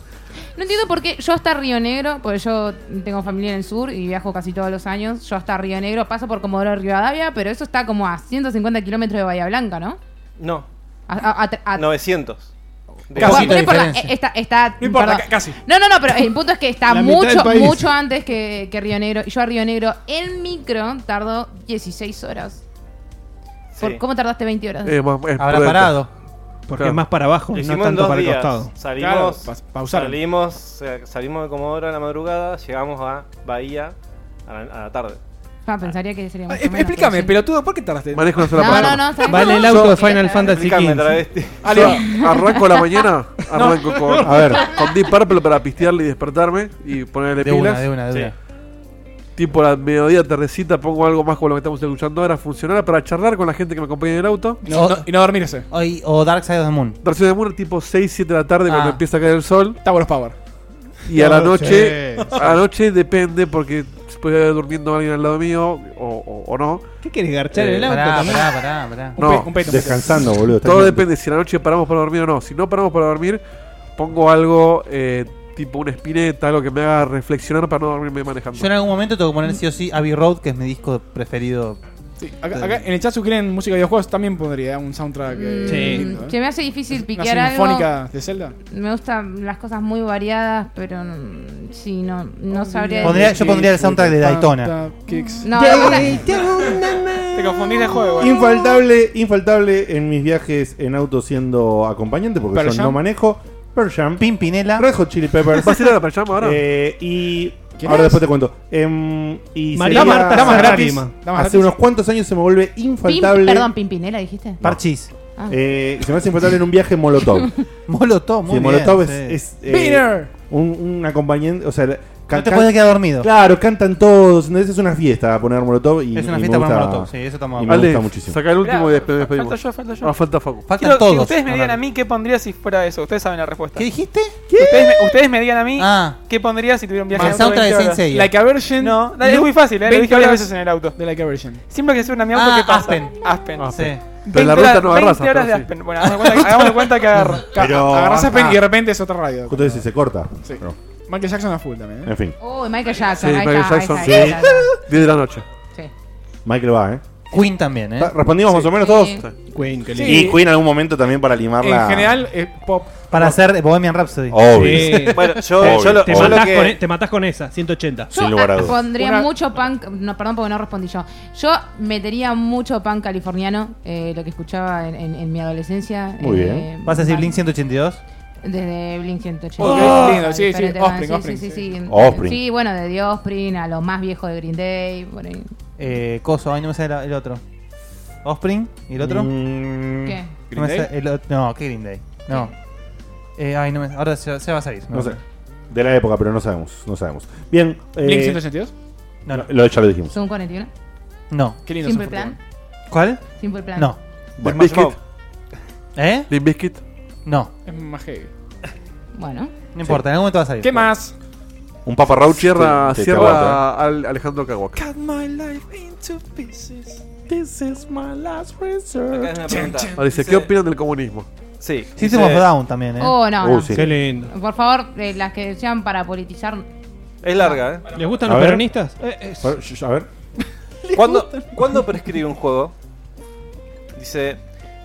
Speaker 7: No entiendo por qué yo hasta Río Negro, porque yo tengo familia en el sur y viajo casi todos los años. Yo hasta Río Negro paso por Comodoro Rivadavia, pero eso está como a 150 kilómetros de Bahía Blanca, ¿no?
Speaker 10: No,
Speaker 7: A- a- a- a-
Speaker 10: 900.
Speaker 7: Bueno,
Speaker 10: Digamos.
Speaker 7: pero es por la- eh, está, está-
Speaker 8: No importa,
Speaker 7: perdón.
Speaker 8: ca- casi.
Speaker 7: No, no, no, pero el punto es que está
Speaker 8: La mitad del
Speaker 7: mucho,
Speaker 8: país.
Speaker 7: mucho antes que, que Río Negro. Y yo a Río Negro en micro tardo 16 horas. ¿Por
Speaker 10: Sí.
Speaker 7: ¿Cómo tardaste 20 horas?
Speaker 2: Eh, más- es
Speaker 15: Habrá
Speaker 2: prudente.
Speaker 15: parado.
Speaker 5: Porque
Speaker 2: Claro.
Speaker 5: es más para abajo,
Speaker 10: Lo
Speaker 5: no
Speaker 10: hicimos en
Speaker 5: tanto
Speaker 10: dos
Speaker 5: para el
Speaker 10: días.
Speaker 5: costado.
Speaker 8: Claro,
Speaker 10: Salimos,
Speaker 8: pas- pausaron.
Speaker 10: salimos, eh, salimos de Comodoro a la madrugada, llegamos a Bahía a la, a la tarde.
Speaker 7: Ah, pensaría que sería
Speaker 8: Ah,
Speaker 7: mucho
Speaker 8: exp-
Speaker 7: menos,
Speaker 8: Explícame,
Speaker 7: pero sí.
Speaker 8: pelotudo, ¿por qué tardaste?
Speaker 2: Manejo una sola
Speaker 7: No,
Speaker 2: palabra.
Speaker 7: no, no, está bien.
Speaker 5: Vale el
Speaker 7: No,
Speaker 5: auto de
Speaker 7: quería
Speaker 5: Final
Speaker 7: saber.
Speaker 5: Fantasy
Speaker 10: Explícame,
Speaker 5: XV.
Speaker 10: travesti.
Speaker 2: Ale, arranco a la mañana, arranco con,
Speaker 3: A ver.
Speaker 2: con Deep Purple para pistearle y despertarme y ponerle
Speaker 15: De
Speaker 2: pilas.
Speaker 15: una, de una, de una.
Speaker 2: tipo la mediodía tardecita, pongo algo más con lo que estamos escuchando ahora, funcionará para charlar con la gente que me acompaña en el auto.
Speaker 8: y no dormirse.
Speaker 6: O, y- o Dark Side of the Moon.
Speaker 2: Dark Side of the Moon, tipo 6, 7 de la tarde, cuando
Speaker 6: Ah.
Speaker 2: empieza a caer el sol.
Speaker 8: Tower of Power.
Speaker 2: Y a la
Speaker 8: No,
Speaker 2: noche,
Speaker 8: sí.
Speaker 2: a la noche depende, porque puede haber durmiendo alguien al lado mío o, o- o no. Eh,
Speaker 5: ¿Qué querés garchar en el auto
Speaker 6: Pará,
Speaker 5: también?
Speaker 6: pará, pará, pará. Un pe- un
Speaker 2: No,
Speaker 6: peto, un peto.
Speaker 3: Descansando, boludo, está
Speaker 2: Todo
Speaker 3: bien.
Speaker 2: depende si a la noche paramos para dormir o no. Si no paramos para dormir, pongo algo eh, tipo una espineta, algo que me haga reflexionar para no dormirme manejando.
Speaker 6: Yo en algún momento tengo que poner sí o sí Abbey Road, que es mi disco preferido.
Speaker 8: Acá, acá en el chat sugieren música de videojuegos, también pondría un soundtrack. eh, lindo, eh.
Speaker 7: Se Mm. me hace difícil
Speaker 8: Una
Speaker 7: piquear algo.
Speaker 8: sinfónica de Zelda.
Speaker 7: Me gustan las cosas muy variadas, pero mm, sí, no, no sabría.
Speaker 6: Pondría- yo pondría el soundtrack de Daytona.
Speaker 8: Daytona. Kicks.
Speaker 7: Eh, No,
Speaker 9: Te confundís de juego. eh.
Speaker 3: Infaltable, infaltable en mis viajes en auto siendo acompañante, porque
Speaker 9: Pearl
Speaker 3: yo
Speaker 9: Jam.
Speaker 3: no manejo. Pearl Jam.
Speaker 6: Pimpinela.
Speaker 3: Red Hot Chili Peppers.
Speaker 2: ¿Vas a ir a la Pearl Jam ahora?
Speaker 3: Eh, y...
Speaker 2: ¿Quién
Speaker 3: Ahora
Speaker 2: es?
Speaker 3: después te cuento. Em, y
Speaker 2: María
Speaker 3: sería-
Speaker 2: Marta Damas gratis.
Speaker 3: Hace
Speaker 2: Damas gratis.
Speaker 3: unos cuantos años se me vuelve
Speaker 7: Pim-
Speaker 3: infaltable.
Speaker 7: perdón, Pimpinela dijiste.
Speaker 6: Parchis.
Speaker 7: Ah.
Speaker 3: Eh, se me hace infaltable en un viaje en Molotov.
Speaker 6: Molotov, muy
Speaker 3: Sí,
Speaker 6: bien,
Speaker 3: Molotov es,
Speaker 6: sí.
Speaker 3: es, eh,
Speaker 6: Peter.
Speaker 3: un, un acompañante. O sea, la- can-
Speaker 6: te
Speaker 3: can-
Speaker 6: puedes quedar dormido.
Speaker 3: Claro, cantan todos. ¿entendés? Es una fiesta poner Molotov. Y,
Speaker 6: Es
Speaker 3: y
Speaker 6: una
Speaker 3: me
Speaker 6: fiesta poner
Speaker 3: gusta-
Speaker 6: Molotov, sí, eso estamos
Speaker 3: y
Speaker 6: de
Speaker 3: me
Speaker 6: acuerdo.
Speaker 3: gusta
Speaker 6: Ale,
Speaker 3: muchísimo.
Speaker 2: Saca el último y después despedimos.
Speaker 9: Falta yo, falta yo.
Speaker 2: Ah, falta Facu.
Speaker 9: Quiero que ustedes me digan a mí qué pondría si fuera eso. Ustedes saben la respuesta. ¿Qué
Speaker 6: dijiste?
Speaker 9: Ustedes, me, ustedes me digan a mí
Speaker 6: Ah.
Speaker 9: qué pondría si tuviera un viaje
Speaker 6: Más
Speaker 9: en auto
Speaker 6: soundtrack de
Speaker 9: 20 horas.
Speaker 6: Saint Seiya.
Speaker 9: Like a Virgin. No, dale, es muy fácil, eh, lo
Speaker 8: 20
Speaker 9: dije varias
Speaker 8: horas
Speaker 9: veces en el auto.
Speaker 8: De Like a Virgin.
Speaker 9: Siempre que suena mi auto,
Speaker 8: Ah,
Speaker 9: ¿qué pasa?
Speaker 8: Aspen.
Speaker 9: Aspen.
Speaker 8: Aspen.
Speaker 9: Sí.
Speaker 8: Pero la
Speaker 9: 20
Speaker 8: ruta no
Speaker 9: horas-
Speaker 8: agarrás
Speaker 9: 20 horas de
Speaker 8: Aspen, sí.
Speaker 9: Aspen. Bueno, hagamos cuenta, hagamos cuenta que agarra-
Speaker 8: Ca-
Speaker 3: Pero-
Speaker 8: agarrás a Pen
Speaker 3: Ah.
Speaker 8: y de repente es otra radio.
Speaker 3: Justo ese se corta.
Speaker 8: Sí.
Speaker 3: Pero,
Speaker 8: Michael Jackson a full también. ¿eh?
Speaker 3: en fin.
Speaker 7: Oh, y Michael Jackson.
Speaker 2: Sí,
Speaker 7: ahí
Speaker 2: Michael
Speaker 7: está, ahí
Speaker 2: Jackson,
Speaker 7: está, ahí
Speaker 2: sí.
Speaker 7: está.
Speaker 2: 10 de la noche.
Speaker 3: Michael va, ¿eh?
Speaker 6: Queen también, ¿eh?
Speaker 3: ¿Respondimos más o menos todos?
Speaker 5: Queen, qué
Speaker 8: lindo.
Speaker 3: Y Queen en algún momento también para limarla.
Speaker 8: En general, es pop.
Speaker 6: Para hacer Bohemian Rhapsody.
Speaker 3: Obvio.
Speaker 5: Sí.
Speaker 3: Bueno, yo- Obvio, yo lo-
Speaker 5: te,
Speaker 3: obvio.
Speaker 5: matás
Speaker 3: que-
Speaker 5: con, e- te matás con esa, 180.
Speaker 7: Yo ah, pondría mucho punk. No, perdón porque no respondí yo. Yo metería mucho punk californiano, eh, lo que escuchaba en, en- en mi adolescencia.
Speaker 6: Muy
Speaker 7: eh,
Speaker 6: bien. ¿Vas a decir Blink 182?
Speaker 7: Desde Eh, Blink 180.
Speaker 6: Oh, qué lindo,
Speaker 8: sí, sí,
Speaker 7: Diferente
Speaker 8: Offspring,
Speaker 7: banda,
Speaker 8: Offspring,
Speaker 7: sí, sí,
Speaker 8: sí.
Speaker 7: sí.
Speaker 6: Offspring.
Speaker 7: Sí, bueno, de The Offspring a lo más viejo de Green Day. por ahí.
Speaker 6: Eh, Coso, ay, no me sale la- el otro. Offspring, ¿y el otro?
Speaker 7: ¿Qué?
Speaker 6: No, me
Speaker 3: ¿Green
Speaker 6: sale el ot- no, ¿qué Green Day? No. Eh, ay, no me, ahora se, se va a salir.
Speaker 3: No sé. De la época, pero no sabemos. No sabemos. Bien. eh,
Speaker 6: Blink
Speaker 8: 182?
Speaker 6: No, no.
Speaker 3: Lo ya lo dijimos.
Speaker 7: ¿Son 41?
Speaker 6: No.
Speaker 8: Qué
Speaker 7: Simple plan.
Speaker 6: ¿Cuál?
Speaker 7: Simple plan.
Speaker 6: No.
Speaker 2: Bueno, Limp Bizkit.
Speaker 6: ¿Eh?
Speaker 2: Limp Bizkit.
Speaker 6: No.
Speaker 8: Es más heavy.
Speaker 7: Bueno.
Speaker 6: No importa, en algún momento va a salir.
Speaker 8: ¿Qué más?
Speaker 3: Un Papa Roach
Speaker 2: Cierra,
Speaker 3: te- te- te
Speaker 2: cierra
Speaker 3: aguanta,
Speaker 2: al Alejandro Kawak.
Speaker 8: Cut my life into pieces. This is my last
Speaker 10: Acá es una pregunta.
Speaker 8: resort.
Speaker 2: Ahora dice, ¿qué opinan del comunismo?
Speaker 10: Sí.
Speaker 6: System of a Down también, ¿eh?
Speaker 7: Oh, no, no.
Speaker 5: Qué lindo.
Speaker 7: Por favor, eh, las que sean para politizar.
Speaker 10: Es larga, ¿eh?
Speaker 5: ¿Les gustan
Speaker 3: A
Speaker 5: los
Speaker 3: ver.
Speaker 5: peronistas? Eh, eh,
Speaker 3: A ver, sh- A ver.
Speaker 10: ¿Cuándo, ¿Cuándo prescribe un juego? Dice,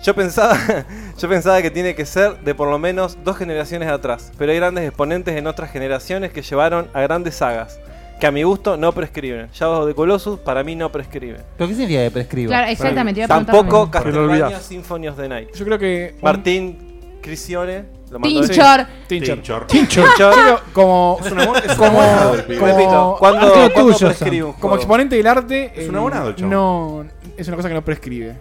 Speaker 10: yo pensaba, yo pensaba que tiene que ser de por lo menos dos generaciones atrás, pero hay grandes exponentes en otras generaciones que llevaron a grandes sagas, que a mi gusto no prescriben. Shadow of the Colossus para mí no prescribe.
Speaker 6: ¿Pero qué significa que prescribo?
Speaker 7: Claro, exactamente, iba a preguntar
Speaker 10: Tampoco
Speaker 7: lo mismo.
Speaker 2: Te lo
Speaker 10: Castlevania
Speaker 2: olvidás.
Speaker 10: Symphony of the Night.
Speaker 8: Yo creo que...
Speaker 10: Martín Crisione lo mandó
Speaker 7: Tinchor.
Speaker 10: decir.
Speaker 8: Eh, Tinchor.
Speaker 10: Tinchor.
Speaker 8: Tinchor. Creo Como.
Speaker 10: Es un abonado, es un
Speaker 8: como-
Speaker 10: abonado el pibe.
Speaker 8: como-
Speaker 10: Repito, ¿cuándo-
Speaker 8: Arturo
Speaker 10: cuándo
Speaker 8: tuyo, Sam.
Speaker 10: prescribe un
Speaker 8: Como
Speaker 10: juego?
Speaker 8: exponente del arte.
Speaker 10: Es
Speaker 8: eh,
Speaker 10: un abonado, chavo.
Speaker 8: No, es una cosa que no prescribe.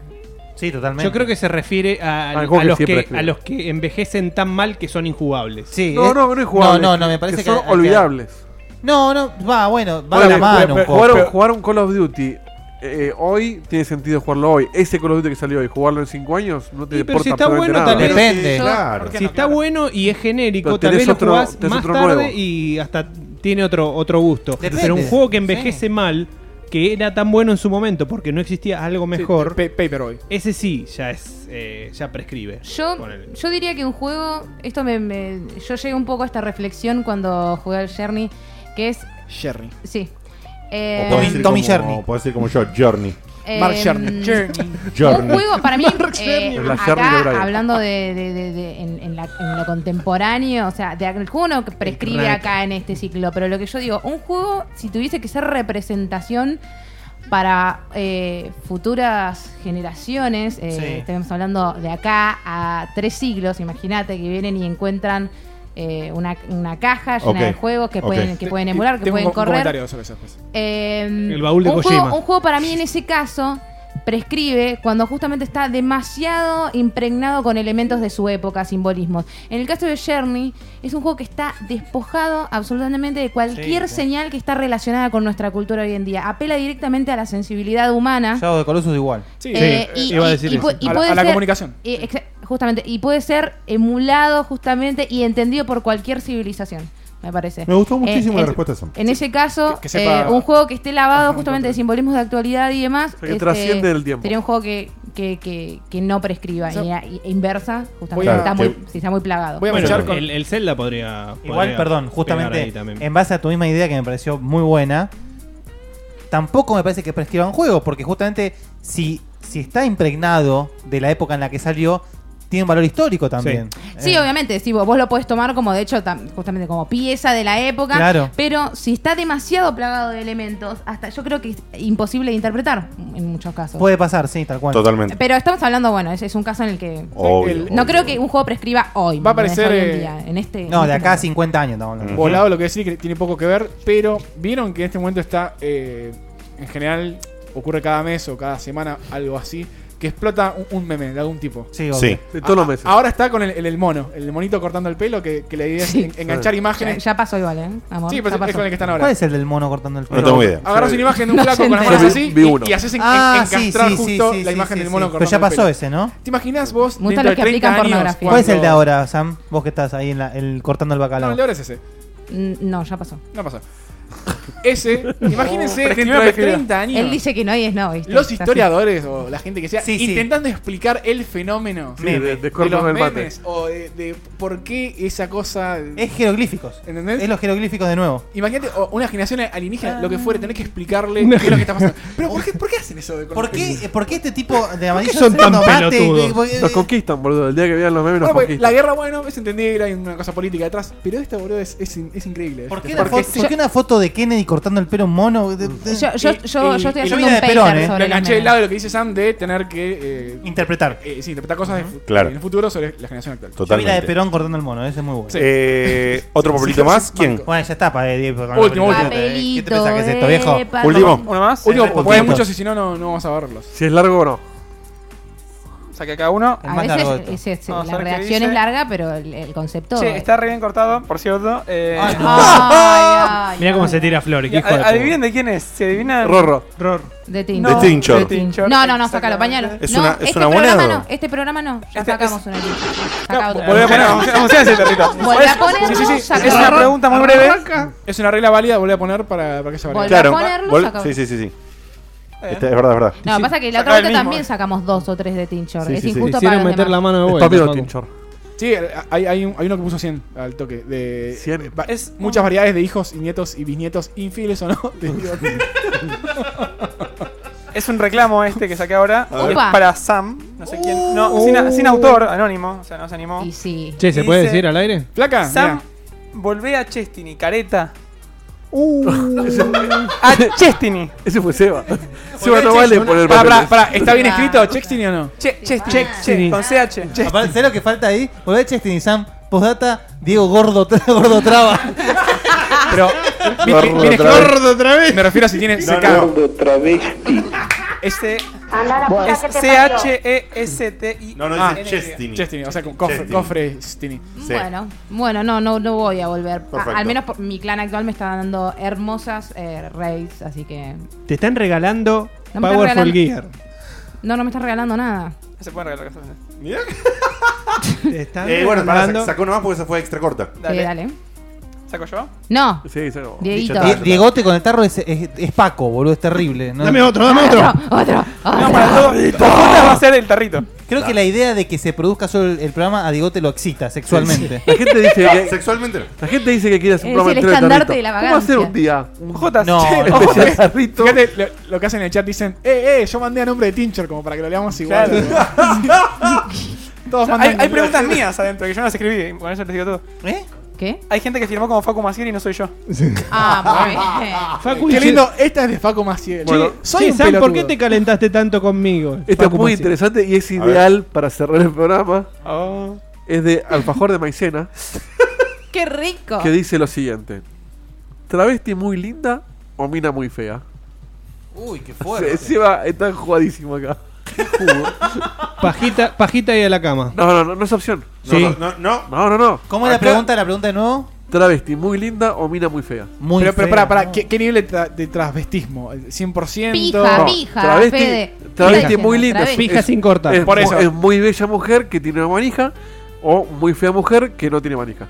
Speaker 6: Sí, totalmente.
Speaker 5: Yo creo que se refiere a,
Speaker 6: Ah,
Speaker 8: Al juego
Speaker 5: a,
Speaker 8: que
Speaker 5: los,
Speaker 8: siempre
Speaker 5: que,
Speaker 8: escribe.
Speaker 5: a los que envejecen tan mal que son injugables.
Speaker 6: Sí, No, eh, no, no injugables, no, no, no, me que- parece que que son hay que- olvidables. No, no, va, bueno, va a la
Speaker 2: Bueno,
Speaker 6: mano
Speaker 2: pero-
Speaker 6: un poco.
Speaker 2: jugar, jugar un Call of Duty eh, hoy tiene sentido jugarlo hoy. Ese Call of Duty que salió hoy, jugarlo en 5 años, no te
Speaker 5: Sí, pero
Speaker 2: importa
Speaker 5: si está
Speaker 2: absolutamente
Speaker 5: bueno,
Speaker 2: nada.
Speaker 5: tal vez. Si está bueno y es
Speaker 2: Pero
Speaker 5: genérico, tal
Speaker 2: tenés
Speaker 5: vez lo
Speaker 2: otro-
Speaker 5: jugás
Speaker 2: tenés
Speaker 5: más
Speaker 2: otro
Speaker 5: tarde
Speaker 2: nuevo.
Speaker 5: y hasta tiene otro, otro gusto.
Speaker 8: Depende.
Speaker 5: Pero un juego que envejece mal, que era tan bueno en su momento porque no existía algo mejor.
Speaker 8: Paperboy.
Speaker 5: Ese sí, ya es eh, ya prescribe.
Speaker 7: Yo,
Speaker 5: Ponele.
Speaker 7: yo diría que un juego, esto me, me- yo llegué un poco a esta reflexión cuando jugué al Journey, que es,
Speaker 8: Sherry.
Speaker 7: sí.
Speaker 3: O
Speaker 7: Eh,
Speaker 3: podés decir
Speaker 6: Tommy
Speaker 3: como-
Speaker 6: Journey.
Speaker 3: Podés decir como yo, Journey.
Speaker 7: eh,
Speaker 8: Mark Journey.
Speaker 7: Un juego, para mí, eh,
Speaker 3: La Journey de Brian.
Speaker 7: acá, hablando de, de- de- de- en, en la- en lo contemporáneo, o sea, de, el juego no prescribe
Speaker 1: crack.
Speaker 7: acá en este ciclo, pero lo que yo digo, un juego, si tuviese que ser representación para eh, futuras generaciones, eh,
Speaker 1: Sí.
Speaker 7: estamos hablando de acá a tres siglos, imagínate que vienen y encuentran eh, una, una caja llena
Speaker 1: Ok,
Speaker 7: de juegos que
Speaker 1: ok.
Speaker 7: pueden, que pueden
Speaker 1: Te-
Speaker 7: emular, que
Speaker 1: tengo
Speaker 7: pueden
Speaker 1: un
Speaker 7: correr.
Speaker 8: sobre eso después.
Speaker 7: Eh,
Speaker 5: El baúl de
Speaker 7: un
Speaker 5: Kojima.
Speaker 7: Juego, un juego para mí en ese caso prescribe cuando justamente está demasiado impregnado con elementos de su época, simbolismos. En el caso de Journey, es un juego que está despojado absolutamente de cualquier
Speaker 6: sí.
Speaker 7: señal que está relacionada con nuestra cultura hoy en día. Apela directamente a la sensibilidad humana.
Speaker 6: Shadow de Colossus igual.
Speaker 7: ¿Ah? Eh, y, y- y pu- y puede ser- y exa- justamente, y puede ser emulado justamente y entendido por cualquier civilización, me parece.
Speaker 3: Me gustó muchísimo
Speaker 7: Eh,
Speaker 3: la
Speaker 7: en-
Speaker 3: respuesta esa.
Speaker 7: En ese caso,
Speaker 3: que sepa-
Speaker 7: eh, un juego que esté lavado justamente de simbolismos de actualidad y demás, este,
Speaker 2: que trasciende el tiempo.
Speaker 7: sería un juego que, que, que, que no prescriba.
Speaker 8: O
Speaker 7: y- y- e inversa,
Speaker 8: Voy
Speaker 7: justamente,
Speaker 8: a-
Speaker 7: está muy,
Speaker 8: que-
Speaker 7: si está muy plagado.
Speaker 6: Bueno,
Speaker 12: el, el Zelda podría.
Speaker 6: Igual,
Speaker 12: podría
Speaker 6: perdón,
Speaker 12: pegar
Speaker 6: justamente
Speaker 12: ahí también.
Speaker 6: en base a tu misma idea que me pareció muy buena, tampoco me parece que prescriba un juego, porque justamente si, si está impregnado de la época en la que salió, tiene un valor histórico también. Eh,
Speaker 7: Sí, obviamente, sí, vos vos lo podés tomar como, de hecho, tam- justamente como pieza de la época.
Speaker 6: Claro.
Speaker 7: Pero si está demasiado plagado de elementos, hasta yo creo que es imposible de interpretar en muchos casos.
Speaker 6: Puede pasar, sí, tal cual.
Speaker 3: Totalmente.
Speaker 7: Pero estamos hablando, bueno, es, es un caso en el que.
Speaker 6: Obvio,
Speaker 7: no
Speaker 6: obvio.
Speaker 7: creo que un juego prescriba hoy.
Speaker 8: Va a
Speaker 7: ¿me entendés?
Speaker 8: aparecer,
Speaker 7: Hoy en,
Speaker 8: eh,
Speaker 7: día, en este.
Speaker 6: No,
Speaker 7: en
Speaker 6: de
Speaker 7: este
Speaker 6: acá a 50 años estamos hablando.
Speaker 8: Volado lo que decir que tiene poco que ver, pero vieron que en este momento está, eh, en general, ocurre cada mes o cada semana algo así, que explota un, un meme de algún tipo.
Speaker 6: Sí,
Speaker 2: obvio. Sí. De todos los meses.
Speaker 8: Ahora está con el, el- el mono, el monito cortando el pelo, que, que la idea es en- enganchar
Speaker 7: Sí.
Speaker 8: imágenes.
Speaker 7: Ya, ya pasó igual, ¿eh? Amor,
Speaker 8: Sí, pero
Speaker 7: ya
Speaker 8: es- es
Speaker 7: pasó.
Speaker 8: con el que están ahora.
Speaker 6: ¿Cuál es el del mono cortando el pelo?
Speaker 3: tengo idea.
Speaker 8: Agarras una imagen de un
Speaker 7: No
Speaker 8: flaco
Speaker 7: se
Speaker 8: con las manos
Speaker 7: entera.
Speaker 8: así
Speaker 6: Vi
Speaker 8: y-
Speaker 6: uno.
Speaker 8: y, haces en- en-
Speaker 6: Ah,
Speaker 8: encastrar
Speaker 6: sí, sí,
Speaker 8: justo
Speaker 6: sí,
Speaker 8: la
Speaker 6: sí,
Speaker 8: imagen
Speaker 6: sí,
Speaker 8: del mono
Speaker 6: sí.
Speaker 8: cortando
Speaker 6: Pero ya
Speaker 8: el
Speaker 6: pasó
Speaker 8: pelo.
Speaker 6: ese, ¿no?
Speaker 8: ¿Te imaginas vos
Speaker 7: Me gustan
Speaker 8: dentro
Speaker 7: los
Speaker 8: de
Speaker 7: que
Speaker 8: 30
Speaker 7: aplican
Speaker 8: años?
Speaker 7: pornografía.
Speaker 6: ¿Cuál es el
Speaker 8: cuando-
Speaker 6: de ahora, Sam? Vos que estás ahí en la- el, cortando el
Speaker 8: No,
Speaker 6: bacalao.
Speaker 8: el de ahora es ese.
Speaker 7: Mm, No, ya pasó.
Speaker 8: No pasó. Ese, imagínense
Speaker 9: prescribió,
Speaker 8: dentro de
Speaker 9: prescribió.
Speaker 8: 30 años.
Speaker 7: Él dice que no y es no. ¿viste?
Speaker 8: Los
Speaker 7: Ya
Speaker 8: historiadores o la gente que sea
Speaker 7: Sí, sí.
Speaker 8: intentando explicar el fenómeno
Speaker 2: Sí, de- de
Speaker 8: los
Speaker 2: cortos del mate.
Speaker 8: memes o de, de por qué esa cosa.
Speaker 6: Es jeroglíficos.
Speaker 8: ¿Entendés?
Speaker 6: Es los jeroglíficos de nuevo.
Speaker 8: Imagínate o una generación alienígena, lo que fuere, tener que explicarle qué es lo que está pasando. Pero ¿por qué, por qué hacen eso? De
Speaker 6: ¿Por qué, ¿Por qué este tipo de amarillo
Speaker 2: son tan
Speaker 6: mate?
Speaker 2: Nos conquistan, boludo. El día que vean los memes
Speaker 8: Bueno,
Speaker 2: nos
Speaker 8: porque la
Speaker 2: conquistan.
Speaker 8: guerra, bueno, es entendible, hay una cosa política detrás. Pero esto, boludo, es, es, in- es increíble.
Speaker 6: ¿Por qué, una foto, por qué una foto de Kennedy cortando el pelo a un mono? De- de-
Speaker 7: Yo- yo- yo- yo estoy
Speaker 6: Y-
Speaker 7: haciendo
Speaker 6: y- y-
Speaker 7: un
Speaker 6: de
Speaker 7: paper
Speaker 6: Perón, ¿eh?
Speaker 7: sobre
Speaker 8: Lo enganché del lado de lo que dice Sam de tener que. eh,
Speaker 6: Interpretar.
Speaker 8: eh, sí, interpretar cosas de fu-
Speaker 3: Claro.
Speaker 8: en el futuro sobre la generación actual.
Speaker 6: Yo vi la de
Speaker 3: Totalmente.
Speaker 6: Perón cortando el mono, ese es muy bueno.
Speaker 8: Sí.
Speaker 3: Eh, ¿Otro papelito más? ¿Quién?
Speaker 6: Bueno, ya está, para Diego. con la
Speaker 8: Último,
Speaker 6: película.
Speaker 8: último.
Speaker 6: ¿Qué te pensás que es esto, viejo?
Speaker 7: eh,
Speaker 3: Último.
Speaker 9: ¿Uno más?
Speaker 8: Último, pues,
Speaker 9: Eh,
Speaker 8: porque hay
Speaker 9: poquitos.
Speaker 8: muchos y si no, no, no vamos a verlos.
Speaker 2: Si es largo o no.
Speaker 9: Saqué cada uno.
Speaker 7: A veces es- es-
Speaker 9: Vamos a
Speaker 7: la
Speaker 9: ver qué
Speaker 7: redacción
Speaker 9: dice.
Speaker 7: es larga, pero el, el concepto.
Speaker 9: Che, está re bien cortado, por cierto. Eh,
Speaker 7: Ay, ay,
Speaker 5: Mirá cómo se tira Flor.
Speaker 9: Y
Speaker 5: qué hijo de
Speaker 9: a-
Speaker 5: puta.
Speaker 9: Adivinen de quién es. Si adivinan.
Speaker 5: Rorro.
Speaker 7: De
Speaker 5: De
Speaker 7: Tinchor.
Speaker 5: Tinchor.
Speaker 7: De Tinchor. No, no, no, sácalo, pañalo.
Speaker 3: ¿Es
Speaker 7: no,
Speaker 3: una- es
Speaker 7: este
Speaker 3: una buena
Speaker 7: programa
Speaker 3: o-
Speaker 7: no, este programa no. Ya sacamos una lista. Saca otra.
Speaker 8: Volvé a poner, vamos a- vamos a hacer ese perrito.
Speaker 7: Volvé a ponerlo,
Speaker 8: Sí, sí, sí.
Speaker 7: saca
Speaker 8: Es una
Speaker 7: otra.
Speaker 8: pregunta muy breve.
Speaker 7: Arranca.
Speaker 8: Es una regla válida, volví a poner para, para que sea válida.
Speaker 7: Volvé a Claro. ponerlo,
Speaker 3: Vol-
Speaker 7: saca-
Speaker 3: Sí, sí, sí. sí. Este, es verdad, es verdad.
Speaker 7: No, pasa que la
Speaker 8: Saca
Speaker 7: otra
Speaker 8: el
Speaker 7: vez
Speaker 8: mismo,
Speaker 7: también
Speaker 8: eh.
Speaker 7: sacamos dos o tres de Tinchor.
Speaker 3: Sí,
Speaker 7: es
Speaker 3: sí, sí.
Speaker 7: injusto para
Speaker 3: Quisieron
Speaker 7: los
Speaker 3: meter
Speaker 7: demás.
Speaker 3: la mano de
Speaker 2: Es tu
Speaker 3: vuelta,
Speaker 2: amigo
Speaker 3: Facu.
Speaker 2: Tinchor.
Speaker 8: Sí, eh, hay, hay, un- hay uno que puso 100 al toque. De, va- muchas variedades de hijos y nietos y bisnietos, infieles o no. de Diego Tinchor.
Speaker 9: Es un reclamo este que saqué ahora.
Speaker 8: A ver.
Speaker 9: Es
Speaker 8: Upa.
Speaker 9: para Sam. No sé quién. No, sin, sin autor, anónimo. O sea, no se animó.
Speaker 7: Y sí.
Speaker 5: Che, ¿se
Speaker 9: Y
Speaker 5: puede
Speaker 9: dice,
Speaker 5: decir al aire?
Speaker 8: Flaca,
Speaker 9: Sam, volvé a Chestini, careta.
Speaker 3: Uh.
Speaker 2: Ah,
Speaker 9: Chestini.
Speaker 2: Ese fue Seba. Seba no vale poner
Speaker 8: Pará, pará,
Speaker 2: papeles.
Speaker 8: pará, ¿está bien escrito Chextini o no?
Speaker 9: Che, che, che, che, con CH.
Speaker 6: Aparte, ¿sabés lo que falta ahí? Volvé a Chestin y Sam, postdata, Diego Gordo, gordo Traba.
Speaker 8: Pero, bien- bien- bien escrito. Me refiero a si tiene CK.
Speaker 9: Este
Speaker 8: puta
Speaker 9: es
Speaker 8: que te
Speaker 9: E, C-H-E-S-T-I.
Speaker 3: No, no,
Speaker 8: Ah,
Speaker 9: dice
Speaker 8: Chestini. Chestini, o sea, con cofre,
Speaker 3: Chestini.
Speaker 8: cofre Stini.
Speaker 7: Bueno, bueno, no, no, no voy a volver. A-
Speaker 8: Perfecto.
Speaker 7: al menos por- mi clan actual me está dando hermosas eh, raids, así que.
Speaker 5: Te están regalando
Speaker 7: No me están
Speaker 5: Powerful
Speaker 7: regalando.
Speaker 5: Gear.
Speaker 7: No, no me estás regalando nada.
Speaker 9: Se pueden regalar cosas.
Speaker 5: Te están
Speaker 3: Eh, bueno, pará,
Speaker 5: regalando-
Speaker 3: sac- sacó nomás porque esa fue extra corta.
Speaker 7: Dale. dale.
Speaker 9: ¿Saco yo?
Speaker 7: No.
Speaker 2: Sí, sacó.
Speaker 7: Dieguito.
Speaker 6: Die- Diegote con el tarro es, es- es Paco, boludo, es terrible. ¿no?
Speaker 5: Dame otro, dame otro.
Speaker 7: Ah, Otro.
Speaker 9: No, para todo. va a ser el tarrito.
Speaker 6: Creo que la idea de que se produzca solo el, el programa a Diegote lo excita sexualmente.
Speaker 2: La gente dice que.
Speaker 3: Ah, Sexualmente
Speaker 2: La gente dice que quiere hacer un
Speaker 7: Es
Speaker 2: programa
Speaker 7: el
Speaker 2: entero de
Speaker 7: estandarte
Speaker 2: tarrito.
Speaker 7: de la
Speaker 2: ¿Cómo hacer un día? Un especial tarrito.
Speaker 8: Fíjate lo, lo que hacen en el chat, dicen, eh, eh, yo mandé a nombre de Tincher como para que lo leamos igual. Todos mandan-
Speaker 9: hay, hay preguntas mías adentro que yo no las escribí. Con eso les digo todo.
Speaker 6: ¿Eh?
Speaker 7: ¿Qué?
Speaker 9: Hay gente que firmó como Facu Maciel y no soy yo.
Speaker 7: Ah, muy bien.
Speaker 5: Facu,
Speaker 8: Qué
Speaker 5: che-
Speaker 8: lindo, esta es de Facu Maciel.
Speaker 5: Che,
Speaker 8: soy
Speaker 5: che,
Speaker 8: un
Speaker 5: Sam,
Speaker 8: pelotudo.
Speaker 5: ¿por qué te calentaste tanto conmigo?
Speaker 2: Este es
Speaker 5: Facu
Speaker 2: muy
Speaker 5: Maciel.
Speaker 2: interesante y es
Speaker 5: A ver.
Speaker 2: ideal para cerrar el programa.
Speaker 9: Oh.
Speaker 2: Es de alfajor de maicena
Speaker 7: Qué rico.
Speaker 2: que dice lo siguiente. Travesti muy linda o mina muy fea.
Speaker 15: Uy, qué
Speaker 2: Se- Encima están jugadísimo acá.
Speaker 5: Pajita, pajita y a la cama.
Speaker 2: No, no, no, no es opción.
Speaker 5: Sí.
Speaker 2: No, no, no. no, no, no.
Speaker 6: ¿Cómo es la pregunta? ¿La pregunta de nuevo?
Speaker 2: Travesti, muy linda o mina muy fea.
Speaker 8: pero, pero pará, pará, ¿qué, qué nivel de, tra- de transvestismo? ¿El 100%?
Speaker 7: Pija, pija,
Speaker 2: travesti,
Speaker 7: Fede.
Speaker 2: travesti
Speaker 7: Pija.
Speaker 2: muy linda.
Speaker 7: Travesti. Pija sin cortar.
Speaker 2: Es,
Speaker 7: Por
Speaker 2: mu-
Speaker 7: eso.
Speaker 2: es muy bella mujer que tiene una manija o muy fea mujer que no tiene manija.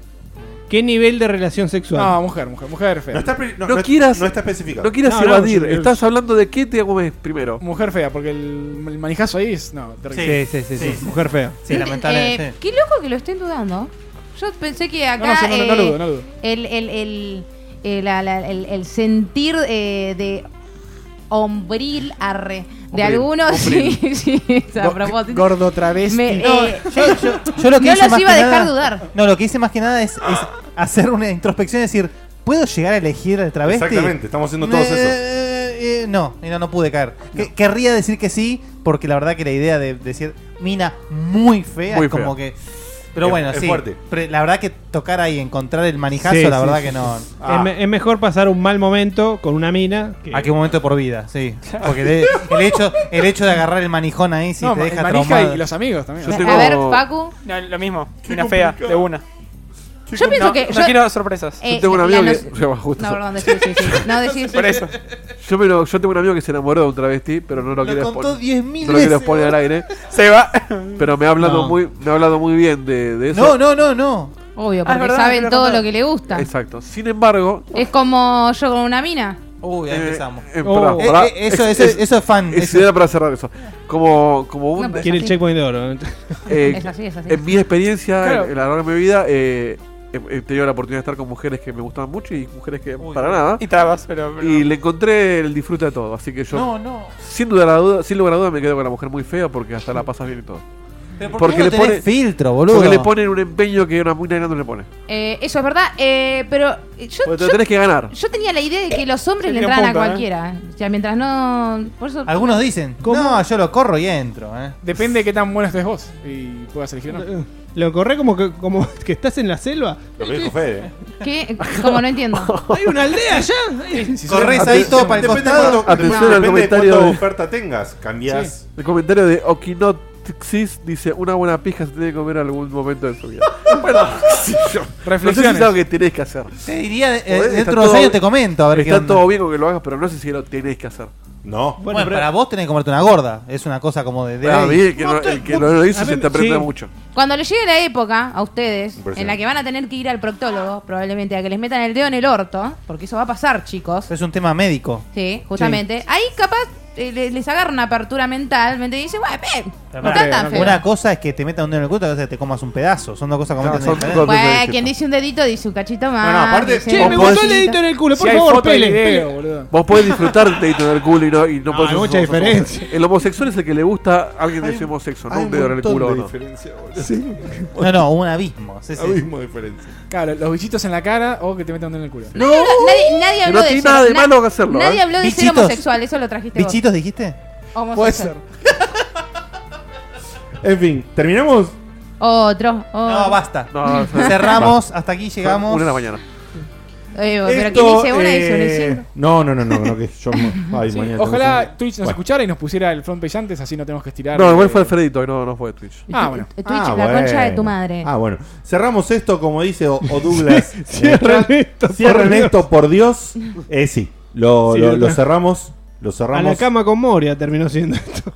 Speaker 5: ¿Qué nivel de relación sexual?
Speaker 8: No, mujer, mujer, mujer fea.
Speaker 5: No está
Speaker 3: pri-
Speaker 2: No, quieras, No quieras
Speaker 8: No, no,
Speaker 2: evadir.
Speaker 8: sí,
Speaker 2: Estás hablando de qué te comes primero.
Speaker 8: Mujer fea, porque el, el manijazo ahí es. No, terrible.
Speaker 5: Sí, sí, sí, sí, sí. Mujer fea.
Speaker 8: Sí,
Speaker 7: Eh, Qué loco que lo estén dudando. Yo pensé que acá
Speaker 8: No, no, sí, no, no, no
Speaker 7: eh,
Speaker 8: dudo, no dudo.
Speaker 7: el, el, el, el- la- la- el- el sentir eh, de hombril arre de
Speaker 8: Hombril,
Speaker 7: algunos
Speaker 8: hombril.
Speaker 7: sí, sí, a propósito.
Speaker 8: Gordo travesti.
Speaker 7: Me, eh,
Speaker 6: Yo lo que
Speaker 7: no
Speaker 6: hice
Speaker 7: los
Speaker 6: más
Speaker 7: iba a
Speaker 6: que
Speaker 7: dejar
Speaker 6: nada-
Speaker 7: dudar.
Speaker 6: No, lo que hice más que nada es, es hacer una introspección y decir, ¿puedo llegar a elegir al travesti?
Speaker 3: Exactamente, estamos haciendo todos eso.
Speaker 6: Eh, eh, no, y no, no pude caer. Que- Querría decir que sí, porque la verdad que la idea de decir mina muy fea
Speaker 3: Muy
Speaker 6: es como
Speaker 3: fea.
Speaker 6: que. Pero
Speaker 3: Es-
Speaker 6: bueno,
Speaker 3: es
Speaker 6: sí.
Speaker 3: fuerte.
Speaker 6: Pero la verdad que tocar ahí, encontrar el manijazo,
Speaker 5: Sí,
Speaker 6: la
Speaker 5: sí,
Speaker 6: verdad
Speaker 5: sí,
Speaker 6: que
Speaker 5: sí.
Speaker 6: no. Ah.
Speaker 5: Es, me- es mejor pasar un mal momento con una mina que
Speaker 6: ¿A qué momento por vida? Sí. Porque de- el, hecho, el hecho de agarrar el manijón ahí sí
Speaker 9: No,
Speaker 6: te
Speaker 9: ma-
Speaker 6: deja
Speaker 9: el manija
Speaker 6: traumado.
Speaker 9: y los amigos también.
Speaker 6: Yo
Speaker 9: A
Speaker 6: tengo-
Speaker 7: A ver, Facu.
Speaker 9: No, lo mismo. Una fea, de una.
Speaker 7: Yo pienso
Speaker 9: No,
Speaker 7: que.
Speaker 9: no
Speaker 7: yo-
Speaker 9: quiero sorpresas.
Speaker 7: eh,
Speaker 2: Yo tengo un
Speaker 7: la
Speaker 2: amigo
Speaker 7: no-
Speaker 2: que- se va justo.
Speaker 7: No, perdón, decir, sí, sí. No, decir, sí.
Speaker 9: Por eso.
Speaker 2: Yo, me lo- yo tengo un amigo que se enamoró de un travesti, pero no lo, quiere
Speaker 7: contó
Speaker 2: exponer.
Speaker 7: 10.000
Speaker 2: No lo quiere
Speaker 6: veces.
Speaker 2: exponer al aire.
Speaker 9: Se va.
Speaker 2: Pero me ha hablado,
Speaker 6: No.
Speaker 2: muy, me ha hablado muy bien de, de eso.
Speaker 6: No, no, no, no.
Speaker 7: Obvio,
Speaker 6: Ah, es
Speaker 7: porque
Speaker 6: verdad,
Speaker 7: saben
Speaker 6: lo
Speaker 7: todo
Speaker 6: contaron.
Speaker 7: lo que le gusta.
Speaker 2: Exacto.
Speaker 9: Oh.
Speaker 2: Sin embargo,
Speaker 7: Es como yo con una mina.
Speaker 6: Uy, ahí empezamos.
Speaker 2: Eh, pará,
Speaker 6: Oh.
Speaker 2: pará.
Speaker 6: Eh, eh, eso, eso, eso es fan.
Speaker 2: Es
Speaker 6: Eso-
Speaker 2: idea para cerrar eso. Como, como un. Eh,
Speaker 7: No, pero es Quiere el así.
Speaker 5: checkpoint de oro.
Speaker 7: Es así, es así.
Speaker 2: En mi experiencia,
Speaker 7: Claro.
Speaker 2: en, en la larga de mi vida, eh, he, he tenido la oportunidad de estar con mujeres que me gustaban mucho y mujeres que para nada.
Speaker 9: Y trabas, pero- pero-
Speaker 2: Y le encontré el disfrute de todo. Así que yo.
Speaker 9: No, no.
Speaker 2: Sin, duda, la duda, sin lugar a duda, me quedo con la mujer muy fea porque hasta la pasas bien y todo.
Speaker 6: Pero ¿por qué no tenés filtro, boludo?
Speaker 2: Porque le ponen un empeño que una muy negra no le pone.
Speaker 7: Eh, eso es verdad, eh, pero yo,
Speaker 2: Porque te lo
Speaker 7: yo-
Speaker 2: tenés que ganar.
Speaker 7: yo tenía la idea de que los hombres
Speaker 6: Sí,
Speaker 7: le
Speaker 6: tiene
Speaker 7: entraran
Speaker 6: punto,
Speaker 7: a
Speaker 6: ¿eh?
Speaker 7: cualquiera. O sea, mientras no. Por eso,
Speaker 6: Algunos dicen, no, yo lo corro y entro. eh.
Speaker 8: Depende de qué tan bueno estés vos y puedas elegir o no.
Speaker 5: Eh, Lo corré como que, como que estás en la selva.
Speaker 3: Lo que dijo Fede.
Speaker 7: ¿Qué? Como no entiendo.
Speaker 5: Hay una aldea allá.
Speaker 6: Corres ahí todo para el
Speaker 3: Depende
Speaker 6: costado.
Speaker 3: cuánto-
Speaker 2: Atención
Speaker 3: depende
Speaker 2: al
Speaker 3: de
Speaker 2: comentario
Speaker 3: cuánta
Speaker 2: de-
Speaker 3: oferta tengas, cambiás.
Speaker 2: El comentario de Okinotxis dice: Una buena pija se tiene que comer en algún momento de su vida. bueno, sí, yo- no sé si
Speaker 6: Reflexiones.
Speaker 2: es algo que tenés que hacer.
Speaker 6: Te diría, eh,
Speaker 2: Podés-
Speaker 6: dentro
Speaker 2: está
Speaker 6: de unos
Speaker 2: todo-
Speaker 6: años te comento, a ver qué
Speaker 2: Está
Speaker 6: onda.
Speaker 2: todo bien con que lo hagas, pero no sé si lo tenés que hacer.
Speaker 3: No.
Speaker 6: Bueno, para vos tenés que comerte una gorda. Es una cosa como de. de
Speaker 2: Para
Speaker 6: ley.
Speaker 2: mí, el que no, el que no lo hizo
Speaker 6: A
Speaker 2: se
Speaker 6: mí-
Speaker 2: te aprieta
Speaker 6: sí.
Speaker 2: mucho.
Speaker 7: Cuando les llegue la época a ustedes,
Speaker 2: Impresionante.
Speaker 7: en la que van a tener que ir al proctólogo, probablemente, a que les metan el dedo en el orto, porque eso va a pasar, chicos.
Speaker 6: Es un tema médico.
Speaker 7: Sí, justamente. Ahí capaz eh, le- les agarra una apertura mental, ¿me entiendes? Y dicen, "Bueno, pe, no está tan feo".
Speaker 6: Una cosa es que te metan un dedo en el culo, otra cosa es que te comas un pedazo. Son dos cosas completamente
Speaker 2: son
Speaker 6: diferentes.
Speaker 2: dos
Speaker 7: Bueno, quien dice un dedito dice un cachito más.
Speaker 6: Bueno, aparte-
Speaker 7: dice-
Speaker 6: Che, me
Speaker 2: Vos
Speaker 6: gustó
Speaker 2: podés-
Speaker 6: el dedito en el culo,
Speaker 8: por Si hay favor, foto y pele, video, pele. boludo.
Speaker 2: Vos podés disfrutar del dedito en el culo y no, y no podés
Speaker 5: hay mucha
Speaker 2: ser homosexual.
Speaker 5: diferencia.
Speaker 2: El homosexual es el que le gusta a alguien de ese homosexual, no
Speaker 3: hay
Speaker 2: un dedo en el
Speaker 3: montón
Speaker 2: culo.
Speaker 3: de
Speaker 2: o no.
Speaker 3: diferencia, boludo.
Speaker 6: No, no, un abismo. sí, sí.
Speaker 3: Abismo de diferencia.
Speaker 8: Claro, los bichitos en la cara o que te metan en el culo.
Speaker 7: No, nadie, nadie habló de ser- na- Nadie habló de ser
Speaker 8: Bichitos.
Speaker 7: homosexual, eso lo trajiste
Speaker 6: ¿Bichitos dijiste?
Speaker 7: vos. Homosexual.
Speaker 8: Puede ser.
Speaker 3: En fin, ¿terminamos?
Speaker 7: Otro, otro.
Speaker 6: No, basta.
Speaker 2: Ah,
Speaker 3: No,
Speaker 6: Cerramos,
Speaker 3: basta.
Speaker 6: hasta aquí llegamos.
Speaker 3: Una de la mañana.
Speaker 7: Eh, pero
Speaker 8: Esto,
Speaker 7: quien dice una dice una y
Speaker 8: eh,
Speaker 7: siempre.
Speaker 3: No, no, no, no, no, que yo. Ay,
Speaker 8: Sí,
Speaker 3: mañana tenemos
Speaker 8: Ojalá
Speaker 3: un-
Speaker 8: Twitch nos
Speaker 3: Bueno.
Speaker 8: escuchara y nos pusiera el frontpage antes, así no tenemos que estirar.
Speaker 2: No,
Speaker 8: eh,
Speaker 2: igual fue Alfredito, que no, no fue Twitch.
Speaker 8: Ah, bueno.
Speaker 7: Twitch es la concha de tu madre.
Speaker 3: Ah, bueno. Cerramos esto, como dice o, o Douglas. en el
Speaker 5: Cierren
Speaker 3: chat.
Speaker 5: esto, por
Speaker 3: Cierren
Speaker 5: Dios.
Speaker 3: esto, por Dios. Eh, sí. Lo,
Speaker 5: Sí,
Speaker 3: lo-
Speaker 5: lo-
Speaker 3: lo cerramos. Lo
Speaker 5: A la
Speaker 3: cerramos.
Speaker 5: cama con Moria terminó siendo esto.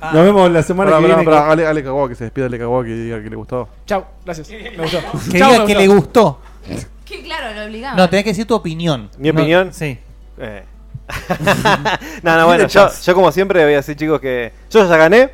Speaker 3: Nos vemos la semana
Speaker 2: Pará,
Speaker 3: que
Speaker 2: pará,
Speaker 3: viene.
Speaker 2: pará, Ale, Ale Kawaki, que se despida Ale Kawaki y diga que le gustó.
Speaker 8: Chau, gracias. Me gustó.
Speaker 6: Que
Speaker 8: Chau,
Speaker 6: diga
Speaker 8: me
Speaker 6: que le gustó.
Speaker 7: Que claro, lo obligamos.
Speaker 6: No, tenés que decir tu opinión.
Speaker 10: ¿Mi
Speaker 6: No,
Speaker 10: opinión?
Speaker 6: Sí.
Speaker 10: Eh. no, no, bueno, yo, yo como siempre voy a decir, chicos, que yo ya gané.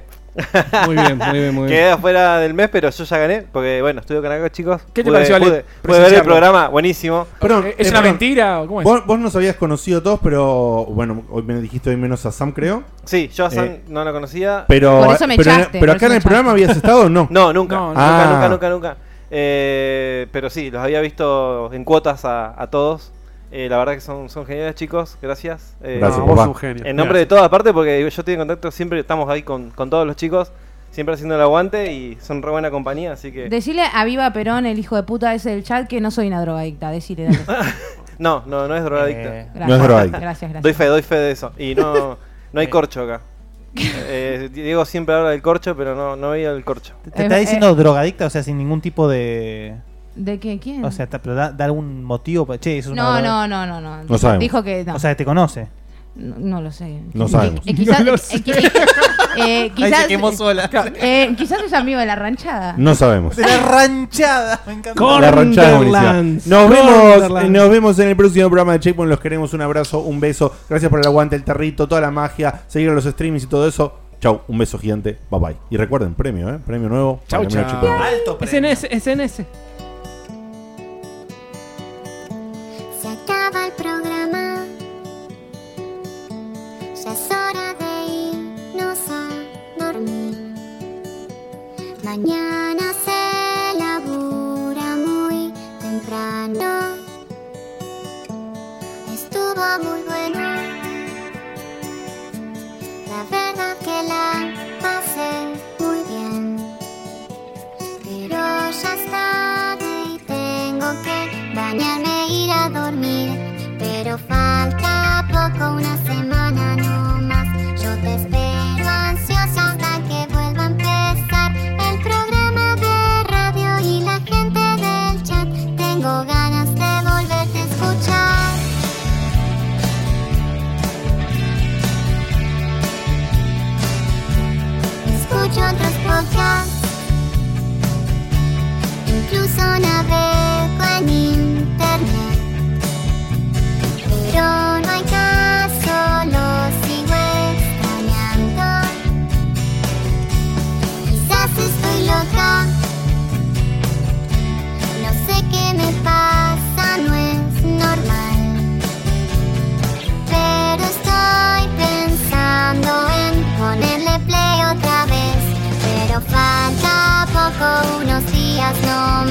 Speaker 5: Muy bien, muy bien, muy bien.
Speaker 10: Quedé afuera del mes, pero yo ya gané. Porque, bueno, estudio con acá, chicos.
Speaker 8: ¿Qué te
Speaker 10: Pude-
Speaker 8: pareció, Ale,
Speaker 10: Pude, pude ver el
Speaker 8: presenciarlo?
Speaker 10: programa, buenísimo.
Speaker 3: Perdón,
Speaker 8: ¿Es
Speaker 3: eh,
Speaker 8: una
Speaker 3: perdón.
Speaker 8: mentira o cómo es?
Speaker 3: Vos, vos nos habías conocido todos, pero bueno, hoy me dijiste hoy menos a Sam, creo.
Speaker 10: Sí, yo a Sam
Speaker 3: Eh,
Speaker 10: no lo conocía.
Speaker 3: pero, pero, pero acá en el programa habías estado o no?
Speaker 10: No, nunca.
Speaker 3: Ah.
Speaker 10: Nunca, nunca, nunca, nunca. Eh, pero sí, los había visto en cuotas a, a todos. Eh, la verdad que son, son geniales, chicos. Gracias. Eh,
Speaker 3: Gracias,
Speaker 10: no,
Speaker 3: papá.
Speaker 10: vos sos un genio. En nombre de todas, aparte, porque yo estoy en contacto, siempre estamos ahí con, con todos los chicos, siempre haciendo el aguante y son re buena
Speaker 6: eh,
Speaker 10: compañía, así que.
Speaker 7: Decirle a Viva Perón, el hijo de puta ese del chat, que no soy una drogadicta. Decirle.
Speaker 10: No, no, no es drogadicta.
Speaker 3: Eh, No es drogadicta.
Speaker 7: gracias, gracias.
Speaker 10: Doy fe, doy fe de eso. Y no, no hay corcho acá. Eh, Diego siempre habla del corcho, pero no, no veía el corcho.
Speaker 7: Eh,
Speaker 6: Te está diciendo drogadicta, o sea, sin ningún tipo de.
Speaker 7: ¿De qué? ¿Quién?
Speaker 6: O sea, está- pero da, da algún motivo. para- Che, eso es
Speaker 7: no,
Speaker 6: una droga-
Speaker 7: no, no, no, no.
Speaker 6: No sabemos.
Speaker 7: Dijo que no.
Speaker 6: O sea, te conoce.
Speaker 7: no, no lo sé.
Speaker 6: No
Speaker 7: Eh,
Speaker 6: sabemos.
Speaker 7: eh, quizás,
Speaker 6: No lo
Speaker 7: eh,
Speaker 6: sé.
Speaker 7: eh, qui- eh, eh,
Speaker 6: Ahí se
Speaker 7: quizás-
Speaker 6: quemó sola.
Speaker 7: eh, quizás es amigo de la ranchada.
Speaker 3: No sabemos.
Speaker 6: De la ranchada. Me encanta.
Speaker 3: La ranchada es buenísima. Nos vemos,
Speaker 6: Borderlands.
Speaker 3: nos vemos en el próximo programa de Checkpoint. Los queremos un abrazo, un beso. Gracias por el aguante, el territo, toda la magia, seguir los streams y todo eso. Chau, un beso gigante. Bye bye. Y recuerden, premio, ¿eh? Premio nuevo.
Speaker 5: Chau,
Speaker 3: para Camino
Speaker 5: chau.
Speaker 3: Checkpoint.
Speaker 5: SNS, SNS.
Speaker 16: Se acaba el programa. Ya es hora de irnos a dormir. Mañana se labura muy temprano. Estuvo muy bueno. La verdad que la pasé muy bien. Pero ya es tarde y tengo que bañarme e ir a dormir. Pero falta poco, una semana no más. Yo te espero ansiosa hasta que vuelva a empezar el programa de radio y la gente del chat. Tengo ganas de volverte a escuchar. Escucho otros podcasts. Incluso navego en internet Pero no hay caso, lo sigo extrañando Quizás estoy loca No sé qué me pasa, no es normal Pero estoy pensando en ponerle play otra vez pero falta poco, unos días no